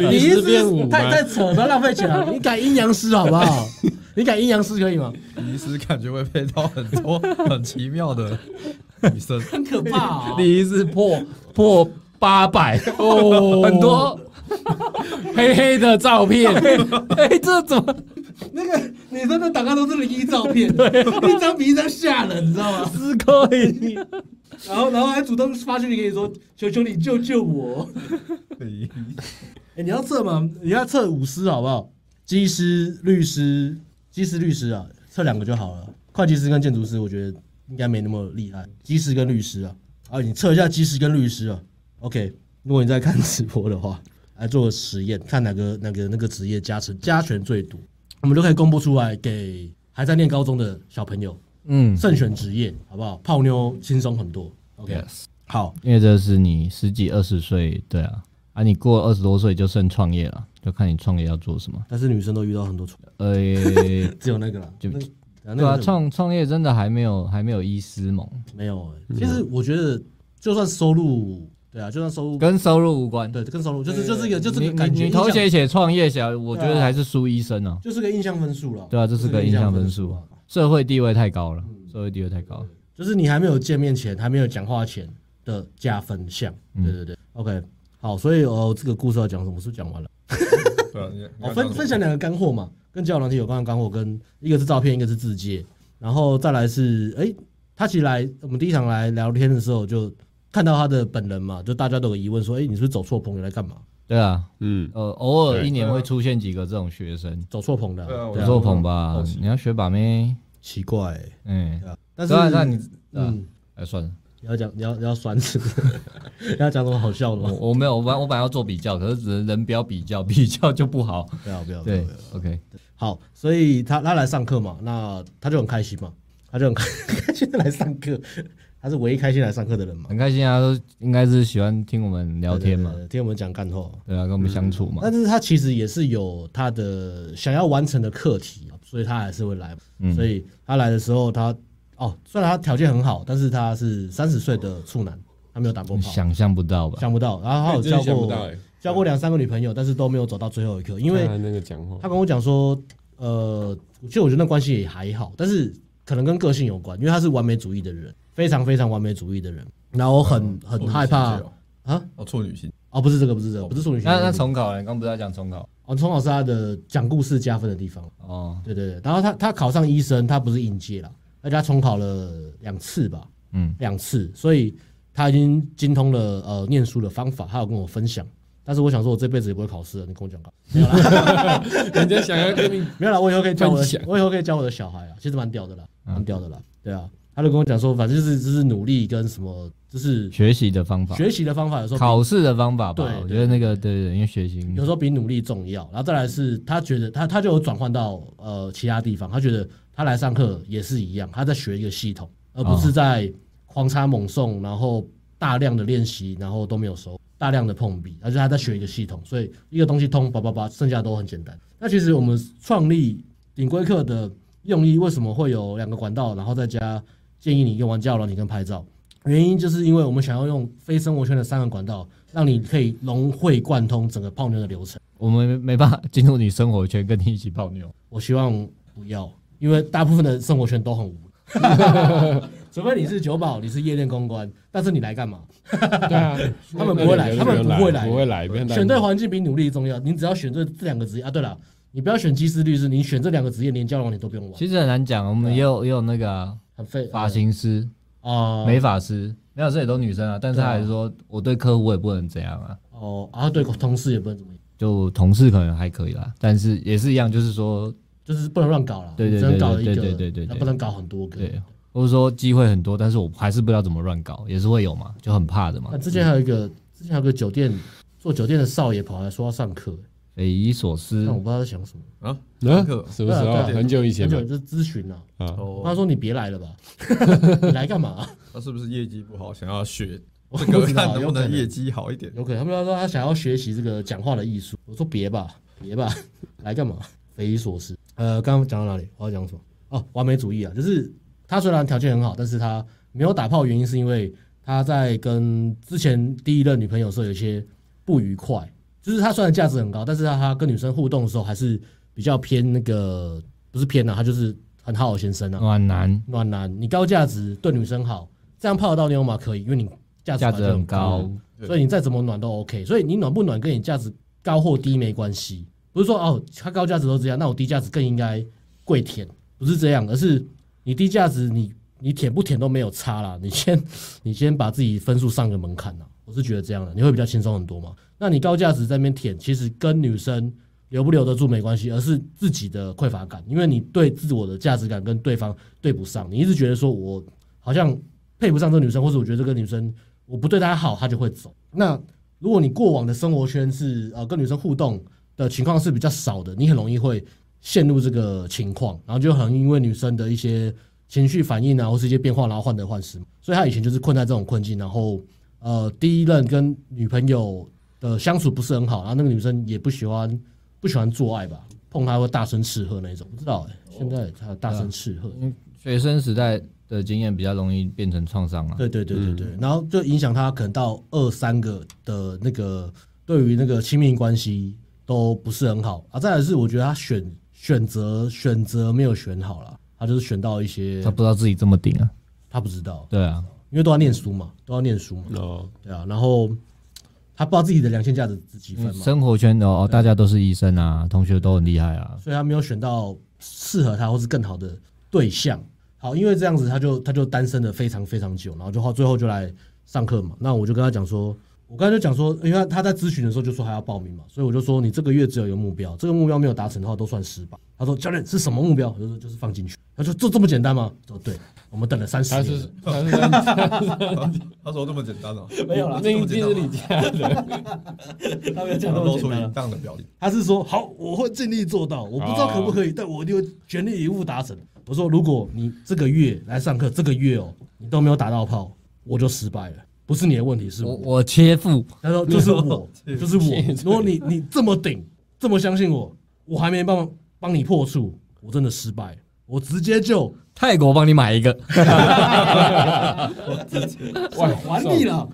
Speaker 5: 你
Speaker 1: 律
Speaker 5: 医
Speaker 1: 师变五
Speaker 5: 师
Speaker 1: 吗
Speaker 5: 太？太扯，不要浪费钱了、你改阴阳师好不 好？你改阴阳师可以吗？
Speaker 4: 医师感觉会配到很多很奇妙的女生，
Speaker 5: 很可怕啊、
Speaker 3: 李医师破破八 百哦，很多黑黑的照 片，哎，这怎么
Speaker 5: 那个女生的档案都是零一照片，一张比一张吓人，你知道吗？
Speaker 3: 是可以？
Speaker 5: 然后，然后还主动发讯息给你说：“求求你救救我！” 哎、你要测吗？你要测五师好不好？技师、律师、技师、律师啊，测两个就好了。会计师跟建筑师，我觉得应该没那么厉害。技师跟律师啊，啊，你测一下技师跟律师啊。OK，如果你在看直播的话，来做个实验，看哪个哪个那个职业加成加权最多，我们就可以公布出来给还在念高中的小朋友
Speaker 3: 嗯，
Speaker 5: 慎选职业，好不好？泡妞轻松很多。OK，、好，
Speaker 3: 因为这是你十几二十岁，对啊，啊，你过二十多岁就剩创业了，就看你创业要做什么。
Speaker 5: 但是女生都遇到很 多挫折，
Speaker 3: 呃，
Speaker 5: 只有那个啦，
Speaker 3: 就
Speaker 5: 那那
Speaker 3: 对
Speaker 5: 个
Speaker 3: 啊，
Speaker 5: 是
Speaker 3: 创创业真的还没有还没有医师猛，
Speaker 5: 没有
Speaker 3: 嗯
Speaker 5: 欸、其实我觉得，就算收入，对啊，就算收入，
Speaker 3: 跟收入无关。
Speaker 5: 对，跟收入就是就是一个就是
Speaker 3: 你
Speaker 5: 个感
Speaker 3: 你
Speaker 5: 觉，
Speaker 3: 你头
Speaker 5: 印象
Speaker 3: 写写创业小，我觉
Speaker 5: 对
Speaker 3: 得
Speaker 5: 啊
Speaker 3: 还是输医生哦。
Speaker 5: 就是个印象分数了。
Speaker 3: 对啊，这是个
Speaker 5: 印
Speaker 3: 印象分数
Speaker 5: 啊，嗯
Speaker 3: 社会地位太高了，社会地位太高了。
Speaker 5: 就是你还没有见面前，还没有讲话前的加分项。
Speaker 3: 嗯
Speaker 5: 对对对，OK，好，所以哦，这个故事要讲什么？是不是讲完了？
Speaker 4: 对啊，你你
Speaker 5: 哦，
Speaker 4: 要
Speaker 5: 分
Speaker 4: 讲
Speaker 5: 分享两个干货嘛，跟交友软体有关的干货，跟一个是照片，一个是字界，然后再来是，哎、他其实来我们第一场来聊天的时候，就看到他的本人嘛，就大家都有疑问说，哎、你是不是走错棚，你来干嘛？
Speaker 3: 对啊，
Speaker 1: 嗯，
Speaker 3: 呃，偶尔
Speaker 1: 对
Speaker 3: 一年会出现几个这种学生，
Speaker 5: 走错棚的
Speaker 4: 对啊
Speaker 5: 啊，
Speaker 4: 我
Speaker 3: 不
Speaker 5: 对啊
Speaker 3: 做捧吧
Speaker 4: 好奇？
Speaker 3: 你要学把妹，
Speaker 5: 奇怪欸，
Speaker 3: 嗯，
Speaker 5: 但是
Speaker 3: 对啊，那你
Speaker 5: 嗯，
Speaker 3: 哎算了，
Speaker 5: 你要讲你要你要酸是不是？ 你要讲什么好笑的
Speaker 3: 我
Speaker 5: 吗？
Speaker 3: 我没有，我本我本来要做比较，可是人人不要比较， 比较就不好。
Speaker 5: 不要不要不要
Speaker 3: 对
Speaker 5: 不要，
Speaker 3: ，OK，
Speaker 5: 好，所以他他来上课嘛，那他就很开心嘛，他就很开 开心的来上课，他是唯一开心来上课的人嘛，
Speaker 3: 很开心啊，都应该是喜欢听我们聊天嘛
Speaker 5: 对，，对对听我嗯们讲干话。
Speaker 3: 对啊，跟我们相处嘛。
Speaker 5: 但是他其实也是有他的想要完成的课题，啊所以他还是会来。
Speaker 1: 嗯
Speaker 5: 所以他来的时候他，哦，虽然他条件很好，但是他是三十岁的处男，他没有打过炮，
Speaker 3: 想象不到吧？
Speaker 5: 想不到。然后他 有
Speaker 1: 真的
Speaker 5: 交
Speaker 1: 想不
Speaker 5: 过、
Speaker 1: 到哎，
Speaker 5: 交过两三个女朋友，但是都没有走到最后一刻，因为
Speaker 1: 看他那个讲话
Speaker 5: 他，跟我讲说，呃，其实我觉得那关系也还好，但是可能跟个性有关，因为他是完美主
Speaker 3: 嗯
Speaker 5: 义的人，非常非常完美主义的人，然后很、很害怕
Speaker 4: 哦
Speaker 5: 啊，
Speaker 4: 哦，处女心，
Speaker 2: 哦，不是这个，不是这个，不是数理学
Speaker 3: 那
Speaker 5: 嗯
Speaker 2: 原理。
Speaker 3: 那重考呢？刚不是在讲重考
Speaker 2: 哦，重考是他的讲故事加分的地方。
Speaker 3: 哦，
Speaker 2: 对对对，然后他他考上医生，他不是应届了，而且他重考了两次吧，
Speaker 3: 嗯，
Speaker 2: 两次，所以他已经精通了呃念书的方法，他有跟我分享。但是我想说，我这辈子也不会考试了，你跟我讲干嘛？没有啦，
Speaker 1: 人家想要跟你
Speaker 2: 没有啦，我以后可以教我
Speaker 1: 分
Speaker 2: 的
Speaker 1: 享，
Speaker 2: 我以后可以教我的小孩啊，其实蛮屌的啦，
Speaker 3: 嗯
Speaker 2: 蛮屌的啦，对啊。他就跟我讲说，反正就是就是努力跟什么，就是
Speaker 3: 学习的方法，
Speaker 2: 学习的方法有时候比
Speaker 3: 考试的方法吧
Speaker 2: 对对，
Speaker 3: 我觉得那个对对，对因为学习
Speaker 2: 有时候比努力重要。然后再来是他觉得他他就有转换到呃其他地方，他觉得他来上课也是一样，他在学一个系统，而不是在狂插猛送，然后大量的练习，然后都没有收，大量的碰壁，而且他在学一个系统，所以一个东西通叭叭叭，剩下都很简单。那其实我们创立顶规课的用意，为什么会有两个管道，然后再加建议你用完教软你跟拍照？原因就是因为我们想要用非生活圈的三个管道，让你可以融会贯通整个泡妞的流程。
Speaker 3: 我们没没办法进入你生活圈，跟你一起 泡妞。
Speaker 2: 我希望不要，因为大部分的生活圈都很无 聊，除非你是酒保，你是夜店公关，但是你来干嘛？
Speaker 1: 对啊，
Speaker 2: 他们不会来
Speaker 1: 那你
Speaker 2: 他们不
Speaker 1: 就
Speaker 2: 会
Speaker 1: 会
Speaker 2: 来
Speaker 1: 不会来，不会来
Speaker 2: 选对环境比努力重要。你只要选对这两个职业啊。对了，你不要选技师、律师，你选这两个职业，连交往你都不用玩，
Speaker 3: 其实很难讲，我们也有也有那个啊
Speaker 2: 很费
Speaker 3: 发型师、
Speaker 2: 啊。
Speaker 3: 美发师，美发师也都女生啊，但是
Speaker 2: 对啊
Speaker 3: 他还是说我对客户我也不能怎样啊，
Speaker 2: 哦啊，对，同事也不能怎么样，
Speaker 3: 就同事可能还可以啦，但是也是一样，就是说
Speaker 2: 就是不能乱搞了，
Speaker 3: 对对
Speaker 2: 只能搞一个，
Speaker 3: 对对对对对对
Speaker 2: 不能搞很多个。
Speaker 3: 对，或者说机会很多，但是我还是不知道怎么乱搞，也是会有嘛，就很怕的嘛
Speaker 2: 那。之前还有一个，之前还有个酒店做酒店的少爷跑来说要上课，
Speaker 3: 嗯匪夷所思
Speaker 2: 但，我不知道他在想什么。
Speaker 4: 啊，
Speaker 1: 啊
Speaker 4: 课
Speaker 1: 什么时
Speaker 2: 对
Speaker 1: 候
Speaker 2: 啊？对啊
Speaker 1: 很久以
Speaker 2: 而
Speaker 1: 前吧
Speaker 2: 且这咨询啊，
Speaker 1: 啊，
Speaker 2: 他
Speaker 4: 哦，
Speaker 2: 说你别来了吧，你来干嘛？
Speaker 4: 他是不是业绩不好，想要学
Speaker 2: 我
Speaker 4: 这
Speaker 2: 不
Speaker 4: 个
Speaker 2: 知
Speaker 4: 看
Speaker 2: 道，
Speaker 4: 能
Speaker 2: 有
Speaker 4: 不
Speaker 2: 可
Speaker 4: 能业
Speaker 2: 能，
Speaker 4: 绩好一点？
Speaker 2: 有可能。他们说他想要学习这个讲话的艺术，我说别吧，别吧， 来干嘛？匪夷所思。呃，刚刚讲到哪里？我要讲什么？哦，完美主义啊，就是他虽然条件很好，但是他没有打炮，原因是因为他在跟之前第一任女朋友的时候有一些不愉快，就是他虽然价值很高，但是他他跟女生互动的时候还是比较偏那个，不是偏啊，他就是很好先生啊，
Speaker 3: 暖男
Speaker 2: 暖男，你高价值对女生好，这样泡得到妞吗？可以，因为你价值
Speaker 3: 价
Speaker 2: 本
Speaker 3: 值
Speaker 2: 来就
Speaker 3: 很高，
Speaker 2: 高，所以你再怎么暖都 OK。所以你暖不暖跟你价值高或低没关系，不是说哦他高价值都这样，那我低价值更应该跪舔，不是这样，而是你低价值你你舔不舔都没有差啦，你先你先把自己分数上个门槛呐，我是觉得这样的，你会比较轻松很多嘛。那你高价值在那边舔，其实跟女生留不留得住没关系，而是自己的匮乏感，因为你对自我的价值感跟对方对不上，你一直觉得说我好像配不上这个女生，或者我觉得这个女生我不对她好，她就会走。那如果你过往的生活圈是呃跟女生互动的情况是比较少的，你很容易会陷入这个情况，然后就很容易因为女生的一些情绪反应啊，或是一些变化，然后患得患失。所以他以前就是困在这种困境，然后呃，第一任跟女朋友的相处不是很好，然后那个女生也不喜欢不喜欢做爱吧，碰她会大声斥喝那一种，不知道哎、现在她大声斥喝，
Speaker 3: 学生时代的经验比较容易变成创伤啊。
Speaker 2: 对对对对对，然后就影响他可能到二三个的那个对于那个亲密关系都不是很好啊。再来是我觉得他选选择选择没有选好了，他就是选到一些
Speaker 3: 他不知道自己这么顶啊，
Speaker 2: 他不知道，
Speaker 3: 对啊，
Speaker 2: 因为都要念书嘛，都要念书嘛，
Speaker 1: 哦，
Speaker 2: 对啊，然后他不知道自己的良心价值是几分嘛，
Speaker 3: 生活圈的哦，大家都是医生啊，同学都很厉害啊，
Speaker 2: 所以他没有选到适合他或是更好的对象。好，因为这样子他就他就单身了非常非常久，然后就后最后就来上课嘛。那我就跟他讲说，我刚才就讲说，因为他他在咨询的时候就说还要报名嘛，所以我就说你这个月只有一个目标，这个目标没有达成的话都算失败。他说教练是什么目标？我就说就是放进去。他说就这么简单吗？我说对，我们等了三十
Speaker 1: 他
Speaker 2: 年 了
Speaker 1: 是。他是在
Speaker 4: 他说这么简单哦，
Speaker 2: 没有啦
Speaker 1: 那一定是你家的，
Speaker 2: 他没有讲
Speaker 4: 想
Speaker 2: 那么
Speaker 4: 要露
Speaker 2: 简
Speaker 4: 出
Speaker 2: 单
Speaker 4: 淫
Speaker 2: 啊，
Speaker 4: 荡的表情。
Speaker 2: 他是说好，我会尽力做到，我不知道可不可以，但我一定会全力以赴达成。我说，如果你这个月来上课，这个月哦，你都没有打到炮，我就失败了，不是你的问题，是
Speaker 3: 我
Speaker 2: 我。
Speaker 3: 我切腹，
Speaker 2: 他说就是 我，哦就是我。如果你你这么顶，这么相信我，我还没办法帮你破处，我真的失败了，我直接就
Speaker 3: 泰国帮你买一个，
Speaker 1: 哇，
Speaker 2: 还你了。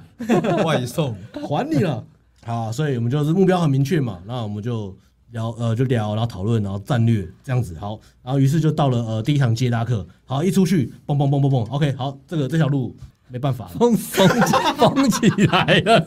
Speaker 4: 外送，
Speaker 2: 还你 了。好啊、所以我们就是目标很明确嘛，那我们就聊呃就聊，然后讨论，然后战略这样子。好，然后于是就到了呃第一堂接搭课。好，一出去，蹦蹦蹦蹦蹦，OK，好，这个这条路没办法了。
Speaker 3: 封封封起来了，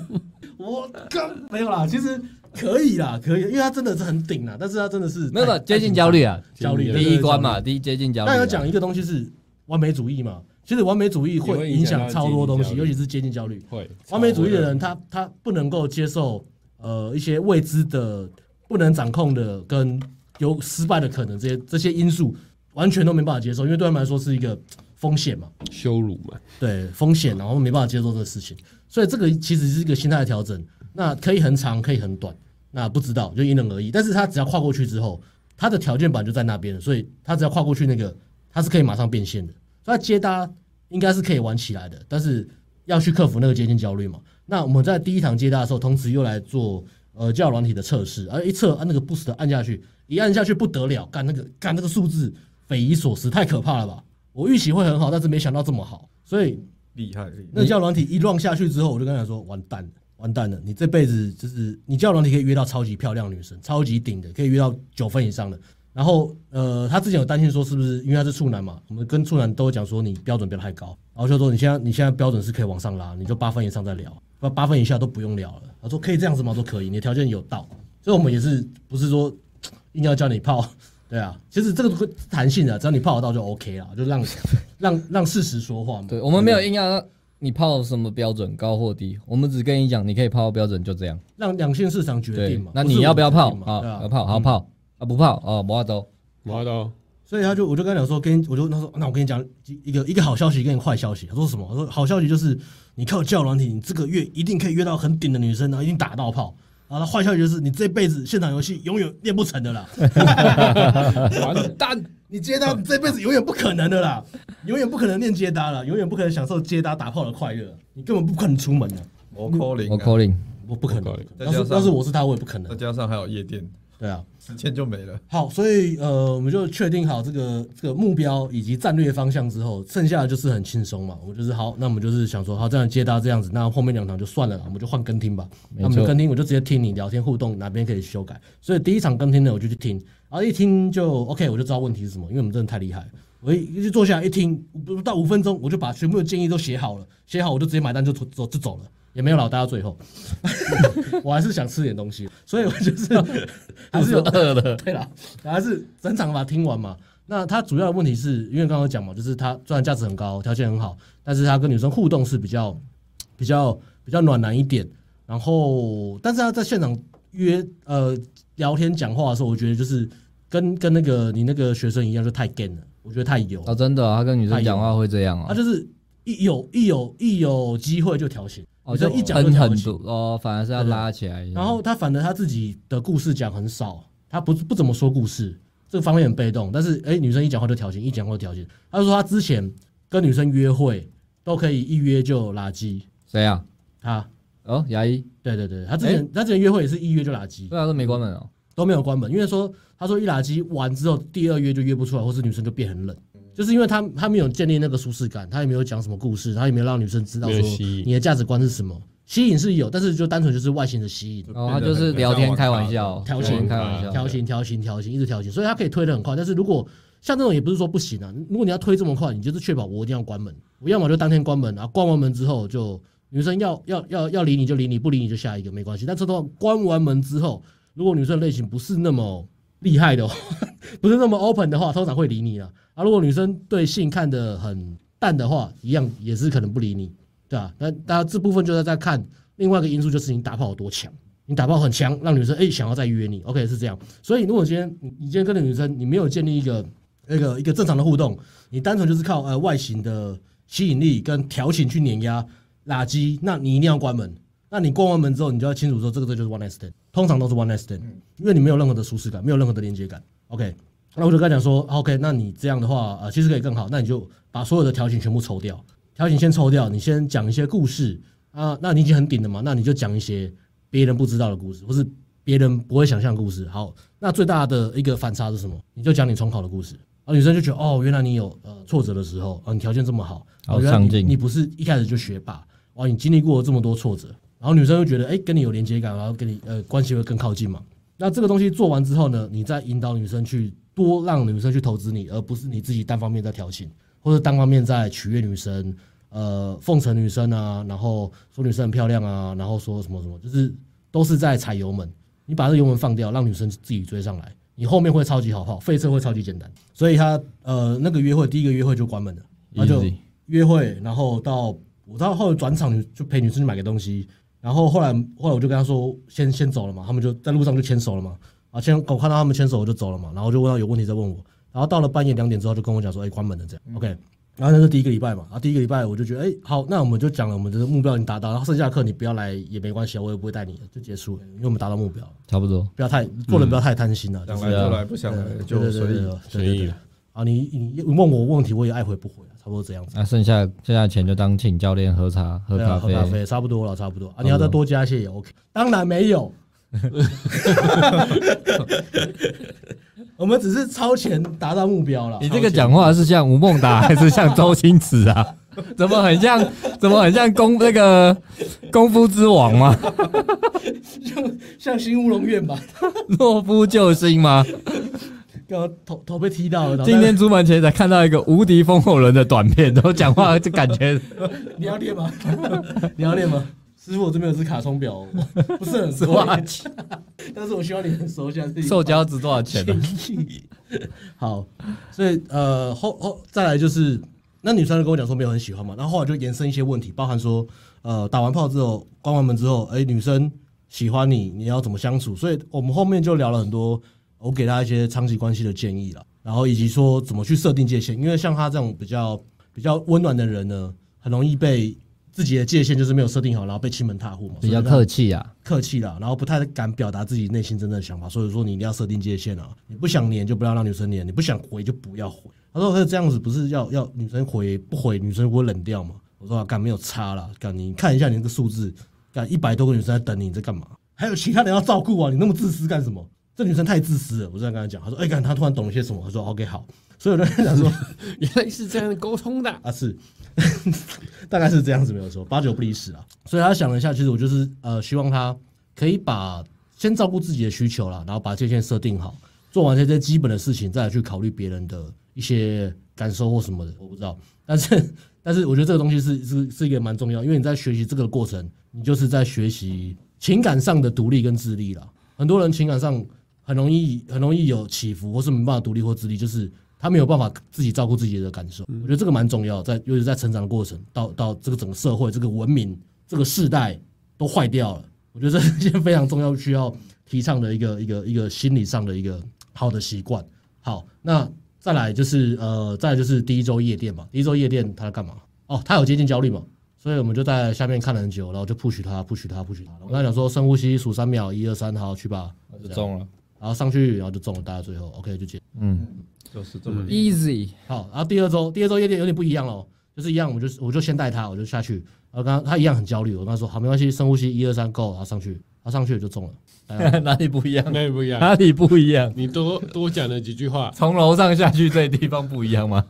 Speaker 2: 我刚没有啦，其实可以啦，可以，因为他真的是很顶啦，但是他真的是
Speaker 3: 没有没有
Speaker 2: 太
Speaker 3: 接近焦虑，啊，
Speaker 2: 焦虑
Speaker 3: 第一关嘛，。第一接近焦虑啊。
Speaker 2: 那要讲一个东西是完美主义嘛，其实完美主义
Speaker 1: 也会
Speaker 2: 会
Speaker 1: 影
Speaker 2: 影
Speaker 1: 响
Speaker 2: 响超多东
Speaker 1: 到接
Speaker 2: 西，
Speaker 1: 近焦虑
Speaker 2: 尤其是接近焦虑。
Speaker 1: 会
Speaker 2: 完美主义的人，他他不能够接受呃一些未知的、不能掌控的跟有失败的可能这些这些因素，完全都没办法接受，因为对他们来说是一个风险嘛，
Speaker 1: 羞辱嘛，
Speaker 2: 对风险，然后没办法接受这个事情，所以这个其实是一个心态的调整，那可以很长，可以很短，那不知道就因人而异，但是他只要跨过去之后，他的条件板就在那边了，所以他只要跨过去那个，他是可以马上变现的，所以他接搭应该是可以玩起来的，但是要去克服那个接近焦虑嘛。那我们在第一堂接搭的时候，同时又来做呃教软体的测试，啊而一测按那个 boost 按下去，一按下去不得了，干那个干那个数字匪夷所思，太可怕了吧！我预期会很好，但是没想到这么好，所以
Speaker 4: 厉害厉害。
Speaker 2: 那教软体一乱下去之后，我就跟他说：“完蛋了，完蛋了！你这辈子就是你教软体可以约到超级漂亮女生，超级顶的，可以约到九分以上的。然后呃，他之前有担心说是不是因为他是处男嘛，我们跟处男都有讲说你标准不要太高，然后就说你现在你现在标准是可以往上拉，你就八分以上再聊，八八分以下都不用聊了。他说可以这样子吗？我说可以，你的条件有到，所以我们也是不是说硬要叫你泡。”对啊，其实这个会弹性啊的，只要你泡得到就 OK 啦，就让让让事实说话嘛。
Speaker 3: 对，我们没有硬要你泡什么标准高或低，我们只跟你讲，你可以泡到标准就这样。
Speaker 2: 让两性市场决
Speaker 3: 对
Speaker 2: 定嘛。，
Speaker 3: 那
Speaker 2: 不是
Speaker 3: 你
Speaker 2: 我
Speaker 3: 要不要泡
Speaker 2: 决定嘛对
Speaker 3: 啊？
Speaker 2: 啊，
Speaker 3: 要泡好泡啊，不泡哦，摩都
Speaker 1: 毛刀
Speaker 2: 所以他就我就跟他讲说，跟我就他说，那我跟你讲一个一个好消息跟你坏消息。他说什么？我说好消息就是你靠教软体，你这个月一定可以约到很顶的女生，然后一定打到炮。然后他坏消息就是你这辈子现场游戏永远练不成的啦，
Speaker 1: 完蛋，
Speaker 2: 你接单你这辈子永远不可能的啦，永远不可能练接单了，永远不可能享受接单打炮的快乐，你根本不可能出门的，
Speaker 4: 我 calling，
Speaker 3: 我
Speaker 4: 啊
Speaker 3: calling。
Speaker 2: 我不可能
Speaker 1: 不可。
Speaker 4: 能
Speaker 2: 要
Speaker 4: 再加
Speaker 2: 是
Speaker 4: 上
Speaker 2: 要是我是他，我也不可
Speaker 4: 再
Speaker 2: 能。
Speaker 4: 加上还有夜店，
Speaker 2: 对啊，
Speaker 4: 时间就没了。
Speaker 2: 好，所以呃，我们就确定好这个这个目标以及战略方向之后，剩下的就是很轻松嘛。我们就是好，那我们就是想说，好，这样接搭这样子，那后面两堂就算了啦，我们就换跟听吧。那我们就跟听，我就直接听你聊天互动，哪边可以修改。所以第一场跟听呢，我就去听，然后一听就 OK，我就知道问题是什么，因为我们真的太厉害了。我一一坐下来一听，不不到五分钟，我就把全部的建议都写好了，写好我就直接买单就走就走了，也没有老大到最后， 我还是想吃点东西，所以我就是 还是有饿了， 对啦，还是整场把它听完嘛。那他主要的问题是因为刚刚讲嘛，就是他虽然价值很高，条件很好，但是他跟女生互动是比较比较比较暖男一点。然后，但是他在现场约呃聊天讲话的时候，我觉得就是跟跟那个你那个学生一样，就太 gay 了，我觉得太油了
Speaker 3: 哦，真的哦，他跟女生讲话会这样
Speaker 2: 他
Speaker 3: 哦，
Speaker 2: 就是一有一有一有机会就调情，
Speaker 3: 哦，
Speaker 2: 女生
Speaker 3: 就
Speaker 2: 一啊讲就
Speaker 3: 很
Speaker 2: 调
Speaker 3: 很
Speaker 2: 情。
Speaker 3: 毒哦，反而是要拉起来。
Speaker 2: 啊然后他反正他自己的故事讲很少，他不不怎么说故事，这方面很被动。但是哎，女生一讲话就调情，一讲话就调情。他就说他之前跟女生约会都可以一约就拉鸡，
Speaker 3: 谁啊？
Speaker 2: 他
Speaker 3: 哦，牙医，
Speaker 2: 对对对，他之前、他之前约会也是一约就拉鸡，
Speaker 3: 对啊，都没关门哦。
Speaker 2: 都没有关门，因为说他说一拉鸡完之后，第二约就约不出来，或是女生就变很冷，就是因为他他没有建立那个舒适感，他也没有讲什么故事，他也没有让女生知道
Speaker 1: 没
Speaker 2: 说
Speaker 1: 有吸引
Speaker 2: 你的价值观是什么。吸引是有，但是就单纯就是外形的吸引，
Speaker 3: 哦，他就是聊天开玩笑，
Speaker 2: 调
Speaker 3: 聊天
Speaker 2: 情
Speaker 3: 开玩笑，
Speaker 2: 啊调情调情调情，一直调情，所以他可以推得很快。但是如果像这种也不是说不行啊，如果你要推这么快，你就是确保我一定要关门，我要么就当天关门，然后关完门之后就女生要要要要理你就理你，不理你就下一个没关系。但这段关完门之后，如果女生类型不是那么厉害的话，不是那么 open 的话，通常会理你啊。啊，如果女生对性看得很淡的话，一样也是可能不理你，对啊，那大家这部分就是在看另外一个因素，就是你打炮有多强。你打炮很强，让女生哎、诶想要再约你，OK 是这样。所以如果今天你你今天跟那个女生，你没有建立一个那个一个正常的互动，你单纯就是靠呃外形的吸引力跟调情去碾压垃圾，那你一定要关门。那你关完门之后，你就要清楚说这个就是 one night stand，通常都是 one night stand，因为你没有任何的舒适感，没有任何的连接感。OK，那我就跟他讲说，OK，那你这样的话，呃，其实可以更好，那你就把所有的调情全部抽掉，调情先抽掉，你先讲一些故事啊，那你已经很顶了嘛，那你就讲一些别人不知道的故事，或是别人不会想象的故事。好，那最大的一个反差是什么？你就讲你重考的故事，啊，女生就觉得哦，原来你有呃挫折的时候，啊，你条件这么好，啊
Speaker 3: 好
Speaker 2: 原来你
Speaker 3: 上进
Speaker 2: 你不是一开始就学霸，哦哇，你经历过这么多挫折，然后女生就觉得哎、跟你有连接感，然后跟你呃关系会更靠近嘛。那这个东西做完之后呢，你再引导女生去多让女生去投资你，而不是你自己单方面在调情，或者单方面在取悦女生，呃奉承女生啊，然后说女生很漂亮啊，然后说什么什么，就是都是在踩油门。你把这油门放掉，让女生自己追上来，你后面会超级好跑，费车会超级简单。所以他呃那个约会第一个约会就关门了，他就
Speaker 5: Easy
Speaker 2: 约会，然后到我到后来转场就陪女生去买个东西，然后后来后来我就跟他说先先走了嘛，他们就在路上就牵手了嘛，啊牵我看到他们牵手我就走了嘛，然后就问到有问题再问我，然后到了半夜两点之后就跟我讲说哎、关门了这样、OK，然后那是第一个礼拜嘛，然后第一个礼拜我就觉得哎、好，那我们就讲了我们的目标已经达到，然后剩下的课你不要来也没关系啊，我也不会带你的，就结束了，因为我们达到目标了，
Speaker 5: 差不多。
Speaker 2: 不要太做人不要太贪心了、啊就
Speaker 4: 想
Speaker 2: 是
Speaker 4: 来就来，不想来
Speaker 2: 对
Speaker 4: 啊就
Speaker 2: 对对
Speaker 4: 随
Speaker 2: 对
Speaker 4: 意。
Speaker 2: 对对对对啊，你你问我问题，我也爱回不回啊，差不多这样子。
Speaker 5: 那剩下剩下的钱就当请教练喝茶、喝
Speaker 2: 对啊，
Speaker 5: 咖
Speaker 2: 喝
Speaker 5: 啡。
Speaker 2: 咖啡差不多了，差不多啊。你要再多加一些也 OK，当然没 有，我们只是超前达到目标了。
Speaker 5: 你这个讲话是像吴孟达还是像周星驰啊？ 怎么很像？怎么很像功那个功夫之王吗？
Speaker 2: 像像新乌龙院吧，
Speaker 5: 懦夫救星吗？
Speaker 2: 刚刚头头被踢到了。
Speaker 5: 今天出门前才看到一个无敌风火轮的短片，然后讲话就感 觉
Speaker 2: 然后你要练 吗？你要练吗？师傅，我这边有只卡通表，我不是 很熟
Speaker 5: 哇，
Speaker 2: 但是我希望你很熟悉啊。自己
Speaker 5: 塑胶值多少钱呢、 啊
Speaker 2: 好，所以呃后后再来就是，那女生就跟我讲说没有很喜欢嘛，然后后来就延伸一些问题，包含说呃打完炮之后关完门之后，哎、女生喜欢你，你要怎么相处？所以我们后面就聊了很多，我给她一些长期关系的建议了，然后以及说怎么去设定界限，因为像她这种比较比较温暖的人呢，很容易被自己的界限就是没有设定好，然后被欺门踏户嘛，
Speaker 5: 比较
Speaker 2: 所以她
Speaker 5: 客气啊，
Speaker 2: 客气啦，然后不太敢表达自己内心真正的想法，所以说你一定要设定界限啊！你不想黏就不要让女生黏，你不想回就不要回。他说：“可是这样子不是要要女生回不回，女生会冷掉吗？”我说：“啊，干没有差啦，干你看一下你那个数字，干一百多个女生在等你，你在干嘛？还有其他人要照顾啊，你那么自私干什啊么？这女生太自私了。”我这样跟他讲，他说：“哎、干他突然懂了些什么？”他说：“OK，好。”所以我就跟他讲说。
Speaker 1: 原来是这样沟通的。
Speaker 2: 啊，是， 大概是这样子，没有错，八九不离十啊。所以他想了一下，其实我就是呃，希望他可以把先照顾自己的需求啦，然后把界限设定好，做完这些基本的事情，再来去考虑别人的一些感受或什么的，我不知道。但是， 但是我觉得这个东西是是是一个蛮重要，因为你在学习这个过程，你就是在学习情感上的独立跟自立啦。很多人情感上很容易很容易有起伏，或是没办法独立或自立，就是他没有办法自己照顾自己的感受。我觉得这个蛮重要，在尤其在成长的过程，到到这个整个社会、这个文明、这个世代都坏掉了，我觉得这是一件非常重要、需要提倡的一个一个一个心理上的一个好的习惯。好，那再来就是呃，再来就是第一周夜店嘛，第一周夜店他在干嘛？哦，他有接近焦虑嘛，所以我们就在下面看了很久，然后就 push 他，push 他，push 他。我跟他讲说，深呼吸，数三秒，一二三，好，去吧。
Speaker 5: 就中了
Speaker 2: 然后上去，然后就中了，大家最后 OK 就结。
Speaker 4: 就是这么
Speaker 2: 嗯
Speaker 4: 厉
Speaker 5: ，easy。
Speaker 2: 好，然后第二周，第二周夜店有点不一样了，就是一样，我就我就先带他，我就下去，然后刚刚他一样很焦虑，我跟他说好，没关系，深呼吸，一二三，go，然后上去，他上去就中了。
Speaker 5: 哪里不一样？
Speaker 1: 那也不一样，
Speaker 5: 哪里不一样？
Speaker 1: 你多多讲了几句话，
Speaker 5: 从楼上下去这地方不一样 吗？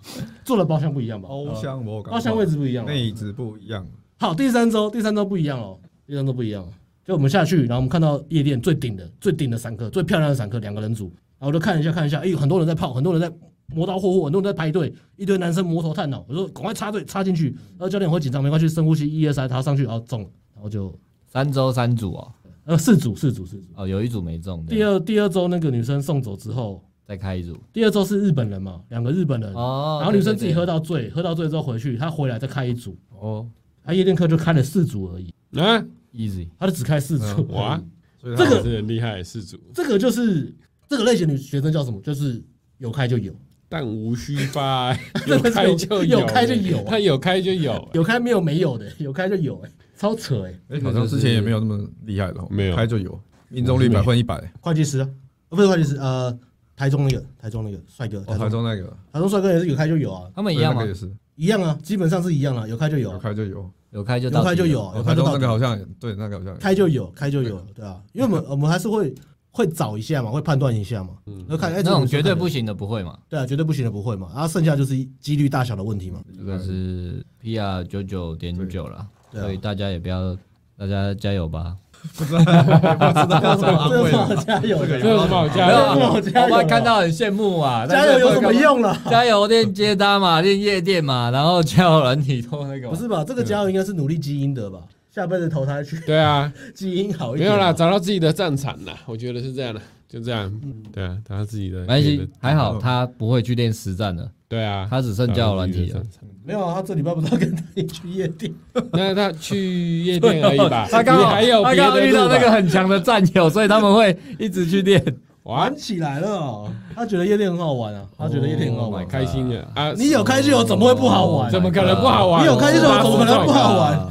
Speaker 2: 做的包厢不一样吧
Speaker 4: 害，？包厢哦我
Speaker 2: 包厢位置不一样哦。
Speaker 4: 内置不一样，
Speaker 2: 好，第三周，第三周不一样哦，第三周不一样了。就我们下去，然后我们看到夜店最顶的、最顶的散客、最漂亮的散客，两个人组，然后我就看一下看一下，哎、很多人在泡，很多人在磨刀霍霍，很多人在排队，一堆男生摸头探脑。我说赶快插队插进去，然后教练会紧张，没关系，深呼吸，一二三，他上去，然后中了，然后就
Speaker 5: 三周三组哦，
Speaker 2: 呃四组四组四组。
Speaker 5: 哦，有一组没中，
Speaker 2: 第二第二周那个女生送走之后，
Speaker 5: 再开一组
Speaker 2: 第二周是日本人嘛，两个日本人，
Speaker 5: 哦
Speaker 2: 然后女生自己
Speaker 5: 对对对
Speaker 2: 喝到醉，喝到醉之后回去，她回来再开一组，
Speaker 5: 哦
Speaker 2: 她夜店课就开了四组而已，
Speaker 1: 啊，
Speaker 5: ，easy。
Speaker 2: 她就只开四组。
Speaker 1: 嗯哇，
Speaker 4: 所以
Speaker 1: 这
Speaker 4: 他
Speaker 1: 个是很厉害，事主，
Speaker 2: 这个就是这个类型的学生叫什么？就是有开就有，
Speaker 1: 但无虚发，
Speaker 2: 真
Speaker 1: 有
Speaker 2: 的是有
Speaker 1: 开就
Speaker 2: 有开就有啊
Speaker 1: 他有开就有，
Speaker 2: 有开没有没有的， 有开就有、哎，超扯哎、
Speaker 4: 哎好像之前也没有那么厉害的哦，
Speaker 1: 没有
Speaker 4: 开就有，命中率百分一百。
Speaker 2: 会计师啊，呃不是会计师，呃，台中那个台中那个帅哥，台
Speaker 4: 哦，台
Speaker 2: 中、
Speaker 4: 中那个
Speaker 2: 台中帅哥也是有开就有啊，
Speaker 5: 他们
Speaker 4: 对
Speaker 5: 一样
Speaker 4: 那
Speaker 5: 吗
Speaker 4: 个？也是
Speaker 2: 一样啊，基本上是一样了，有开就有
Speaker 4: 有
Speaker 2: 啊，
Speaker 4: 开就有，
Speaker 5: 有开就到
Speaker 2: 有
Speaker 5: 底了，
Speaker 2: 开就有啊，
Speaker 4: 哦，
Speaker 2: 有
Speaker 4: 台
Speaker 2: 开就
Speaker 4: 中
Speaker 2: 到
Speaker 4: 那
Speaker 2: 底
Speaker 4: 个好像也对，那个好像也
Speaker 2: 开就有，开就有，对啊，因为我们我们还是会会找一下嘛，会判断一下嘛，嗯，要看哎，
Speaker 5: 那
Speaker 2: 这个
Speaker 5: 种
Speaker 2: 女生
Speaker 5: 绝
Speaker 2: 看起来
Speaker 5: 对不行的不会嘛？
Speaker 2: 对啊，绝对不行的不会嘛，然后剩下就是几率大小的问题嘛，
Speaker 5: 这个是 PR 九九点九了，
Speaker 2: 对啊
Speaker 5: 所以大家也不要，大家加油吧。
Speaker 4: 不知道不知道要怎么安慰
Speaker 2: 啊这
Speaker 4: 你
Speaker 2: 个。加油
Speaker 4: 这个
Speaker 1: 这有什么好加
Speaker 3: 没有
Speaker 1: 油？
Speaker 2: 啊加油
Speaker 3: 我看到很羡慕啊，但
Speaker 2: 加油
Speaker 3: 是
Speaker 2: 有
Speaker 3: 不
Speaker 2: 什么
Speaker 3: 干嘛？
Speaker 2: 用啦？
Speaker 3: 加油练接单嘛， 练夜店嘛，然后交友软体都那个嘛。
Speaker 2: 不是吧？这个加油应该是努力基因的吧？下辈子投胎去
Speaker 1: 对啊，
Speaker 2: 基因好一
Speaker 1: 没
Speaker 2: 点。
Speaker 1: 有啦，，找到自己的战场啦，我觉得是这样的，就这样，对啊，找到自己的，
Speaker 3: 没关
Speaker 1: 自己
Speaker 3: 系
Speaker 1: 的，
Speaker 3: 还好他不会去练实战了，
Speaker 1: 对啊，
Speaker 3: 他只剩交友软体
Speaker 1: 找到
Speaker 3: 了
Speaker 1: 自。己的
Speaker 2: 没有啊，他这礼拜不是要跟他一起去夜店？
Speaker 1: 战场那他去夜店而已吧，
Speaker 3: 他刚
Speaker 1: 你
Speaker 3: 好
Speaker 1: 还有
Speaker 3: 他
Speaker 1: 别
Speaker 3: 刚好
Speaker 1: 的
Speaker 3: 遇到
Speaker 1: 路吧
Speaker 3: 那个很强的战友，所以他们会一直去练。
Speaker 1: 哇
Speaker 2: 玩，起来了哦，他觉得夜店很好玩啊，
Speaker 1: 哦
Speaker 2: 他觉得夜店很好玩
Speaker 3: Oh my。
Speaker 1: 开心了啊！
Speaker 2: 你有开心哦，怎么会不好玩？
Speaker 1: 怎么可能不好玩？
Speaker 2: 你有开心哦，怎么可能不好
Speaker 3: 啊
Speaker 2: 玩？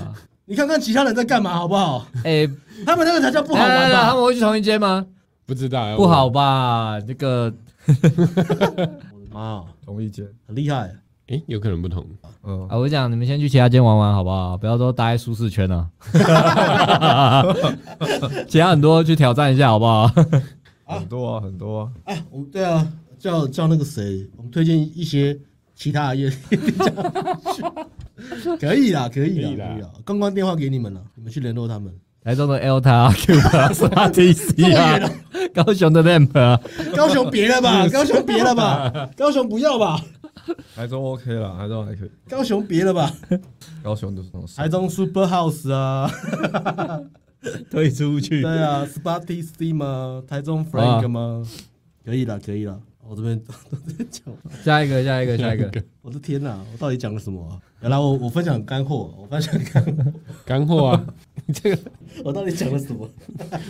Speaker 2: 你看看其他人在干嘛，好不好？
Speaker 3: 哎，
Speaker 2: 他们那个才叫不好
Speaker 3: 来来
Speaker 2: 玩
Speaker 5: 啊
Speaker 3: 来，他
Speaker 2: 吧？
Speaker 3: 们会去同一间吗？
Speaker 1: 不知道，
Speaker 3: 不好。吧？这个
Speaker 2: 妈哦，
Speaker 4: 同意见，
Speaker 2: 很厉害。
Speaker 1: 诶，有可能不同。
Speaker 4: 嗯，
Speaker 3: 啊，我讲你们先去其他间玩玩好不好？不要都待在舒适 圈了、其他很多去挑战一下好不好？
Speaker 4: 很多啊，很多啊，
Speaker 2: 哎，我对啊，叫叫那个谁，我们推荐一些其他的夜店 可以啦，可以啦，
Speaker 1: 可以啦
Speaker 2: 可以啦。刚刚电话给你们了，你们去联络他们。
Speaker 3: 台中的 Elta、Q Plus、RTC 啊，高雄的 Lamp 啊，
Speaker 2: 高雄别了 吧，高雄别了 吧，高雄不要吧，
Speaker 4: 台中 OK 啦，台中还可以，
Speaker 2: 高雄别了吧，
Speaker 4: 高雄就是那种
Speaker 2: 台中 Super House 啊，
Speaker 3: 推出去
Speaker 2: 对啊，Spotty C 吗？啊台中 Frank 吗？可以啦，可以啦。我这边 都在讲，
Speaker 3: 下一个，下一个，下一个。
Speaker 2: 我的天哪，我到底讲了什么啊？原来我我分享干货，我分享干货，
Speaker 1: 干货啊，你这个
Speaker 2: 我到底讲了什么？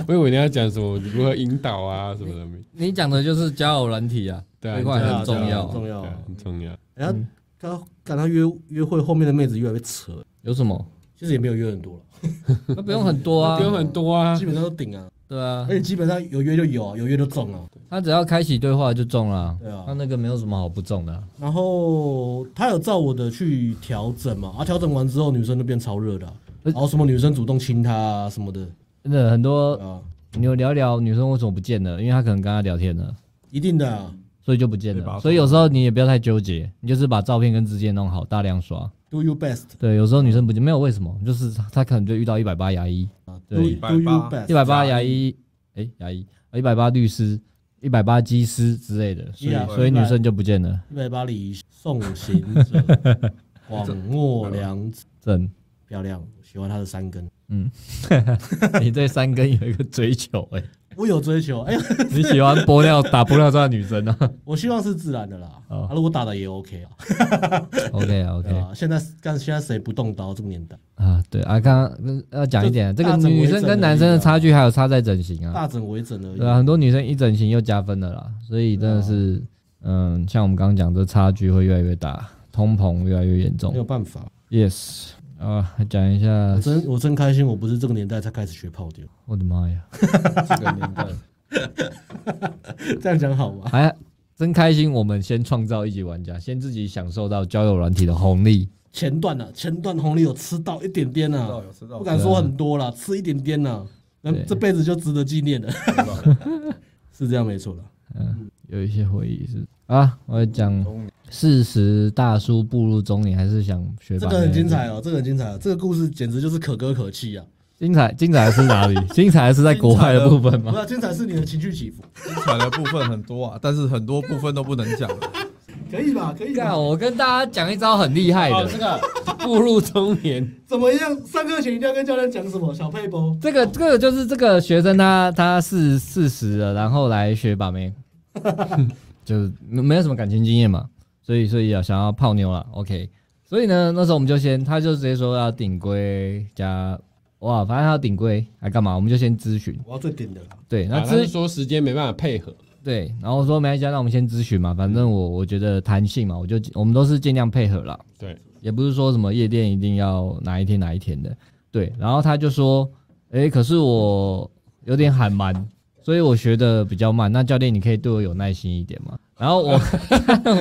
Speaker 1: 我以为你要讲什么如何引导啊什么的，没
Speaker 3: 你讲的就是交友软体啊，
Speaker 1: 对啊
Speaker 3: 这块
Speaker 1: 对啊
Speaker 3: 很重
Speaker 2: 对啊
Speaker 3: 要
Speaker 2: 很。重要
Speaker 1: 对啊
Speaker 2: 啊。
Speaker 1: 很重要。
Speaker 2: 然后他跟他约约会，后面的妹子越来越扯，
Speaker 3: 有什么？
Speaker 2: 其实也没有约很多了，
Speaker 3: 那不用很多啊
Speaker 1: 不，用很多啊
Speaker 2: 基，本上都顶啊，
Speaker 3: 对啊
Speaker 2: 而，且基本上有约就有啊，有约就中啊。
Speaker 3: 他只要开启对话就中了。
Speaker 2: 对啊
Speaker 3: 他那个没有什么好不中的啊。
Speaker 2: 然后他有照我的去调整嘛，啊，调整完之后女生就变超热的啊、
Speaker 3: 呃
Speaker 2: 然后什么女生主动亲他、啊、什么的
Speaker 3: 真的很多，
Speaker 2: 啊，
Speaker 3: 你有聊聊女生为什么不见了？因为他可能跟他聊天了。
Speaker 2: 一定的、啊、
Speaker 3: 所以就不见
Speaker 4: 对吧
Speaker 3: 了。所以有时候你也不要太纠结，你就是把照片跟字件弄好，大量刷。
Speaker 2: ，do you best
Speaker 3: 对，有时候女生不见没有为什么，就是她她可能就遇到一百八牙医，
Speaker 2: 啊，do
Speaker 3: 对
Speaker 2: do you
Speaker 4: 180
Speaker 2: best
Speaker 3: 一百八牙医，哎牙医，一百八律师，一百八技师之类的，所
Speaker 2: 一百
Speaker 3: 以所以女生就不见了。
Speaker 2: 一百八里送行者，广 末凉子
Speaker 3: 真，
Speaker 2: 漂亮，喜欢她的三根，
Speaker 3: 你对三根有一个追求哎、
Speaker 2: 我有追求，哎呀，
Speaker 3: 你喜欢玻尿打玻尿酸的女生啊
Speaker 2: 我希望是自然的啦，
Speaker 3: 哦
Speaker 2: 啊，如果打的也 OK 啊，
Speaker 3: ？OK 啊
Speaker 2: 对
Speaker 3: OK
Speaker 2: 啊，现在干现在谁不动刀？这个年代
Speaker 3: 啊，对啊，刚刚跟要讲一点，这
Speaker 2: 就
Speaker 3: 个
Speaker 2: 大整
Speaker 3: 女
Speaker 2: 为
Speaker 3: 生
Speaker 2: 整
Speaker 3: 跟
Speaker 2: 而
Speaker 3: 男
Speaker 2: 已
Speaker 3: 生的
Speaker 2: 啊
Speaker 3: 差距还有差在整形啊，
Speaker 2: 大整为整而已
Speaker 3: 对啊，很多女生一整形又加分了啦，所以真的是，
Speaker 2: 啊
Speaker 3: 嗯，像我们刚刚讲，这差距会越来越大，通膨越来越严
Speaker 2: 没有
Speaker 3: 重。
Speaker 2: 办法。
Speaker 3: Yes，啊，讲一下
Speaker 2: 我，真我真开心，我不是这个年代才开始学泡妞，
Speaker 3: 我的 妈呀，
Speaker 4: 这个年代，
Speaker 2: 这样讲好吗？
Speaker 3: 还真开心，我们先创造一级玩家，先自己享受到交友软体的红利。
Speaker 2: 前段啊，前段红利有吃到一点点
Speaker 4: 知道
Speaker 2: 啊，
Speaker 4: 有知道
Speaker 2: 不，敢说很多啦，吃一点点呐，那
Speaker 3: 啊对
Speaker 2: 这辈子就值得纪 念了，是这样没错了。
Speaker 3: 有一些回忆是啊，我讲
Speaker 4: 中年
Speaker 3: 四十大叔步入中年，还是想学
Speaker 2: 这
Speaker 3: 把妹
Speaker 2: 个很精彩哦，这个很精彩哦，这个故事简直就是可歌可泣 啊！
Speaker 3: 精彩精彩的是 哪里？精彩的是在国外的部分
Speaker 2: 不
Speaker 3: 吗？
Speaker 2: 是，精彩是你的情绪起伏，
Speaker 4: 精彩的部分很多啊，但是很多部分都不能讲。
Speaker 2: 可以吧？可以
Speaker 3: 干，
Speaker 2: 吧？
Speaker 3: 我跟大家讲一招很厉害的，
Speaker 1: 哦，这个步入中年，
Speaker 2: 怎么样？上课前一定要跟教练讲什么？小配包，
Speaker 3: 这个这个就是这个学生他他是四十了，然后来学 把妹，就是没有什么感情经验嘛，所以所以啊想要泡妞了，OK。所以呢，那时候我们就先，他就直接说要顶规加，哇，反正他要顶规还干嘛？我们就先咨询，
Speaker 2: 我要最顶的啦。
Speaker 3: 对，那
Speaker 1: 啊他是
Speaker 3: 咨、
Speaker 1: 说时间没办法配合，
Speaker 3: 对，然后说没关系啊，那我们先咨询嘛，反
Speaker 1: 嗯
Speaker 3: 正我我觉得弹性嘛，我就我们都是尽量配合啦。
Speaker 1: 对，
Speaker 3: 也不是说什么夜店一定要哪一天哪一天的，对。然后他就说，诶，可是我有点喊慢，所以我学的比较慢。那教练，你可以对我有耐心一点吗？然 后我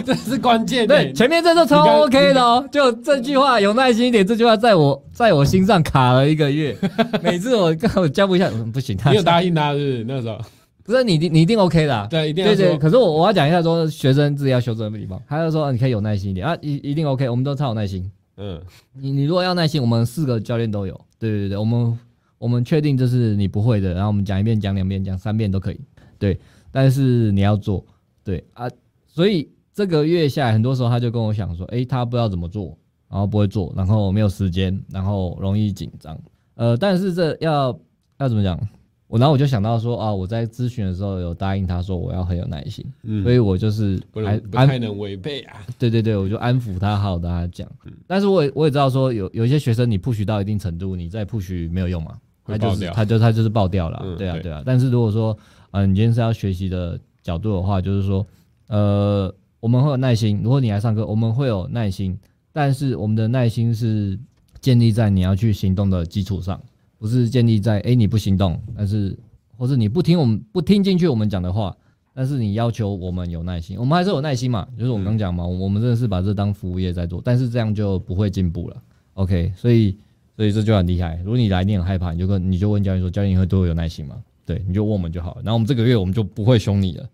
Speaker 1: 这是关键的。
Speaker 3: 对前面这都
Speaker 1: 你刚
Speaker 3: 超 OK 的哦，就这句话有耐心一点，这句话在我在我心上卡了一个月，每次我跟我加不下，嗯不行，他
Speaker 1: 你有答应他是不是那时候？
Speaker 3: 不是你一定你一定 OK 的啊、
Speaker 1: 对，一定要
Speaker 3: 对对，
Speaker 1: 说
Speaker 3: 可是我我要讲一下说学生自己要修正的地方，他就说、啊你可以有耐心一点啊，一一定 OK，我们都超有耐心。
Speaker 1: 嗯，
Speaker 3: 你你如果要耐心，我们四个教练都有。对对对，我们我们确定这是你不会的，然后我们讲一遍、讲两遍、讲三遍都可以，对。但是你要做，对啊。所以这个月下来，很多时候他就跟我想说，诶，他不知道怎么做，然后不会做，然后没有时间，然后容易紧张。呃，但是这要要怎么讲？我然后我就想到说啊，我在咨询的时候有答应他说我要很有耐心，所以我就是
Speaker 1: 嗯不
Speaker 3: 安
Speaker 1: 能不
Speaker 3: 安
Speaker 1: 太能违背啊。
Speaker 3: 对对对，我就安抚他，好好地跟他讲。
Speaker 1: 嗯
Speaker 3: 但是我也我也知道说有有一些学生，你 push 到一定程度，你再 push 没有用嘛，
Speaker 1: 会
Speaker 3: 他就
Speaker 1: 爆
Speaker 3: 是
Speaker 1: 掉
Speaker 3: 他就他就是爆掉了啊、
Speaker 1: 嗯
Speaker 3: 对啊
Speaker 1: 对
Speaker 3: 对啊。但是如果说嗯、呃你今天是要学习的角度的话，就是说呃我们会有耐心，如果你来上课，我们会有耐心，但是我们的耐心是建立在你要去行动的基础上，不是建立在哎、诶你不行动，但是或是你不听我们不听进去我们讲的话，但是你要求我们有耐心，我们还是有耐心嘛，就是我们
Speaker 1: 嗯
Speaker 3: 刚讲嘛，我们真的是把这当服务业在做，但是这样就不会进步了。OK，所以所以这就很厉害。如果你来你很害怕，你就跟你就问教练说，教练你会对我有耐心吗？对，你就问我们就好了。然后我们这个月我们就不会凶你了、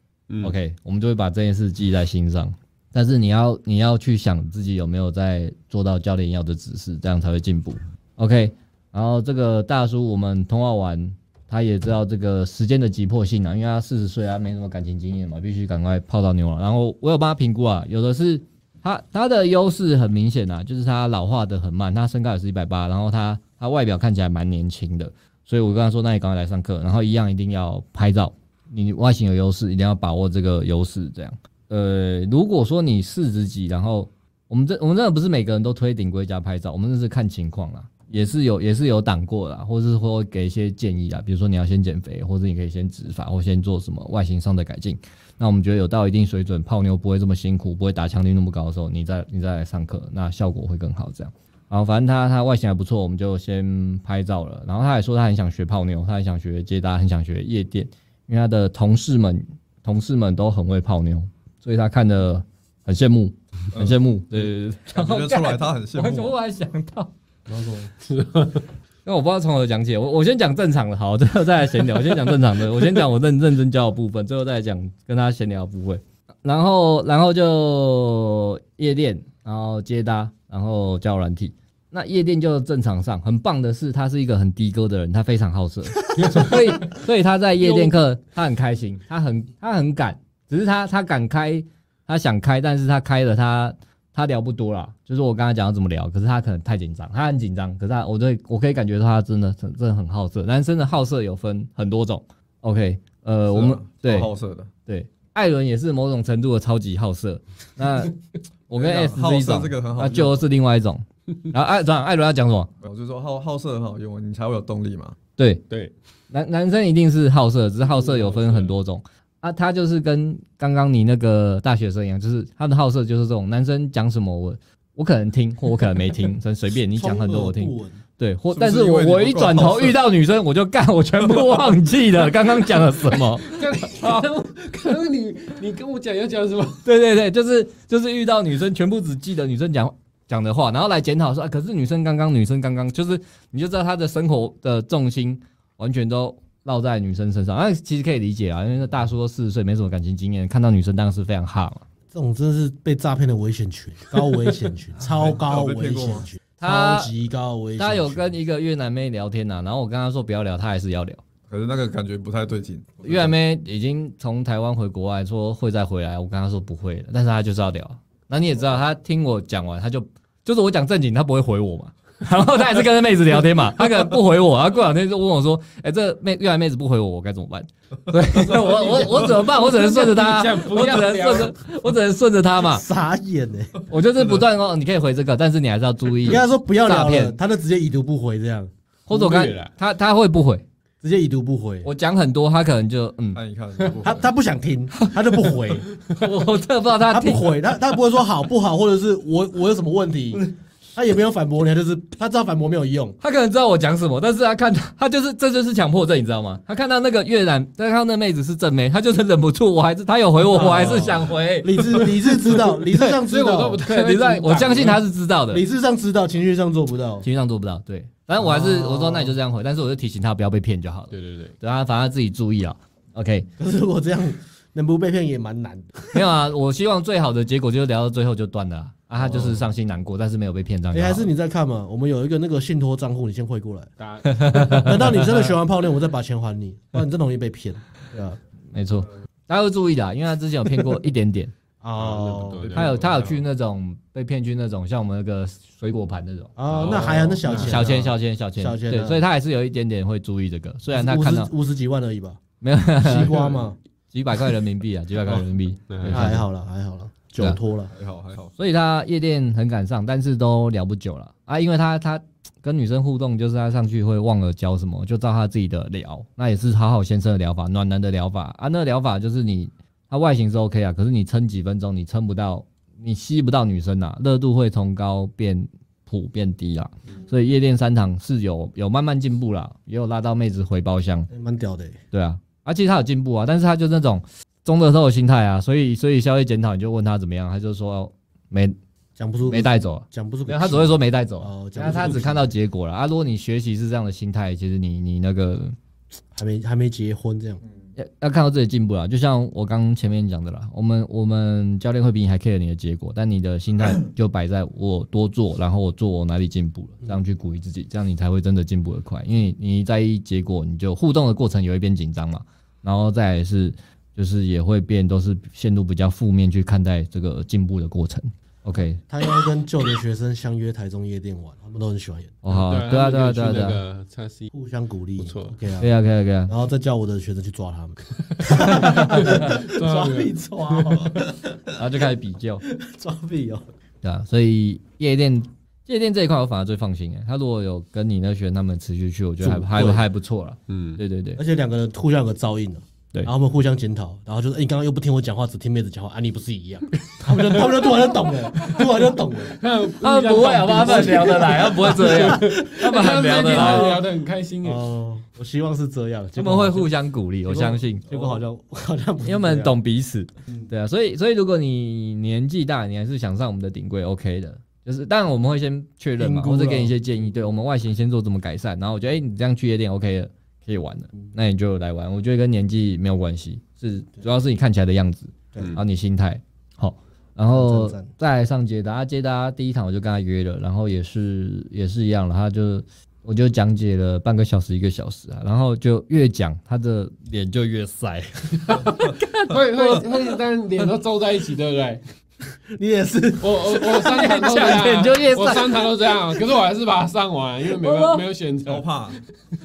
Speaker 3: o k 我们就会把这件事记在心上。但是你要你要去想自己有没有在做到教练要的指示，这样才会进步。OK，然后这个大叔我们通话完，他也知道这个时间的急迫性啊，因为他四十岁啊，没什么感情经验嘛，必须赶快泡到牛了。然后我有帮他评估啊，有的是他他的优势很明显啊，就是他老化的很慢，他身高也是一百八，然后他他外表看起来蛮年轻的，所以我跟他说，那你赶快来上课，然后一样一定要拍照，你外形有优势，一定要把握这个优势，这样。呃，如果说你四十几，然后我们这我们真的不是每个人都推顶规加拍照，我们这是看情况啦，也是有也是有挡过啦，或是说给一些建议啊，比如说你要先减肥，或者你可以先植发，或先做什么外形上的改进。那我们觉得有到一定水准，泡妞不会这么辛苦，不会打枪率那么高的时候，你再你再来上课，那效果会更好。这样，然后反正他他外形还不错，我们就先拍照了。然后他还说他很想学泡妞，他很想学接搭，很想学夜店，因为他的同事们同事们都很会泡妞，所以他看的很羡慕，很羡慕。对对对，
Speaker 4: 感觉出来他很羡
Speaker 3: 我怎么
Speaker 4: 慕啊
Speaker 3: 忽。然想到？ 因为我不知道从何讲起，我我先讲正常的，好，最后再来闲聊。我先讲正常 的，我先讲我认认真教的部分，最后再来讲跟他闲聊的部分。然后，然后就夜店，然后接搭，然后交友软体。那夜店就正常上，很棒的是，他是一个很低歌的人，他非常好 色，所以所以他在夜店课他很开心，他很他很敢，只是他他敢开，他想开，但是他开了他他聊不多啦，就是我刚才讲要怎么聊，可是他可能太紧张，他很紧张，可是他我对我可以感觉到他真的真的很好色，男生的好色有分很多种，OK，呃，我们对
Speaker 4: 啊好色的，
Speaker 3: 对，艾伦也是某种程度的超级好色。 那我跟 S
Speaker 4: 啊好
Speaker 3: 是一
Speaker 4: 色
Speaker 3: 种，
Speaker 4: 这个很好
Speaker 3: 那就
Speaker 4: 用
Speaker 3: 是另外一种。然后艾长艾伦要讲什么？
Speaker 4: 我就说好好色很好用，你才会有动力嘛。
Speaker 3: 对，
Speaker 1: 对，
Speaker 3: 男男生一定是好色，只是好色有
Speaker 4: 嗯
Speaker 3: 分很多种啊。他就是跟刚刚你那个大学生一样，就是他的好色就是这种，男生讲什么我我可能听，或我可能没 听，真随便你讲很多我听。对，或
Speaker 4: 是不
Speaker 3: 但
Speaker 4: 是
Speaker 3: 是我
Speaker 4: 因为你
Speaker 3: 我
Speaker 4: 不
Speaker 3: 一
Speaker 4: 够
Speaker 3: 转
Speaker 4: 好
Speaker 3: 头
Speaker 4: 色
Speaker 3: 遇到女生，我就干，我全部忘记了刚刚讲了什么。
Speaker 1: 可能你你跟我讲要讲什么？
Speaker 3: 对对对，就是就是遇到女生，全部只记得女生讲讲的话，然后来检讨说、啊，可是女生刚刚，女生刚刚，就是你就知道她的生活的重心完全都落在女生身上。那、其实可以理解啊，因为那大叔都四十岁，没什么感情经验，看到女生当然是非常哈嘛。
Speaker 2: 这种真的是被诈骗的危险群，高危险群，超高危险群，
Speaker 3: 他
Speaker 2: 超级高危险群。
Speaker 3: 他有跟一个越南妹聊天呐、啊然后我跟他说不要聊，他还是要聊。
Speaker 4: 可是那个感觉不太对劲。
Speaker 3: 越南妹已经从台湾回国外，说会再回来，我跟她说不会了，但是她就是要聊。那你也知道，她听我讲完，她就就是我讲正经，她不会回我嘛。然后她还是跟那妹子聊天嘛，她可能不回我，然后过两天就问我说：“哎、这妹越南妹子不回我，我该怎么办？”对，我我我怎么办？我只能顺 着她，我只能顺着，我只能顺着她嘛。
Speaker 2: 傻眼呢、
Speaker 3: 我就是不断哦，你可以回这个，但是你还是要注意
Speaker 2: 你跟。他说不要聊
Speaker 3: 诈
Speaker 2: 了，
Speaker 3: 骗
Speaker 2: 他就直接已读不回，这样
Speaker 3: 或者我看
Speaker 1: 忽略了
Speaker 3: 她她会不回，
Speaker 2: 直接已读不回。
Speaker 3: 我讲很多，她可能就嗯，
Speaker 4: 看一看，
Speaker 2: 他他不想听，他就不回，
Speaker 3: 我我真的不知道她
Speaker 2: 他不
Speaker 3: 听
Speaker 2: 回，他他不会说好不好，或者是我我有什么问题，他也没有反驳你，他就是他知道反驳没有用，
Speaker 3: 他可能知道我讲什么，但是他看到他就是这就是强迫症，你知道吗？他看到那个越南，他看到那妹子是正妹，他就是忍不住，我还是他有回我，我还是想回。
Speaker 2: 理智理智知道，理智上
Speaker 1: 所以
Speaker 2: 知
Speaker 1: 我都不
Speaker 2: 道，
Speaker 1: 太
Speaker 3: 对，你在
Speaker 1: 知道
Speaker 3: 我相信他是知道的，
Speaker 2: 理智上知道，情绪上做不到。
Speaker 3: 情绪上做不到。对，反正我还是我说那你就这样回，但是我就提醒他不要被骗就好了。
Speaker 1: 对对对，
Speaker 3: 对啊，反正他自己注意啊。OK，
Speaker 2: 可是我这样能不被骗也蛮难的。
Speaker 3: 没有啊，我希望最好的结果就是聊到最后就断了啊。啊，他就是伤心难过，但是没有被骗这样就
Speaker 2: 哎，
Speaker 3: 好了。
Speaker 2: 还是你在看嘛？我们有一个那个信托账户，你先汇过来。
Speaker 1: 大家
Speaker 2: 等到你真的学完泡妞，我再把钱还 你，不然你真容易被骗。对啊，
Speaker 3: 没错，大家要注意啦，因为他之前有骗过一点点，
Speaker 1: 哦对对
Speaker 3: 他有他有去那种被骗去那种像我们那个水果盘那种
Speaker 2: 哦，那还好，那小钱啊，
Speaker 3: 小钱小钱小钱
Speaker 2: 小钱啊
Speaker 3: 对，所以他还是有一点点会注意这个，虽然他
Speaker 2: 五
Speaker 3: 看到
Speaker 2: 十五十几万而已吧，
Speaker 3: 没有
Speaker 2: 西瓜 嘛，
Speaker 3: 几百块人民 币啊，几百块人民
Speaker 2: 哦
Speaker 3: 币，
Speaker 1: 对
Speaker 3: 对
Speaker 2: 还好了，还好了，
Speaker 3: 对啊
Speaker 2: 酒托了。
Speaker 4: 还好还好，
Speaker 3: 所以他夜店很敢上，但是都聊不久了啊，因为他他跟女生互动，就是他上去会忘了教什么，就照他自己的聊，那也是好好先生的疗法，暖男的疗法啊，那个疗法就是你他外形是 OK 啊，可是你撑几分钟，你撑不到，你吸不到女生啊，热度会从高变普变低啦，
Speaker 2: 嗯
Speaker 3: 所以夜店三场是有有慢慢进步啦，也有拉到妹子回包厢，
Speaker 2: 欸蛮屌的欸，
Speaker 3: 对啊，啊，其实他有进步啊，但是他就那种中的时候的心态啊，所以所以消费检讨你就问他怎么样，他就说、哦没
Speaker 2: 讲不出
Speaker 3: 没带走啊，
Speaker 2: 讲不出个
Speaker 3: 没
Speaker 2: 屁，
Speaker 3: 有，他只会说没带走啊
Speaker 2: 哦，讲
Speaker 3: 那
Speaker 2: 不出
Speaker 3: 他
Speaker 2: 个
Speaker 3: 只
Speaker 2: 屁
Speaker 3: 看到结果了啊。如果你学习是这样的心态，其实你你那个
Speaker 2: 还没还没结婚这样，
Speaker 3: 要要看到自己进步啦。就像我刚前面讲的啦，我们我们教练会比你还 care 你的结果，但你的心态就摆在我多做，然后我做我哪里进步了，这样去鼓励自己，这样你才会真的进步的快。因为你一在意结果，你就互动的过程也会变紧张嘛，然后再来是就是也会变都是陷入比较负面去看待这个进步的过程。OK，
Speaker 2: 他应该跟旧的学生相约台中夜店玩，他们都很喜欢，
Speaker 3: 哦好，对啊对啊对啊对啊。
Speaker 1: 啊，叉 C
Speaker 2: 互相鼓励，
Speaker 1: 不错
Speaker 2: ，OK 啊
Speaker 3: 可以。啊，可以啊，可以啊。
Speaker 2: 然后再叫我的学生去抓 他们，
Speaker 1: 抓
Speaker 2: 屁抓哦，
Speaker 3: 然后就开始比较，
Speaker 2: 抓屁哦，
Speaker 3: 对啊，所以夜店夜店这一块我反而最放心哎，他如果有跟你那学员他们持续去，我觉得还
Speaker 2: 组队
Speaker 3: 还还不错了，
Speaker 1: 嗯，
Speaker 3: 对对对
Speaker 2: 而且两个人互相有个照应啊。
Speaker 3: 对
Speaker 2: 然后他们互相检讨，然后就是，哎、你刚刚又不听我讲话，只听妹子讲话，啊，你不是一 样？他们就他们就突然就懂了，突然就懂了。
Speaker 3: 他们不会好吧？他们聊得来，他们不会这 样，他们很聊得来，
Speaker 1: 聊得很开心耶。
Speaker 2: 哦，我希望是这样，
Speaker 3: 他
Speaker 2: 结果
Speaker 3: 们
Speaker 2: 好
Speaker 3: 会
Speaker 2: 像
Speaker 3: 互相鼓励，我相信。
Speaker 2: 结果好像好像不是
Speaker 3: 因为我们
Speaker 2: 这样，嗯
Speaker 3: 懂彼此，对啊，所以所以如果你年纪大，你还是想上我们的顶柜，OK 的，就是当然我们会先确认
Speaker 2: 评
Speaker 3: 嘛，
Speaker 2: 估
Speaker 3: 或
Speaker 2: 了
Speaker 3: 者给你一些建议，对我们外形先做怎么改善，然后我觉得哎、你这样去夜店 OK 的，可以玩了，
Speaker 2: 嗯
Speaker 3: 那你就来玩，我觉得跟年纪没有关系，是主要是你看起来的样子，
Speaker 2: 对
Speaker 3: 然后你心态好。然后
Speaker 2: 赞赞赞
Speaker 3: 再来上捷达，捷达第一场我就跟他约了，然后也是也是一样了，他就我就讲解了半个小时一个小时啊，然后就越讲他的脸就越晒，
Speaker 1: 会会会，但脸都皱在一起，对不对？
Speaker 2: 你也是
Speaker 1: 我我我三堂都这
Speaker 3: 讲
Speaker 1: 样，
Speaker 3: 一讲就越上哦
Speaker 1: 我三堂都这样，可是我还是把它上完，因为没有没有选
Speaker 4: 都
Speaker 1: 择。
Speaker 4: 怕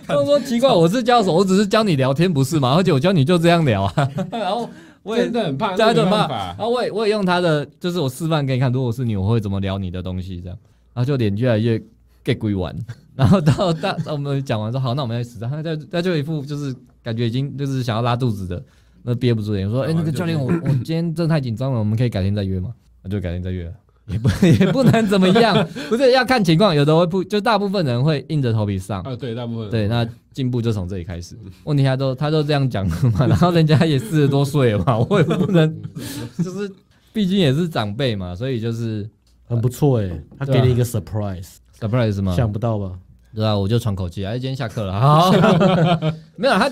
Speaker 3: 他说奇怪，我是教什么？我只是教你聊天，不是吗？而且我教你就这样聊啊。 然后我也
Speaker 1: 真的很怕，
Speaker 3: 教
Speaker 1: 那
Speaker 3: 他怎
Speaker 1: 没
Speaker 3: 么
Speaker 1: 办
Speaker 3: 办？
Speaker 1: 法
Speaker 3: 然。啊后我也我也用他的，就是我示范给你看，如果是你，我会怎么聊你的东西这样。然后就脸越来越 get 归完， 然后到大我们讲完说好，那我们要去吃饭，他就他就一副就是感觉已经就是想要拉肚子的，那憋不住脸说，哎、那个教练，我 我今天真的太紧张了，我们可以改天再约吗？那就改天再约了。啊也不 也不能怎么 样，不是要看情况，有的会不就大部分人会硬着头皮上，
Speaker 1: 啊，对，大部分
Speaker 3: 对，那进步就从这里开始。问题他都他都这样讲了嘛，然后人家也四十多岁了嘛，我也不能，就是毕竟也是长辈嘛，所以就是
Speaker 2: 很不错哎、他
Speaker 3: 对
Speaker 2: 给
Speaker 3: 啊
Speaker 2: 你一个 surprise，、
Speaker 3: surprise 嘛，
Speaker 2: 想不到吧？
Speaker 3: 对啊，我就喘口气啊，哎今天下课了，好， 没有他。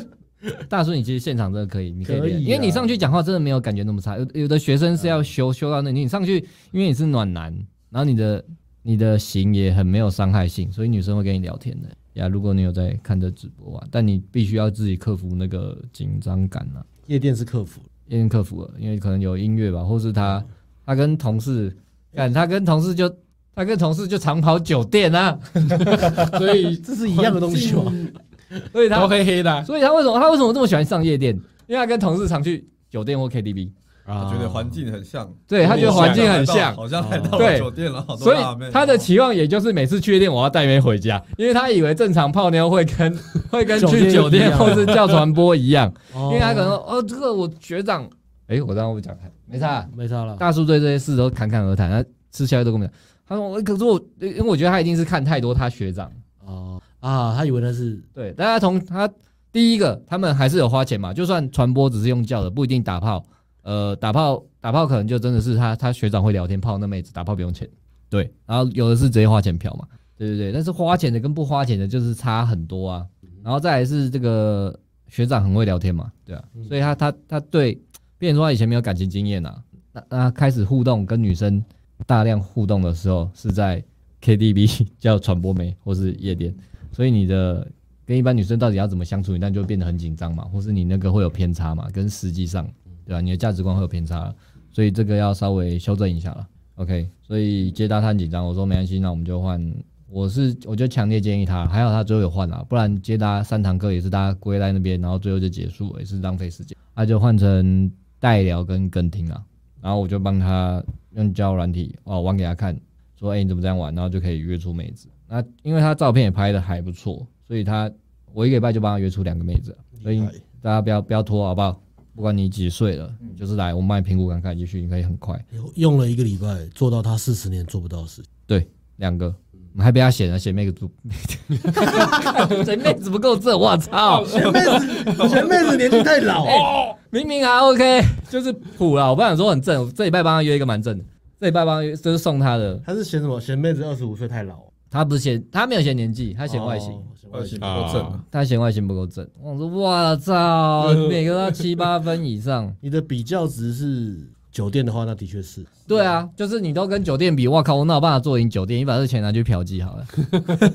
Speaker 3: 大叔，你其实现场真的可以，你可以
Speaker 2: 可以啊嗯
Speaker 3: 练，因为你上去讲话真的没有感觉那么差。有有的学生是要修修到那，你上去，因为你是暖男，然后你的你的型也很没有伤害性，所以女生会跟你聊天的呀。如果你有在看这直播啊，但你必须要自己克服那个紧张感啊，
Speaker 2: 夜店是客服，
Speaker 3: 已经克服了，因为可能有音乐吧，或是他他跟同事，干他跟同事就他跟同事就长跑酒店啊，
Speaker 1: 所以
Speaker 2: 这是一样的东 西吗？
Speaker 3: 所以他
Speaker 1: 都黑黑的啊，
Speaker 3: 所以他为什么他为什么这么喜欢上夜店？因为他跟同事常去酒店或 KTV，
Speaker 4: 他觉得环境很像，
Speaker 3: 对啊他觉得环境很
Speaker 4: 好像来
Speaker 3: 像
Speaker 4: 到，好像来到
Speaker 3: 对
Speaker 4: 了酒店了，好多
Speaker 3: 所以
Speaker 4: 辣妹哦
Speaker 3: 他的期望也就是每次去夜店我要带妹回家，因为他以为正常泡妞会跟会跟去酒
Speaker 2: 酒店一
Speaker 3: 店
Speaker 2: 样
Speaker 3: 或是叫传播一样，
Speaker 2: 因
Speaker 3: 因为他可能说哦这个我学长，哎我刚刚不讲开，没差啊，
Speaker 2: 没差了，
Speaker 3: 大叔对这些事都侃侃而谈，他吃宵夜都跟我们讲，他说我可是我因为我觉得他一定是看太多他学长。
Speaker 2: 哦啊，他以为那是
Speaker 3: 对，大家从他第一个，他们还是有花钱嘛，就算传播只是用叫的，不一定打炮。呃，打炮打炮可能就真的是他他学长会聊天泡那妹子，打炮不用钱。对，然后有的是直接花钱嫖嘛，对对对，但是花钱的跟不花钱的就是差很多啊。然后再来是这个学长很会聊天嘛，对啊，所以他他他对，变成说他以前没有感情经验啊，那那他开始互动跟女生大量互动的时候是在 KTV 叫传播媒或是夜店，所以你的跟一般女生到底要怎么相处，你但就会变得很紧张嘛，或是你那个会有偏差嘛，跟实际上对吧、你的价值观会有偏差了，所以这个要稍微修正一下了。OK，所以接到他很紧张，我说没关系，那我们就换。我是我就强烈建议他，还好他最后有换啊，不然接他三堂课也是大家归在那边，然后最后就结束了，也是浪费时间。他就换成代聊跟跟听啊，然后我就帮他用交友软体哦玩给他看，说哎、你怎么这样玩，然后就可以约出妹子。那因为他照片也拍的还不错，所以他我一个礼拜就帮他约出两个妹子了，所以大家不要不要拖好不好？不管你几岁了，你就是来我们帮你评估看看，也许你可以很快。
Speaker 2: 用了一个礼拜做到他四十年做不到的 事情。
Speaker 3: 对，两个，还被他写了写妹个猪， 写妹子不够正，我操！
Speaker 2: 前妹子，前妹子年纪太老，哦
Speaker 3: 哎明明还 OK，就是普啦。我不想说很正，我这礼拜帮他约一个蛮正的，这礼拜帮他约就是送他的，
Speaker 2: 他是嫌什么？嫌妹子二十五岁太老，
Speaker 3: 他不是嫌他没有嫌年纪，他嫌外形。
Speaker 2: 哦，嫌
Speaker 4: 二
Speaker 2: 外
Speaker 4: 十
Speaker 2: 形
Speaker 4: 不够正啊，
Speaker 3: 他嫌外形不够正，我说哇操，每个都要七八分以上。
Speaker 2: 你的比较值是酒店的话，那的确是。
Speaker 3: 对啊，就是你都跟酒店比，我靠，我哪有办法做赢酒店？你把这钱拿去嫖妓好 了。
Speaker 2: 一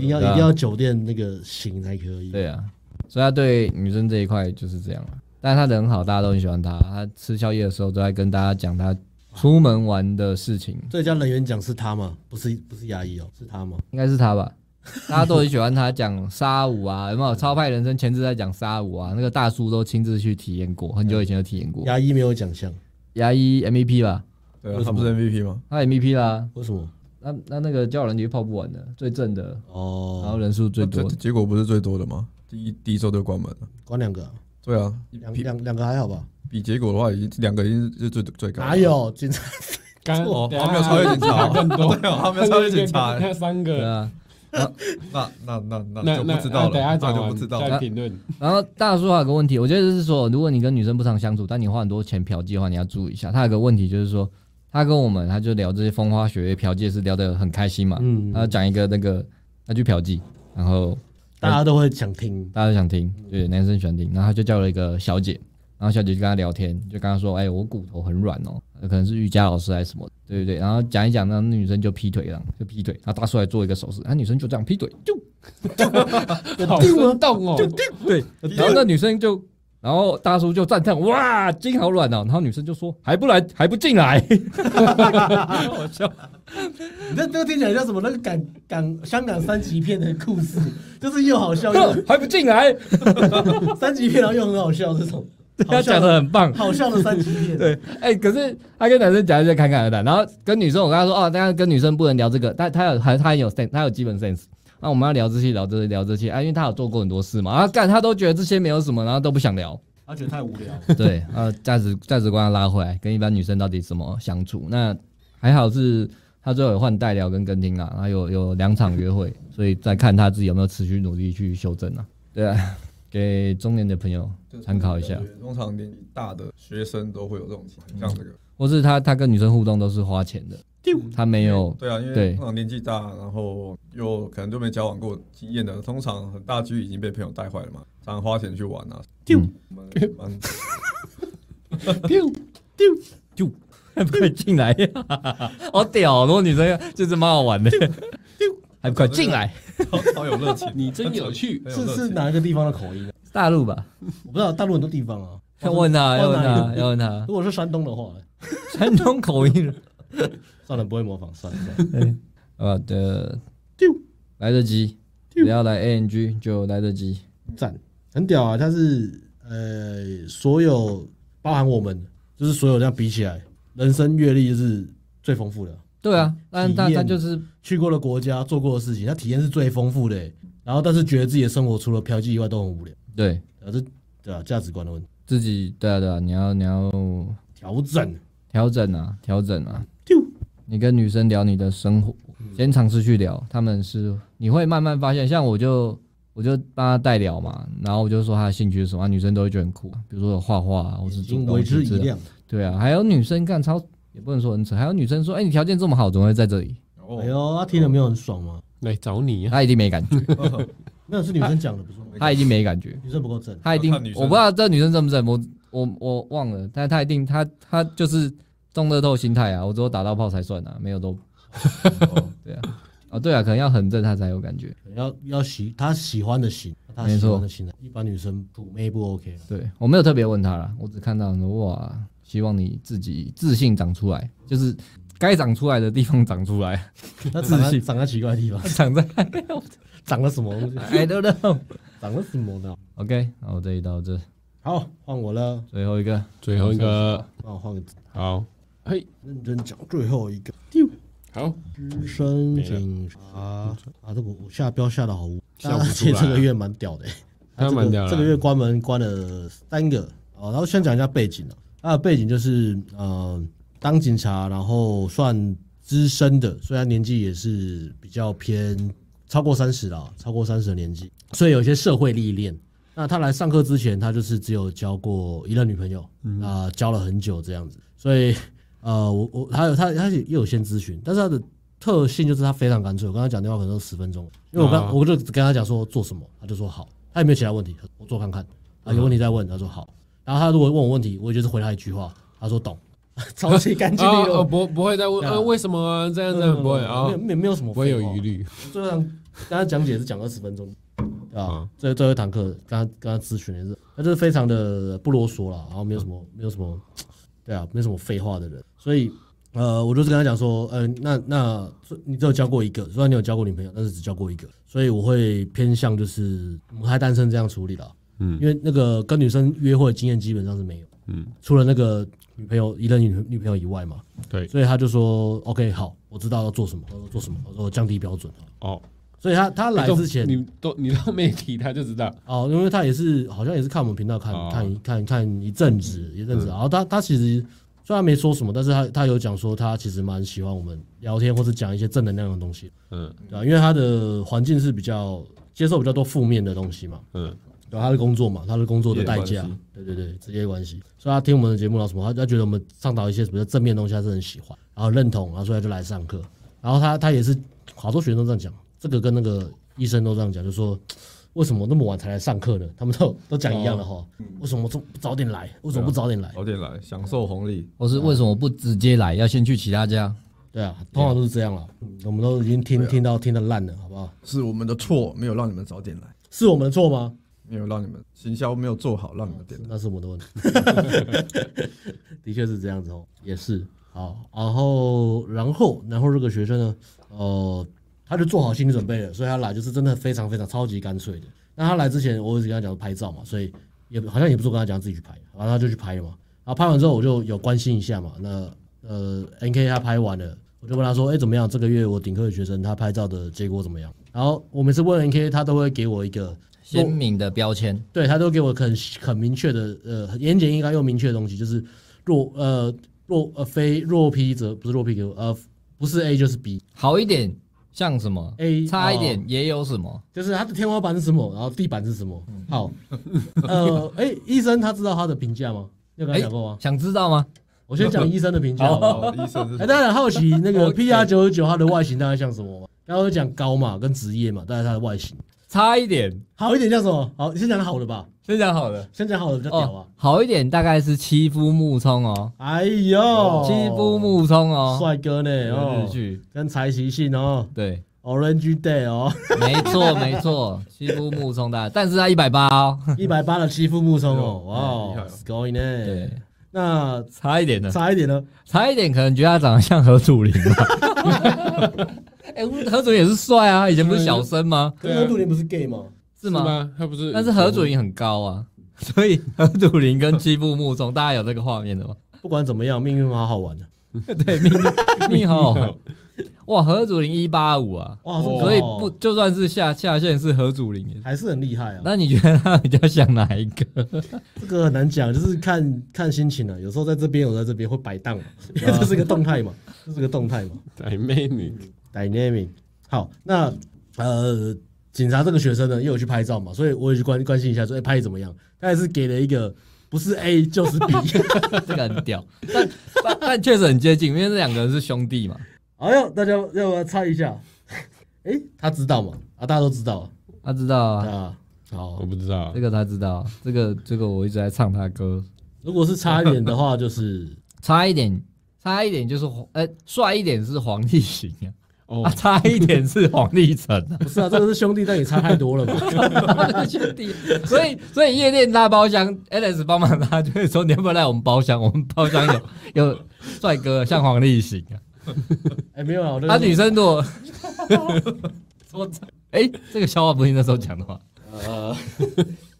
Speaker 2: 定要一定要酒店那个型才可以。
Speaker 3: 对啊，所以他对女生这一块就是这样了。但是他人很好，大家都很喜欢他。他吃宵夜的时候都在跟大家讲他出门玩的事情，
Speaker 2: 最佳人员奖是他吗？不是不是牙医哦，是他吗？
Speaker 3: 应该是他吧？大家都很喜欢他讲沙舞啊，有没有？超派人生前置在讲沙舞啊，那个大叔都亲自去体验过，很久以前就体验过。
Speaker 2: 牙医没有奖项，
Speaker 3: 牙医 MVP 吧，
Speaker 4: 对啊，他不是 MVP 吗？
Speaker 3: 他 MVP 啦。
Speaker 2: 为什么？
Speaker 3: 那那那个叫人局泡不完的，最正的，然后
Speaker 2: 哦，
Speaker 3: 人数最多
Speaker 4: 那
Speaker 3: 的
Speaker 4: 结。结果不是最多的吗？第一第一周就关门了。
Speaker 2: 关两个啊，
Speaker 4: 对啊，
Speaker 2: 两
Speaker 4: 比
Speaker 2: 两两个还好吧？
Speaker 4: 比结果的话，已经两个已经是最最高。
Speaker 2: 哪？有警察？
Speaker 1: 刚
Speaker 4: 哦，他没有超越警察，
Speaker 1: 更多
Speaker 4: 哦对哦，他没有超越警察。
Speaker 1: 那三
Speaker 3: 对
Speaker 1: 个，
Speaker 3: 啊，
Speaker 4: 那那那那
Speaker 1: 那
Speaker 4: 就
Speaker 1: 那
Speaker 4: 不知道
Speaker 1: 等一下
Speaker 4: 了，那
Speaker 1: 讲
Speaker 4: 就
Speaker 1: 完
Speaker 4: 不知道
Speaker 1: 再
Speaker 4: 了。
Speaker 1: 评论。
Speaker 3: 然后大叔还有个问题，我觉得就是说，如果你跟女生不常相处，但你花很多钱嫖妓的话，你要注意一下。他有个问题就是说，他跟我们他就聊这些风花雪月嫖妓是聊得很开心嘛，
Speaker 2: 嗯
Speaker 3: 他讲一个那个他去嫖妓，然后
Speaker 2: 大家都会想 听。
Speaker 3: 大家都想听，对，男生喜欢听，然后他就叫了一个小姐，然后小姐就跟他聊天，就跟他说，哎、我骨头很软哦，可能是瑜伽老师还是什么，对对对，然后讲一讲，那女生就劈腿了，就劈腿，然后大叔来做一个手势，那啊女生就这样劈腿，就
Speaker 1: 好生动哦，
Speaker 3: 对，然后那女生就，然后大叔就赞叹：“哇，筋好软哦！”然后女生就说：“还不来，还不进来
Speaker 2: 你这这个听起来像什么？那个港港香港三级片的故事，就是又好 笑
Speaker 3: 哼，还不进来
Speaker 2: 三级片，然后又很好笑这种。？”
Speaker 3: 他讲的很棒。
Speaker 2: 好笑的三级片。 对，
Speaker 3: 哎、可是他跟男生讲一些侃侃而谈，然后跟女生，我跟他说：“哦，大家跟女生不能聊这个。但”他有还他很有 sense，他有基本 sense。那、我们要聊这些，聊这些，聊这些啊，因为他有做过很多事嘛。啊，干他都觉得这些没有什么，然后都不想聊。
Speaker 2: 而且太无聊。
Speaker 3: 对，呃，价值价值观要拉回来，跟一般女生到底怎么相处？那还好是她最后有换代聊跟跟听啊，然后有有两场约会，所以再看她自己有没有持续努力去修正啊。对啊，给中年的朋友参考一下，。
Speaker 4: 通常年纪大的学生都会有这种情况，像这个。
Speaker 3: 或是她她跟女生互动都是花钱的，她没有
Speaker 4: 对啊，因为
Speaker 3: 对
Speaker 4: 通常年纪大，然后又可能就没交往过经验的，通常很大几率已经被朋友带坏了嘛，常常花钱去玩啊。
Speaker 3: 丢
Speaker 4: 蛮蛮
Speaker 3: 丢丢丢，还不快 进来呀、好屌、哦，如果女生就是蛮好玩的，还不快进来，
Speaker 4: 超超有热情，
Speaker 1: 你真有趣，
Speaker 4: 很有
Speaker 2: 是
Speaker 4: 热
Speaker 2: 是
Speaker 4: 情。
Speaker 2: 哪一个地方的口音啊？
Speaker 3: 大陆吧？
Speaker 2: 我不知道，大陆很多地方啊。
Speaker 3: 要问他，要问
Speaker 2: 到哪
Speaker 3: 他，
Speaker 2: 里
Speaker 3: 要问他，
Speaker 2: 如果是山东的话，
Speaker 3: 山东口音。
Speaker 2: 算了，不会模仿，算了。算了
Speaker 3: 呃的，
Speaker 2: 丢
Speaker 3: 来得及，只要来 ANG 就来得及。
Speaker 2: 赞，很屌啊！他是呃，所有包含我们，就是所有这样比起来，人生阅历是最丰富的。
Speaker 3: 对啊，但但
Speaker 2: 嗯体验
Speaker 3: 但就是
Speaker 2: 去过的国家，做过的事情，他体验是最丰富的欸。然后，但是觉得自己的生活除了嫖妓以外都很无聊，
Speaker 3: 对
Speaker 2: 啊，这对啊，价值观的问题，
Speaker 3: 自己，对啊对啊，你要你要
Speaker 2: 调整。
Speaker 3: 调整啊，调整啊。
Speaker 2: 丢嗯
Speaker 3: 你跟女生聊你的生活，先尝试去聊，他们是你会慢慢发现，像我就我就帮她代聊嘛，然后我就说她的兴趣是什么，啊女生都会觉得很酷，比如说有画画啊，或是
Speaker 2: 已
Speaker 3: 做
Speaker 2: 经
Speaker 3: 东
Speaker 2: 为
Speaker 3: 西
Speaker 2: 之一
Speaker 3: 之类的。
Speaker 2: 亮，
Speaker 3: 对啊，还有女生干超也不能说很扯，还有女生说，哎、你条件这么好，怎么会在这里？
Speaker 4: 哦
Speaker 2: 哎呦，他听了没有很爽吗？
Speaker 1: 来找你啊！
Speaker 3: 她一定没感 觉，
Speaker 2: 没有，是女生讲的，不是我。
Speaker 3: 她一定没感觉。
Speaker 2: 女生不够正，
Speaker 3: 他一定
Speaker 4: 哦看女，生
Speaker 3: 我不知道这女生正不正，我我我忘了，但是他一定，他他就是中乐透心态啊，我只有打到炮才算啊，没有都， 对啊，哦对啊，可能要很正他才有感觉。
Speaker 2: 可能要要喜他喜欢的型，他
Speaker 3: 没
Speaker 2: 喜
Speaker 3: 错
Speaker 2: 欢的型，啊一般女生普妹不 OK 啊 了。
Speaker 3: 对我没有特别问他啦，我只看到说哇，希望你自己自信长出来，就是该长出来的地方长出来，
Speaker 2: 他长在长在奇怪的地方，
Speaker 3: 长在
Speaker 2: 长了什么东西？
Speaker 3: I don't know。
Speaker 2: 长了什么呢？
Speaker 3: OK，那我这里到这，
Speaker 2: 好，换我了，
Speaker 3: 最后一个，
Speaker 1: 最后一个，
Speaker 2: 帮我换个
Speaker 1: 好，嘿，
Speaker 2: 认真讲最后一个。
Speaker 1: 好，
Speaker 2: 资深警察啊啊！这个我下标下的好无，
Speaker 1: 下不
Speaker 2: 而
Speaker 1: 出来啊
Speaker 2: 且这个月蛮屌的、 欸，
Speaker 1: 那蛮屌的啊
Speaker 2: 这个。这个月关门关了三个哦，然后先讲一下背景啊，他的背景就是呃，当警察，然后算资深的，虽然年纪也是比较偏超过三十了，超过三十的年纪，所以有一些社会历练。那他来上课之前，他就是只有交过一任女朋友，
Speaker 1: 嗯
Speaker 2: 啊、交了很久这样子，所以呃，我我还有他他也有先咨询，但是他的特性就是他非常干脆。我跟他讲电话可能都十分钟，因为我刚、
Speaker 1: 啊
Speaker 2: 我就只跟他讲说做什么，他就说好，他也没有其他问题，我做看看啊，有问题再问，他说好。然后他如果问我问题，我也就是回他一句话，他说懂， 超级干净 利
Speaker 1: 哦哦，
Speaker 2: 落，
Speaker 1: 不不会再问
Speaker 2: 对啊嗯
Speaker 1: 呃为什么啊这样这样不会啊
Speaker 2: 没有，没有没有什么
Speaker 1: 不会有
Speaker 2: 废话
Speaker 1: 疑虑。
Speaker 2: 最后一堂跟他讲解是讲二十分钟，对吧
Speaker 1: 嗯？
Speaker 2: 最最后一堂课跟他跟他咨询也是，他就是非常的不啰嗦了，然后没有什么没有什么，对啊，没什么废话的人，所以。呃，我就是跟他讲说，呃，那那你只有交过一个，虽然你有交过女朋友，但是只交过一个，所以我会偏向就是母胎单身这样处理了。嗯，因为那个跟女生约会经验基本上是没有，嗯，除了那个女朋友一任女女朋友以外嘛，
Speaker 1: 对，
Speaker 2: 所以他就说 OK 好，我知道要做什么，我说做什么，我说降低标准，
Speaker 1: 哦，
Speaker 2: 所以他他来之
Speaker 1: 都，
Speaker 2: 前
Speaker 1: 你都你都没提，他就知道。
Speaker 2: 哦，因为他也是好像也是看我们频道看、
Speaker 1: 哦嗯
Speaker 2: 看一看看一阵子一阵子，然后他他其实虽然没说什么，但是他他有讲说他其实蛮喜欢我们聊天或者讲一些正能量的东西，
Speaker 1: 嗯
Speaker 2: 对、啊、因为他的环境是比较接受比较多负面的东西嘛，
Speaker 1: 嗯，
Speaker 2: 对、他的工作嘛，他的工作的代
Speaker 4: 职业
Speaker 2: 价
Speaker 4: 关系，
Speaker 2: 对对对，职业关系，所以他听我们的节目然后什么，他他觉得我们倡导一些什么正面的东西，他是很喜欢，然后认同，然后所以他就来上课，然后他他也是好多学生都这样讲，这个跟那个医生都这样讲，就说为什么那么晚才来上课呢？他们都都讲一样的哈，
Speaker 4: 哦
Speaker 2: 为什么不早点来？为什么不早点来？
Speaker 4: 早点来，享受红利。
Speaker 3: 我是为什么不直接来，要先去其他家？
Speaker 2: 对啊，通常都是这样了，嗯我们都已经听、
Speaker 4: 啊
Speaker 2: 听到听得烂了，好不好？
Speaker 4: 是我们的错，没有让你们早点来，
Speaker 2: 是我们的错吗？
Speaker 4: 没有让你们行销没有做好，让你们点来。
Speaker 2: 那是我的问题， 的确是这样子哦，也是好。然后，然后，然后这个学生呢，呃，他就做好心理准备了，所以他来就是真的非常非常超级干脆的。那他来之前，我一直跟他讲拍照嘛，所以也好像也不是我跟他讲自己去拍，然后他就去拍了嘛。然后拍完之后，我就有关心一下嘛。那呃，N K 他拍完了，我就问他说：“哎、怎么样？这个月我顶课的学生他拍照的结果怎么样？”然后我每次问 N K，他都会给我一个
Speaker 3: 鲜明的标签，
Speaker 2: 对他都给我很很明确的，呃，很言简意赅又明确的东西，就是若呃若呃非若 P 则不是若 P 给我，呃不是 A 就是 B，
Speaker 3: 好一点像什么
Speaker 2: A，
Speaker 3: 差一点
Speaker 2: 哦
Speaker 3: 也有什么，
Speaker 2: 就是它的天花板是什么，然后地板是什么。
Speaker 3: 嗯
Speaker 2: 好，呃，哎、医生他知道他的评价吗？你有跟他讲过吗？
Speaker 3: 想知道吗？
Speaker 2: 我先讲医生的评价好不好。
Speaker 4: 哦，医生是
Speaker 2: 哎、大家很好奇那个 PR 九十九它的外形大概像什么吗？刚刚有讲高嘛，跟职业嘛，大概它的外形
Speaker 3: 差一点，
Speaker 2: 好一点像什么？好，先讲好的吧，
Speaker 3: 先讲好了。
Speaker 2: 先讲好的比较屌啊
Speaker 3: 哦。，好一点大概是欺夫木聪哦，
Speaker 2: 哎呦，
Speaker 3: 欺夫木聪哦，
Speaker 2: 帅哥呢哦
Speaker 3: 日，剧
Speaker 2: 跟柴崎幸哦
Speaker 3: 对，
Speaker 2: ，Orange Day 哦，
Speaker 3: 没错没错，欺夫木聪大，但是他一百八哦，
Speaker 2: 一百八的欺负木松哦，哇
Speaker 4: 厉害
Speaker 2: 哦
Speaker 4: 哦
Speaker 2: ，going 呢
Speaker 3: 对？，
Speaker 2: 那
Speaker 3: 差一点的，
Speaker 2: 差一点呢？
Speaker 3: 差一点可能觉得他长得像何祖林吧。哎、何祖林也是帅啊，以前不是小生吗？
Speaker 2: 可是杜林不是 gay 吗？
Speaker 3: 是
Speaker 1: 是
Speaker 3: 吗？
Speaker 1: 吗？他不是，
Speaker 3: 但是何祖林很高啊，所以何祖林跟欺负木中，大家有这个画面的吗？
Speaker 2: 不管怎么样，命运好好玩的，啊
Speaker 3: 对，命 运命好好玩。哇，何祖林一八五啊，
Speaker 2: 哇，这么高哦
Speaker 3: 所以不就算是下下线是何祖林也是。
Speaker 2: 还是很厉害啊。
Speaker 3: 那你觉得他比较像哪一个？
Speaker 2: 这个很难讲，就是看看心情啊了。有时候在这边，有时候在这边会摆 荡嘛，因为这是个动态嘛，这是个动态嘛。
Speaker 1: 哎，妹女，
Speaker 2: dynamic。好，那呃，警察这个学生呢，也有去拍照嘛，所以我也去关关心一下，说，哎、拍得怎么样？他也是给了一个不是 A 就是 B，
Speaker 3: 这个很屌，但但但确实很接近，因为这两个人是兄弟嘛。
Speaker 2: 哎呦，大家要不要猜一 下？哎、他知道嘛？啊，大家都知道
Speaker 3: 他知道
Speaker 2: 啊。
Speaker 3: 啊，
Speaker 2: 啊
Speaker 1: 我
Speaker 2: 好，
Speaker 1: 不知道
Speaker 3: 这。个他知道，啊这个这个我一直在唱他歌，
Speaker 2: 如果是差一点的话，就是
Speaker 3: 差一点，差一点就是黄，呃，帅一点是黄立行啊，
Speaker 1: 哦
Speaker 3: 啊，差一点是黄立成啊，
Speaker 2: 不是啊，这个是兄弟，但也差太多了 嘛。
Speaker 3: 兄弟，所以所以夜店大包厢，Alex 帮忙他就会说你要不要来我们包厢？我们包厢有 有帅哥，像黄立行啊。
Speaker 2: 哎，没有啊，我
Speaker 3: 他女
Speaker 2: 生
Speaker 3: 生如果说 哎、这个笑话不是你那时候讲的话，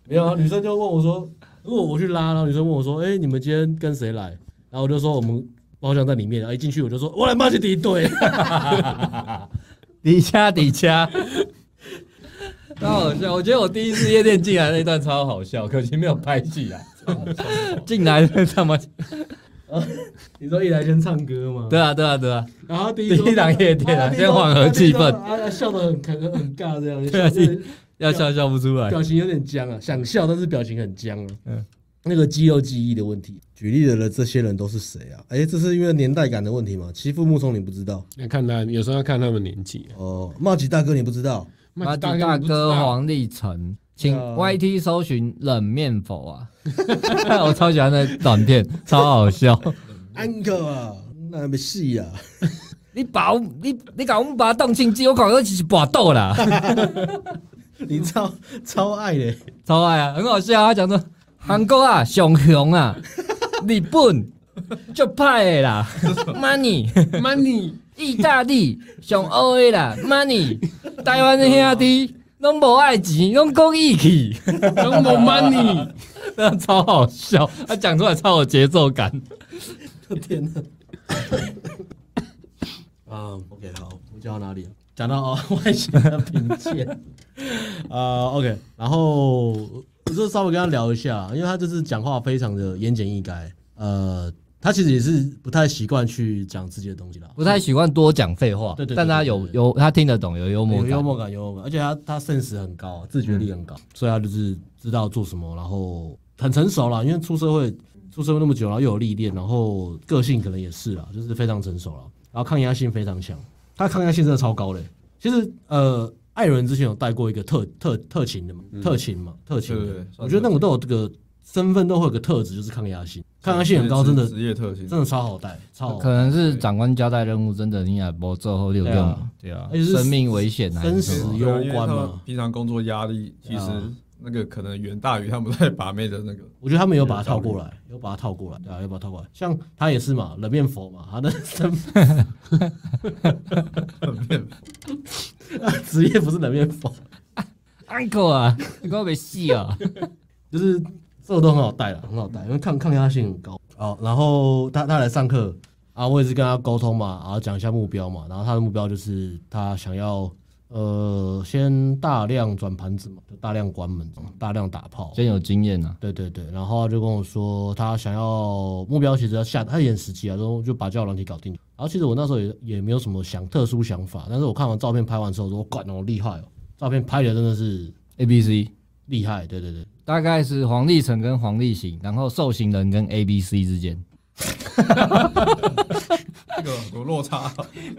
Speaker 2: 没有啊，女生就问我说，如果我去拉，然后女生问我说，哎，你们今天跟谁来？然后我就说我们包厢在里面，然后一进去我就说，我来骂起第一队。
Speaker 3: 底掐底掐，超好笑。我觉得我第一次夜店进来那段超好笑，可惜没有拍戏啊。进来就他妈，
Speaker 2: 你说一来先唱歌吗？
Speaker 3: 对啊对啊对啊，
Speaker 2: 然后第
Speaker 3: 第一档夜店啊，先缓和气氛，
Speaker 2: 啊，笑得很很很尬这样，
Speaker 3: 对啊你要笑笑不出来。
Speaker 2: 表情有点僵啊，想笑但是表情很僵啊。那个肌肉记忆的问题，举例的人这些人都是谁啊？哎，这是因为年代感的问题吗？欺负木虫你不知道
Speaker 1: 要看他有时候要看他们年纪。
Speaker 2: 哦，茂吉大哥你不知道，
Speaker 1: 妈
Speaker 3: 马祖大
Speaker 1: 你不知道
Speaker 3: 哥黄立成，请
Speaker 2: 对啊
Speaker 3: YT 搜寻冷面否啊！ 我超喜欢那短片，超好笑。
Speaker 2: 安哥啊，那还没戏啊。
Speaker 3: 你把我你你搞我们把动庆机，我搞到一起搏斗啦，
Speaker 2: 你超超爱的，
Speaker 3: 超爱啊，很好笑啊！他讲说韩国啊，熊熊 啊，日本就派的 啦，money money，意大利上欧的啦，money，台湾的兄弟 拢无爱钱，拢讲义气。
Speaker 1: 都没 money，
Speaker 3: 那超好笑，他讲出来超有节奏感。
Speaker 2: 天 哪！啊、o k 好，我讲到哪里了？讲到哦， 外形的评鉴。 啊、o k 然后我就稍微跟他聊一下，因为他就是讲话非常的言简意赅。呃，他其实也是不太习惯去讲自己的东西啦，
Speaker 3: 不太习惯多讲废话，
Speaker 2: 对对对
Speaker 3: 但他有
Speaker 2: 对对
Speaker 3: 有他听得懂，有幽默
Speaker 2: 有
Speaker 3: 感，
Speaker 2: 幽默感，有幽默感，而且他他 sense 很高，自觉力很高，所以他就是知道做什么，然后很成熟啦，因为出社会出社会那么久，然后又有历练，然后个性可能也是啦，就是非常成熟了，然后抗压性非常强，他抗压性真的超高嘞、其实呃，艾伦之前有带过一个特特特勤的嘛，特勤嘛，特勤
Speaker 4: 对对
Speaker 2: 的
Speaker 4: 对，
Speaker 2: 我觉得那种都有这个身份都会有个特质，就是抗压性，抗压性很高，
Speaker 4: 职
Speaker 2: 真的
Speaker 4: 职业特性，
Speaker 2: 真的超好带，超好带
Speaker 3: 可能是长官交代任务，真的你也不做后六
Speaker 2: 对
Speaker 3: 用
Speaker 2: 啊，
Speaker 3: 对啊
Speaker 2: 而且是
Speaker 3: 生命危险啊，
Speaker 2: 生
Speaker 3: 什么
Speaker 2: 死
Speaker 4: 对啊
Speaker 2: 攸
Speaker 4: 因为
Speaker 2: 关
Speaker 4: 他
Speaker 2: 嘛
Speaker 4: 们。平常工作压力其实
Speaker 2: 啊
Speaker 4: 那个可能远大于他们在把妹的那个。
Speaker 2: 我觉得他们有把它套过来，有把它套过来，对啊，有把它套过来。像他也是嘛，冷面佛嘛，他的 身份职业不是冷面佛，
Speaker 3: uncle 啊，你给我没戏啊，
Speaker 2: 就是这个都很好带了，很好带，因为抗抗压性很高。哦，然后他他来上课啊，我也是跟他沟通嘛，然后讲一下目标嘛，然后他的目标就是他想要呃先大量转盘子嘛，就大量关门，大量打炮，
Speaker 3: 真有经验啊，
Speaker 2: 对对对，然后他就跟我说，他想要目标其实要下，他也很实际啊，然后就把交友软体搞定。然后其实我那时候也也没有什么想特殊想法，但是我看完照片拍完之后，我说，管哦，厉害哦，照片拍的真的是
Speaker 3: A B C。
Speaker 2: 厉害，对对对，
Speaker 3: 大概是黄立成跟黄立行，然后受刑人跟 A、B、C 之间，
Speaker 4: 这个有落差，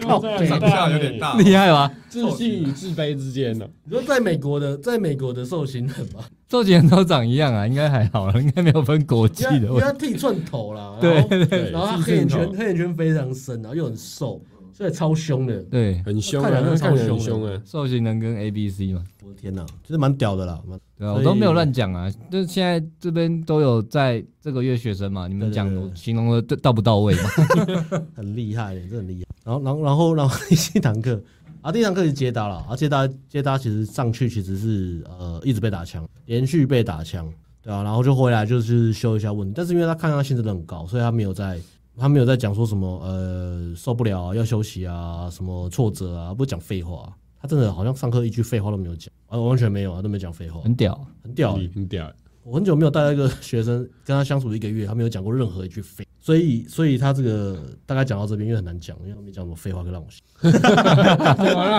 Speaker 1: 靠
Speaker 2: 哦
Speaker 1: 北
Speaker 4: 长相有点大。
Speaker 3: 厉害吧？
Speaker 1: 自信与自卑之间呢，
Speaker 2: 你说在美国的，在美国的受刑人吧，
Speaker 3: 受刑人都长一样啊，应该还好了，应该没有分国际 的问题。
Speaker 2: 剃寸头啦，
Speaker 3: 对
Speaker 1: 对
Speaker 2: 然后他黑眼圈黑眼圈非常深，然后又很瘦，所以超凶的。
Speaker 3: 对，
Speaker 1: 很凶
Speaker 2: 看起
Speaker 1: 啊，
Speaker 2: 来
Speaker 1: 那看起来
Speaker 2: 超
Speaker 1: 很
Speaker 2: 凶
Speaker 1: 凶啊。
Speaker 3: 受刑人跟 A、B、C 嘛，
Speaker 2: 我的天哪，其实蛮屌的啦，蛮
Speaker 3: 对啊，
Speaker 2: 所
Speaker 3: 我
Speaker 2: 以
Speaker 3: 都没有乱讲啊，就是现在这边都有在这个月学生嘛，你们
Speaker 2: 对对
Speaker 3: 讲
Speaker 2: 对对
Speaker 3: 形容的到不到位 嘛？
Speaker 2: 很厉害的，这很厉害。然后，然后，然后，然后 第一堂课啊，第一堂课是接搭了啊，接搭接搭其实上去其实是呃一直被打枪，连续被打枪，对啊，然后就回来就是修一下问题，但是因为他抗压性真的很高，所以他没有在他没有在讲说什么呃受不了啊，要休息啊，什么挫折啊，不讲废话啊、他真的好像上课一句废话都没有讲，啊，完全没有啊，都没讲废话，
Speaker 3: 很屌，
Speaker 2: 很屌、欸。
Speaker 1: 很屌，
Speaker 2: 我很久没有带到一个学生跟他相处一个月，他没有讲过任何一句废，所以所以他这个大概讲到这边，因为很难讲，因为他没讲什么废话，可以让我笑，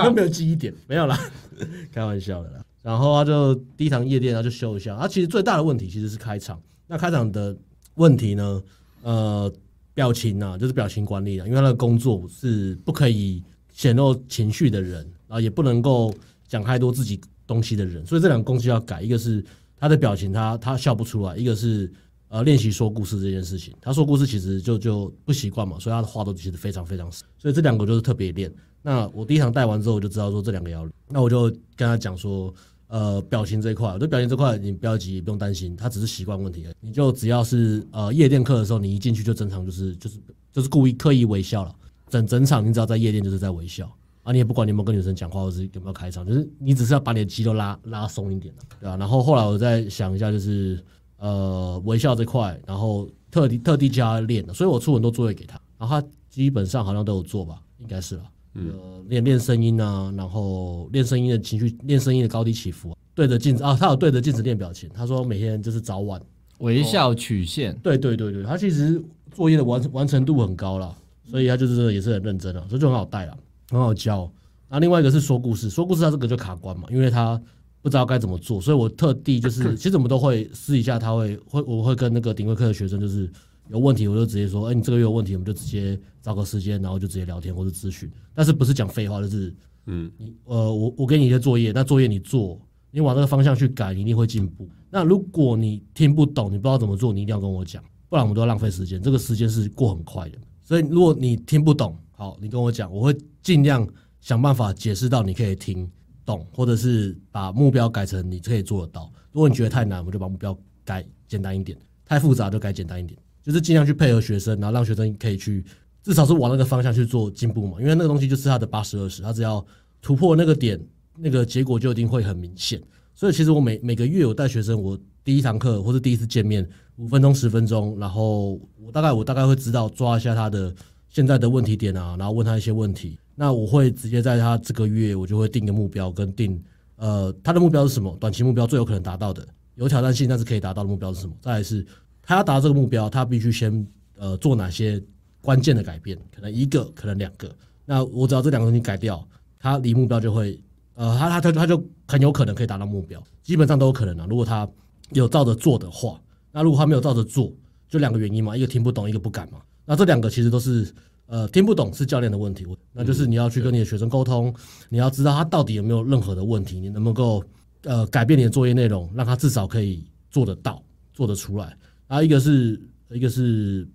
Speaker 2: 都没有记忆点，没有啦， 开玩笑的啦。然后他就第一堂夜店，他就修一下。他啊其实最大的问题其实是开场，那开场的问题呢，呃，表情啊，就是表情管理啊，因为他的工作是不可以显露情绪的人，然后也不能够讲太多自己东西的人，所以这两个东西要改，一个是他的表情他他笑不出来，一个是呃练习说故事这件事情。他说故事其实就就不习惯嘛，所以他的话都其实非常非常少。所以这两个就是特别练。那我第一堂带完之后，我就知道说这两个要练，那我就跟他讲说。呃，表情这一块，我对表情这块你不要急，不用担心，它只是习惯问题而已。你就只要是呃夜店课的时候，你一进去就正常，就是就是就是故意刻意微笑了。整整场你只要在夜店就是在微笑啊，你也不管你有没有跟女生讲话，或是有没有开场，就是你只是要把你的肌肉拉拉松一点啊对吧、然后后来我再想一下，就是呃微笑这块，然后特地特地教他练的，所以我出很多作业给他，然后他基本上好像都有做吧，应该是了、呃，练练声音啊，然后练声音的情绪，练声音的高低起伏啊、对着镜子啊，他有对着镜子练表情。他说每天就是早晚，
Speaker 5: 微笑曲
Speaker 3: 哦
Speaker 5: 线，
Speaker 2: 对对对对，他其实作业的完完成度很高了，所以他就是真的也是很认真啊，所以就很好带啊，很好教。那另外一个是说故事，说故事他这个就卡关嘛，因为他不知道该怎么做，所以我特地就是，其实我们都会私底下他会会我会跟那个顶规课的学生就是。有问题我就直接说，哎、你这个月有问题，我们就直接找个时间，然后就直接聊天或者咨询，但是不是讲废话，就是你呃，我我给你一些作业，那作业你做，你往那个方向去改，你一定会进步。那如果你听不懂，你不知道怎么做，你一定要跟我讲，不然我们都要浪费时间。这个时间是过很快的，所以如果你听不懂，好，你跟我讲，我会尽量想办法解释到你可以听懂，或者是把目标改成你可以做得到。如果你觉得太难，我就把目标改简单一点；太复杂就改简单一点，就是尽量去配合学生，然后让学生可以去至少是往那个方向去做进步嘛。因为那个东西就是他的八十二十，他只要突破那个点，那个结果就一定会很明显。所以其实我每每个月我带学生，我第一堂课或是第一次见面五分钟十分钟，然后我大概我大概会知道抓一下他的现在的问题点啊，然后问他一些问题。那我会直接在他这个月，我就会定个目标跟定呃他的目标是什么，短期目标最有可能达到的，有挑战性但是可以达到的目标是什么？再来是他要达到这个目标，他必须先呃做哪些关键的改变，可能一个，可能两个。那我只要这两个东西改掉，他离目标就会，呃，他他他他就很有可能可以达到目标，基本上都有可能啊。如果他有照着做的话，那如果他没有照着做，就两个原因嘛，一个听不懂，一个不敢嘛。那这两个其实都是，呃，听不懂是教练的问题，我那就是你要去跟你的学生沟通，你要知道他到底有没有任何的问题，你能不能够呃改变你的作业内容，让他至少可以做得到，做得出来。然后一个是一个是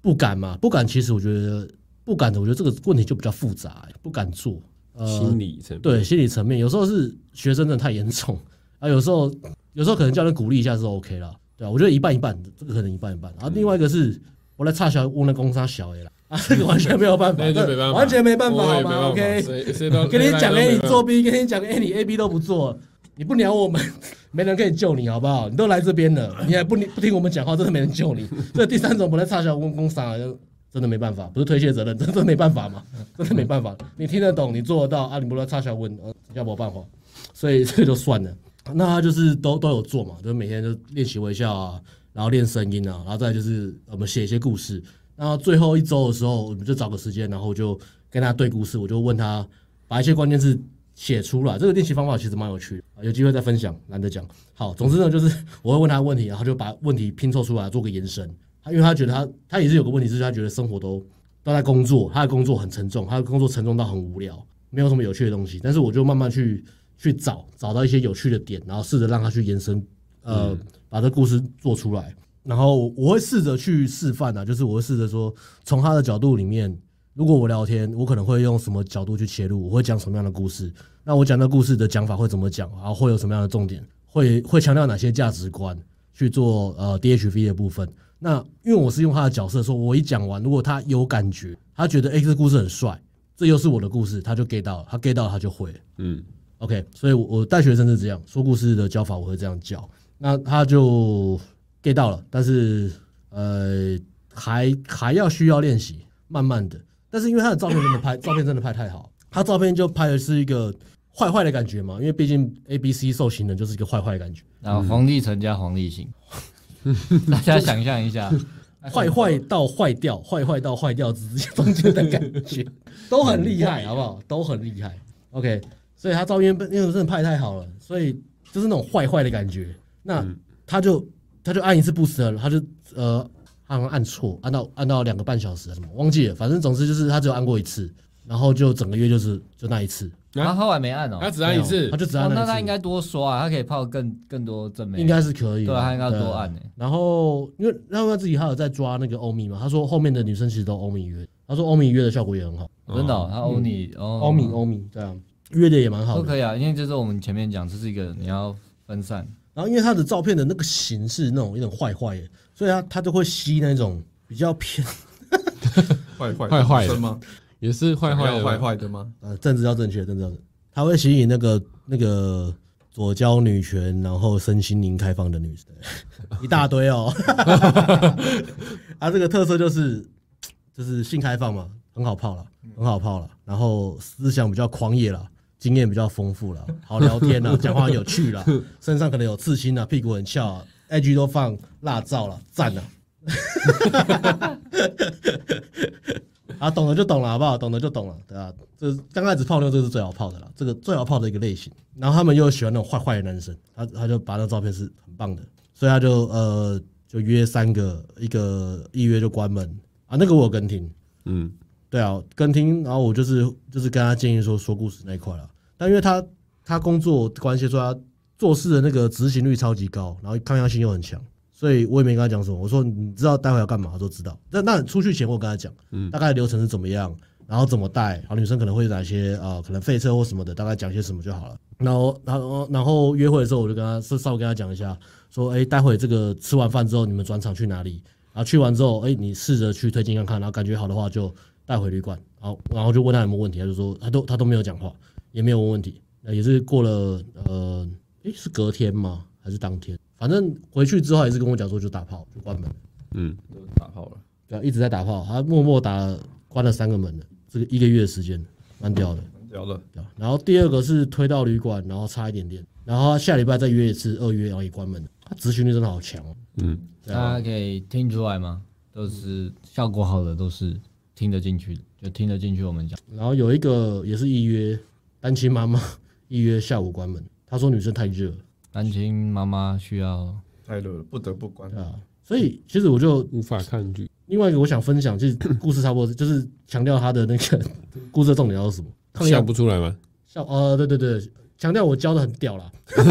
Speaker 2: 不敢嘛，不敢其实我觉得不敢的，我觉得这个问题就比较复杂、不敢做。呃
Speaker 1: 心，理层面
Speaker 2: 对心理层面，有时候是学生真的太严重 啊，有时候有时候可能教练鼓励一下是 OK 啦，对啊，我觉得一半一半，这个可能一半一半。
Speaker 1: 嗯
Speaker 2: 然后另外一个是，我来差小问那公差小 A 啦，啊，这个完全没有办 法，
Speaker 1: 那就没办法，
Speaker 2: 完全没办法，
Speaker 1: 我
Speaker 2: 好
Speaker 1: 也没
Speaker 2: 吗
Speaker 1: 办法
Speaker 2: ？OK，
Speaker 1: 谁谁 都
Speaker 2: 跟你讲 A 你做
Speaker 1: 做
Speaker 2: B，跟你讲 A 你 A B 都不做，你不鸟我们， 没人可以救你，好不好？你都来这边了，你还不不听我们讲话，真的没人救你。这第三种本来差小问公傻，就真的没办法，不是推卸责任，真的没办法嘛，真的没办法。你听得懂，你做得到啊，你不能差小问，呃，要没办法，所以这个就算了。那他就是都都有做嘛，就是每天就练习微笑啊，然后练声音啊，然后再来就是呃我们写一些故事。然后最后一周的时候，我们就找个时间，然后就跟他对故事，我就问他把一些关键字写出来。这个练习方法其实蛮有趣的，有机会再分享，懒得讲。好，总之呢，就是我会问他问题，然后就把问题拼凑出来做个延伸。他因为他觉得他他也是有个问题，就是他觉得生活都都在工作，他的工作很沉重，他的工作沉重到很无聊，没有什么有趣的东西。但是我就慢慢去去找找到一些有趣的点，然后试着让他去延伸，呃，把这故事做出来。然后我我会试着去示范啊，就是我会试着说，从他的角度里面，如果我聊天，我可能会用什么角度去切入，我会讲什么样的故事，那我讲的故事的讲法会怎么讲，然后会有什么样的重点，会会强调哪些价值观去做呃 DHV 的部分。那因为我是用他的角色说，我一讲完，如果他有感觉，他觉得哎、诶这故事很帅，这又是我的故事，他就 get 到了，他 get 到了他就会了。
Speaker 1: 嗯，
Speaker 2: OK，所以我我带学生是这样说故事的教法，我会这样教。那他就 get 到了，但是呃，还还要需要练习，慢慢的。但是因为他的照片真的拍，照片真的拍太好，他照片就拍的是一个坏坏的感觉嘛，因为毕竟 A B C 受刑人就是一个坏坏的感觉，
Speaker 5: 然后黄立成加黄 立行，大家想象一
Speaker 3: 啊
Speaker 5: 下，
Speaker 2: 坏坏到坏掉，坏坏到坏掉之间中间的感觉， 都很厉害，好不好？都很厉害。OK，所以他照片被因为真的拍太好了，所以就是那种坏坏的感觉。那他就他就按一次不死了，他就呃，他好像按错，按到按到两个半小时还是什么，忘记了。反正总之就是他只有按过一次，然后就整个月就是就那一次，
Speaker 1: 啊
Speaker 5: 他后来没按哦
Speaker 1: 他，只按一次
Speaker 2: 他，就只
Speaker 5: 哦
Speaker 2: 按
Speaker 5: 那
Speaker 2: 那
Speaker 5: 他
Speaker 2: 一
Speaker 5: 应
Speaker 2: 次，
Speaker 5: 该多刷啊，他可以泡更更多正妹，
Speaker 2: 应该是可以的，
Speaker 5: 对啊，他应该多按
Speaker 2: 对
Speaker 5: 呢。
Speaker 2: 然后因为让他自己还有在抓那个欧米嘛，他说后面的女生其实都欧米约，他说欧米约的效果也很好，
Speaker 5: 真的哦，他欧你哦，
Speaker 2: 嗯欧米欧米对啊，约的也蛮好
Speaker 5: 都
Speaker 2: 的。
Speaker 5: 可以啊，因为就是我们前面讲，这是一个你要分散，
Speaker 2: 然后因为他的照片的那个形是那种有点坏坏的，所以他他就会吸那种比较偏
Speaker 4: 坏坏
Speaker 1: 坏坏的
Speaker 4: 的吗？
Speaker 1: 也是坏坏
Speaker 4: 想
Speaker 1: 的
Speaker 4: 要
Speaker 1: 吧
Speaker 4: 坏坏的吗？
Speaker 2: 呃政治要正确，政治要正确，他会吸引那个那个左交女权，然后身心灵开放的女生，一大堆哦。啊，这个特色就是就是性开放嘛，很好泡了，很好泡了，然后思想比较狂野了。经验比较丰富了，好聊天啦，讲话很有趣啦，身上可能有刺青啊，屁股很翘啊，IG 都放辣照了，赞了。啊，懂了就懂了，好不好？懂了就懂了，对吧、啊？这刚开始泡妞这是最好泡的啦，这个最好泡的一个类型。然后他们又喜欢那种坏坏的男生，他他就把那照片是很棒的，所以他就呃就约三个，一个一约就关门啊，那个我有跟听，
Speaker 1: 嗯，
Speaker 2: 对啊，跟听，然后我就是就是跟他建议说说故事那一块了，但因为他他工作关系，说他做事的那个执行率超级高，然后抗压性又很强，所以我也没跟他讲什么。我说你知道待会要干嘛？他说知道。那那出去前我跟他讲，大概流程是怎么样，然后怎么带，然后女生可能会有哪些呃，可能废车或什么的，大概讲些什么就好了。然后然后然后约会的时候，我就跟他稍稍微跟他讲一下，说哎，待会这个吃完饭之后，你们转场去哪里？然后去完之后，哎，你试着去推荐看看，然后感觉好的话就带回旅馆。然后然后就问他有没有问题，他就说他都他都没有讲话，也没有问问题。那也是过了呃，诶，是隔天吗？还是当天？反正回去之后也是跟我讲说就打炮就关门，
Speaker 4: 打炮了，
Speaker 2: 对啊，一直在打炮，他默默打了关了三个门了，这个一个月的时间，蛮屌的。
Speaker 4: 聊了，
Speaker 2: 对啊然后第二个是推到旅馆，然后差一点点，然后他下礼拜再约一次二约，然后也关门了。他执行力真的好强哦。对啊
Speaker 5: 大家可以听出来吗？都是效果好的，都是听得进去的，就听得进去我们讲。
Speaker 2: 然后有一个也是预约单亲妈妈， 预约下午关门，她说女生太热了，
Speaker 5: 单亲妈妈需要
Speaker 4: 太热了，不得不关
Speaker 2: 对。啊，所以其实我就
Speaker 1: 无法抗拒。
Speaker 2: 另外一个我想分享，就是故事差不多是就是强调他的那个 故事的重点要是什么？抗啊
Speaker 1: 笑
Speaker 2: 压
Speaker 1: 不出来吗？
Speaker 2: 笑呃，对对对，强调我教的很屌啦，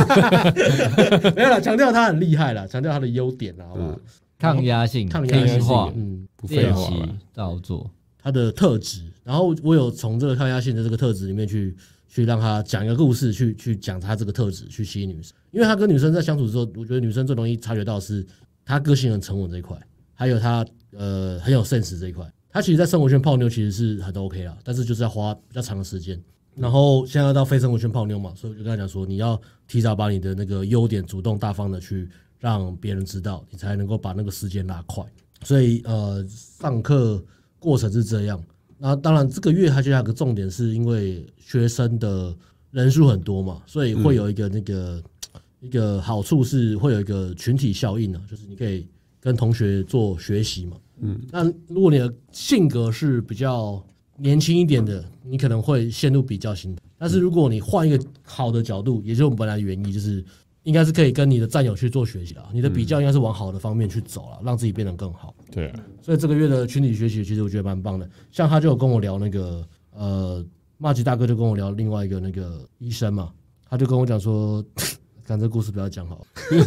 Speaker 2: 没有啦，强调他很厉害啦，强调他的优点啦，好吧？
Speaker 5: 抗压性、
Speaker 2: 抗压性
Speaker 5: 听话、
Speaker 2: 嗯，
Speaker 1: 不废
Speaker 5: 练
Speaker 1: 话
Speaker 5: 习
Speaker 1: 吧？
Speaker 5: 照做。
Speaker 2: 他的特质，然后我有从这个抗压性的这个特质里面去去让他讲一个故事，去去讲他这个特质，去吸引女生，因为他跟女生在相处之后，我觉得女生最容易察觉到是他个性很沉稳这一块，还有他呃很有 sense 这一块。他其实，在生活圈泡妞其实是很 OK 啦，但是就是要花比较长的时间。然后现在要到非生活圈泡妞嘛，所以我就跟他讲说，你要提早把你的那个优点主动大方的去让别人知道，你才能够把那个时间拉快。所以呃，上课过程是这样。那当然，这个月还有一个重点，是因为学生的人数很多嘛，所以会有一个那个、一个好处是会有一个群体效应啊，就是你可以跟同学做学习嘛。嗯，那如果你的性格是比较年轻一点的，你可能会陷入比较心态。但是如果你换一个好的角度，也就是我们本来原意，就是应该是可以跟你的战友去做学习啦。你的比较应该是往好的方面去走了，让自己变得更好。
Speaker 1: 对啊，
Speaker 2: 所以这个月的群体学习其实我觉得蛮棒的。像他就有跟我聊那个呃，马吉大哥就跟我聊另外一个那个医生嘛，他就跟我讲说， 看这故事不要讲好了，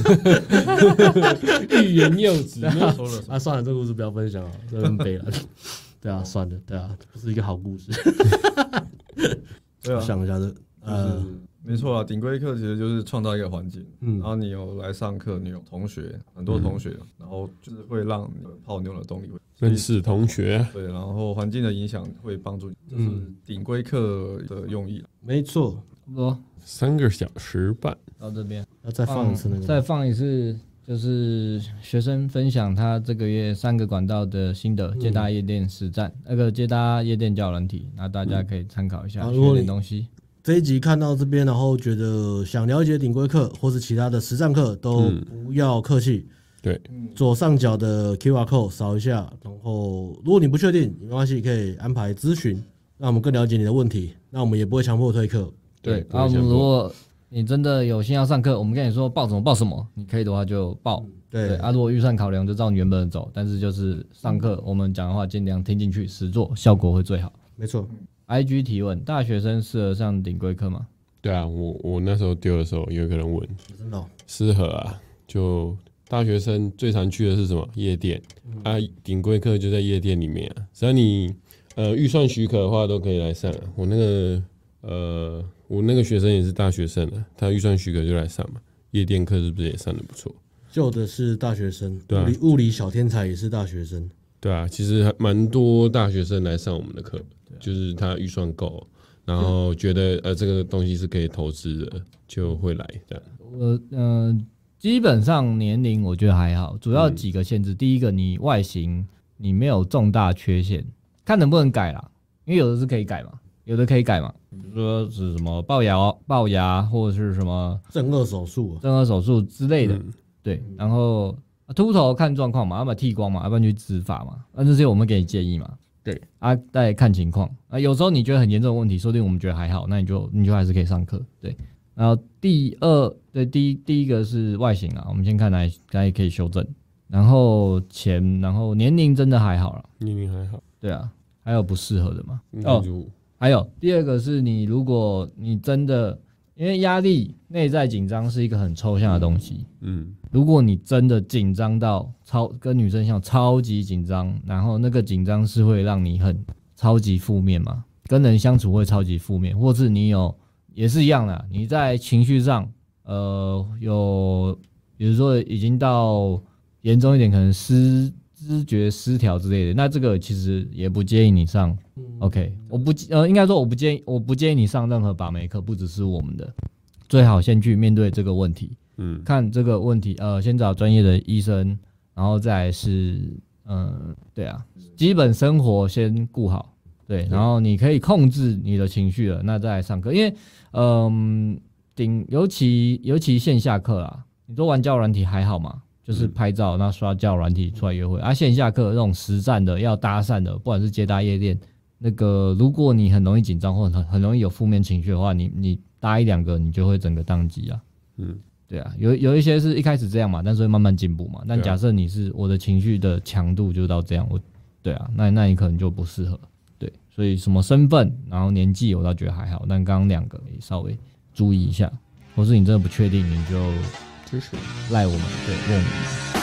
Speaker 1: 欲言又止，
Speaker 4: 说 了什么？哦
Speaker 2: 啊算了，这故事不要分享啊，这很悲 了。对啊，算了，对啊，不是一个好故事。
Speaker 4: 对
Speaker 2: 我
Speaker 4: 啊，
Speaker 2: 想一下这呃，
Speaker 4: 没错啊，顶规课其实就是创造一个环境，
Speaker 2: 嗯
Speaker 4: 然后你有来上课，你有同学，很多同学，然后就是会让你泡妞的动力会
Speaker 1: 认识同学啊，
Speaker 4: 对，然后环境的影响会帮助你，这是顶规课的用意。啊
Speaker 2: 没错，
Speaker 5: 差不多
Speaker 1: 三个小时半，
Speaker 5: 到这边，
Speaker 2: 要再放一次那个，
Speaker 5: 再放一次，就是学生分享他这个月三个管道的心得，接搭夜店实战，那个接搭夜店教软体，那大家可以参考一下，
Speaker 2: 啊如
Speaker 5: 学
Speaker 2: 果
Speaker 5: 点
Speaker 2: 你
Speaker 5: 东西。
Speaker 2: 这一集看到这边，然后觉得想了解顶规课或是其他的实战课，都不要客气。
Speaker 1: 对，
Speaker 2: 左上角的 QR code 扫一下，然后如果你不确定，没关系，可以安排咨询，让我们更了解你的问题。那我们也不会强迫推课。
Speaker 1: 对，不
Speaker 5: 啊，
Speaker 1: 会
Speaker 5: 我们
Speaker 1: 想
Speaker 5: 如
Speaker 1: 多
Speaker 5: 果你真的有心要上课，我们跟你说报什么报什么，你可以的话就报。
Speaker 2: 嗯对
Speaker 5: 啊，如果预算考量就照你原本的
Speaker 2: 嗯
Speaker 5: 走，但是就是上课我们讲的话尽量听进去，实做效果会最好。
Speaker 2: 没错。
Speaker 3: IG 提问：大学生适合上顶规课吗？
Speaker 1: 对啊，我我那时候丢的时候，有一个人问
Speaker 2: 真的哦、
Speaker 1: 适合啊，就大学生最常去的是什么夜店
Speaker 2: 嗯
Speaker 1: 啊，顶规课就在夜店里面啊，只要你呃预算许可的话，都可以来上、啊。我那个呃，我那个学生也是大学生啊，他预算许可就来上嘛，夜店课是不是也上的不错？
Speaker 2: 旧的是大学生，
Speaker 1: 对啊
Speaker 2: 物理物理小天才也是大学生，
Speaker 1: 对啊，其实还蛮多大学生来上我们的课，
Speaker 2: 啊
Speaker 1: 就是他预算够，啊然后觉得呃这个东西是可以投资的，就会来这样。
Speaker 3: 我嗯、基本上年龄我觉得还好，主要几个限制。第一个，你外形你没有重大缺陷，看能不能改啦，因为有的是可以改嘛，有的可以改嘛，比如说是什么龅牙、龅牙或者是什么
Speaker 2: 正颚手术、啊，
Speaker 3: 正颌手术之类的，对。然后、啊秃头看状况嘛，要么剃光嘛，要不然去植发嘛，那、这些我们给你建议嘛。
Speaker 1: 对
Speaker 3: 啊，再看情况啊，有时候你觉得很严重的问题，说不定我们觉得还好，那你就你就还是可以上课。对，然后第二，对第一第一个是外形啊，我们先看哪哪里可以修正，然后钱，然后年龄真的还好了，
Speaker 1: 年龄还好，
Speaker 3: 对啊，还有不适合的嘛。
Speaker 1: 那
Speaker 3: 哦，
Speaker 1: 嗯就
Speaker 3: 还有第二个是你，如果你真的因为压力、内在紧张是一个很抽象的东西，
Speaker 1: 嗯，
Speaker 3: 如果你真的紧张到超跟女生像超级紧张，然后那个紧张是会让你很超级负面嘛，跟人相处会超级负面，或是你有也是一样的，你在情绪上，呃，有比如说已经到严重一点，可能失知觉失调之类的，那这个其实也不建议你上。OK，我不呃，应该说我不建议，我不建议你上任何把妹课，不只是我们的，最好先去面对这个问题。
Speaker 1: 嗯，
Speaker 3: 看这个问题，呃，先找专业的医生，然后再来是，嗯、对啊，基本生活先顾好，对，然后你可以控制你的情绪了，那再来上课，因为，嗯、顶尤其尤其线下课啦，你说玩交友软体还好嘛，就是拍照，那刷交友软体出来约会，啊，线下课那种实战的要搭讪的，不管是接搭夜店，那个如果你很容易紧张或很很容易有负面情绪的话，你你搭一两个，你就会整个宕机啊。对啊，有有一些是一开始这样嘛，但是会慢慢进步嘛。但
Speaker 1: 对啊
Speaker 3: 假设你是我的情绪的强度就到这样，我对啊，那那你可能就不适合。对，所以什么身份，然后年纪，我倒觉得还好。但刚刚两个也稍微注意一下，或是你真的不确定，你就
Speaker 1: 就是
Speaker 3: 赖我们，对，问我们。